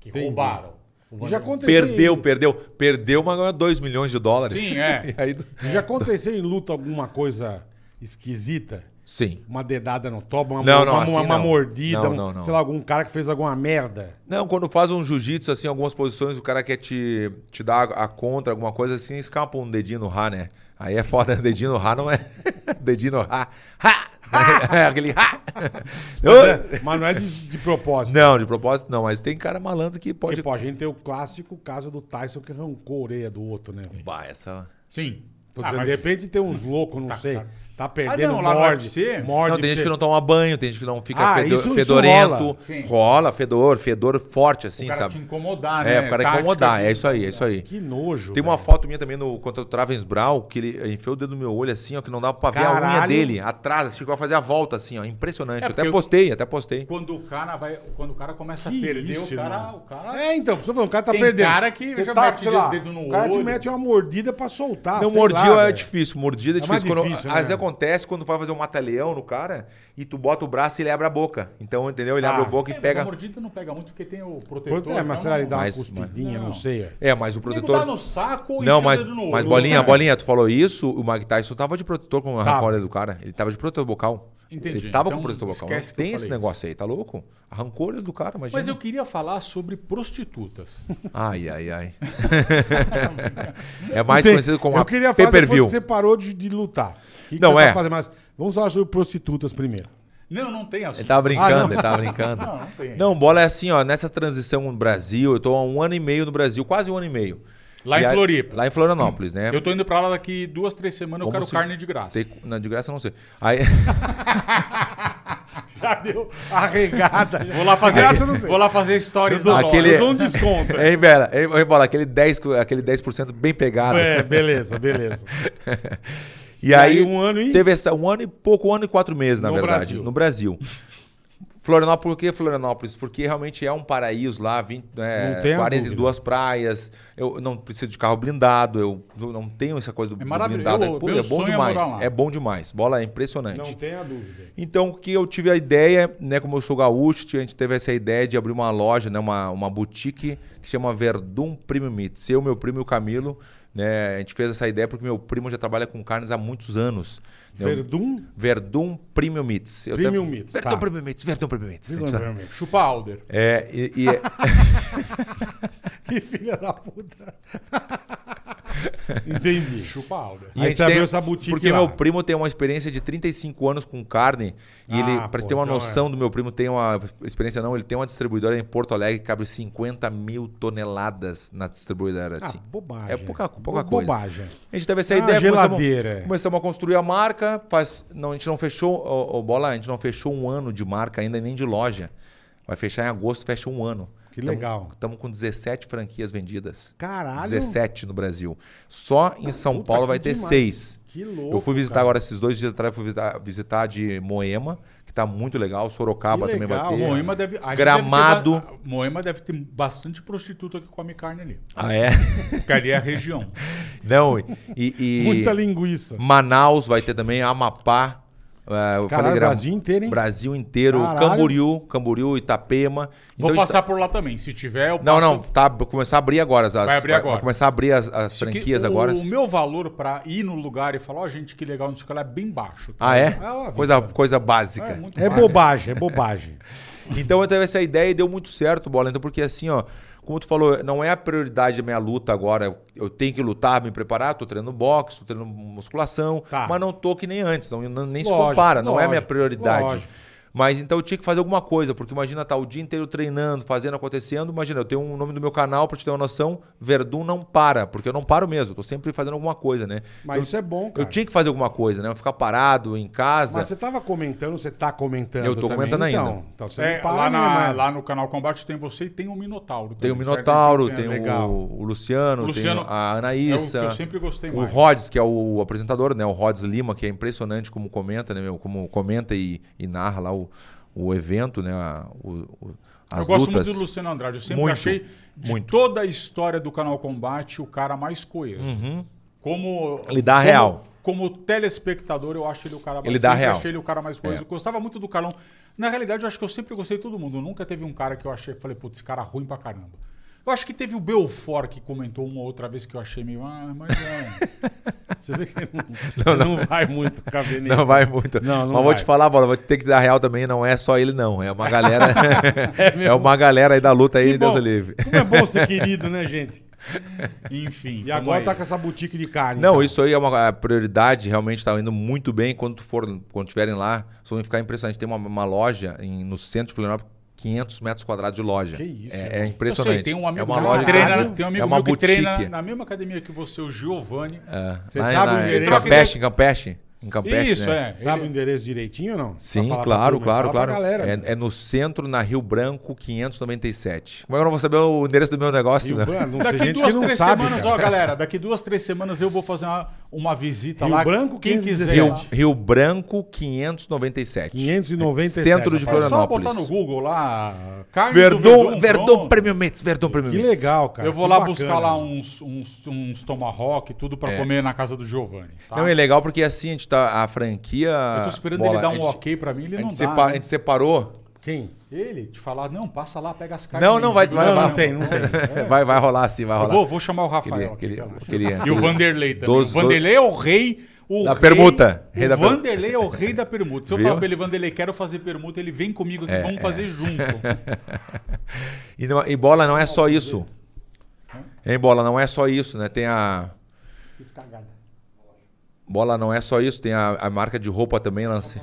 Speaker 2: Que
Speaker 1: Entendi.
Speaker 2: roubaram. O Vanderlei-
Speaker 1: Já aconteceu.
Speaker 3: Perdeu,
Speaker 1: em-
Speaker 3: perdeu. Perdeu, mas ganhou 2 milhões de dólares.
Speaker 2: Sim, é.
Speaker 3: E aí, tu-
Speaker 1: Já aconteceu em luta alguma coisa esquisita?
Speaker 3: sim.
Speaker 1: Uma dedada no toba, uma,
Speaker 3: Não,
Speaker 1: uma,
Speaker 3: não,
Speaker 1: uma-
Speaker 3: assim
Speaker 1: uma
Speaker 3: não.
Speaker 1: mordida,
Speaker 3: Não,
Speaker 1: um-
Speaker 3: não, não.
Speaker 1: sei lá, algum cara que fez alguma merda.
Speaker 3: Não, quando faz um jiu-jitsu, assim, algumas posições, o cara quer te, te dar a a contra, alguma coisa assim, escapa um dedinho no rá, né? Aí é foda, né? dedinho no rá não é. dedinho no rá. Rá! É aquele rá.
Speaker 1: Mas, é- mas não é de, de propósito.
Speaker 3: Não, de propósito não, mas tem cara malandro que pode.
Speaker 1: Tipo, a gente tem o clássico caso do Tyson que arrancou a orelha do outro, né? velho?
Speaker 3: Bah, essa.
Speaker 2: Sim.
Speaker 1: Tô
Speaker 2: Ah,
Speaker 1: dizendo,
Speaker 2: mas-
Speaker 1: De repente tem uns loucos, não sei.
Speaker 2: claro.
Speaker 1: Tá perdendo,
Speaker 2: Ah, não, lá no UFC?
Speaker 1: morde. morde
Speaker 3: Não, tem
Speaker 1: pra
Speaker 3: gente
Speaker 1: você.
Speaker 3: que não toma banho, tem gente que não fica
Speaker 1: Ah,
Speaker 3: fedo-
Speaker 1: isso- isso rola.
Speaker 3: fedorento.
Speaker 2: Sim.
Speaker 3: rola. fedor, fedor forte assim,
Speaker 2: O cara te
Speaker 3: sabe?
Speaker 2: incomodar, né?
Speaker 3: É, o cara
Speaker 2: Tática
Speaker 3: incomodar,
Speaker 2: de-
Speaker 3: é isso aí, é isso aí.
Speaker 1: Que nojo.
Speaker 3: Tem uma
Speaker 1: velho.
Speaker 3: foto minha também no contra o Travens Brau, que ele enfiou o dedo no meu olho assim, ó, que não dava pra ver a unha
Speaker 1: Caralho.
Speaker 3: dele, atrás, assim, chegou a fazer a volta assim, ó, impressionante.
Speaker 2: É,
Speaker 3: Eu até
Speaker 2: porque eu-
Speaker 3: postei, até postei.
Speaker 2: Quando o cara vai, quando o cara começa
Speaker 1: Que
Speaker 2: a perder,
Speaker 1: isso,
Speaker 2: o cara,
Speaker 1: irmão.
Speaker 2: o cara
Speaker 1: É, então, pessoal, o cara tá
Speaker 2: Tem
Speaker 1: perdendo.
Speaker 2: cara que
Speaker 1: Você
Speaker 2: já
Speaker 1: tá,
Speaker 2: mete
Speaker 1: sei lá,
Speaker 2: dedo no
Speaker 1: O cara te
Speaker 2: olho.
Speaker 1: mete uma mordida pra soltar.
Speaker 3: Não,
Speaker 1: Ah, sei
Speaker 3: mordiu
Speaker 1: lá,
Speaker 3: é
Speaker 1: velho.
Speaker 3: difícil, mordida é
Speaker 1: É mais
Speaker 3: difícil. Quando,
Speaker 1: difícil,
Speaker 3: às vezes
Speaker 1: né?
Speaker 3: acontece quando vai fazer um mata-leão no cara e tu bota o braço e ele abre a boca. Então, entendeu? Ele
Speaker 1: Ah,
Speaker 3: abre a boca
Speaker 2: É,
Speaker 3: e
Speaker 2: mas
Speaker 3: pega.
Speaker 2: A mordida não pega muito porque tem o protetor.
Speaker 1: Quanto é, mas
Speaker 2: então
Speaker 1: sei lá, ele dá uma
Speaker 3: Mas-
Speaker 1: cuspidinha, não,
Speaker 2: não.
Speaker 1: sei. velho.
Speaker 3: É, mas o
Speaker 2: O nego
Speaker 3: protetor.
Speaker 2: tá no saco e enfia
Speaker 3: Não,
Speaker 2: o
Speaker 3: mas,
Speaker 2: dedo no
Speaker 3: mas
Speaker 2: olho,
Speaker 3: bolinha,
Speaker 2: né?
Speaker 3: bolinha, tu falou isso, o Mike Tyson tava de protetor com a
Speaker 1: Tava.
Speaker 3: arrancou a orelha do cara. Ele tava de protetor bocal.
Speaker 2: Entendi.
Speaker 3: Ele tava
Speaker 2: Então,
Speaker 3: com protetor bocal. Não
Speaker 2: esquece que eu
Speaker 3: tem esse
Speaker 2: falei.
Speaker 3: negócio aí, tá louco? Arrancou a orelha do cara, imagina.
Speaker 2: Mas eu queria falar sobre prostitutas.
Speaker 3: Ai, ai, ai. é
Speaker 1: Não
Speaker 3: mais
Speaker 1: sei,
Speaker 3: conhecido como
Speaker 1: Eu
Speaker 3: a
Speaker 1: queria falar depois
Speaker 3: pay-per-view.
Speaker 1: que você parou de, de lutar. O que que
Speaker 3: Não,
Speaker 1: você tá
Speaker 3: é.
Speaker 1: fazendo? Mas vamos falar sobre prostitutas primeiro.
Speaker 2: não, não tem assunto.
Speaker 3: Ele tava brincando,
Speaker 1: Ah, não.
Speaker 3: ele tava brincando.
Speaker 2: Não, não tem.
Speaker 3: Não, bola é assim, ó. Nessa transição no Brasil, eu tô há um ano e meio no Brasil, quase um ano e meio.
Speaker 2: Lá em
Speaker 3: E aí-
Speaker 2: Floripa.
Speaker 3: Lá em Florianópolis, né?
Speaker 2: Eu tô indo pra lá daqui duas, três semanas, eu
Speaker 3: Como
Speaker 2: quero
Speaker 3: se-
Speaker 2: carne de graça.
Speaker 3: Tem- Não, de graça eu não sei. Aí,
Speaker 1: Já deu arregada.
Speaker 2: Vou lá fazer,
Speaker 1: Graça eu não sei.
Speaker 2: vou lá fazer stories da
Speaker 3: Aquele-
Speaker 1: Eu dou um desconto.
Speaker 3: hein, Bela? Hein, Hein, Bola? Aquele 10%, co- aquele 10 bem pegado.
Speaker 1: É, beleza, beleza.
Speaker 3: E, aí,
Speaker 1: aí um ano e-
Speaker 3: Teve essa, um ano e pouco, um ano e quatro meses, na
Speaker 1: No
Speaker 3: verdade,
Speaker 1: Brasil.
Speaker 3: no Brasil. Florianópolis, por que Florianópolis? Porque realmente é um paraíso lá, 20, né,
Speaker 1: Não tenha
Speaker 3: 42 praias, eu não preciso de carro blindado, eu não- não tenho essa coisa do
Speaker 2: É maravilhoso.
Speaker 3: blindado.
Speaker 2: Eu-
Speaker 3: Pô,
Speaker 2: meu
Speaker 3: é bom
Speaker 2: sonho é
Speaker 3: demais,
Speaker 2: morar lá.
Speaker 3: é bom demais. Bola é impressionante.
Speaker 1: Não tenha dúvida.
Speaker 3: Então, o que eu tive a ideia, né? Como eu sou gaúcho, a gente teve essa ideia de abrir uma loja, né? Uma, uma boutique que chama Verdun Premium Meats. Eu, meu primo e o Camilo, né? A gente fez essa ideia porque meu primo já trabalha com carnes há muitos anos. né, o
Speaker 1: Verdun?
Speaker 3: Verdun Premium Meats. Eu
Speaker 1: Premium Meats,
Speaker 3: Verdun
Speaker 1: tá.
Speaker 3: Premium Meats, Verdun Premium Meats. A gente tá-
Speaker 2: Chupa Alder.
Speaker 3: É, e, e é-
Speaker 1: Que filha da puta. Entendi.
Speaker 2: Chupa Alder.
Speaker 3: E
Speaker 1: Aí
Speaker 3: a gente
Speaker 1: você abriu essa boutique
Speaker 3: Porque
Speaker 1: lá.
Speaker 3: meu primo tem uma experiência de 35 anos com carne. E
Speaker 1: Ah,
Speaker 3: ele, pra
Speaker 1: pô,
Speaker 3: ter uma
Speaker 1: então
Speaker 3: noção do meu primo, tem uma experiência não, ele tem uma distribuidora em Porto Alegre que cabe 50 mil toneladas na distribuidora.
Speaker 1: Ah,
Speaker 3: Assim.
Speaker 1: bobagem.
Speaker 3: É pouca- pouca
Speaker 1: Bo-
Speaker 3: coisa.
Speaker 1: Bobagem.
Speaker 3: A gente teve essa
Speaker 1: Ah,
Speaker 3: ideia,
Speaker 1: geladeira.
Speaker 3: Começamos, começamos a construir a marca. Faz, não, a gente não fechou, ô, ô, bola, a gente não fechou um ano de marca ainda, nem de loja. Vai fechar em agosto, fecha um ano.
Speaker 1: Que legal.
Speaker 3: Estamos com 17 franquias vendidas.
Speaker 1: Caralho.
Speaker 3: 17 no Brasil. Só em São
Speaker 1: Puta,
Speaker 3: Paulo
Speaker 1: que
Speaker 3: vai ter
Speaker 1: demais.
Speaker 3: seis.
Speaker 1: Que louco,
Speaker 3: Eu fui visitar
Speaker 1: cara.
Speaker 3: agora esses dois dias atrás, eu fui visitar, visitar de Moema, que tá muito legal. Sorocaba
Speaker 1: Que
Speaker 3: também
Speaker 1: legal,
Speaker 3: vai ter.
Speaker 2: Moema deve, ali
Speaker 3: Gramado.
Speaker 2: Deve ter, ba- Moema deve ter bastante prostituta que come carne ali.
Speaker 3: Ah, é?
Speaker 2: Porque ali é a região.
Speaker 3: Então Não, e. e-
Speaker 1: Muita linguiça.
Speaker 3: Manaus vai ter também, Amapá. é,
Speaker 1: Caralho,
Speaker 3: eu falei, Gra-
Speaker 1: Brasil inteiro, hein?
Speaker 3: Brasil inteiro,
Speaker 1: Caralho.
Speaker 3: Camboriú, Camboriú, Itapema.
Speaker 2: Vou
Speaker 3: Então,
Speaker 2: passar
Speaker 3: está-
Speaker 2: por lá também. Se tiver, eu
Speaker 3: Não,
Speaker 2: passo-
Speaker 3: não, tá, vou começar a abrir agora. As,
Speaker 2: Vai abrir agora.
Speaker 3: começar a abrir as, as
Speaker 2: Se que-
Speaker 3: franquias
Speaker 2: o,
Speaker 3: agora.
Speaker 2: O meu valor pra ir no lugar e falar, ó, gente, que legal, não sei o que lá, é bem baixo. tá?
Speaker 3: Ah, é?
Speaker 2: uma vida.
Speaker 3: coisa, coisa básica.
Speaker 2: É muito
Speaker 1: É
Speaker 2: baixo.
Speaker 1: bobagem, é bobagem.
Speaker 3: Então eu teve essa ideia e deu muito certo, Bola. Então, porque assim, ó, como tu falou, não é a prioridade da minha luta agora. Eu- Eu tenho que lutar, me preparar, tô treinando boxe, tô treinando musculação,
Speaker 1: Tá.
Speaker 3: mas não tô que nem antes, não, não- nem se
Speaker 1: Lógico,
Speaker 3: compara, não é a minha
Speaker 1: lógico,
Speaker 3: prioridade.
Speaker 1: lógico.
Speaker 3: Mas então eu tinha que fazer alguma coisa, porque imagina, tá o dia inteiro treinando, fazendo, acontecendo. Imagina, eu tenho um nome do meu canal, pra te ter uma noção, Verdun não para, porque eu não paro mesmo, eu tô sempre fazendo alguma coisa, né?
Speaker 1: Mas
Speaker 3: eu,
Speaker 1: isso é bom, cara.
Speaker 3: Eu tinha que fazer alguma coisa, né? Eu ficar parado em casa.
Speaker 1: Mas você tava comentando, você tá comentando.
Speaker 3: Eu tô
Speaker 1: também,
Speaker 3: comentando
Speaker 1: então.
Speaker 3: ainda.
Speaker 1: Então você
Speaker 2: É,
Speaker 1: não para
Speaker 2: lá, na-
Speaker 1: mesmo, né?
Speaker 2: lá no canal Combate tem você e tem o Minotauro.
Speaker 3: Tem o
Speaker 2: também, certo? É
Speaker 3: Minotauro, tem, um
Speaker 2: a-
Speaker 1: legal.
Speaker 3: o, o Luciano,
Speaker 2: O Luciano
Speaker 3: tem a
Speaker 2: é
Speaker 3: Anaísa.
Speaker 2: o que eu sempre gostei
Speaker 3: O
Speaker 2: mais.
Speaker 3: Rods, que é o apresentador, né? O Rods Lima, que é impressionante como comenta, né, meu? Como comenta e, e narra lá o, o evento, né? a- o- o- as
Speaker 2: Eu gosto
Speaker 3: lutas.
Speaker 2: muito do Luciano Andrade. Eu sempre
Speaker 3: Muito,
Speaker 2: achei de
Speaker 3: muito.
Speaker 2: toda a história do canal Combate o cara mais coeso. Como
Speaker 3: Uhum. Ele dá
Speaker 2: como-
Speaker 3: real.
Speaker 2: Como telespectador, eu acho ele o cara mais
Speaker 3: Ele dá
Speaker 2: sempre
Speaker 3: real. É.
Speaker 2: achei ele o cara mais coeso. Eu Gostava muito do Carlão. Na realidade, eu acho que eu sempre gostei de todo mundo. Nunca teve um cara que eu achei, falei, putz, esse cara é ruim pra caramba. Eu acho que teve o Belfort que comentou uma outra vez que eu achei meio, ah, mas é.
Speaker 1: Você vê que não, não, vai muito caber nele.
Speaker 3: Não vai muito.
Speaker 1: Não, não
Speaker 3: Mas vou
Speaker 1: vai.
Speaker 3: te falar, Bola, vou ter que dar real também, não é só ele, não. É uma galera. é, uma galera aí da luta aí,
Speaker 1: Que
Speaker 3: Deus
Speaker 1: bom.
Speaker 3: livre.
Speaker 1: Como é bom ser querido, né, gente?
Speaker 2: Enfim.
Speaker 1: E agora
Speaker 2: tamo
Speaker 1: tá
Speaker 2: aí.
Speaker 1: com essa boutique de carne.
Speaker 3: Não,
Speaker 1: então.
Speaker 3: isso aí é uma a prioridade, realmente tá indo muito bem. Quando tu for, quando tiverem lá, vocês vão ficar impressionante. Tem uma, uma loja em- no centro de Florianópolis, 500 metros quadrados de loja.
Speaker 1: Que isso,
Speaker 3: É-
Speaker 1: mano.
Speaker 3: É,
Speaker 2: Eu
Speaker 3: impressionante.
Speaker 2: sei, tem um amigo
Speaker 3: é uma
Speaker 2: meu
Speaker 3: loja
Speaker 2: que
Speaker 3: de
Speaker 2: treina,
Speaker 3: carne,
Speaker 2: tem um amigo
Speaker 3: é uma
Speaker 2: meu que
Speaker 3: boutique.
Speaker 2: treina na mesma academia que você, o Giovanni.
Speaker 3: É,
Speaker 1: Você
Speaker 3: lá
Speaker 1: sabe o
Speaker 3: na, em
Speaker 1: endereço?
Speaker 3: Campeche, em Campeche, em Campeche.
Speaker 2: Isso,
Speaker 3: né?
Speaker 2: é.
Speaker 1: Sabe o
Speaker 2: Ele-
Speaker 1: endereço direitinho ou não?
Speaker 3: Sim,
Speaker 1: Pra falar pra
Speaker 3: claro,
Speaker 1: turma.
Speaker 3: claro,
Speaker 1: Fala
Speaker 3: claro.
Speaker 1: pra galera. né?
Speaker 3: é, é no centro, na Rio Branco, 597. Como é que eu não vou saber o endereço do meu
Speaker 1: Rio
Speaker 3: negócio? né?
Speaker 1: Branco, não sei,
Speaker 2: Daqui
Speaker 1: gente que
Speaker 2: duas,
Speaker 1: não
Speaker 2: três
Speaker 1: sabe,
Speaker 2: semanas,
Speaker 1: cara.
Speaker 2: ó, galera, daqui duas, três semanas eu vou fazer uma, uma visita
Speaker 1: Rio
Speaker 2: lá.
Speaker 1: Branco,
Speaker 2: quem
Speaker 1: 517.
Speaker 2: quiser.
Speaker 3: Rio, Rio Branco, 597.
Speaker 1: 597,
Speaker 3: Centro de
Speaker 1: rapaz.
Speaker 2: É só
Speaker 3: Florianópolis.
Speaker 2: botar no Google lá. Carne
Speaker 3: Verdun, Verdun
Speaker 2: pronto.
Speaker 3: Premium Mets, Verdun Premium
Speaker 1: Que
Speaker 3: Mets.
Speaker 1: legal, cara.
Speaker 2: Eu vou
Speaker 1: que
Speaker 2: lá
Speaker 1: bacana.
Speaker 2: buscar
Speaker 3: um
Speaker 2: lá uns, uns, uns tomahawk, tudo pra comer na casa do Giovanni. tá?
Speaker 3: É. Não, é legal porque assim, a gente tá. A franquia.
Speaker 2: Eu tô esperando
Speaker 3: Bola,
Speaker 2: ele dar
Speaker 3: a
Speaker 2: um
Speaker 3: gente-
Speaker 2: ok pra mim, ele
Speaker 3: A
Speaker 2: não
Speaker 3: gente,
Speaker 2: dá.
Speaker 3: sepa- a
Speaker 2: né?
Speaker 3: gente separou.
Speaker 1: Quem?
Speaker 2: Ele te falar, não, passa lá, pega as cartas.
Speaker 3: Não, não, vai, vai,
Speaker 1: Não,
Speaker 3: vai.
Speaker 1: não tem, não tem.
Speaker 3: Vai, vai rolar sim, vai
Speaker 2: Eu
Speaker 3: rolar.
Speaker 2: vou, vou chamar o Rafael.
Speaker 3: Aquele-
Speaker 2: aqui,
Speaker 3: aquele-
Speaker 2: relaxa.
Speaker 3: aquele-
Speaker 2: E o Vanderlei também.
Speaker 3: Doze-
Speaker 2: o Vanderlei é o rei. O
Speaker 3: Da
Speaker 2: rei-
Speaker 3: permuta.
Speaker 2: O
Speaker 3: Rei da permuta.
Speaker 2: Vanderlei é o rei da permuta. Se eu
Speaker 3: Viu? É,
Speaker 2: falar pra ele, Vanderlei, quero fazer permuta, ele vem comigo aqui, vamos fazer junto.
Speaker 3: E, não- e bola não é só isso. Em bola não é só isso, né? Tem a.
Speaker 1: Fiz cagada.
Speaker 3: Bola não é só isso, tem a, a marca de roupa também, lance.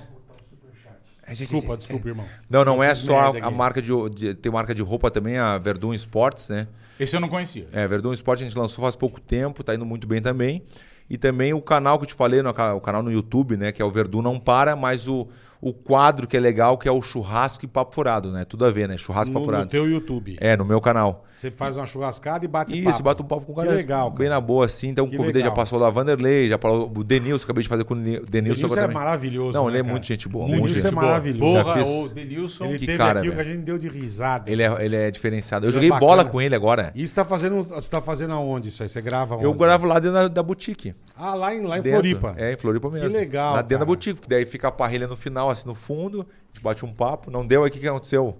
Speaker 2: É,
Speaker 1: Desculpa, desculpa, irmão.
Speaker 3: Não, não é só
Speaker 1: merda
Speaker 3: a, a
Speaker 1: aqui.
Speaker 3: marca de, de- Tem marca de roupa também, a Verdun Sports, né?
Speaker 2: Esse eu não conhecia.
Speaker 3: É, Verdun Sport a gente lançou faz pouco tempo, tá indo muito bem também. E também o canal que eu te falei, no ca- o canal no YouTube, né? Que é o Verdun Não Para, mas o, o quadro que é legal, que é o Churrasco e Papo Furado, né? Tudo a ver, né? Churrasco e
Speaker 1: No,
Speaker 3: Papo
Speaker 1: no
Speaker 3: Furado.
Speaker 1: teu YouTube.
Speaker 3: É, no meu canal.
Speaker 1: Você faz uma churrascada e bate
Speaker 3: E
Speaker 1: papo.
Speaker 3: Isso, bate um papo com o
Speaker 1: Que
Speaker 3: cara.
Speaker 1: legal,
Speaker 3: Bem na boa, assim. Então,
Speaker 1: Que
Speaker 3: convidei,
Speaker 1: legal.
Speaker 3: já passou lá a Vanderlei, já falou o Denilson, acabei de fazer com o Deni- Denilson.
Speaker 1: Denilson
Speaker 3: agora
Speaker 1: é
Speaker 3: também.
Speaker 1: maravilhoso,
Speaker 3: Não,
Speaker 1: né,
Speaker 3: ele é
Speaker 1: cara?
Speaker 3: muito gente boa.
Speaker 1: Denilson
Speaker 3: muito gente
Speaker 1: é
Speaker 3: boa.
Speaker 1: maravilhoso.
Speaker 3: Já
Speaker 2: Porra,
Speaker 3: fiz-
Speaker 2: o Denilson.
Speaker 1: Ele
Speaker 3: Que
Speaker 1: teve
Speaker 3: cara,
Speaker 1: aqui o que a
Speaker 3: velho.
Speaker 1: gente deu de risada.
Speaker 3: Ele é, ele é diferenciado. Eu
Speaker 1: Ele é
Speaker 3: joguei bola
Speaker 1: bacana.
Speaker 3: com ele agora.
Speaker 1: E você tá fazendo, você tá fazendo aonde isso aí? Você grava onde?
Speaker 3: Eu gravo lá dentro da, da boutique.
Speaker 1: Ah, lá em, lá em
Speaker 3: Dentro.
Speaker 1: Floripa.
Speaker 3: É, em Floripa mesmo.
Speaker 1: legal,
Speaker 3: Lá dentro
Speaker 1: cara.
Speaker 3: da boutique, porque daí fica a parrilha no final, assim, no fundo. A gente bate um papo. Não deu aí, o que, que aconteceu?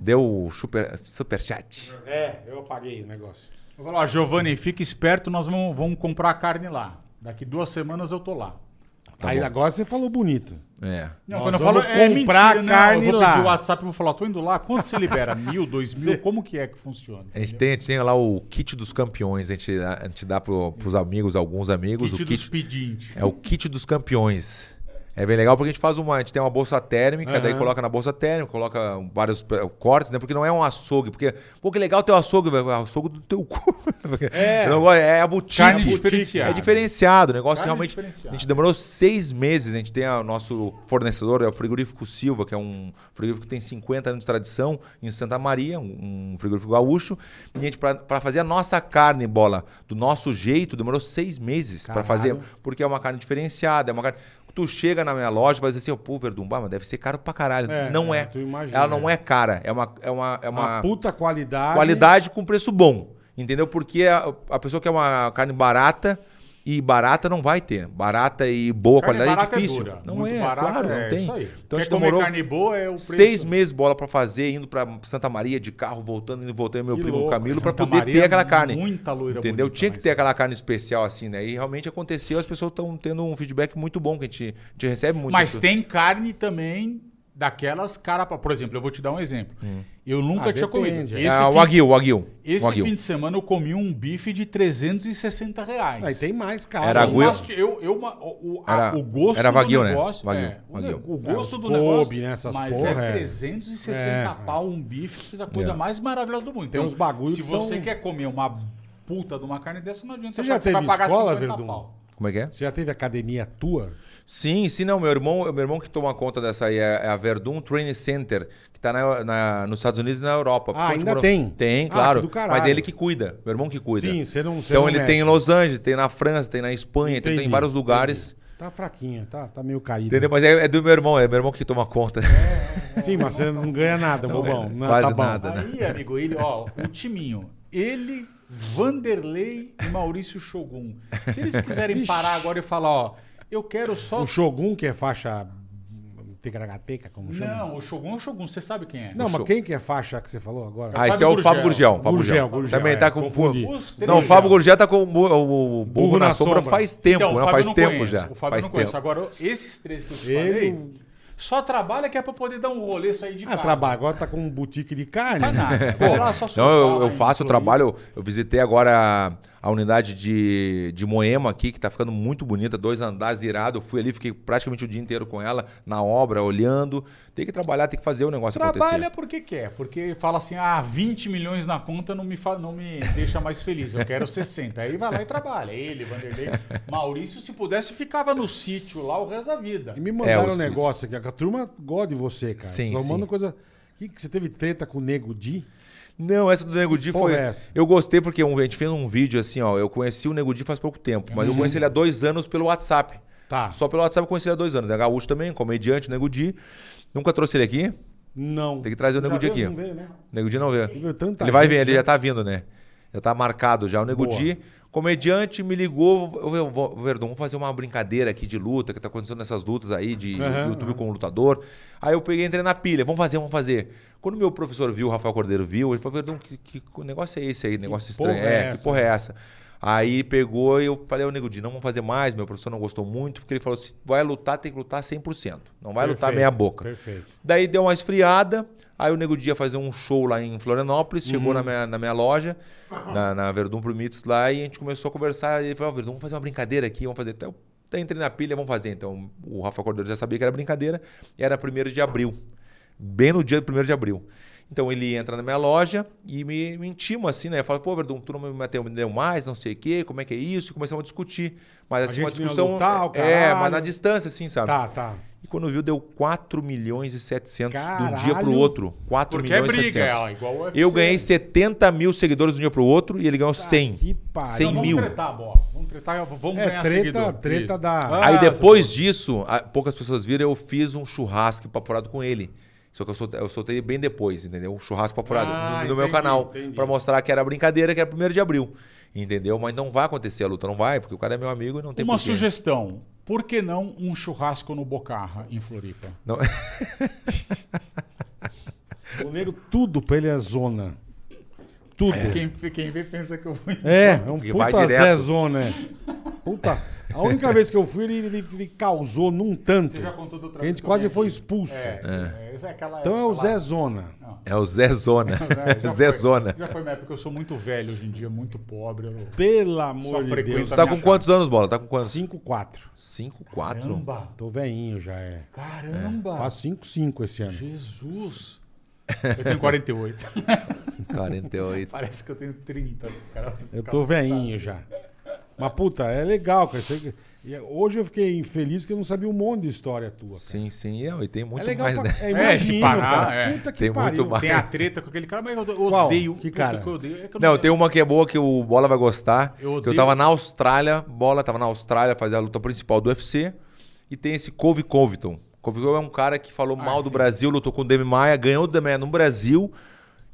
Speaker 3: Deu o super, superchat.
Speaker 1: É, eu apaguei o negócio.
Speaker 2: Eu vou lá, Giovanni, fica esperto, nós vamos, vamos comprar carne lá. Daqui duas semanas eu tô lá.
Speaker 3: Tá
Speaker 1: aí
Speaker 3: bom.
Speaker 1: agora você falou bonito.
Speaker 3: É.
Speaker 2: Não,
Speaker 1: Nós
Speaker 2: quando eu falo
Speaker 1: vamos
Speaker 2: é
Speaker 1: comprar
Speaker 2: mentira,
Speaker 1: carne
Speaker 2: não, eu vou
Speaker 1: lá.
Speaker 2: pedir o WhatsApp e vou falar, tô indo lá, quanto se libera? Mil, dois mil, como que é que funciona?
Speaker 3: A gente, tem, a gente tem lá o kit dos campeões. A gente, a gente dá pro, pros amigos, alguns amigos.
Speaker 2: Kit
Speaker 3: o
Speaker 2: dos
Speaker 3: kit,
Speaker 2: pedintes.
Speaker 3: É o kit dos campeões. É bem legal porque a gente faz uma. A gente tem uma bolsa térmica, daí coloca na bolsa térmica, coloca vários pe- cortes, né? Porque não é um açougue. Porque, pô, que legal teu açougue, velho. É o açougue do teu cu. É, é a boutique.
Speaker 2: Carne
Speaker 3: A boutique.
Speaker 2: diferenciada.
Speaker 3: É diferenciado. O negócio
Speaker 2: Carne
Speaker 3: realmente.
Speaker 2: diferenciada.
Speaker 3: A gente demorou seis meses. A gente tem a- o nosso fornecedor, é o frigorífico Silva, que é um frigorífico que tem 50 anos de tradição em Santa Maria, um, um frigorífico gaúcho. E a gente, pra, pra fazer a nossa carne, bola, do nosso jeito, demorou seis meses pra fazer. Porque é uma carne diferenciada, é uma carne. Tu chega na minha loja e vai dizer assim, pô, Verdun, bah, mas deve ser caro pra caralho.
Speaker 1: É,
Speaker 3: não
Speaker 1: é,
Speaker 3: é.
Speaker 1: tu imagina.
Speaker 3: Ela não é cara. É uma. É uma, é
Speaker 1: Uma
Speaker 3: uma
Speaker 1: puta qualidade.
Speaker 3: qualidade com preço bom. Entendeu? Porque a, a pessoa quer uma carne barata e barata não vai ter. Barata e boa
Speaker 2: Carne
Speaker 3: qualidade
Speaker 2: barata
Speaker 3: é difícil.
Speaker 2: dura,
Speaker 3: não
Speaker 2: muito
Speaker 3: é,
Speaker 2: barata
Speaker 3: claro,
Speaker 2: é
Speaker 3: não tem.
Speaker 2: isso aí.
Speaker 3: Então a
Speaker 2: Quer
Speaker 3: gente
Speaker 2: comer
Speaker 3: demorou
Speaker 2: carne boa é o preço.
Speaker 3: seis meses bola pra fazer, indo pra Santa Maria de carro, voltando, indo e voltando, meu
Speaker 1: Que
Speaker 3: primo
Speaker 1: louco,
Speaker 3: Camilo, pra
Speaker 2: Santa
Speaker 3: poder
Speaker 2: Maria, é
Speaker 3: ter aquela carne.
Speaker 2: muita loira
Speaker 3: Entendeu?
Speaker 2: bonita,
Speaker 3: Tinha que
Speaker 2: mas-
Speaker 3: ter aquela carne especial assim, né? E realmente aconteceu, as pessoas estão tendo um feedback muito bom, que a gente, a gente recebe muito.
Speaker 2: Mas
Speaker 3: isso.
Speaker 2: tem carne também daquelas cara pra... Por exemplo, eu vou te dar um exemplo. Eu nunca
Speaker 1: Ah,
Speaker 2: tinha comido.
Speaker 1: depende.
Speaker 2: Esse,
Speaker 3: Ah, Hum. o
Speaker 2: fim,
Speaker 3: Aguil, o Aguil.
Speaker 2: esse fim de semana eu comi um bife de 360 reais.
Speaker 1: Aí tem mais, cara.
Speaker 3: Era
Speaker 2: Eu
Speaker 3: Wagyu.
Speaker 2: masti- Eu, eu, ma- o, a-
Speaker 3: Era-
Speaker 2: o gosto
Speaker 3: era Wagyu,
Speaker 2: do
Speaker 3: né?
Speaker 2: negócio.
Speaker 3: Wagyu,
Speaker 2: é, o,
Speaker 3: Wagyu.
Speaker 2: ne- o gosto
Speaker 1: É, os
Speaker 2: do
Speaker 1: Kobe,
Speaker 2: negócio.
Speaker 1: né, essas
Speaker 2: mas
Speaker 1: porra, é.
Speaker 2: é 360
Speaker 1: É.
Speaker 2: pau um bife, que fez a coisa
Speaker 3: É.
Speaker 2: mais maravilhosa do mundo.
Speaker 1: Tem
Speaker 2: Então,
Speaker 1: uns bagulho
Speaker 2: Se
Speaker 1: que
Speaker 2: você
Speaker 1: são-
Speaker 2: quer comer uma puta de uma carne dessa, não adianta
Speaker 1: Você
Speaker 2: achar
Speaker 1: já
Speaker 2: que
Speaker 1: teve escola,
Speaker 2: 50
Speaker 1: Verdun?
Speaker 2: pau.
Speaker 3: Como é que é?
Speaker 1: Você já teve academia tua?
Speaker 3: Sim, sim, não. Meu irmão, meu irmão que toma conta dessa aí é, é a Verdun Training Center, que tá na, na- nos Estados Unidos e na Europa.
Speaker 1: Ah,
Speaker 3: Porque onde
Speaker 1: ainda tem?
Speaker 3: Tem,
Speaker 1: Ah,
Speaker 3: claro.
Speaker 1: que do caralho.
Speaker 3: mas é ele que cuida, meu irmão que cuida.
Speaker 1: Sim, você não- você
Speaker 3: Então
Speaker 1: não
Speaker 3: ele
Speaker 1: mexe.
Speaker 3: tem em Los Angeles, tem na França, tem na Espanha, tem, tem em
Speaker 1: Entendi,
Speaker 3: vários lugares.
Speaker 1: Tá fraquinha, tá, tá meio caída.
Speaker 3: Entendeu? Mas é, é do meu irmão, é meu irmão que toma conta.
Speaker 1: É, Sim, mas você não ganha nada, bobão. Não,
Speaker 3: quase
Speaker 1: tá bom.
Speaker 3: nada. né?
Speaker 2: Aí, amigo, ele, ó, o timinho. Ele, Vanderlei e Maurício Shogun. Se eles quiserem parar agora e falar, ó, eu quero só.
Speaker 1: O Shogun, que é faixa teca como chama?
Speaker 2: Não, o Shogun é o Shogun, você sabe quem é.
Speaker 1: Não, mas
Speaker 3: Shogun.
Speaker 1: quem que é faixa que você falou agora?
Speaker 3: Ah, esse é o Fábio Gurgel. Fábio
Speaker 1: Gurgel,
Speaker 3: Gurgel.
Speaker 1: Gurgel,
Speaker 3: Também
Speaker 1: é,
Speaker 3: tá com
Speaker 1: confundi.
Speaker 2: Os três
Speaker 3: Não, o
Speaker 2: já.
Speaker 3: Fábio Gurgel tá com o, bu- o burro, na, sombra, faz tempo,
Speaker 2: Então, o
Speaker 3: né?
Speaker 2: Fábio eu
Speaker 3: Faz
Speaker 2: não
Speaker 3: tempo
Speaker 2: conheço,
Speaker 3: já.
Speaker 2: O Fábio eu
Speaker 3: faz
Speaker 2: não
Speaker 3: tempo.
Speaker 2: conheço. Agora, esses três que eu te
Speaker 1: Ele-
Speaker 2: falei, Só trabalha que é pra poder dar um rolê, sair de
Speaker 1: Ah,
Speaker 2: casa.
Speaker 1: trabalho. Agora tá com um boutique de carne.
Speaker 2: Faz
Speaker 1: né?
Speaker 2: nada.
Speaker 3: Pô,
Speaker 2: Vai lá, só
Speaker 3: não, eu,
Speaker 2: surfar
Speaker 3: eu
Speaker 2: em
Speaker 3: faço,
Speaker 2: Floripa.
Speaker 3: eu trabalho. Eu, eu visitei agora a, a unidade de, de Moema aqui, que tá ficando muito bonita, dois andares irado. Eu fui ali, fiquei praticamente o dia inteiro com ela, na obra, olhando. Tem que trabalhar, tem que fazer o negócio
Speaker 2: Trabalha
Speaker 3: acontecer.
Speaker 2: porque quer, porque fala assim: ah, 20 milhões na conta não me, fa- não me deixa mais feliz, eu quero 60. Aí vai lá e trabalha. Ele, Vanderlei. Maurício, se pudesse, ficava no sítio lá o resto da vida.
Speaker 1: E me mandaram
Speaker 3: É, o
Speaker 1: um negócio aqui. A turma gosta de você, cara.
Speaker 3: Sim,
Speaker 1: Só
Speaker 3: sim.
Speaker 1: manda coisa... Que, que você teve treta com o Nego Di?
Speaker 3: Não, essa do Nego Di
Speaker 1: porra
Speaker 3: foi.
Speaker 1: é essa?
Speaker 3: Eu gostei porque um- a gente fez um vídeo assim, ó. Eu conheci o Nego Di faz pouco tempo, mas eu conheci ele há dois anos pelo WhatsApp.
Speaker 1: Tá.
Speaker 3: Só pelo WhatsApp eu conheci ele há dois anos. É gaúcho também, comediante, o Nego Di. Nunca trouxe ele aqui.
Speaker 1: Não.
Speaker 3: Tem que trazer o Nego
Speaker 1: Já
Speaker 3: Di
Speaker 1: veio,
Speaker 3: aqui.
Speaker 1: não veio, né?
Speaker 3: O Nego Di não veio.
Speaker 1: Veio tanta
Speaker 3: ele vai
Speaker 1: gente,
Speaker 3: ver, ele
Speaker 1: né?
Speaker 3: já tá vindo, né? Já tá marcado já. O Nego
Speaker 1: Boa.
Speaker 3: Di, comediante, me ligou. Eu, eu, vou- Verdun, vamos fazer uma brincadeira aqui de luta, que tá acontecendo nessas lutas aí de
Speaker 1: Aham,
Speaker 3: YouTube com lutador. Aí eu peguei, entrei na pilha. Vamos fazer, vamos fazer. Quando meu professor viu, o Rafael Cordeiro viu, ele falou, Verdun, que, que negócio é esse aí? Negócio
Speaker 1: porra
Speaker 3: estranho.
Speaker 1: é
Speaker 3: É, que
Speaker 1: essa?
Speaker 3: porra é essa? Aí pegou e eu falei, ô Nego Di, não vamos fazer mais. Meu professor não gostou muito, porque ele falou, se vai lutar, tem que lutar 100%. Não vai lutar
Speaker 1: Perfeito,
Speaker 3: meia boca.
Speaker 1: Perfeito.
Speaker 3: Daí deu uma esfriada. Aí o Nego Dia fazer um show lá em Florianópolis,
Speaker 1: Uhum.
Speaker 3: chegou na, minha, na minha loja, na, na Verdun Pro Mits lá, e a gente começou a conversar. Ele falou, ó, Verdun, vamos fazer uma brincadeira aqui, vamos fazer. Então, até entrei na pilha, vamos fazer. Então, o Rafa Cordeiro já sabia que era brincadeira. Era 1 de abril. Bem no dia do 1 de abril. Então ele entra na minha loja e me, me intima assim, né? Fala, pô, Verdun, tu não me atendeu mais, não sei o quê, como é que é isso? E começamos a discutir. Mas assim, uma
Speaker 1: gente vinha
Speaker 3: discussão.
Speaker 1: lutar, o
Speaker 3: é,
Speaker 1: caralho.
Speaker 3: mas na distância, assim, sabe?
Speaker 1: Tá, tá.
Speaker 3: E quando viu, deu 4 milhões e 700 de um dia
Speaker 1: Caralho.
Speaker 3: pro outro. 4
Speaker 2: Porque é
Speaker 3: milhões e
Speaker 2: briga,
Speaker 3: 700.
Speaker 2: ela, igual o UFC.
Speaker 3: Eu ganhei 70 mil seguidores de um dia pro outro e ele ganhou 100.
Speaker 1: que pariu.
Speaker 3: 100
Speaker 2: Então, vamos
Speaker 3: mil.
Speaker 2: tretar, bola. Vamos tretar, vamos
Speaker 1: É,
Speaker 2: ganhar
Speaker 1: treta-
Speaker 2: seguidor.
Speaker 1: treta
Speaker 2: Isso.
Speaker 1: da-
Speaker 3: Aí
Speaker 2: Ah,
Speaker 3: depois disso, a- poucas pessoas viram, eu fiz um churrasco paporado com ele. Só que eu soltei, eu soltei bem depois, entendeu? Um churrasco paporado
Speaker 1: Ah,
Speaker 3: no, no meu
Speaker 1: entendi,
Speaker 3: canal.
Speaker 1: entendi.
Speaker 3: Pra mostrar que era brincadeira, que era 1 de abril. Entendeu? Mas não vai acontecer a luta, não vai, porque o cara é meu amigo e não tem
Speaker 2: Uma
Speaker 3: porquê.
Speaker 2: sugestão. Por que não um churrasco no Bocarra, em Floripa?
Speaker 3: Não-
Speaker 1: O Nego, tudo pra ele é zona.
Speaker 3: É.
Speaker 1: Tudo.
Speaker 2: Quem, quem vê pensa que eu vou.
Speaker 1: É, é um
Speaker 3: Porque vai
Speaker 1: puta
Speaker 3: direto.
Speaker 1: Zé Zona. é. Puta. A única vez que eu fui, ele, ele, ele causou num tanto.
Speaker 2: Você já contou do outra
Speaker 1: que a
Speaker 2: vez
Speaker 1: gente
Speaker 2: também
Speaker 1: quase
Speaker 2: aqui.
Speaker 1: foi expulso.
Speaker 2: É, é. essa é aquela
Speaker 1: Então é o
Speaker 2: época
Speaker 1: Zé
Speaker 2: lá.
Speaker 1: Zona.
Speaker 3: é o Zé Zona.
Speaker 2: É, Já
Speaker 3: Zé
Speaker 2: foi-
Speaker 3: Zona.
Speaker 2: Já foi minha época, eu sou muito velho hoje em dia, muito pobre. Eu...
Speaker 1: Pelo amor de Deus.
Speaker 2: frequenta-
Speaker 3: Tá
Speaker 2: minha
Speaker 3: com
Speaker 2: chave.
Speaker 3: quantos anos, Bola? Tá com quantos?
Speaker 1: 5, 4.
Speaker 3: 5, 4?
Speaker 2: Caramba!
Speaker 1: Tô veinho já, é.
Speaker 2: Caramba!
Speaker 1: Faz 5, 5 esse ano.
Speaker 2: Jesus! Eu tenho 48.
Speaker 3: 48.
Speaker 2: Parece que eu tenho 30. Cara.
Speaker 1: Eu tô veinho já. Mas, puta, é legal, cara. Isso aí que- e Hoje eu fiquei infeliz que eu não sabia um monte de história tua. cara.
Speaker 3: Sim, sim. é, E tem
Speaker 1: é
Speaker 3: muito
Speaker 1: legal
Speaker 3: mais,
Speaker 1: pra...
Speaker 3: né?
Speaker 1: É,
Speaker 2: É, se
Speaker 1: imagino,
Speaker 2: parar,
Speaker 1: cara.
Speaker 2: é.
Speaker 1: Puta que
Speaker 3: Tem muito
Speaker 1: pariu.
Speaker 3: mais.
Speaker 2: Tem a treta com aquele cara, mas eu odeio.
Speaker 1: Qual? Que
Speaker 2: puta,
Speaker 1: cara?
Speaker 2: que eu odeio. É que eu
Speaker 3: Não, tem uma que é boa que o Bola vai gostar.
Speaker 2: Eu
Speaker 3: que
Speaker 2: odeio.
Speaker 3: eu tava na Austrália, Bola tava na Austrália fazer a luta principal do UFC. E tem esse Cove Covington. Cove Covington é um cara que
Speaker 1: Ah,
Speaker 3: falou mal do Brasil, lutou com o Demi Maia, ganhou o Demi Maia no Brasil.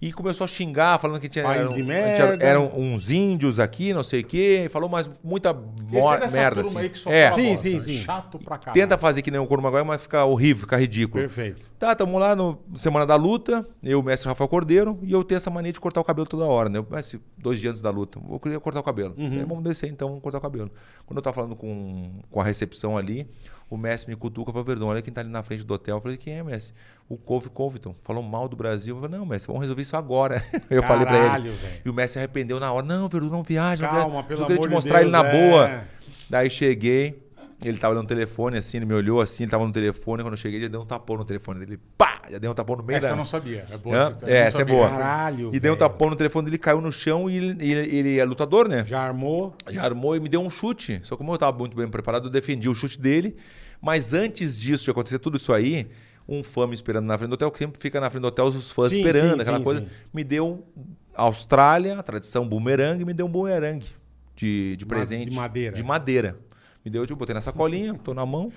Speaker 3: E começou a xingar, falando que tinha, um
Speaker 1: País
Speaker 3: eram,
Speaker 1: de merda.
Speaker 3: tinha- eram uns índios aqui, não sei o quê. Falou mais muita mor-
Speaker 2: Esse é dessa
Speaker 3: merda.
Speaker 2: turma
Speaker 3: Assim.
Speaker 2: aí que só
Speaker 3: é,
Speaker 2: fala
Speaker 1: Sim,
Speaker 2: bosta,
Speaker 1: sim, sim.
Speaker 2: Chato pra caralho.
Speaker 3: tenta fazer que nem o Conor McGregor, mas fica horrível, fica ridículo.
Speaker 1: Perfeito.
Speaker 3: Tá, tamo lá no Semana da Luta, eu, o mestre Rafael Cordeiro, e eu tenho essa mania de cortar o cabelo toda hora, né? Eu, mestre, dois dias antes da luta, vou querer cortar o cabelo.
Speaker 1: Uhum.
Speaker 3: Aí, vamos descer então, vamos cortar o cabelo. Quando eu tava falando com, com a recepção ali, o mestre me cutuca e falou, Verdão, olha quem tá ali na frente do hotel. Eu falei, quem é, mestre? O Cove Covington. Falou mal do Brasil. Eu falei, não, mestre, vamos resolver isso agora. eu falei pra ele.
Speaker 1: Caralho, velho.
Speaker 3: E o mestre se arrependeu na hora. Não, Verdão, não viaja.
Speaker 1: Calma,
Speaker 3: não viaja.
Speaker 1: pelo
Speaker 3: Só queria
Speaker 1: amor
Speaker 3: te
Speaker 1: de
Speaker 3: mostrar ele
Speaker 1: Deus,
Speaker 3: na
Speaker 1: é.
Speaker 3: boa. Daí cheguei, ele tava olhando o telefone assim, ele me olhou assim, ele tava no telefone, quando eu cheguei, já deu um tapão no telefone dele. Pá! Já deu um tapão no meio
Speaker 2: Essa
Speaker 3: da...
Speaker 2: eu não sabia. É boa
Speaker 3: Hã?
Speaker 2: essa- eu
Speaker 3: É,
Speaker 2: não
Speaker 3: essa é
Speaker 2: sabia.
Speaker 3: boa.
Speaker 1: Caralho,
Speaker 3: e deu um
Speaker 1: velho.
Speaker 3: tapão no telefone dele, caiu no chão e ele, ele- ele é lutador, né? Já.
Speaker 1: Já armou.
Speaker 3: armou e me deu um chute. Só que como eu tava muito bem preparado, eu defendi o chute dele. Mas antes disso, de acontecer tudo isso aí, um fã me esperando na frente do hotel, que sempre fica na frente do hotel os fãs
Speaker 1: Sim,
Speaker 3: esperando,
Speaker 1: sim,
Speaker 3: aquela
Speaker 1: sim,
Speaker 3: coisa.
Speaker 1: sim.
Speaker 3: Me deu a Austrália, a tradição bumerangue, me deu um bumerangue de, de
Speaker 1: Ma-
Speaker 3: presente.
Speaker 1: de madeira.
Speaker 3: De madeira. Me deu, eu botei na sacolinha, tô na mão.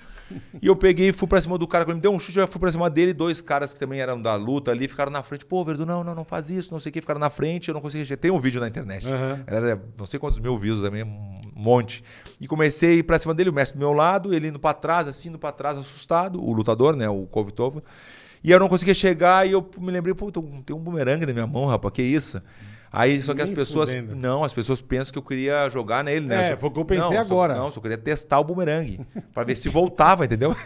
Speaker 3: E eu peguei e fui pra cima do cara. Quando ele me deu um chute, eu fui pra cima dele. Dois caras que também eram da luta ali ficaram na frente. Pô, Verdu, não, não, não faz isso, não sei o que. Ficaram na frente, eu não consegui. Tem um vídeo na internet.
Speaker 1: Aham.
Speaker 3: Era não sei quantos mil views também, um monte. E comecei a ir pra cima dele, o mestre do meu lado, ele indo pra trás, assim, indo pra trás, assustado. O lutador, né, o um Kovitova. E eu não conseguia chegar e eu me lembrei, pô, tô- tem um bumerangue na minha mão, rapaz, que isso? Aí, só que as
Speaker 1: Nem
Speaker 3: pessoas.
Speaker 1: fudendo.
Speaker 3: Não, as pessoas pensam que eu queria jogar nele, né?
Speaker 1: É,
Speaker 3: Eu só-
Speaker 1: foi o que eu pensei
Speaker 3: não, só-
Speaker 1: agora.
Speaker 3: não, só queria testar o bumerangue. pra ver se voltava, entendeu?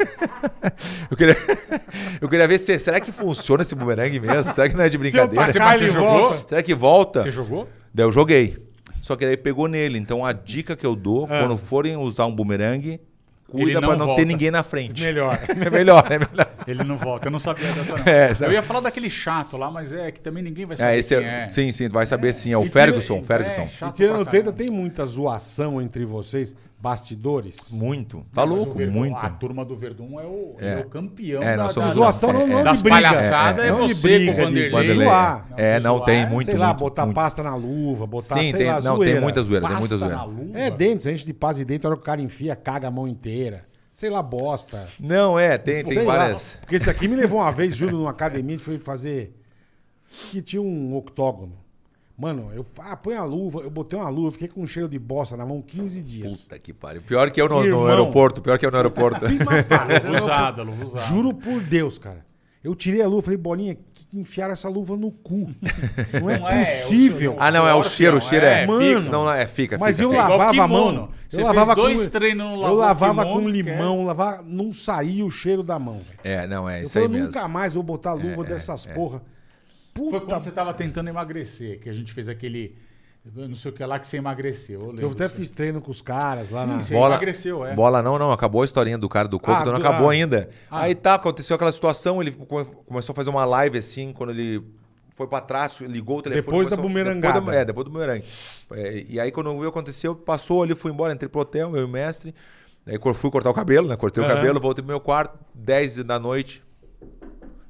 Speaker 3: eu, queria, eu queria ver se. Será que funciona esse bumerangue mesmo? Será que não é de brincadeira?
Speaker 1: tacar,
Speaker 2: Mas você
Speaker 1: ele
Speaker 2: jogou?
Speaker 1: volta.
Speaker 3: Será que volta?
Speaker 2: Você jogou?
Speaker 3: Daí eu joguei. Só que daí pegou nele. Então a dica que eu dou, quando forem usar um bumerangue,
Speaker 2: Ele
Speaker 3: cuida
Speaker 2: não
Speaker 3: pra não
Speaker 2: volta.
Speaker 3: ter ninguém na frente.
Speaker 1: Melhor.
Speaker 3: É melhor, é melhor.
Speaker 2: Ele não volta. Eu não sabia dessa. não.
Speaker 3: É, sabe?
Speaker 2: eu ia falar daquele chato lá, mas é que também ninguém vai saber.
Speaker 3: É, esse
Speaker 2: quem
Speaker 3: é,
Speaker 2: é.
Speaker 3: sim, sim, vai saber sim. É o
Speaker 1: E tira-
Speaker 3: Ferguson,
Speaker 1: é,
Speaker 3: Ferguson.
Speaker 2: chato
Speaker 1: E tirando
Speaker 2: pra
Speaker 1: teta,
Speaker 2: caramba.
Speaker 1: tem muita zoação entre vocês, bastidores.
Speaker 3: Muito. Tá
Speaker 2: Mas o Ah,
Speaker 3: louco,
Speaker 2: Verdun-
Speaker 3: muito.
Speaker 2: A turma do Verdun é o, é o campeão
Speaker 3: É,
Speaker 2: da,
Speaker 3: nós
Speaker 2: da-
Speaker 3: somos
Speaker 2: da-
Speaker 1: Zoação não, não
Speaker 2: das
Speaker 1: de briga.
Speaker 2: palhaçadas é,
Speaker 1: não de
Speaker 2: você
Speaker 1: briga,
Speaker 2: com o
Speaker 1: de
Speaker 2: Vanderlei.
Speaker 1: Vanderlei.
Speaker 2: Zoar.
Speaker 3: É, não,
Speaker 2: zoar,
Speaker 3: tem
Speaker 2: é,
Speaker 3: muito.
Speaker 1: sei lá,
Speaker 3: muito,
Speaker 1: botar
Speaker 3: muito.
Speaker 1: pasta na luva, botar,
Speaker 3: Sim,
Speaker 1: sei
Speaker 3: tem,
Speaker 1: lá,
Speaker 3: não,
Speaker 1: zoeira.
Speaker 3: tem muita zoeira, tem muita
Speaker 2: Pasta na
Speaker 3: zoeira.
Speaker 2: luva.
Speaker 1: É dentro, a gente de paz de dentro, a hora que o cara enfia, caga a mão inteira. Sei lá, bosta.
Speaker 3: Não, é, tem, tem
Speaker 1: Sei lá.
Speaker 3: várias.
Speaker 1: Porque isso aqui me levou uma vez, juro, numa academia, a gente foi fazer. Que tinha um octógono. Mano, eu ah, põe a luva, eu botei uma luva, fiquei com um cheiro de bosta na mão 15 dias.
Speaker 3: Puta que pariu. Pior que eu no, no
Speaker 1: Irmão.
Speaker 3: aeroporto, pior que eu no aeroporto.
Speaker 2: Luva usada, luva usada.
Speaker 1: né? Juro por Deus, cara. Eu tirei a luva, falei, bolinha, que que enfiaram essa luva no cu. Não é
Speaker 2: Não é, é o
Speaker 1: possível.
Speaker 2: seu-
Speaker 3: ah, não, é o
Speaker 2: Sorte,
Speaker 3: cheiro, o
Speaker 2: não,
Speaker 3: cheiro
Speaker 2: é,
Speaker 3: é.
Speaker 1: mano.
Speaker 3: fica, não, não, é fica,
Speaker 1: Mas
Speaker 3: fica,
Speaker 1: eu
Speaker 3: fica.
Speaker 2: Igual
Speaker 1: lavava a mão.
Speaker 2: kimono. Você
Speaker 1: Eu
Speaker 2: fez
Speaker 1: lavava
Speaker 2: dois
Speaker 1: com,
Speaker 2: treinos, não
Speaker 1: Eu
Speaker 2: lavou
Speaker 1: lavava
Speaker 2: kimono,
Speaker 1: com
Speaker 2: esquece.
Speaker 1: limão, lavava, não saía o cheiro da mão. velho.
Speaker 3: É, não, é
Speaker 1: Eu
Speaker 3: isso aí
Speaker 1: falei, eu
Speaker 3: mesmo. É,
Speaker 1: nunca mais vou botar luva dessas porra.
Speaker 2: Foi quando
Speaker 1: Puta
Speaker 2: você tava tentando emagrecer, que a gente fez aquele. eu Não sei o que lá que você emagreceu. Eu, lembro
Speaker 1: Eu até
Speaker 2: disso.
Speaker 1: fiz treino com os caras lá na.
Speaker 2: Sim,
Speaker 3: Bola,
Speaker 2: emagreceu, é.
Speaker 3: bola não, não, acabou a historinha do cara do corpo,
Speaker 1: Ah,
Speaker 3: então não
Speaker 1: tu-
Speaker 3: acabou
Speaker 1: ah.
Speaker 3: ainda. Aí tá, aconteceu aquela situação, ele come- começou a fazer uma live assim, quando ele foi pra trás, ligou o telefone.
Speaker 1: Depois da
Speaker 3: começou-
Speaker 1: bumerangada.
Speaker 3: Depois da- é, depois do bumerangue. É, e aí quando viu aconteceu, passou ali, fui embora, entrei pro hotel, eu e o mestre. Aí cor- fui cortar o cabelo, né? Cortei o cabelo, voltei pro meu quarto, 10 da noite.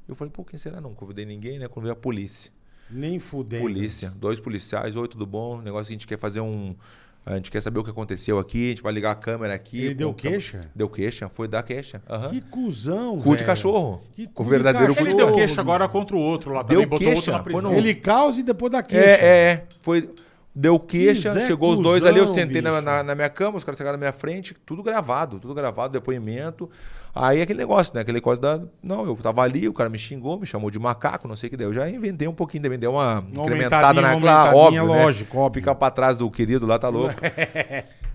Speaker 3: Eu falei, pô, quem será? Não convidei ninguém, né? Quando veio a polícia.
Speaker 1: Nem fudei.
Speaker 3: Polícia, dois policiais, oi, tudo bom? O negócio que a gente quer fazer um. A gente quer saber o que aconteceu aqui, a gente vai ligar a câmera aqui.
Speaker 1: Ele deu
Speaker 3: Com-
Speaker 1: queixa?
Speaker 3: Deu queixa, foi dar queixa. aham.
Speaker 1: Que cuzão,
Speaker 3: Cu de
Speaker 1: velho.
Speaker 3: cachorro.
Speaker 1: Que
Speaker 3: O verdadeiro
Speaker 2: Ele
Speaker 3: cu
Speaker 2: deu
Speaker 3: Ô,
Speaker 2: queixa agora contra o outro lá
Speaker 3: Deu
Speaker 2: também, botou o outro
Speaker 3: queixa,
Speaker 2: na
Speaker 3: foi
Speaker 2: prisão.
Speaker 3: no-
Speaker 1: Ele causa e depois dá queixa.
Speaker 3: É, é, é. Foi, deu queixa,
Speaker 1: Que Zé
Speaker 3: chegou os dois ali, eu
Speaker 1: cuzão,
Speaker 3: sentei na,
Speaker 1: bicho.
Speaker 3: na- na minha cama, os caras chegaram na minha frente, tudo gravado, tudo gravado, depoimento. Aí aquele negócio, né? Aquele negócio da. Não, eu tava ali, o cara me xingou, me chamou de macaco, não sei o que deu. Eu já inventei um pouquinho também, deu uma incrementada
Speaker 1: aumentadinha,
Speaker 3: na
Speaker 1: uma
Speaker 3: claro, óbvio.
Speaker 1: aumentadinha,
Speaker 3: né?
Speaker 1: lógico, óbvio.
Speaker 3: Ficar pra trás do querido lá, tá louco.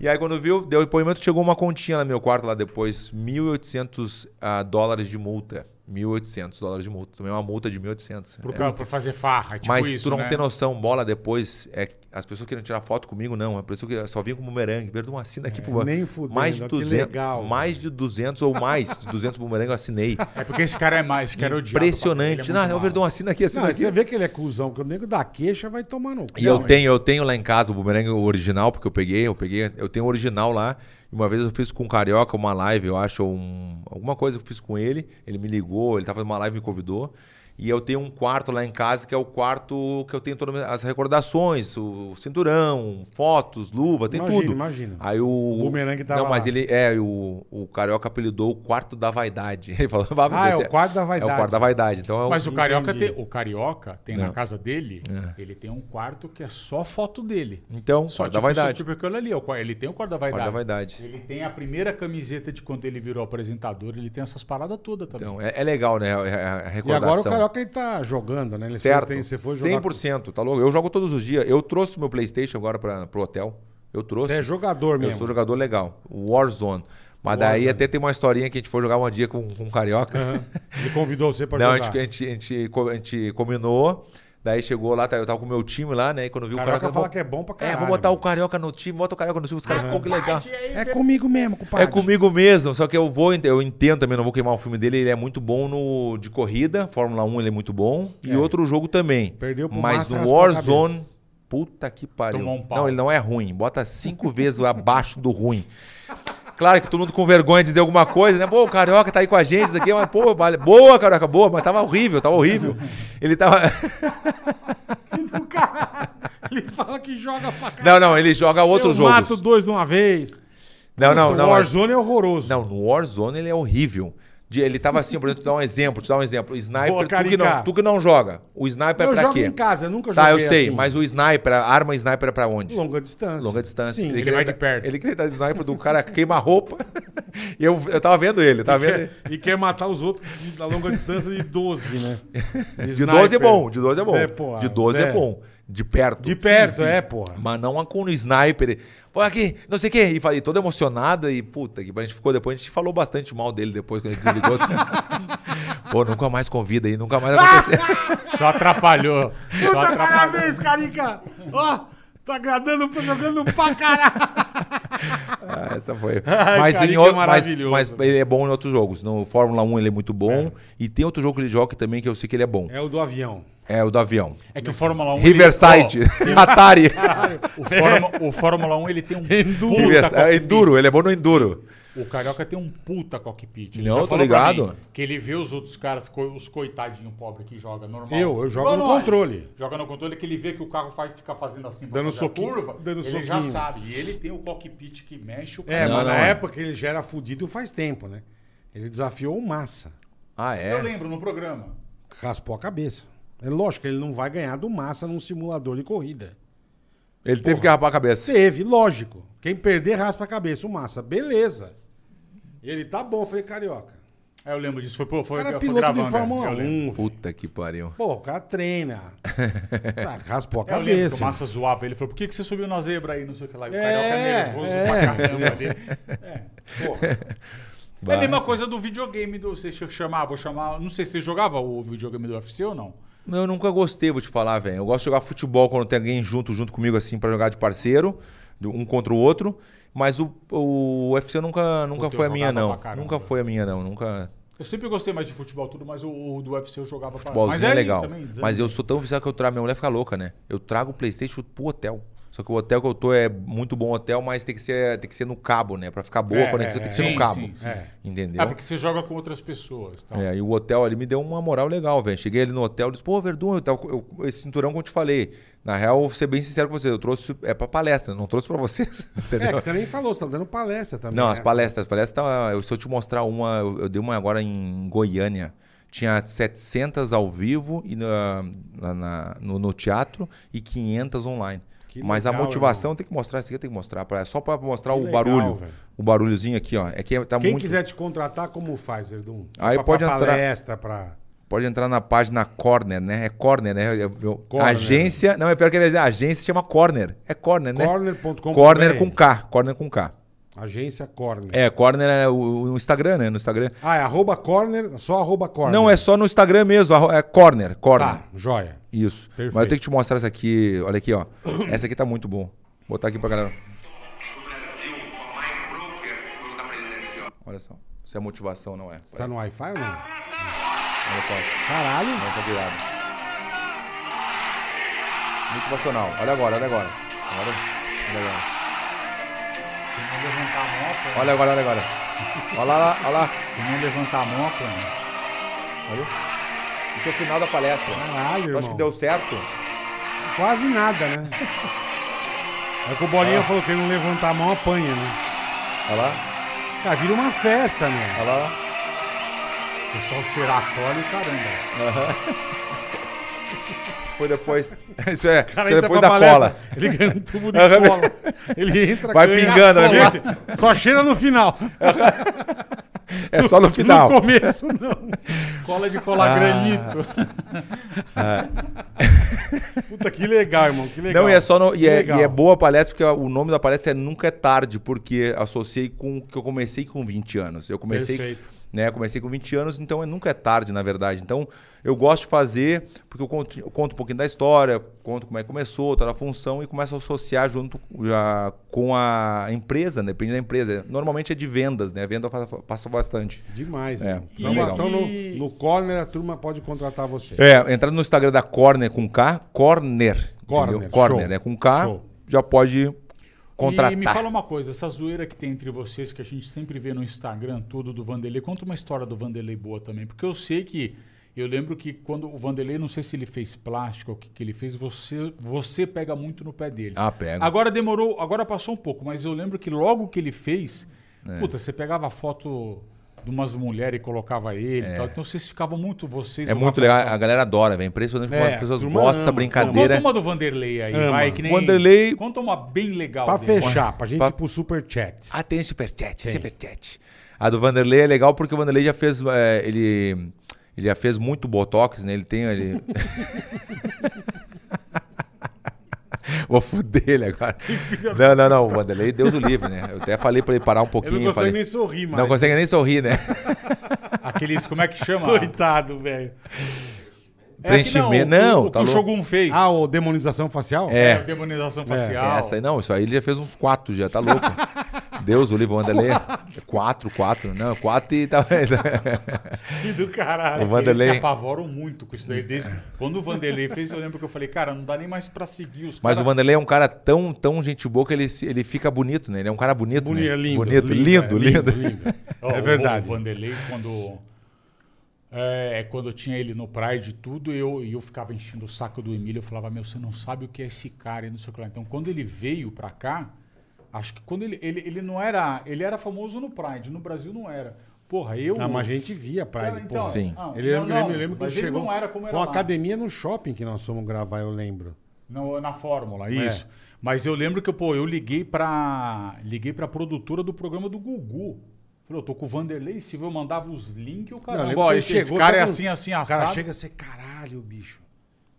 Speaker 3: e aí quando viu, deu depoimento, chegou uma continha no meu quarto lá depois, 1.800 ah, dólares de multa. 1.800 dólares de multa. Tomei uma multa de 1.800.
Speaker 2: Pro cara, pra fazer farra, é tipo
Speaker 3: Mas
Speaker 2: isso,
Speaker 3: tu não
Speaker 2: né?
Speaker 3: tem noção, bola depois. É, que as pessoas queriam tirar foto comigo, não. A pessoa que só vinha com bumerangue. Verdun, assina aqui pro
Speaker 1: nem fudendo,
Speaker 3: Mais de
Speaker 1: que
Speaker 3: 200,
Speaker 1: legal,
Speaker 3: mais de 200 ou mais de 200 bumerangue eu assinei.
Speaker 2: É porque esse cara é mais, esse cara é odiado. Ele
Speaker 3: Impressionante.
Speaker 2: é
Speaker 3: não,
Speaker 2: muito
Speaker 3: é o Verdun, assina aqui, assina
Speaker 1: Não,
Speaker 3: aqui.
Speaker 1: você vê que ele é cuzão, que o nego dá queixa vai tomar no cu.
Speaker 3: E eu tenho, eu tenho lá em casa o bumerangue original, porque eu peguei, eu peguei, eu tenho o original lá. E Uma vez eu fiz com um carioca uma live, eu acho, ou um, alguma coisa que eu fiz com ele. Ele me ligou, ele tava numa live me convidou. E eu tenho um quarto lá em casa, que é o quarto que eu tenho todas as recordações, o cinturão, fotos, luva, tem
Speaker 1: Imagino,
Speaker 3: tudo.
Speaker 1: imagino.
Speaker 3: Aí o. O
Speaker 1: bumerangue tava
Speaker 3: Não, mas
Speaker 1: lá.
Speaker 3: ele. É, o, o carioca apelidou o quarto da vaidade. Ele falou, "Vai,
Speaker 1: Ah, é
Speaker 3: esse
Speaker 1: o quarto da
Speaker 3: É o
Speaker 1: vaidade.
Speaker 3: quarto da vaidade. Então é o-
Speaker 2: Mas o
Speaker 1: Entendi.
Speaker 2: carioca, tem, o carioca tem na
Speaker 3: Não.
Speaker 2: casa dele, ele tem um quarto que é só foto dele.
Speaker 3: Então,
Speaker 2: Só
Speaker 3: quarto
Speaker 2: tipo,
Speaker 3: da vaidade.
Speaker 2: Isso, tipo aquilo ali, ó, ele tem o quarto da vaidade.
Speaker 3: da vaidade.
Speaker 2: Ele tem a primeira camiseta de quando ele virou apresentador, ele tem essas paradas todas também.
Speaker 3: Então, é, é legal, né? a- a- A
Speaker 1: E agora o
Speaker 3: recordação.
Speaker 1: Carioca ele tá jogando, né? Ele
Speaker 3: Certo.
Speaker 1: Tem, você foi jogar.
Speaker 3: 100%, tá louco? Eu jogo todos os dias. Eu trouxe meu PlayStation agora para pro hotel. Eu trouxe.
Speaker 1: Você é jogador
Speaker 3: Eu
Speaker 1: mesmo.
Speaker 3: sou jogador legal. Warzone. Mas daí até tem uma historinha que a gente foi jogar um dia com, com um carioca.
Speaker 1: Ele convidou você pra
Speaker 3: Não, a
Speaker 1: jogar.
Speaker 3: gente, a, gente, a, gente, co- a gente combinou. Daí chegou lá, tá, eu tava com o meu time lá, né? E quando viu
Speaker 1: Carioca
Speaker 3: o
Speaker 1: fala
Speaker 3: carioca. "Vamos-
Speaker 1: que é bom pra
Speaker 3: É,
Speaker 1: caralho,
Speaker 3: vou botar
Speaker 1: meu."
Speaker 3: o carioca no time, bota o carioca no time. Os caras, pô, que legal.
Speaker 1: É comigo mesmo, compadre.
Speaker 3: É comigo mesmo, só que eu vou, ent- eu entendo também, não vou queimar o filme dele, ele é muito bom no de corrida, Fórmula 1 ele é muito bom, e outro jogo também.
Speaker 1: Perdeu pro
Speaker 3: Mas
Speaker 1: Massa,
Speaker 3: no
Speaker 1: raspou a
Speaker 3: Warzone, puta que pariu.
Speaker 2: Tomou um pau.
Speaker 3: não, ele não é ruim, bota cinco vezes abaixo do ruim. Claro que todo mundo com vergonha de dizer alguma coisa, né? Pô, o Carioca tá aí com a gente, isso aqui, mas, pô, vale- boa, Carioca, boa, mas tava horrível, tava horrível. Ele tava...
Speaker 1: Ele fala que joga pra caralho.
Speaker 3: Não, não, ele joga outros
Speaker 1: eu
Speaker 3: jogos.
Speaker 1: mato dois de uma vez.
Speaker 3: Não, não, não.
Speaker 1: O
Speaker 3: é-
Speaker 1: Warzone é horroroso.
Speaker 3: Não, no Warzone ele é horrível. De- Ele tava assim, por exemplo, te dar um exemplo, te dar um exemplo. Sniper,
Speaker 1: Boa,
Speaker 3: tu, que
Speaker 1: Carica.
Speaker 3: não, tu que não joga. O sniper
Speaker 1: eu
Speaker 3: é pra
Speaker 1: jogo
Speaker 3: quê?
Speaker 1: em casa, eu nunca
Speaker 3: tá, eu
Speaker 1: joguei
Speaker 3: sei,
Speaker 1: assim.
Speaker 3: mas o sniper, a arma sniper é pra onde?
Speaker 1: Longa distância.
Speaker 3: Longa distância.
Speaker 1: Sim,
Speaker 2: que
Speaker 3: queria
Speaker 2: vai de
Speaker 3: dar-
Speaker 2: perto.
Speaker 3: Ele queria dar sniper do cara que queima a roupa. E eu, eu tava vendo ele, tava vendo ele.
Speaker 1: E quer matar os outros de- da longa distância de 12, né?
Speaker 3: De 12 é bom, de 12 é bom.
Speaker 1: É, pô,
Speaker 3: de 12 é,
Speaker 1: é.
Speaker 3: bom. De perto.
Speaker 1: De perto, é, porra.
Speaker 3: Mas não com o sniper. Pô, aqui, não sei o quê. E falei, todo emocionado e puta que a gente ficou depois. A gente falou bastante mal dele depois quando ele desligou. Pô, nunca mais convida aí, nunca mais aconteceu.
Speaker 2: Só atrapalhou. Só
Speaker 1: Puta,
Speaker 2: atrapalhou.
Speaker 1: Tá, parabéns, Carica! Ó, tá agradando, tô jogando pra caralho!
Speaker 3: Ah, essa foi.
Speaker 1: Ai,
Speaker 3: mas,
Speaker 1: Carica
Speaker 3: em
Speaker 1: é
Speaker 3: outro, mas,
Speaker 1: maravilhoso.
Speaker 3: mas ele é bom em outros jogos. No Fórmula 1 ele é muito bom. E tem outro jogo que ele joga também que eu sei que ele é bom.
Speaker 1: É o do avião.
Speaker 3: É o do avião.
Speaker 2: É que o Fórmula 1. ele-
Speaker 3: Riverside, Atari.
Speaker 2: ó, o, Fórmula, o Fórmula 1 ele tem um puta
Speaker 3: Rivers- é,
Speaker 2: cockpit.
Speaker 3: enduro, ele é bom no enduro.
Speaker 2: O Carioca tem um puta cockpit.
Speaker 3: Não,
Speaker 2: já
Speaker 3: tô
Speaker 2: falou pra
Speaker 3: ligado.
Speaker 2: que ele vê os outros caras, co- os coitadinhos pobres que joga normal.
Speaker 1: Eu, eu jogo
Speaker 2: Igual
Speaker 1: no
Speaker 2: nós.
Speaker 1: controle.
Speaker 2: Joga no controle que ele vê que o carro faz, fica fazendo assim pra
Speaker 1: Dando
Speaker 2: fazer a
Speaker 1: soquinho,
Speaker 2: curva.
Speaker 1: dando
Speaker 2: ele já
Speaker 1: soquinho.
Speaker 2: sabe. E ele tem o cockpit que mexe o
Speaker 1: É,
Speaker 3: Não,
Speaker 1: mas
Speaker 3: não,
Speaker 1: na
Speaker 3: é.
Speaker 1: época ele já era fudido faz tempo, né? Ele desafiou o Massa.
Speaker 3: Ah,
Speaker 2: Eu
Speaker 3: é?
Speaker 2: lembro no programa.
Speaker 1: Raspou a cabeça. É lógico que ele não vai ganhar do Massa num simulador de corrida.
Speaker 3: Ele teve que rapar a cabeça.
Speaker 1: Teve, lógico. Quem perder, raspa a cabeça. O Massa, beleza. Ele tá bom, eu falei, Carioca.
Speaker 2: É, eu lembro disso. Foi, pô,
Speaker 1: O
Speaker 2: foi,
Speaker 1: cara é
Speaker 2: foi
Speaker 1: piloto de
Speaker 2: gravando, é,
Speaker 1: Fórmula
Speaker 2: eu lembro.
Speaker 1: 1. velho.
Speaker 3: Puta que pariu.
Speaker 1: Pô, o cara treina. Tá, raspou a
Speaker 2: É, Eu lembro que o
Speaker 1: cabeça.
Speaker 2: Massa zoava ele. Falou, por que, que você subiu na zebra aí, não sei o que lá. E o
Speaker 1: É,
Speaker 2: Carioca é nervoso
Speaker 1: é.
Speaker 2: pra caramba ali. É, porra. É a mesma coisa do videogame do. Você ch- chamava, vou chamar. Não sei se você jogava o videogame do UFC ou não.
Speaker 3: Não, eu nunca gostei, vou te falar, velho. Eu gosto de jogar futebol quando tem alguém junto, junto comigo, assim, pra jogar de parceiro, do- um contra o outro. Mas o, o UFC nunca, nunca
Speaker 2: Puta, eu
Speaker 3: foi a minha,
Speaker 2: jogava
Speaker 3: não.
Speaker 2: pra caramba.
Speaker 3: Nunca foi a minha, não. Nunca.
Speaker 2: Eu sempre gostei mais de futebol, tudo, mas o, o do UFC eu jogava pra Mas
Speaker 3: Futebolzinho é
Speaker 2: aí
Speaker 3: legal.
Speaker 2: também, né? desanima.
Speaker 3: mas eu sou tão viciado que eu trago. Minha mulher fica louca, né? Eu trago o PlayStation pro hotel. Só que o hotel que eu tô é muito bom hotel, mas tem que ser, tem que ser no cabo, né? Pra ficar boa
Speaker 1: É,
Speaker 3: a conexão,
Speaker 1: é,
Speaker 3: tem que ser
Speaker 2: sim,
Speaker 3: no cabo.
Speaker 2: sim, sim.
Speaker 1: É.
Speaker 3: Entendeu?
Speaker 2: É porque você joga com outras pessoas.
Speaker 1: Então.
Speaker 2: Tá?
Speaker 3: É, e o hotel ali me deu uma moral legal, velho. Cheguei ali no hotel, disse, pô, Verdun, eu tava- eu- esse cinturão que eu te falei. Na real, eu vou ser bem sincero com você, eu trouxe é pra palestra, não trouxe pra vocês,
Speaker 1: É,
Speaker 3: entendeu?
Speaker 1: que você nem falou, você tá dando palestra também.
Speaker 3: não,
Speaker 1: né?
Speaker 3: as palestras, as palestras, tá- eu- se eu te mostrar uma, eu, eu dei uma agora em Goiânia. Tinha 700 ao vivo e na- na- na- no, no teatro e 500 online.
Speaker 1: Que
Speaker 3: Mas
Speaker 1: legal,
Speaker 3: a motivação tem que mostrar, isso aqui tem que mostrar, pra, só pra mostrar
Speaker 1: Que
Speaker 3: o
Speaker 1: legal,
Speaker 3: barulho.
Speaker 1: velho.
Speaker 3: O barulhozinho aqui, ó. É que tá
Speaker 1: Quem
Speaker 3: muito...
Speaker 1: quiser te contratar, como faz, Verdun?
Speaker 3: Aí
Speaker 1: pra,
Speaker 3: pode
Speaker 1: pra
Speaker 3: entrar-
Speaker 1: palestra, pra...
Speaker 3: Pode entrar na página Corner, né? É Corner, né? É- é- eu-
Speaker 1: Corner.
Speaker 3: Agência. Não, é pior que a minha agência chama Corner. É Corner, né?
Speaker 1: Corner.com.br.
Speaker 3: Corner com K. Corner com K.
Speaker 1: Agência né? Corner.
Speaker 3: É, Corner é o, o Instagram, né? No Instagram.
Speaker 1: Ah, é arroba corner, só arroba corner.
Speaker 3: Não, é só no Instagram mesmo. arro- É Corner. Corner.
Speaker 1: Tá, joia.
Speaker 3: Isso.
Speaker 1: Perfeito.
Speaker 3: Mas eu tenho que te mostrar essa aqui. Olha aqui, ó. Essa aqui tá muito bom. Vou botar aqui pra galera.
Speaker 4: do Brasil com a My Broker. Vou botar pra ele aqui, ó.
Speaker 3: Olha só. Isso é motivação, não é?
Speaker 1: Tá no Wi-Fi ou não?
Speaker 3: Olha só.
Speaker 1: Caralho.
Speaker 3: Não, tá virado. Motivacional. Olha agora, olha agora. Olha, olha agora.
Speaker 2: Se não levantar a mão, pô,
Speaker 3: Olha agora, olha agora. Olha lá, olha lá.
Speaker 2: se não levantar a mão, pô,
Speaker 3: Isso é o final da palestra.
Speaker 1: Caralho,
Speaker 3: Eu acho
Speaker 1: irmão.
Speaker 3: que deu certo.
Speaker 1: Quase nada, né? É que o Bolinha falou que ele não levantar a mão apanha, né?
Speaker 3: Olha lá,
Speaker 1: Cara, vira uma festa, né?
Speaker 3: olha lá.
Speaker 2: o pessoal cheirar a cola e caramba.
Speaker 3: Isso foi depois. Isso é, isso é
Speaker 1: entra pra
Speaker 3: depois da
Speaker 1: palestra,
Speaker 3: cola.
Speaker 1: Ele ganha um tubo de
Speaker 3: Aham.
Speaker 1: cola. Ele entra,
Speaker 3: Vai
Speaker 1: ganha
Speaker 3: pingando, né? vai
Speaker 1: cola. Só cheira no final.
Speaker 3: É só no final.
Speaker 1: No começo, não.
Speaker 2: Cola de
Speaker 3: Ah.
Speaker 2: colar granito.
Speaker 1: Puta, que legal, irmão. Que legal.
Speaker 3: Não, e é só no, e, é,
Speaker 1: Legal.
Speaker 3: e é boa a palestra, porque o nome da palestra é Nunca é Tarde, porque associei com que eu comecei com 20 anos. Eu comecei,
Speaker 1: Perfeito.
Speaker 3: né, comecei com 20 anos, então é nunca é tarde, na verdade. Então, eu gosto de fazer, porque eu conto, eu conto um pouquinho da história, conto como é que começou, toda a função, e começo a associar junto já com a empresa, né, depende da empresa. Normalmente é de vendas, né? A venda fa- fa- passa bastante.
Speaker 1: Demais,
Speaker 3: É,
Speaker 1: irmão.
Speaker 3: tá
Speaker 1: Então,
Speaker 3: legal.
Speaker 1: então
Speaker 2: E-
Speaker 1: no, no corner a turma pode contratar você.
Speaker 3: É, entrar no Instagram da Corner com K, Corner.
Speaker 1: Corner,
Speaker 3: entendeu? Corner,
Speaker 1: show.
Speaker 3: é com K,
Speaker 1: Show.
Speaker 3: já pode contratar.
Speaker 2: E me fala uma coisa, essa zoeira que tem entre vocês, que a gente sempre vê no Instagram, tudo do Vanderlei, conta uma história do Vanderlei boa também, porque eu sei que. Eu lembro que quando o Vanderlei, não sei se ele fez plástico, ou o que, que ele fez, você, você pega muito no pé dele.
Speaker 3: Ah, pega.
Speaker 2: Agora demorou, agora passou um pouco, mas eu lembro que logo que ele fez,
Speaker 3: É.
Speaker 2: puta, você pegava a foto de umas mulheres e colocava ele e tal. Então vocês ficavam muito vocês.
Speaker 3: É muito legal, a galera adora, velho. Impressionante como
Speaker 1: É,
Speaker 3: as pessoas
Speaker 1: turma
Speaker 3: gostam dessa
Speaker 1: ama,
Speaker 3: brincadeira.
Speaker 2: Conta uma do Vanderlei aí,
Speaker 1: Ama.
Speaker 2: vai, que nem...
Speaker 3: é- Vanderlei-
Speaker 2: Conta uma bem legal.
Speaker 1: Pra
Speaker 2: dele.
Speaker 1: fechar, pra gente
Speaker 3: Pra-
Speaker 1: ir pro superchat.
Speaker 3: Ah, tem superchat, superchat. A do Vanderlei é legal porque o Vanderlei já fez. é, ele, ele já fez muito botox, né? Ele tem. Ele... Vou foder ele agora. Não, não, não. O Vanderlei, Deus o livre, né? Eu até falei pra ele parar um pouquinho.
Speaker 1: consegue
Speaker 3: falei-
Speaker 1: nem sorrir mais.
Speaker 3: Não consegue nem sorrir, né?
Speaker 2: Aqueles, como é que chama?
Speaker 1: Coitado, velho.
Speaker 2: É aqui
Speaker 3: Preenchimento.
Speaker 2: o-
Speaker 3: Não,
Speaker 2: o, o
Speaker 3: tá
Speaker 2: que o
Speaker 3: louco.
Speaker 2: Shogun fez.
Speaker 1: Ah, o demonização facial?
Speaker 3: É.
Speaker 2: É, demonização facial.
Speaker 3: Essa aí não, isso aí ele já fez uns quatro já, tá louco. Deus, o livro Vanderlei. Quatro, quatro. Não, quatro e tá.
Speaker 1: Que do caralho.
Speaker 3: O Vanderlei.
Speaker 2: Eles se apavoram muito com isso daí. Desde- quando o Vanderlei fez, eu lembro que eu falei, cara, não dá nem mais pra seguir os
Speaker 3: Mas
Speaker 2: cara-
Speaker 3: o Vanderlei é um cara tão, tão gente boa que ele, se- ele fica bonito, né? Ele é um cara bonito,
Speaker 1: Bonito,
Speaker 3: né?
Speaker 1: lindo,
Speaker 3: bonito,
Speaker 1: lindo,
Speaker 3: lindo, lindo.
Speaker 2: Ó,
Speaker 1: É
Speaker 2: o-
Speaker 1: verdade.
Speaker 2: O Vanderlei, quando. É, quando eu tinha ele no Pride e tudo, eu, e eu ficava enchendo o saco do Emílio. Eu falava, meu, você não sabe o que é esse cara e não sei o que lá. Então, quando ele veio pra cá, acho que quando ele. Ele, ele não era. Ele era famoso no Pride, no Brasil não era. Porra, eu.
Speaker 1: Ah, mas a gente via pra ele, pô.
Speaker 2: Então,
Speaker 3: Sim.
Speaker 2: não,
Speaker 1: Ele
Speaker 2: não,
Speaker 1: lembra, eu lembro-
Speaker 2: não,
Speaker 1: eu lembro que
Speaker 2: mas
Speaker 1: ele chegou.
Speaker 2: não era como
Speaker 1: foi
Speaker 2: era
Speaker 1: uma
Speaker 2: lá.
Speaker 1: academia no shopping que nós fomos gravar, eu lembro.
Speaker 2: No- na fórmula,
Speaker 1: É.
Speaker 2: isso. Mas eu lembro que, pô, eu liguei pra. Liguei pra produtora do programa do Gugu. Falei, eu tô com o Vanderlei Silva, eu mandava os links e o cara.
Speaker 1: Não, eu lembro
Speaker 2: Ó,
Speaker 1: que ele
Speaker 2: esse, esse
Speaker 1: chegou,
Speaker 2: cara é
Speaker 1: sabe
Speaker 2: assim,
Speaker 1: quando
Speaker 2: assim,
Speaker 1: O cara
Speaker 2: assado.
Speaker 1: chega a ser caralho, bicho.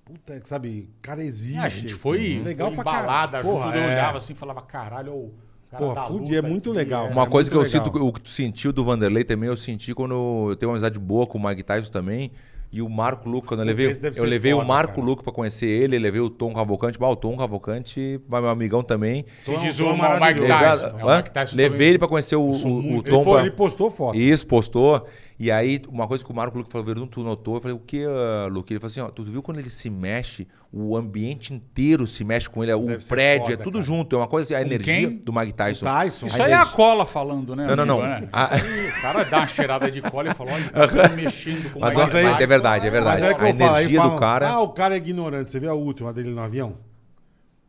Speaker 1: Puta, que sabe, cara existe.
Speaker 2: É, a gente foi,
Speaker 1: legal
Speaker 2: foi
Speaker 1: pra
Speaker 2: embalada,
Speaker 1: caralho. assim, Porra,
Speaker 2: junto, eu
Speaker 1: é.
Speaker 2: olhava assim e falava, caralho, ó, o cara
Speaker 1: Porra,
Speaker 2: da
Speaker 1: fudido,
Speaker 2: luta
Speaker 1: é muito
Speaker 2: aqui,
Speaker 1: legal.
Speaker 2: é.
Speaker 3: Uma
Speaker 1: É
Speaker 3: coisa que eu
Speaker 1: muito legal.
Speaker 3: sinto, o que tu sentiu do Vanderlei também, eu senti quando eu tenho uma amizade boa com o Mike Tyson também. E o Marco Luca, quando eu
Speaker 1: Porque
Speaker 3: levei,
Speaker 1: esse deve
Speaker 3: eu
Speaker 1: ser
Speaker 3: levei
Speaker 1: foda,
Speaker 3: o Marco
Speaker 1: cara.
Speaker 3: Luca pra conhecer ele, eu levei o Tom Cavalcante. Bah, o Tom Cavalcante, bah, meu amigão também.
Speaker 2: Se diz o
Speaker 1: Tom é
Speaker 2: Mike
Speaker 1: maravilhoso.
Speaker 2: Tyson.
Speaker 3: Levei-
Speaker 2: É, o Mike
Speaker 3: Hã?
Speaker 2: Tyson
Speaker 3: Levei
Speaker 2: também.
Speaker 3: ele pra conhecer o, o, o
Speaker 1: Ele,
Speaker 3: Tom.
Speaker 1: foi-
Speaker 3: pra-
Speaker 1: ele postou foto.
Speaker 3: Isso, postou. E aí, uma coisa que o Marco Luque falou, Verdun, tu notou? Eu falei, o que, ah, Luque? Ele falou assim, ó, tu viu quando ele se mexe, o ambiente inteiro se mexe com ele, o
Speaker 1: Deve ser
Speaker 3: prédio, é
Speaker 1: foda,
Speaker 3: tudo
Speaker 1: cara.
Speaker 3: junto. É uma coisa assim, a energia
Speaker 2: quem?
Speaker 3: do Mike Tyson.
Speaker 1: Tyson.
Speaker 2: Isso aí é a cola falando, né?
Speaker 3: Não, não,
Speaker 2: amigo,
Speaker 3: não.
Speaker 2: né?
Speaker 3: A-
Speaker 2: O cara dá uma cheirada de cola e fala, olha, ele tá mexendo com o
Speaker 3: Mas,
Speaker 2: Mike
Speaker 3: mas
Speaker 2: Tyson.
Speaker 3: é verdade, é
Speaker 1: Mas
Speaker 3: verdade.
Speaker 1: é que
Speaker 3: a
Speaker 1: eu falo, aí
Speaker 3: energia
Speaker 1: falam,
Speaker 3: do cara...
Speaker 1: Ah, o cara é ignorante. Você viu a última dele no avião?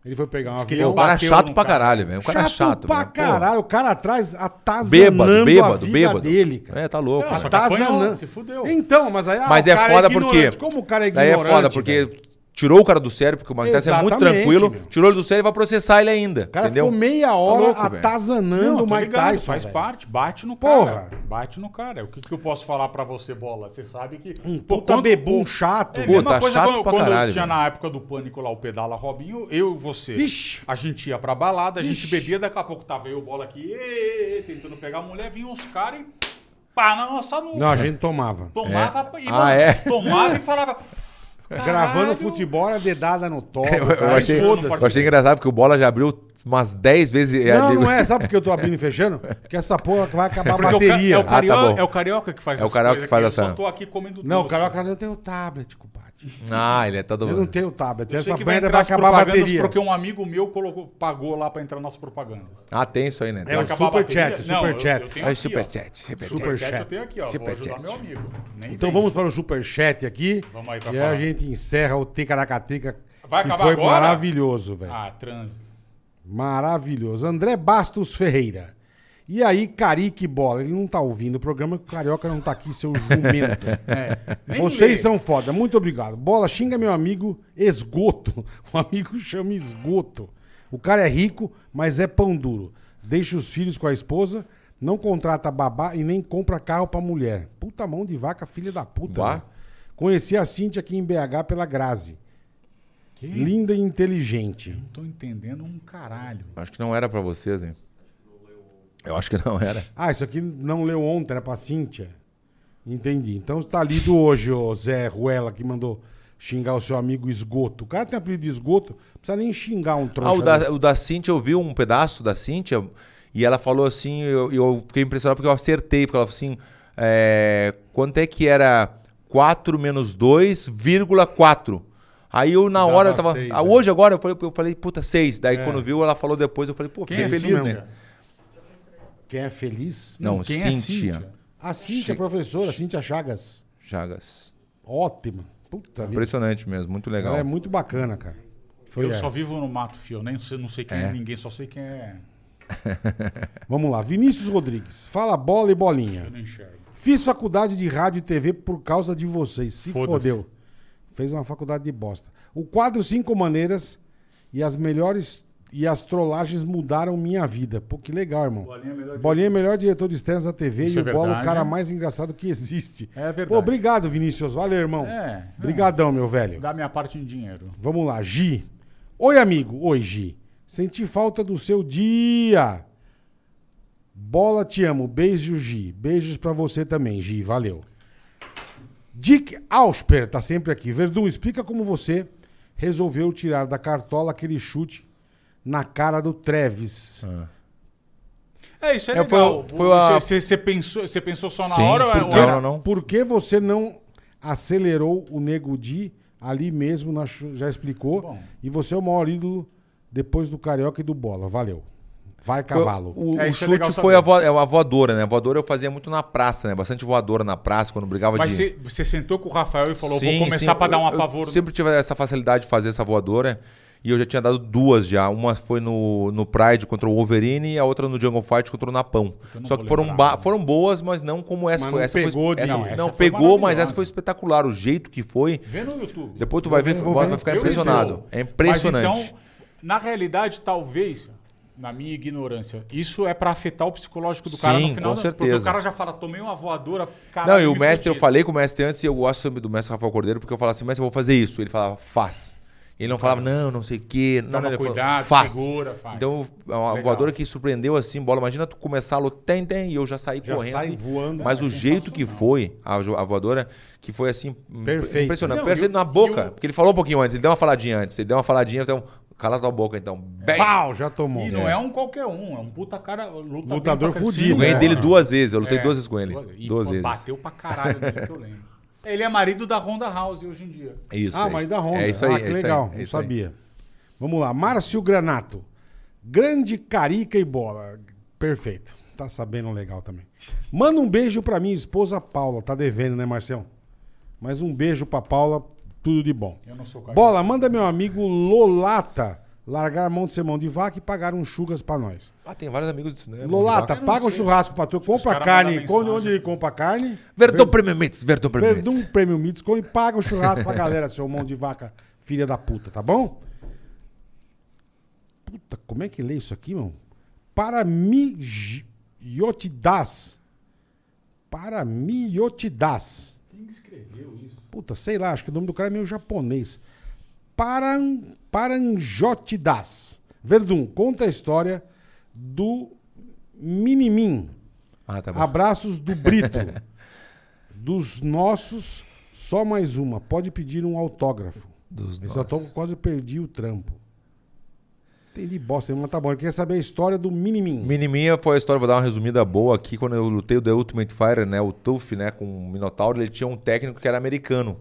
Speaker 1: Ele foi pegar um
Speaker 2: que
Speaker 1: avião.
Speaker 2: ele é
Speaker 3: o cara é
Speaker 2: bateu
Speaker 3: chato
Speaker 2: no
Speaker 3: pra
Speaker 2: cara.
Speaker 3: caralho, velho. O cara é chato.
Speaker 1: pra
Speaker 3: velho. Porra.
Speaker 1: caralho. O cara atrás atazanando
Speaker 3: Bêbado,
Speaker 1: a
Speaker 3: bêbado,
Speaker 1: vida
Speaker 3: bêbado.
Speaker 1: dele, cara.
Speaker 3: É, tá louco.
Speaker 2: Não,
Speaker 3: né?
Speaker 2: só que apanhou,
Speaker 1: Atazanando.
Speaker 2: se fudeu.
Speaker 1: Então, mas aí... ah,
Speaker 3: Mas
Speaker 1: o
Speaker 3: é
Speaker 1: cara
Speaker 3: foda porque.
Speaker 1: ignorante. Como o cara é
Speaker 3: Daí
Speaker 1: ignorante?
Speaker 3: é foda porque
Speaker 1: velho?
Speaker 3: tirou o cara do sério, porque o Mike Tyson é muito
Speaker 1: Exatamente,
Speaker 3: tranquilo,
Speaker 1: meu.
Speaker 3: tirou ele do sério e vai processar ele ainda.
Speaker 1: O cara
Speaker 3: entendeu? Tá
Speaker 1: ficou meia hora
Speaker 3: louco, velho.
Speaker 1: atazanando
Speaker 2: Não,
Speaker 1: o
Speaker 2: tô
Speaker 1: Mike
Speaker 2: ligado,
Speaker 1: Tyson.
Speaker 2: Faz
Speaker 1: velho.
Speaker 2: parte, bate no
Speaker 1: Porra.
Speaker 2: cara. Bate no cara. É O que, que eu posso falar pra você, bola? Você sabe que.
Speaker 1: Um
Speaker 2: Pô,
Speaker 1: puta
Speaker 2: quando-
Speaker 1: bebum chato.
Speaker 2: É a
Speaker 3: Puta,
Speaker 1: velho.
Speaker 2: mesma coisa
Speaker 3: chato
Speaker 2: quando,
Speaker 3: pra
Speaker 2: quando
Speaker 3: caralho,
Speaker 2: tinha
Speaker 3: velho.
Speaker 2: na época do pânico lá o pedala Robinho, eu e você.
Speaker 1: Vixe.
Speaker 2: A gente ia pra balada, a gente
Speaker 1: Vixe.
Speaker 2: bebia, daqui a pouco tava eu bola aqui, ê, ê, ê, tentando pegar a mulher, vinham uns caras e pá na nossa nuca.
Speaker 1: Não, a gente tomava.
Speaker 2: Tomava e
Speaker 3: Ah,
Speaker 2: mano,
Speaker 3: é?
Speaker 2: tomava e falava.
Speaker 1: Gravando
Speaker 2: "Caralho".
Speaker 1: futebol, era dedada no topo.
Speaker 3: Eu, eu
Speaker 1: cara,
Speaker 3: achei,
Speaker 1: foda-se.
Speaker 3: eu achei engraçado porque o Bola já abriu umas 10 vezes.
Speaker 1: Não, não é. Sabe por que eu tô abrindo e fechando? Porque essa porra vai acabar a
Speaker 2: Porque o ca-
Speaker 1: bateria.
Speaker 2: É o,
Speaker 3: tá
Speaker 2: carioca,
Speaker 3: bom.
Speaker 2: é o carioca que faz
Speaker 3: É o
Speaker 2: essas
Speaker 3: carioca
Speaker 2: coisas
Speaker 3: que faz
Speaker 2: aqui,
Speaker 3: essa-
Speaker 2: Eu só tô aqui comendo
Speaker 1: Não, o
Speaker 2: doce.
Speaker 1: carioca não tem o tablet, compadre.
Speaker 3: Ah, ele é todo.
Speaker 1: Eu não tenho o tablet.
Speaker 2: Eu sei
Speaker 1: Essa
Speaker 2: que vai
Speaker 1: merda
Speaker 2: entrar
Speaker 1: vai
Speaker 2: as
Speaker 1: acabar a
Speaker 2: propagandas
Speaker 1: bateria.
Speaker 2: porque um amigo meu colocou, pagou lá pra entrar nas propagandas.
Speaker 3: Ah, tem isso aí, né?
Speaker 1: É o
Speaker 2: acabar a
Speaker 1: superchat,
Speaker 2: bateria? Não,
Speaker 1: superchat.
Speaker 2: eu- eu tenho
Speaker 3: É
Speaker 2: aqui, ó.
Speaker 3: superchat, superchat.
Speaker 1: Super-
Speaker 2: Superchat
Speaker 1: Superchat.
Speaker 2: eu tenho aqui, ó. Vou ajudar
Speaker 3: Superchat.
Speaker 2: meu amigo. Nem
Speaker 1: Então
Speaker 2: vem.
Speaker 1: vamos para o superchat aqui.
Speaker 2: Vamos aí pra
Speaker 1: E
Speaker 2: falar.
Speaker 1: a gente encerra o Ticaracateca.
Speaker 2: Vai
Speaker 1: que
Speaker 2: acabar
Speaker 1: foi
Speaker 2: agora?
Speaker 1: maravilhoso, velho.
Speaker 2: Ah, trânsito.
Speaker 1: Maravilhoso. André Bastos Ferreira. E aí, Carique Bola? Ele não tá ouvindo o programa, que o Carioca não tá aqui, seu jumento.
Speaker 2: É. Nem
Speaker 1: Vocês
Speaker 2: lê.
Speaker 1: são foda. Muito obrigado. Bola, xinga meu amigo esgoto. O amigo chama esgoto. O cara é rico, mas é pão duro. Deixa os filhos com a esposa, não contrata babá e nem compra carro pra mulher. Puta mão de vaca, filha da puta.
Speaker 3: Bah.
Speaker 1: né? Conheci a Cintia aqui em BH pela Grazi. Linda e inteligente.
Speaker 2: Não tô entendendo um caralho.
Speaker 3: Acho que não era pra vocês, hein? Eu acho que não era.
Speaker 1: Ah, isso aqui não leu ontem, era pra Cíntia. Entendi. Então tá lido hoje, o Zé Ruela, que mandou xingar o seu amigo esgoto. O cara tem apelido de esgoto, não precisa nem xingar um
Speaker 3: Ah,
Speaker 1: trouxa.
Speaker 3: o da,
Speaker 1: desse.
Speaker 3: o da Cintia, eu vi um pedaço da Cintia e ela falou assim, eu, eu fiquei impressionado porque eu acertei, porque ela falou assim, é, quanto é que era 4 menos 2,4? Aí eu na
Speaker 1: Dava
Speaker 3: hora, eu tava,
Speaker 1: seis,
Speaker 3: ah,
Speaker 1: né? É.
Speaker 3: hoje agora, eu falei, eu falei puta, 6. Daí quando viu, ela falou depois, eu falei, pô,
Speaker 2: Quem
Speaker 3: fiquei
Speaker 2: é
Speaker 3: feliz,
Speaker 2: isso
Speaker 3: né?
Speaker 2: mesmo?
Speaker 1: Quem é feliz?
Speaker 3: Não,
Speaker 2: Quem
Speaker 3: Cintia,
Speaker 2: é Cíntia?
Speaker 1: A Cíntia, professora, Cíntia Chagas.
Speaker 3: Chagas.
Speaker 1: Ótima. Puta vida.
Speaker 3: Impressionante mesmo, muito Ah, legal.
Speaker 1: Ela é muito bacana, cara. Foi é.
Speaker 2: Eu
Speaker 1: ela.
Speaker 2: só vivo no mato, fio. Eu Nem sei, não sei quem é. ninguém, só sei quem é.
Speaker 1: Vamos lá. Vinícius Rodrigues. Fala bola e bolinha.
Speaker 2: Eu não enxergo.
Speaker 1: Fiz faculdade de rádio e TV por causa de vocês. Se
Speaker 2: Foda-se.
Speaker 1: fodeu. Fez uma faculdade de bosta. O quadro Cinco Maneiras e as melhores e as trollagens mudaram minha vida. Pô, que legal, irmão.
Speaker 2: Bolinha é melhor
Speaker 1: Bolinha é melhor diretor de externos da TV
Speaker 2: Isso
Speaker 1: e
Speaker 2: é
Speaker 1: o Bola o
Speaker 2: verdade.
Speaker 1: cara mais engraçado que existe.
Speaker 2: É verdade.
Speaker 1: Pô, obrigado, Vinícius. Valeu, irmão.
Speaker 2: É, é.
Speaker 1: Obrigadão, meu velho.
Speaker 2: Dá minha parte em dinheiro.
Speaker 1: Vamos lá, Gi. Oi, amigo. Oi, Gi. Senti falta do seu dia. Bola, te amo. Beijo, Gi. Beijos pra você também, Gi. Valeu. Dick Ausper tá sempre aqui. Verdun, explica como você resolveu tirar da cartola aquele chute na cara do Treves.
Speaker 2: É, isso é,
Speaker 3: É, foi-
Speaker 2: legal.
Speaker 3: foi a-
Speaker 2: Você, você pensou, você pensou só na
Speaker 3: Sim,
Speaker 2: hora?
Speaker 3: sim,
Speaker 2: ou é
Speaker 3: claro.
Speaker 2: era-
Speaker 3: Não, não.
Speaker 1: Por que você não acelerou o Nego Di ali mesmo? na chu- já explicou.
Speaker 2: Bom.
Speaker 1: E você é o maior ídolo depois do Carioca e do Bola. Valeu. Vai,
Speaker 3: Foi-
Speaker 1: cavalo.
Speaker 3: o
Speaker 2: É,
Speaker 3: o
Speaker 2: isso é legal
Speaker 3: chute foi a,
Speaker 2: saber.
Speaker 3: vo, é a voadora, né? A voadora eu fazia muito na praça, né? Bastante voadora na praça, quando brigava
Speaker 2: Mas
Speaker 3: de...
Speaker 2: você, você sentou com o Rafael e falou,
Speaker 3: Sim,
Speaker 2: vou começar
Speaker 3: sim,
Speaker 2: pra dar um
Speaker 3: eu-
Speaker 2: apavoro.
Speaker 3: Eu sempre tive essa facilidade de fazer essa voadora. E eu já tinha dado duas já. Uma foi no, no Pride contra o Wolverine e a outra no Jungle Fight contra o Napão.
Speaker 2: não
Speaker 3: Só
Speaker 2: vou
Speaker 3: que foram,
Speaker 2: lembrar,
Speaker 3: ba- foram boas, mas não como essa.
Speaker 1: Mas
Speaker 3: foi,
Speaker 1: não
Speaker 3: essa foi-
Speaker 1: pegou de-
Speaker 3: essa-
Speaker 1: não,
Speaker 3: não,
Speaker 2: essa foi
Speaker 3: pegou, mas
Speaker 2: maravilhosa.
Speaker 3: essa foi espetacular. O jeito que foi.
Speaker 2: Vê no YouTube.
Speaker 3: Depois tu vai ver,
Speaker 1: vou
Speaker 3: vai,
Speaker 1: ver.
Speaker 3: vai ficar
Speaker 2: Eu
Speaker 3: impressionado.
Speaker 2: entendo.
Speaker 3: É impressionante.
Speaker 2: Mas então, na realidade, talvez, na minha ignorância, isso é pra afetar o psicológico do cara no
Speaker 3: Sim,
Speaker 2: final.
Speaker 3: com
Speaker 2: da- Porque
Speaker 3: certeza.
Speaker 2: o cara já fala, tomei uma voadora, caralho,
Speaker 3: Não, e o
Speaker 2: me
Speaker 3: mestre, eu
Speaker 2: fudi.
Speaker 3: falei com o mestre antes e eu gosto do mestre Rafael Cordeiro, porque eu falava assim, mestre, eu vou fazer isso. Ele falava, faz. Ele não falava, não, não sei o quê. Não,
Speaker 2: Toma
Speaker 3: não, ele falava,
Speaker 2: cuidado, segura, faz.
Speaker 3: Então, é uma
Speaker 2: Legal.
Speaker 3: voadora que surpreendeu assim, bola. Imagina tu começar a lutar, tem, tem, e eu já saí
Speaker 1: Já
Speaker 3: correndo.
Speaker 1: sai voando.
Speaker 3: Mas
Speaker 1: É
Speaker 3: o jeito que foi, a, jo- a voadora, que foi assim, imp-
Speaker 1: Perfeito.
Speaker 3: impressionante.
Speaker 2: Não,
Speaker 3: perfeito
Speaker 2: e o-
Speaker 3: na boca,
Speaker 2: e o-
Speaker 3: porque ele falou um pouquinho antes, ele deu uma faladinha antes, ele deu uma faladinha, então, cala tua boca então. Bem!
Speaker 1: Pau, já tomou.
Speaker 2: E não é um qualquer um, é um puta cara luta
Speaker 1: Lutador
Speaker 2: bem pra
Speaker 1: fudido,
Speaker 3: Eu
Speaker 2: cacete.
Speaker 3: ganhei
Speaker 1: né?
Speaker 3: dele duas vezes, eu lutei
Speaker 2: É,
Speaker 3: duas vezes com ele.
Speaker 2: E,
Speaker 3: duas
Speaker 2: pô,
Speaker 3: vezes.
Speaker 2: Bateu pra caralho dele, que eu lembro. Ele é marido da Honda House hoje em dia.
Speaker 3: Isso,
Speaker 1: ah,
Speaker 3: é
Speaker 1: mas
Speaker 3: isso.
Speaker 1: da Honda.
Speaker 3: É isso aí,
Speaker 1: ah,
Speaker 3: é
Speaker 1: que
Speaker 3: isso aí,
Speaker 1: legal.
Speaker 3: é
Speaker 1: não
Speaker 3: isso aí.
Speaker 1: sabia. Vamos lá. Márcio Granato. Grande carica e bola. Perfeito. Tá sabendo legal também. Manda um beijo pra minha esposa Paula. Tá devendo, né, Marcelo? Mas um beijo pra Paula. Tudo de bom.
Speaker 2: Eu não sou cara.
Speaker 1: Bola, manda meu amigo Lolata largar a mão de semão de vaca e pagar um chugas pra nós.
Speaker 3: Ah, tem vários amigos disso,
Speaker 2: É,
Speaker 3: né?
Speaker 1: Lolata,
Speaker 2: Eu não
Speaker 1: paga o
Speaker 2: sei.
Speaker 1: churrasco pra tu, compra
Speaker 2: caras
Speaker 1: carne.
Speaker 2: mandam
Speaker 1: Quando,
Speaker 2: mensagem.
Speaker 1: onde ele compra carne?
Speaker 3: Verdão Premium Mits, Verdão Premium
Speaker 1: Perdão um
Speaker 3: Mits.
Speaker 1: prêmio Mitos e paga o churrasco pra galera, seu mão de vaca, filha da puta, tá bom? Puta, como é que lê isso aqui, meu? Paramiotidas. Paramiotidas.
Speaker 2: Quem escreveu isso?
Speaker 1: Puta, sei lá, acho que o nome do cara é meio japonês. Paran, Paranjotidas. Verdun, conta a história do Minimim.
Speaker 3: Ah, tá bom.
Speaker 1: Abraços do Brito. Dos nossos, só mais uma. Pode pedir um autógrafo.
Speaker 3: Dos
Speaker 1: Esse
Speaker 3: nossos.
Speaker 1: autógrafo quase eu perdi o trampo. Entendi bosta, mas tá bom. Ele quer saber a história do Minimin.
Speaker 3: Miniminha foi a história, vou dar uma resumida boa aqui. Quando eu lutei o The Ultimate Fighter, né? O Tuff, né? Com o Minotauro, ele tinha um técnico que era americano.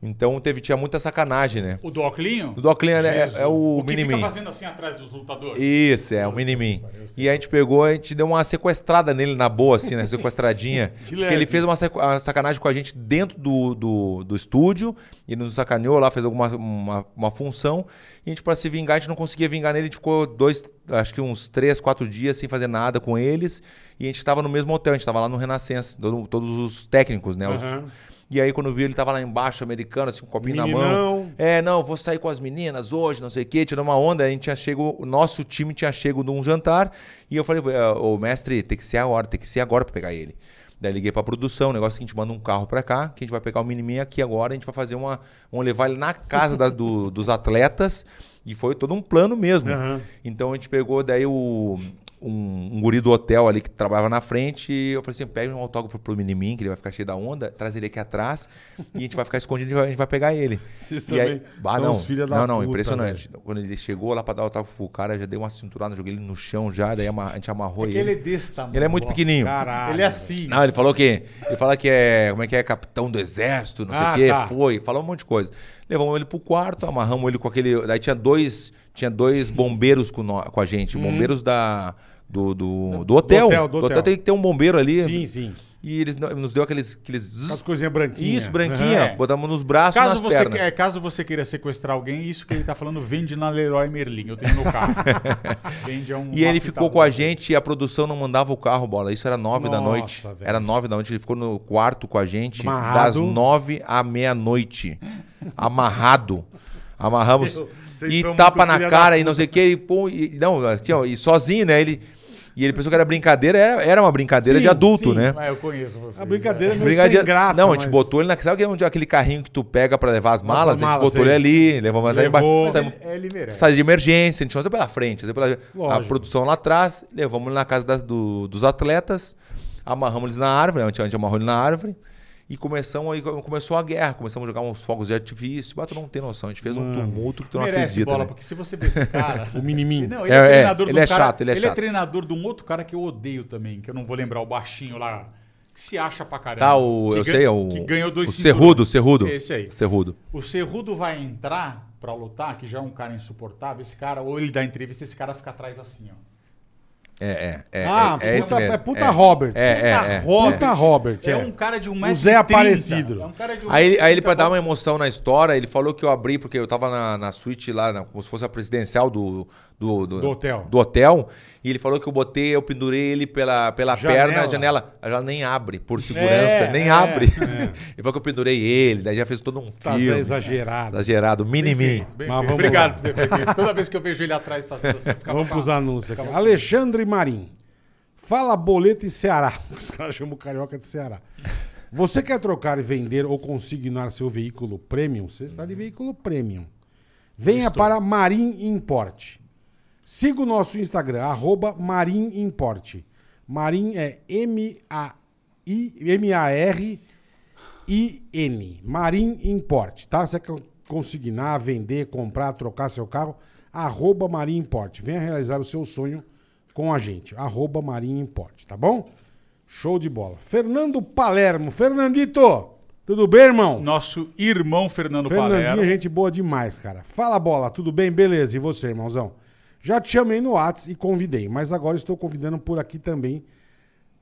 Speaker 3: Então teve, tinha muita sacanagem, né?
Speaker 2: O Doclinho?
Speaker 3: O Doc Lane é, é o,
Speaker 2: O que
Speaker 3: Minimin.
Speaker 2: fica fazendo assim atrás dos lutadores?
Speaker 3: Isso, é, o Minimin. E a gente pegou, a gente deu uma sequestrada nele na boa, assim, né? Sequestradinha. Porque
Speaker 1: leve.
Speaker 3: ele fez uma sequ- uma sacanagem com a gente dentro do, do, do estúdio. Ele nos sacaneou lá, fez alguma uma, uma função. E a gente, pra se vingar, a gente não conseguia vingar nele. A gente ficou dois, acho que uns três, quatro dias sem fazer nada com eles. E a gente tava no mesmo hotel, a gente tava lá no Renascença. todo- todos os técnicos, né? Os-
Speaker 1: Aham.
Speaker 3: E aí, quando eu vi, ele tava lá embaixo, americano, assim, com o copinho na mão.
Speaker 1: Meninão.
Speaker 3: É, não, vou sair com as meninas hoje, não sei o quê, tirando uma onda. A gente tinha chego, o nosso time tinha chego num jantar e eu falei, "Ah, ô mestre, tem que ser a hora, tem que ser agora pra pegar ele. Daí liguei pra produção, o negócio é que a gente manda um carro pra cá, que a gente vai pegar o minimin aqui agora, a gente vai fazer uma. Vamos levar ele na casa da- do- dos atletas. E foi todo um plano mesmo. Então a gente pegou daí o. Um, um guri do hotel ali que trabalhava na frente, e eu falei assim: pega um autógrafo pro minimin, que ele vai ficar cheio da onda, traz ele aqui atrás, e a gente vai ficar escondido e vai- a gente vai pegar ele.
Speaker 1: Vocês
Speaker 3: E aí-
Speaker 1: também
Speaker 3: Bah,
Speaker 1: são
Speaker 3: não.
Speaker 1: os filha da
Speaker 3: não, não,
Speaker 1: puta, né?
Speaker 3: impressionante. Quando ele chegou lá pra dar o autógrafo pro cara, eu já dei uma cinturada, joguei ele no chão já, daí ama- a gente amarrou
Speaker 2: Porque ele é
Speaker 3: ele.
Speaker 2: desse tamanho.
Speaker 3: Ele é muito
Speaker 2: ó.
Speaker 3: pequenininho.
Speaker 1: Caralho.
Speaker 2: Ele é assim.
Speaker 3: Não, ele falou que. Ele fala que é. Como é que é? Capitão do exército, não sei o
Speaker 1: Ah,
Speaker 3: quê.
Speaker 1: tá.
Speaker 3: Foi, falou um monte de coisa. Levamos ele pro quarto, amarramos ele com aquele. Daí tinha dois. Tinha dois bombeiros com, nó- com a gente. Bombeiros da. Do, do, do hotel.
Speaker 1: hotel, Hum. do
Speaker 3: Do
Speaker 1: hotel.
Speaker 3: tem que ter um bombeiro ali.
Speaker 1: Sim, sim.
Speaker 3: E eles não- nos deu aqueles. aqueles
Speaker 1: As coisinhas branquinhas.
Speaker 3: Isso, branquinha.
Speaker 1: é.
Speaker 2: Uhum.
Speaker 3: Botamos nos braços,
Speaker 2: Caso
Speaker 3: nas
Speaker 2: você,
Speaker 3: pernas.
Speaker 2: é, caso você queira sequestrar alguém, isso que ele tá falando vende na Leroy Merlin. Eu tenho no carro. vende é um.
Speaker 3: E
Speaker 2: uma
Speaker 3: ele ficou
Speaker 2: fita
Speaker 3: com a
Speaker 2: dura.
Speaker 3: gente e a produção não mandava o carro, bola. Isso era nove da
Speaker 1: tá Nossa,
Speaker 3: noite.
Speaker 1: velho.
Speaker 3: Era nove da noite. Ele ficou no quarto com a gente
Speaker 1: Amarrado.
Speaker 3: das nove à meia-noite. Amarrado. Amarramos.
Speaker 1: Meu, vocês
Speaker 3: e
Speaker 1: são
Speaker 3: tapa
Speaker 1: muito
Speaker 3: na
Speaker 1: filha da
Speaker 3: cara e não sei o que. E, pô, e- não, assim, ó, e sozinho, né? Ele. E ele pensou que era brincadeira, era, era uma brincadeira
Speaker 1: Sim,
Speaker 3: de adulto,
Speaker 1: sim.
Speaker 3: né?
Speaker 2: Ah, eu conheço você.
Speaker 1: A brincadeira é meio
Speaker 3: Brincadeira-
Speaker 1: sem graça.
Speaker 3: não, a gente
Speaker 1: mas-
Speaker 3: botou ele na. Sabe onde é aquele carrinho que tu pega pra levar as
Speaker 1: Nossa,
Speaker 3: malas? a gente
Speaker 1: malas, é.
Speaker 3: botou
Speaker 1: sei.
Speaker 3: ele ali, levou mas aí
Speaker 1: Levou.
Speaker 3: ba- saímos-
Speaker 2: É, ele merece.
Speaker 3: Saída de emergência, a gente andou pela frente, andou pela- a
Speaker 1: Lógico.
Speaker 3: produção lá atrás, levamos ele na casa das- do- dos atletas, amarramos eles na árvore, a gente, a gente amarrou ele na árvore e começamos, aí começou a guerra, começamos a jogar uns fogos de artifício, mas tu não tem noção, a gente fez um tumulto que tu não
Speaker 2: Hum. merece
Speaker 3: acredita.
Speaker 2: bola,
Speaker 3: né?
Speaker 2: porque se você vê esse cara.
Speaker 1: O miniminho.
Speaker 2: Não, ele é,
Speaker 3: É, é,
Speaker 2: treinador do
Speaker 3: ele é
Speaker 2: cara-
Speaker 3: chato, ele é chato.
Speaker 2: treinador de um outro cara que eu odeio também, que eu não vou lembrar, o baixinho lá. Que se acha pra caramba.
Speaker 3: Tá, o,
Speaker 2: Que
Speaker 3: eu
Speaker 2: gan-
Speaker 3: sei, é o,
Speaker 2: Que ganhou dois
Speaker 3: o
Speaker 2: cinturões.
Speaker 3: Cerrudo, Cerrudo.
Speaker 2: Esse aí.
Speaker 3: Cerrudo.
Speaker 2: O Cerrudo vai entrar pra lutar, que já é um cara insuportável. Esse cara, ou ele dá entrevista, esse cara fica atrás assim, ó.
Speaker 3: É, é, é.
Speaker 1: Ah,
Speaker 3: é, é, esse
Speaker 1: puta,
Speaker 3: mesmo,
Speaker 1: é puta Robert.
Speaker 3: É, é,
Speaker 2: Puta
Speaker 3: é.
Speaker 1: Puta Robert, é.
Speaker 2: É um cara de um
Speaker 1: O
Speaker 2: metro
Speaker 1: Zé
Speaker 2: e trinta.
Speaker 1: Aparecido.
Speaker 2: É um cara de um
Speaker 3: Aí, ele-
Speaker 2: metro e
Speaker 3: aí ele, pra
Speaker 2: trinta,
Speaker 1: Então, tá
Speaker 3: dar uma emoção na história, ele falou que eu abri, porque eu tava na, na suíte lá, na- como se fosse a presidencial do, do,
Speaker 1: Do hotel.
Speaker 3: do hotel, E ele falou que eu botei, eu pendurei ele pela, pela
Speaker 1: Janela.
Speaker 3: perna, a janela. A janela nem abre, por segurança, nem
Speaker 1: é,
Speaker 3: abre.
Speaker 1: é.
Speaker 3: ele falou que eu pendurei ele, daí já fez todo um
Speaker 1: Tá
Speaker 3: filme.
Speaker 1: exagerado.
Speaker 3: Exagerado, mini mim.
Speaker 2: Bem
Speaker 1: Mas
Speaker 2: feito.
Speaker 1: vamos
Speaker 2: Obrigado
Speaker 1: lá.
Speaker 2: por ter feito isso. Toda vez que eu vejo ele atrás fazendo assim, fica
Speaker 1: Vamos pros anúncios aqui. Alexandre Marim. Fala boleto e Ceará. Os caras chamam o carioca de Ceará. Você quer trocar e vender ou consignar seu veículo premium? Você está de veículo premium. Venha para Marim Import. Siga o nosso Instagram, arroba Marim Import. Marim é M-A-I- M-A-R-I-N. Marim Import, tá? Você quer consignar, vender, comprar, trocar seu carro? Arroba Marim Import. Venha realizar o seu sonho com a gente. Arroba Marim Import, tá bom? Show de bola. Fernando Palermo. Fernandito, tudo bem, irmão?
Speaker 2: Nosso irmão Fernando
Speaker 1: Fernandinho
Speaker 2: Palermo.
Speaker 1: é gente boa demais, cara. Fala bola, tudo bem? Beleza, e você, irmãozão? Já te chamei no Whats e convidei, mas agora estou convidando por aqui também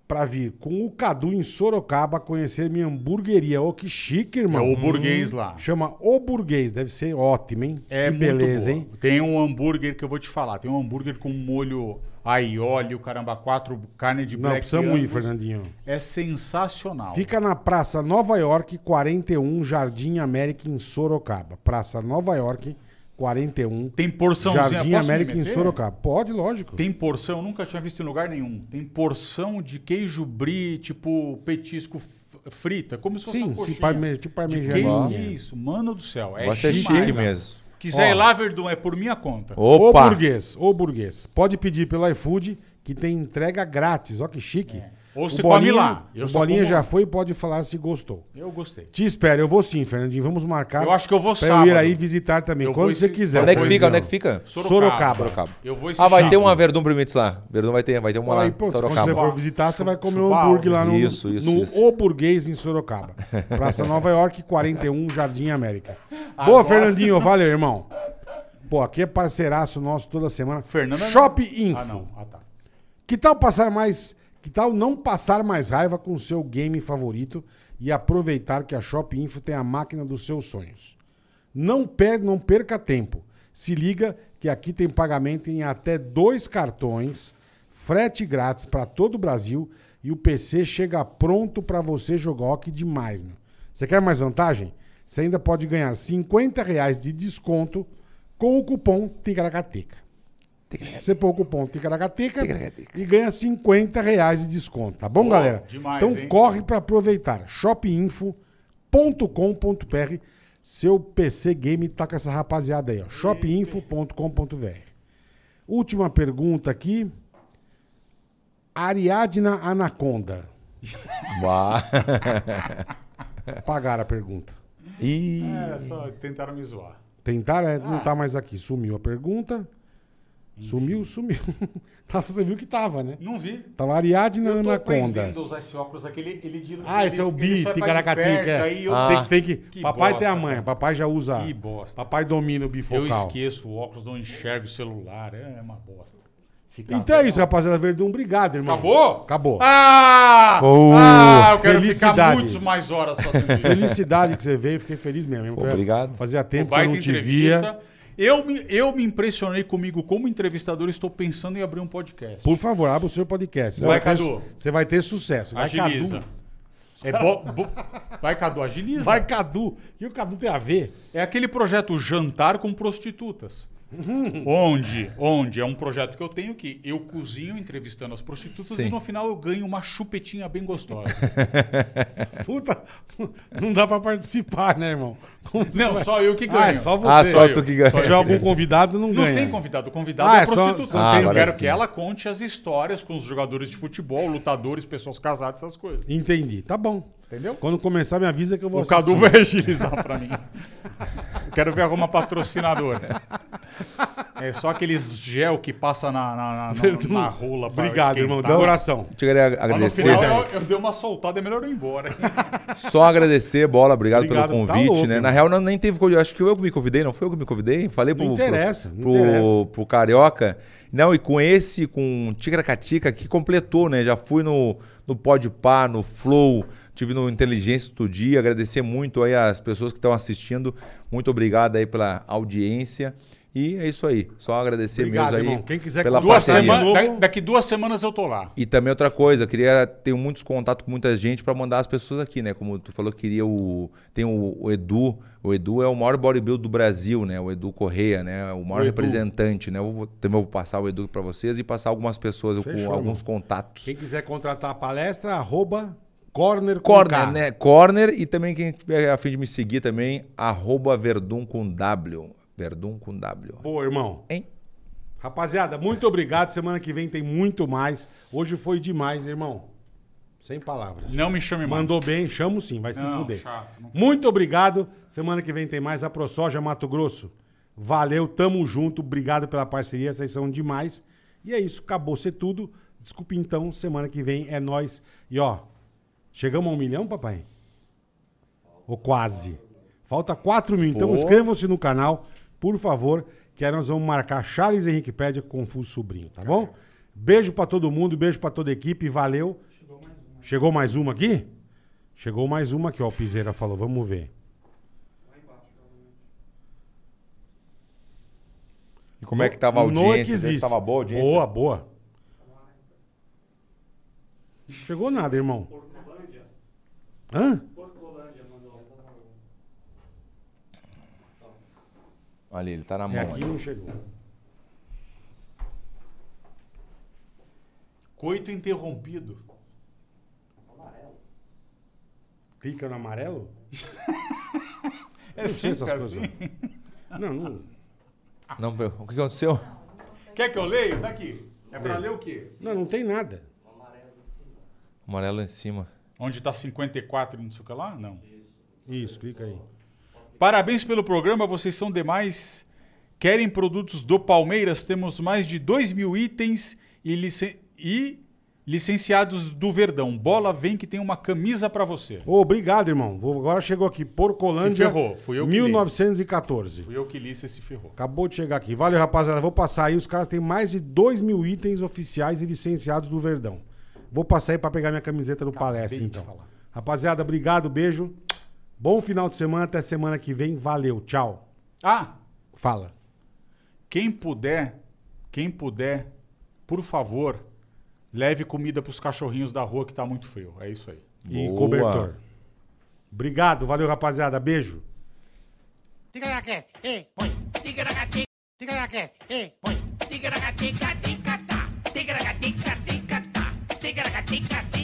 Speaker 1: pra vir com o Cadu em Sorocaba conhecer minha hamburgueria. Ô, que chique,
Speaker 2: É
Speaker 1: irmão. Hum.
Speaker 2: o burguês lá.
Speaker 1: Chama O Burguês, deve ser ótimo, hein?
Speaker 2: É
Speaker 1: que
Speaker 2: muito
Speaker 1: beleza,
Speaker 2: boa.
Speaker 1: hein?
Speaker 2: Tem um hambúrguer que eu vou te falar. Tem um hambúrguer com molho aioli, o caramba, quatro carne de
Speaker 1: Não,
Speaker 2: black
Speaker 1: precisamos ir,
Speaker 2: Angus.
Speaker 1: Fernandinho.
Speaker 2: É sensacional.
Speaker 1: Fica na Praça Nova York, 41, Jardim América, em Sorocaba. Praça Nova York, 41,
Speaker 2: Tem porçãozinha.
Speaker 1: Jardim
Speaker 2: Posso me
Speaker 1: América, em
Speaker 2: meter?
Speaker 1: Sorocaba. Pode, lógico.
Speaker 2: Tem porção, eu nunca tinha visto em lugar nenhum. Tem porção de queijo brie, tipo petisco f- frito. É como se fosse
Speaker 1: Sim,
Speaker 2: uma
Speaker 1: se
Speaker 2: coxinha.
Speaker 1: parme- tipo
Speaker 2: de
Speaker 1: parmegiana.
Speaker 2: queijo, isso, mano do céu. É
Speaker 3: Vai ser
Speaker 2: demais,
Speaker 3: chique
Speaker 2: cara.
Speaker 3: mesmo.
Speaker 2: Quiser
Speaker 1: Ó.
Speaker 2: ir lá, Verdun, é por minha conta.
Speaker 1: O
Speaker 3: Opa!
Speaker 1: burguês, o burguês. Pode pedir pelo iFood que tem entrega grátis. Ó que chique.
Speaker 2: Ou
Speaker 1: O
Speaker 2: você
Speaker 1: Bolinha-
Speaker 2: come lá. Eu
Speaker 1: O
Speaker 2: só
Speaker 1: Bolinha
Speaker 2: como
Speaker 1: já
Speaker 2: lá.
Speaker 1: foi e pode falar se gostou.
Speaker 2: Eu gostei.
Speaker 1: Te espero, eu vou sim, Fernandinho. Vamos marcar.
Speaker 2: Eu acho que eu vou
Speaker 1: pra
Speaker 2: sábado.
Speaker 1: eu ir aí visitar também,
Speaker 2: Eu
Speaker 1: quando
Speaker 2: vou
Speaker 1: você
Speaker 2: esse-
Speaker 1: quiser.
Speaker 3: Onde é que
Speaker 1: Pois
Speaker 3: fica?
Speaker 1: não.
Speaker 3: Onde é que fica?
Speaker 1: Sorocaba.
Speaker 3: Sorocaba.
Speaker 2: Eu vou esse
Speaker 3: Ah, vai ter
Speaker 2: sábado.
Speaker 3: uma Verdun Brimites lá. Verdun vai ter, vai ter uma lá.
Speaker 1: Aí, pô, Quando você
Speaker 3: Sorocaba.
Speaker 1: for visitar, você vai comer um
Speaker 2: Chupau,
Speaker 1: hambúrguer lá no,
Speaker 3: Isso, isso,
Speaker 1: no
Speaker 3: isso.
Speaker 1: O Burguês, em Sorocaba. Praça Nova York, 41, Jardim América. Boa,
Speaker 2: Agora-
Speaker 1: Fernandinho. Valeu, irmão. Pô, aqui é parceiraço nosso toda semana.
Speaker 2: Fernando é-
Speaker 1: Shop Info.
Speaker 2: Ah, não. Ah, tá.
Speaker 1: Que tal passar mais. Que tal não passar mais raiva com o seu game favorito e aproveitar que a Shop Info tem a máquina dos seus sonhos? Não, per, não perca tempo. Se liga que aqui tem pagamento em até dois cartões, frete grátis para todo o Brasil e o PC chega pronto para você jogar. Ó, que demais, meu. Você quer mais vantagem? Você ainda pode ganhar R$ 50 reais de desconto com o cupom TICARACATECA. Você põe o cupom Ticaracateca e ganha 50 reais de desconto, tá bom,
Speaker 2: Pô,
Speaker 1: galera?
Speaker 2: demais,
Speaker 1: então
Speaker 2: hein?
Speaker 1: corre para aproveitar. shopinfo.com.br Seu PC Game tá com essa rapaziada aí, ó. shopinfo.com.br Última pergunta aqui. Ariadna Anaconda.
Speaker 3: Bah.
Speaker 1: Pagaram a pergunta.
Speaker 3: Ih.
Speaker 2: É, só tentaram me zoar.
Speaker 1: Tentaram, é,
Speaker 2: Ah.
Speaker 1: não tá mais aqui. Sumiu a pergunta. Sumiu, sumiu. Tá, Você viu que tava, né?
Speaker 2: Não vi.
Speaker 1: Tava Ariadna
Speaker 2: Eu tô
Speaker 1: Anaconda.
Speaker 2: aprendendo a usar esse óculos aqui, ele, ele diz-
Speaker 1: Ah, esse
Speaker 2: ele-
Speaker 1: é o
Speaker 2: ele
Speaker 1: bi,
Speaker 2: sai pra de perto,
Speaker 1: ticaracatica. é.
Speaker 2: aí eu-
Speaker 3: Ah.
Speaker 1: Tem que, tem que,
Speaker 2: Que
Speaker 1: papai
Speaker 2: bosta,
Speaker 1: tem a manha,
Speaker 2: cara.
Speaker 1: papai já usa.
Speaker 2: Que bosta.
Speaker 1: Papai domina o bifocal.
Speaker 2: Eu esqueço o óculos, não enxergo o celular. É uma bosta. Fica-
Speaker 1: Então é isso, rapaziada. Verdun, obrigado, irmão.
Speaker 2: Acabou?
Speaker 1: Acabou.
Speaker 2: Ah!
Speaker 3: Oh,
Speaker 2: ah, eu quero ficar
Speaker 1: felicidade.
Speaker 2: muito mais horas fazendo isso.
Speaker 1: Felicidade que você veio, fiquei feliz mesmo. hein?
Speaker 3: Obrigado.
Speaker 1: Fazia
Speaker 2: O
Speaker 1: tempo que eu
Speaker 2: Um baita
Speaker 1: não te
Speaker 2: entrevista.
Speaker 1: via.
Speaker 2: Eu me, eu me impressionei comigo como entrevistador, estou pensando em abrir um podcast.
Speaker 1: Por favor, abra o seu podcast. Você
Speaker 2: Vai,
Speaker 1: ter
Speaker 2: Cadu.
Speaker 1: su- Você vai ter sucesso. Vai,
Speaker 2: Agiliza.
Speaker 1: Cadu.
Speaker 2: É bo- bo- Vai, Cadu, agiliza.
Speaker 1: Vai, Cadu. E o Cadu tem a ver?
Speaker 2: É aquele projeto Jantar com Prostitutas.
Speaker 1: Uhum.
Speaker 2: Onde? Onde? É um projeto que eu tenho que eu cozinho entrevistando as prostitutas
Speaker 3: Sim.
Speaker 2: e no final eu ganho uma chupetinha bem gostosa.
Speaker 1: Puta, não dá pra participar, né, irmão? Como você
Speaker 2: Não,
Speaker 1: vai-
Speaker 2: só eu que ganho.
Speaker 1: Ah, é só você.
Speaker 3: Ah, só
Speaker 2: eu.
Speaker 3: tu que ganha.
Speaker 1: Se tiver algum convidado, não,
Speaker 2: Não
Speaker 1: ganha.
Speaker 2: tem convidado. O convidado
Speaker 1: Ah,
Speaker 2: é
Speaker 1: é
Speaker 2: a
Speaker 1: só-
Speaker 2: prostituta.
Speaker 1: só tem-
Speaker 2: eu
Speaker 3: agora
Speaker 2: quero
Speaker 3: sim.
Speaker 2: que ela conte as histórias com os jogadores de futebol, lutadores, pessoas casadas, essas coisas.
Speaker 1: Entendi. Tá bom.
Speaker 2: Entendeu?
Speaker 1: Quando começar, me avisa que eu vou
Speaker 2: O Cadu
Speaker 1: assistir.
Speaker 2: vai agilizar pra mim. Eu Quero ver alguma patrocinadora. É só aqueles gel que passa na, na, na, na, na rola. pra
Speaker 1: Obrigado, irmão. um
Speaker 2: esquentar.
Speaker 1: De coração.
Speaker 3: Eu queria
Speaker 2: Mas no
Speaker 3: agradecer.
Speaker 2: final eu,
Speaker 1: Dez.
Speaker 2: eu dei uma soltada, é melhor eu ir embora.
Speaker 3: Só agradecer, Bola, obrigado,
Speaker 1: Obrigado,
Speaker 3: pelo
Speaker 1: tá
Speaker 3: convite,
Speaker 1: louco,
Speaker 3: né?
Speaker 1: irmão.
Speaker 3: Na real, não, nem teve. convite. Acho que eu que me convidei, não foi eu que me convidei? Falei pro,
Speaker 1: Não interessa,
Speaker 3: pro,
Speaker 1: não
Speaker 3: pro,
Speaker 1: interessa.
Speaker 3: pro Carioca. Não, e com esse, com Ticracatica, que completou, né? Já fui no, no Podpah, no Flow, tive no Inteligência do Dia. Agradecer muito aí as pessoas que estão assistindo. Muito obrigado aí pela audiência. E é isso aí. Só agradecer
Speaker 1: Obrigado,
Speaker 3: mesmo aí
Speaker 1: irmão. Quem quiser
Speaker 3: pela
Speaker 2: Duas
Speaker 3: parceria.
Speaker 2: semana,
Speaker 1: Novo.
Speaker 2: da- daqui duas semanas eu tô lá.
Speaker 3: E também outra coisa, eu queria ter muitos contatos com muita gente pra mandar as pessoas aqui, né? Como tu falou, queria o tem o, o Edu, o Edu é o maior bodybuilder do Brasil, né? O Edu Correia, né? O maior
Speaker 1: O Edu.
Speaker 3: representante, né? Eu vou- também vou passar o Edu pra vocês e passar algumas pessoas
Speaker 1: Fechou,
Speaker 3: com alguns contatos.
Speaker 1: Quem quiser contratar a palestra, arroba corner com
Speaker 3: Corner,
Speaker 1: K.
Speaker 3: né? Corner e também quem tiver a fim de me seguir também, arroba Verdun com W. Verdun com W.
Speaker 1: Boa, irmão.
Speaker 3: Hein?
Speaker 1: Rapaziada, muito obrigado. Semana que vem tem muito mais. Hoje foi demais, irmão. Sem palavras.
Speaker 2: Não me chame mais.
Speaker 1: Mandou bem, chamo sim, vai se
Speaker 2: Não,
Speaker 1: fuder.
Speaker 2: chato, não-
Speaker 1: Muito obrigado. Semana que vem tem mais a ProSoja Mato Grosso. Valeu, tamo junto. Obrigado pela parceria, vocês são demais. E é isso, acabou ser tudo. Desculpa então, semana que vem é nós. E ó, chegamos a um milhão, papai? Ou quase? Falta quatro mil. Então
Speaker 3: Pô.
Speaker 1: inscrevam-se no canal, por favor, que aí nós vamos marcar Charles Henrique Pédia com Confuso Sobrinho, tá bom? Beijo pra todo mundo, beijo pra toda a equipe, valeu. Chegou mais uma aqui? Chegou mais uma aqui, ó. O Piseira falou, vamos ver.
Speaker 3: E como é que tava a
Speaker 1: No
Speaker 3: audiência?
Speaker 1: que
Speaker 3: Vocês
Speaker 1: existe.
Speaker 3: Tava boa a audiência?
Speaker 1: Boa, boa. Chegou nada, irmão. Hã?
Speaker 3: Olha, ele tá na mão.
Speaker 1: É aqui
Speaker 3: ali.
Speaker 1: não chegou.
Speaker 2: Coito interrompido.
Speaker 1: Clica no amarelo?
Speaker 2: É
Speaker 1: sei
Speaker 2: sempre
Speaker 1: essas
Speaker 2: assim.
Speaker 1: Não, não.
Speaker 3: Não, o que aconteceu?
Speaker 2: Quer que eu leia? Daqui. É pra ler o quê?
Speaker 1: Não, não tem nada.
Speaker 3: Amarelo em cima.
Speaker 2: Onde tá 54 e não sei o que lá? Não.
Speaker 1: Isso, clica aí.
Speaker 2: Parabéns pelo programa, vocês são demais. Querem produtos do Palmeiras? Temos mais de 2 mil itens e, licen- e licenciados do Verdão. Bola vem que tem uma camisa pra você.
Speaker 1: Ô, obrigado, irmão. Vou- agora chegou aqui. Porcolândia.
Speaker 2: Se ferrou, fui eu que li.
Speaker 1: 1914.
Speaker 2: Fui eu que li, você se ferrou.
Speaker 1: Acabou de chegar aqui. Valeu, rapaziada. Vou passar aí. Os caras têm mais de 2 mil itens oficiais e licenciados do Verdão. Vou passar aí pra pegar minha camiseta do palestra,
Speaker 2: de
Speaker 1: então.
Speaker 2: falar.
Speaker 1: Rapaziada, obrigado, beijo. Bom final de semana, até semana que vem. Valeu, tchau.
Speaker 2: Ah,
Speaker 1: Fala.
Speaker 2: quem puder, quem puder, por favor, leve comida pros cachorrinhos da rua que tá muito frio. É isso aí.
Speaker 1: E
Speaker 3: Boa.
Speaker 1: cobertor. Obrigado, valeu, rapaziada. Beijo.
Speaker 5: Tica na cast, e põe. Tica na gatica. Tica na cast, e põe. Tica na gatica, tica tá. Tica na gatica, tica tá. Tica na gatica, tica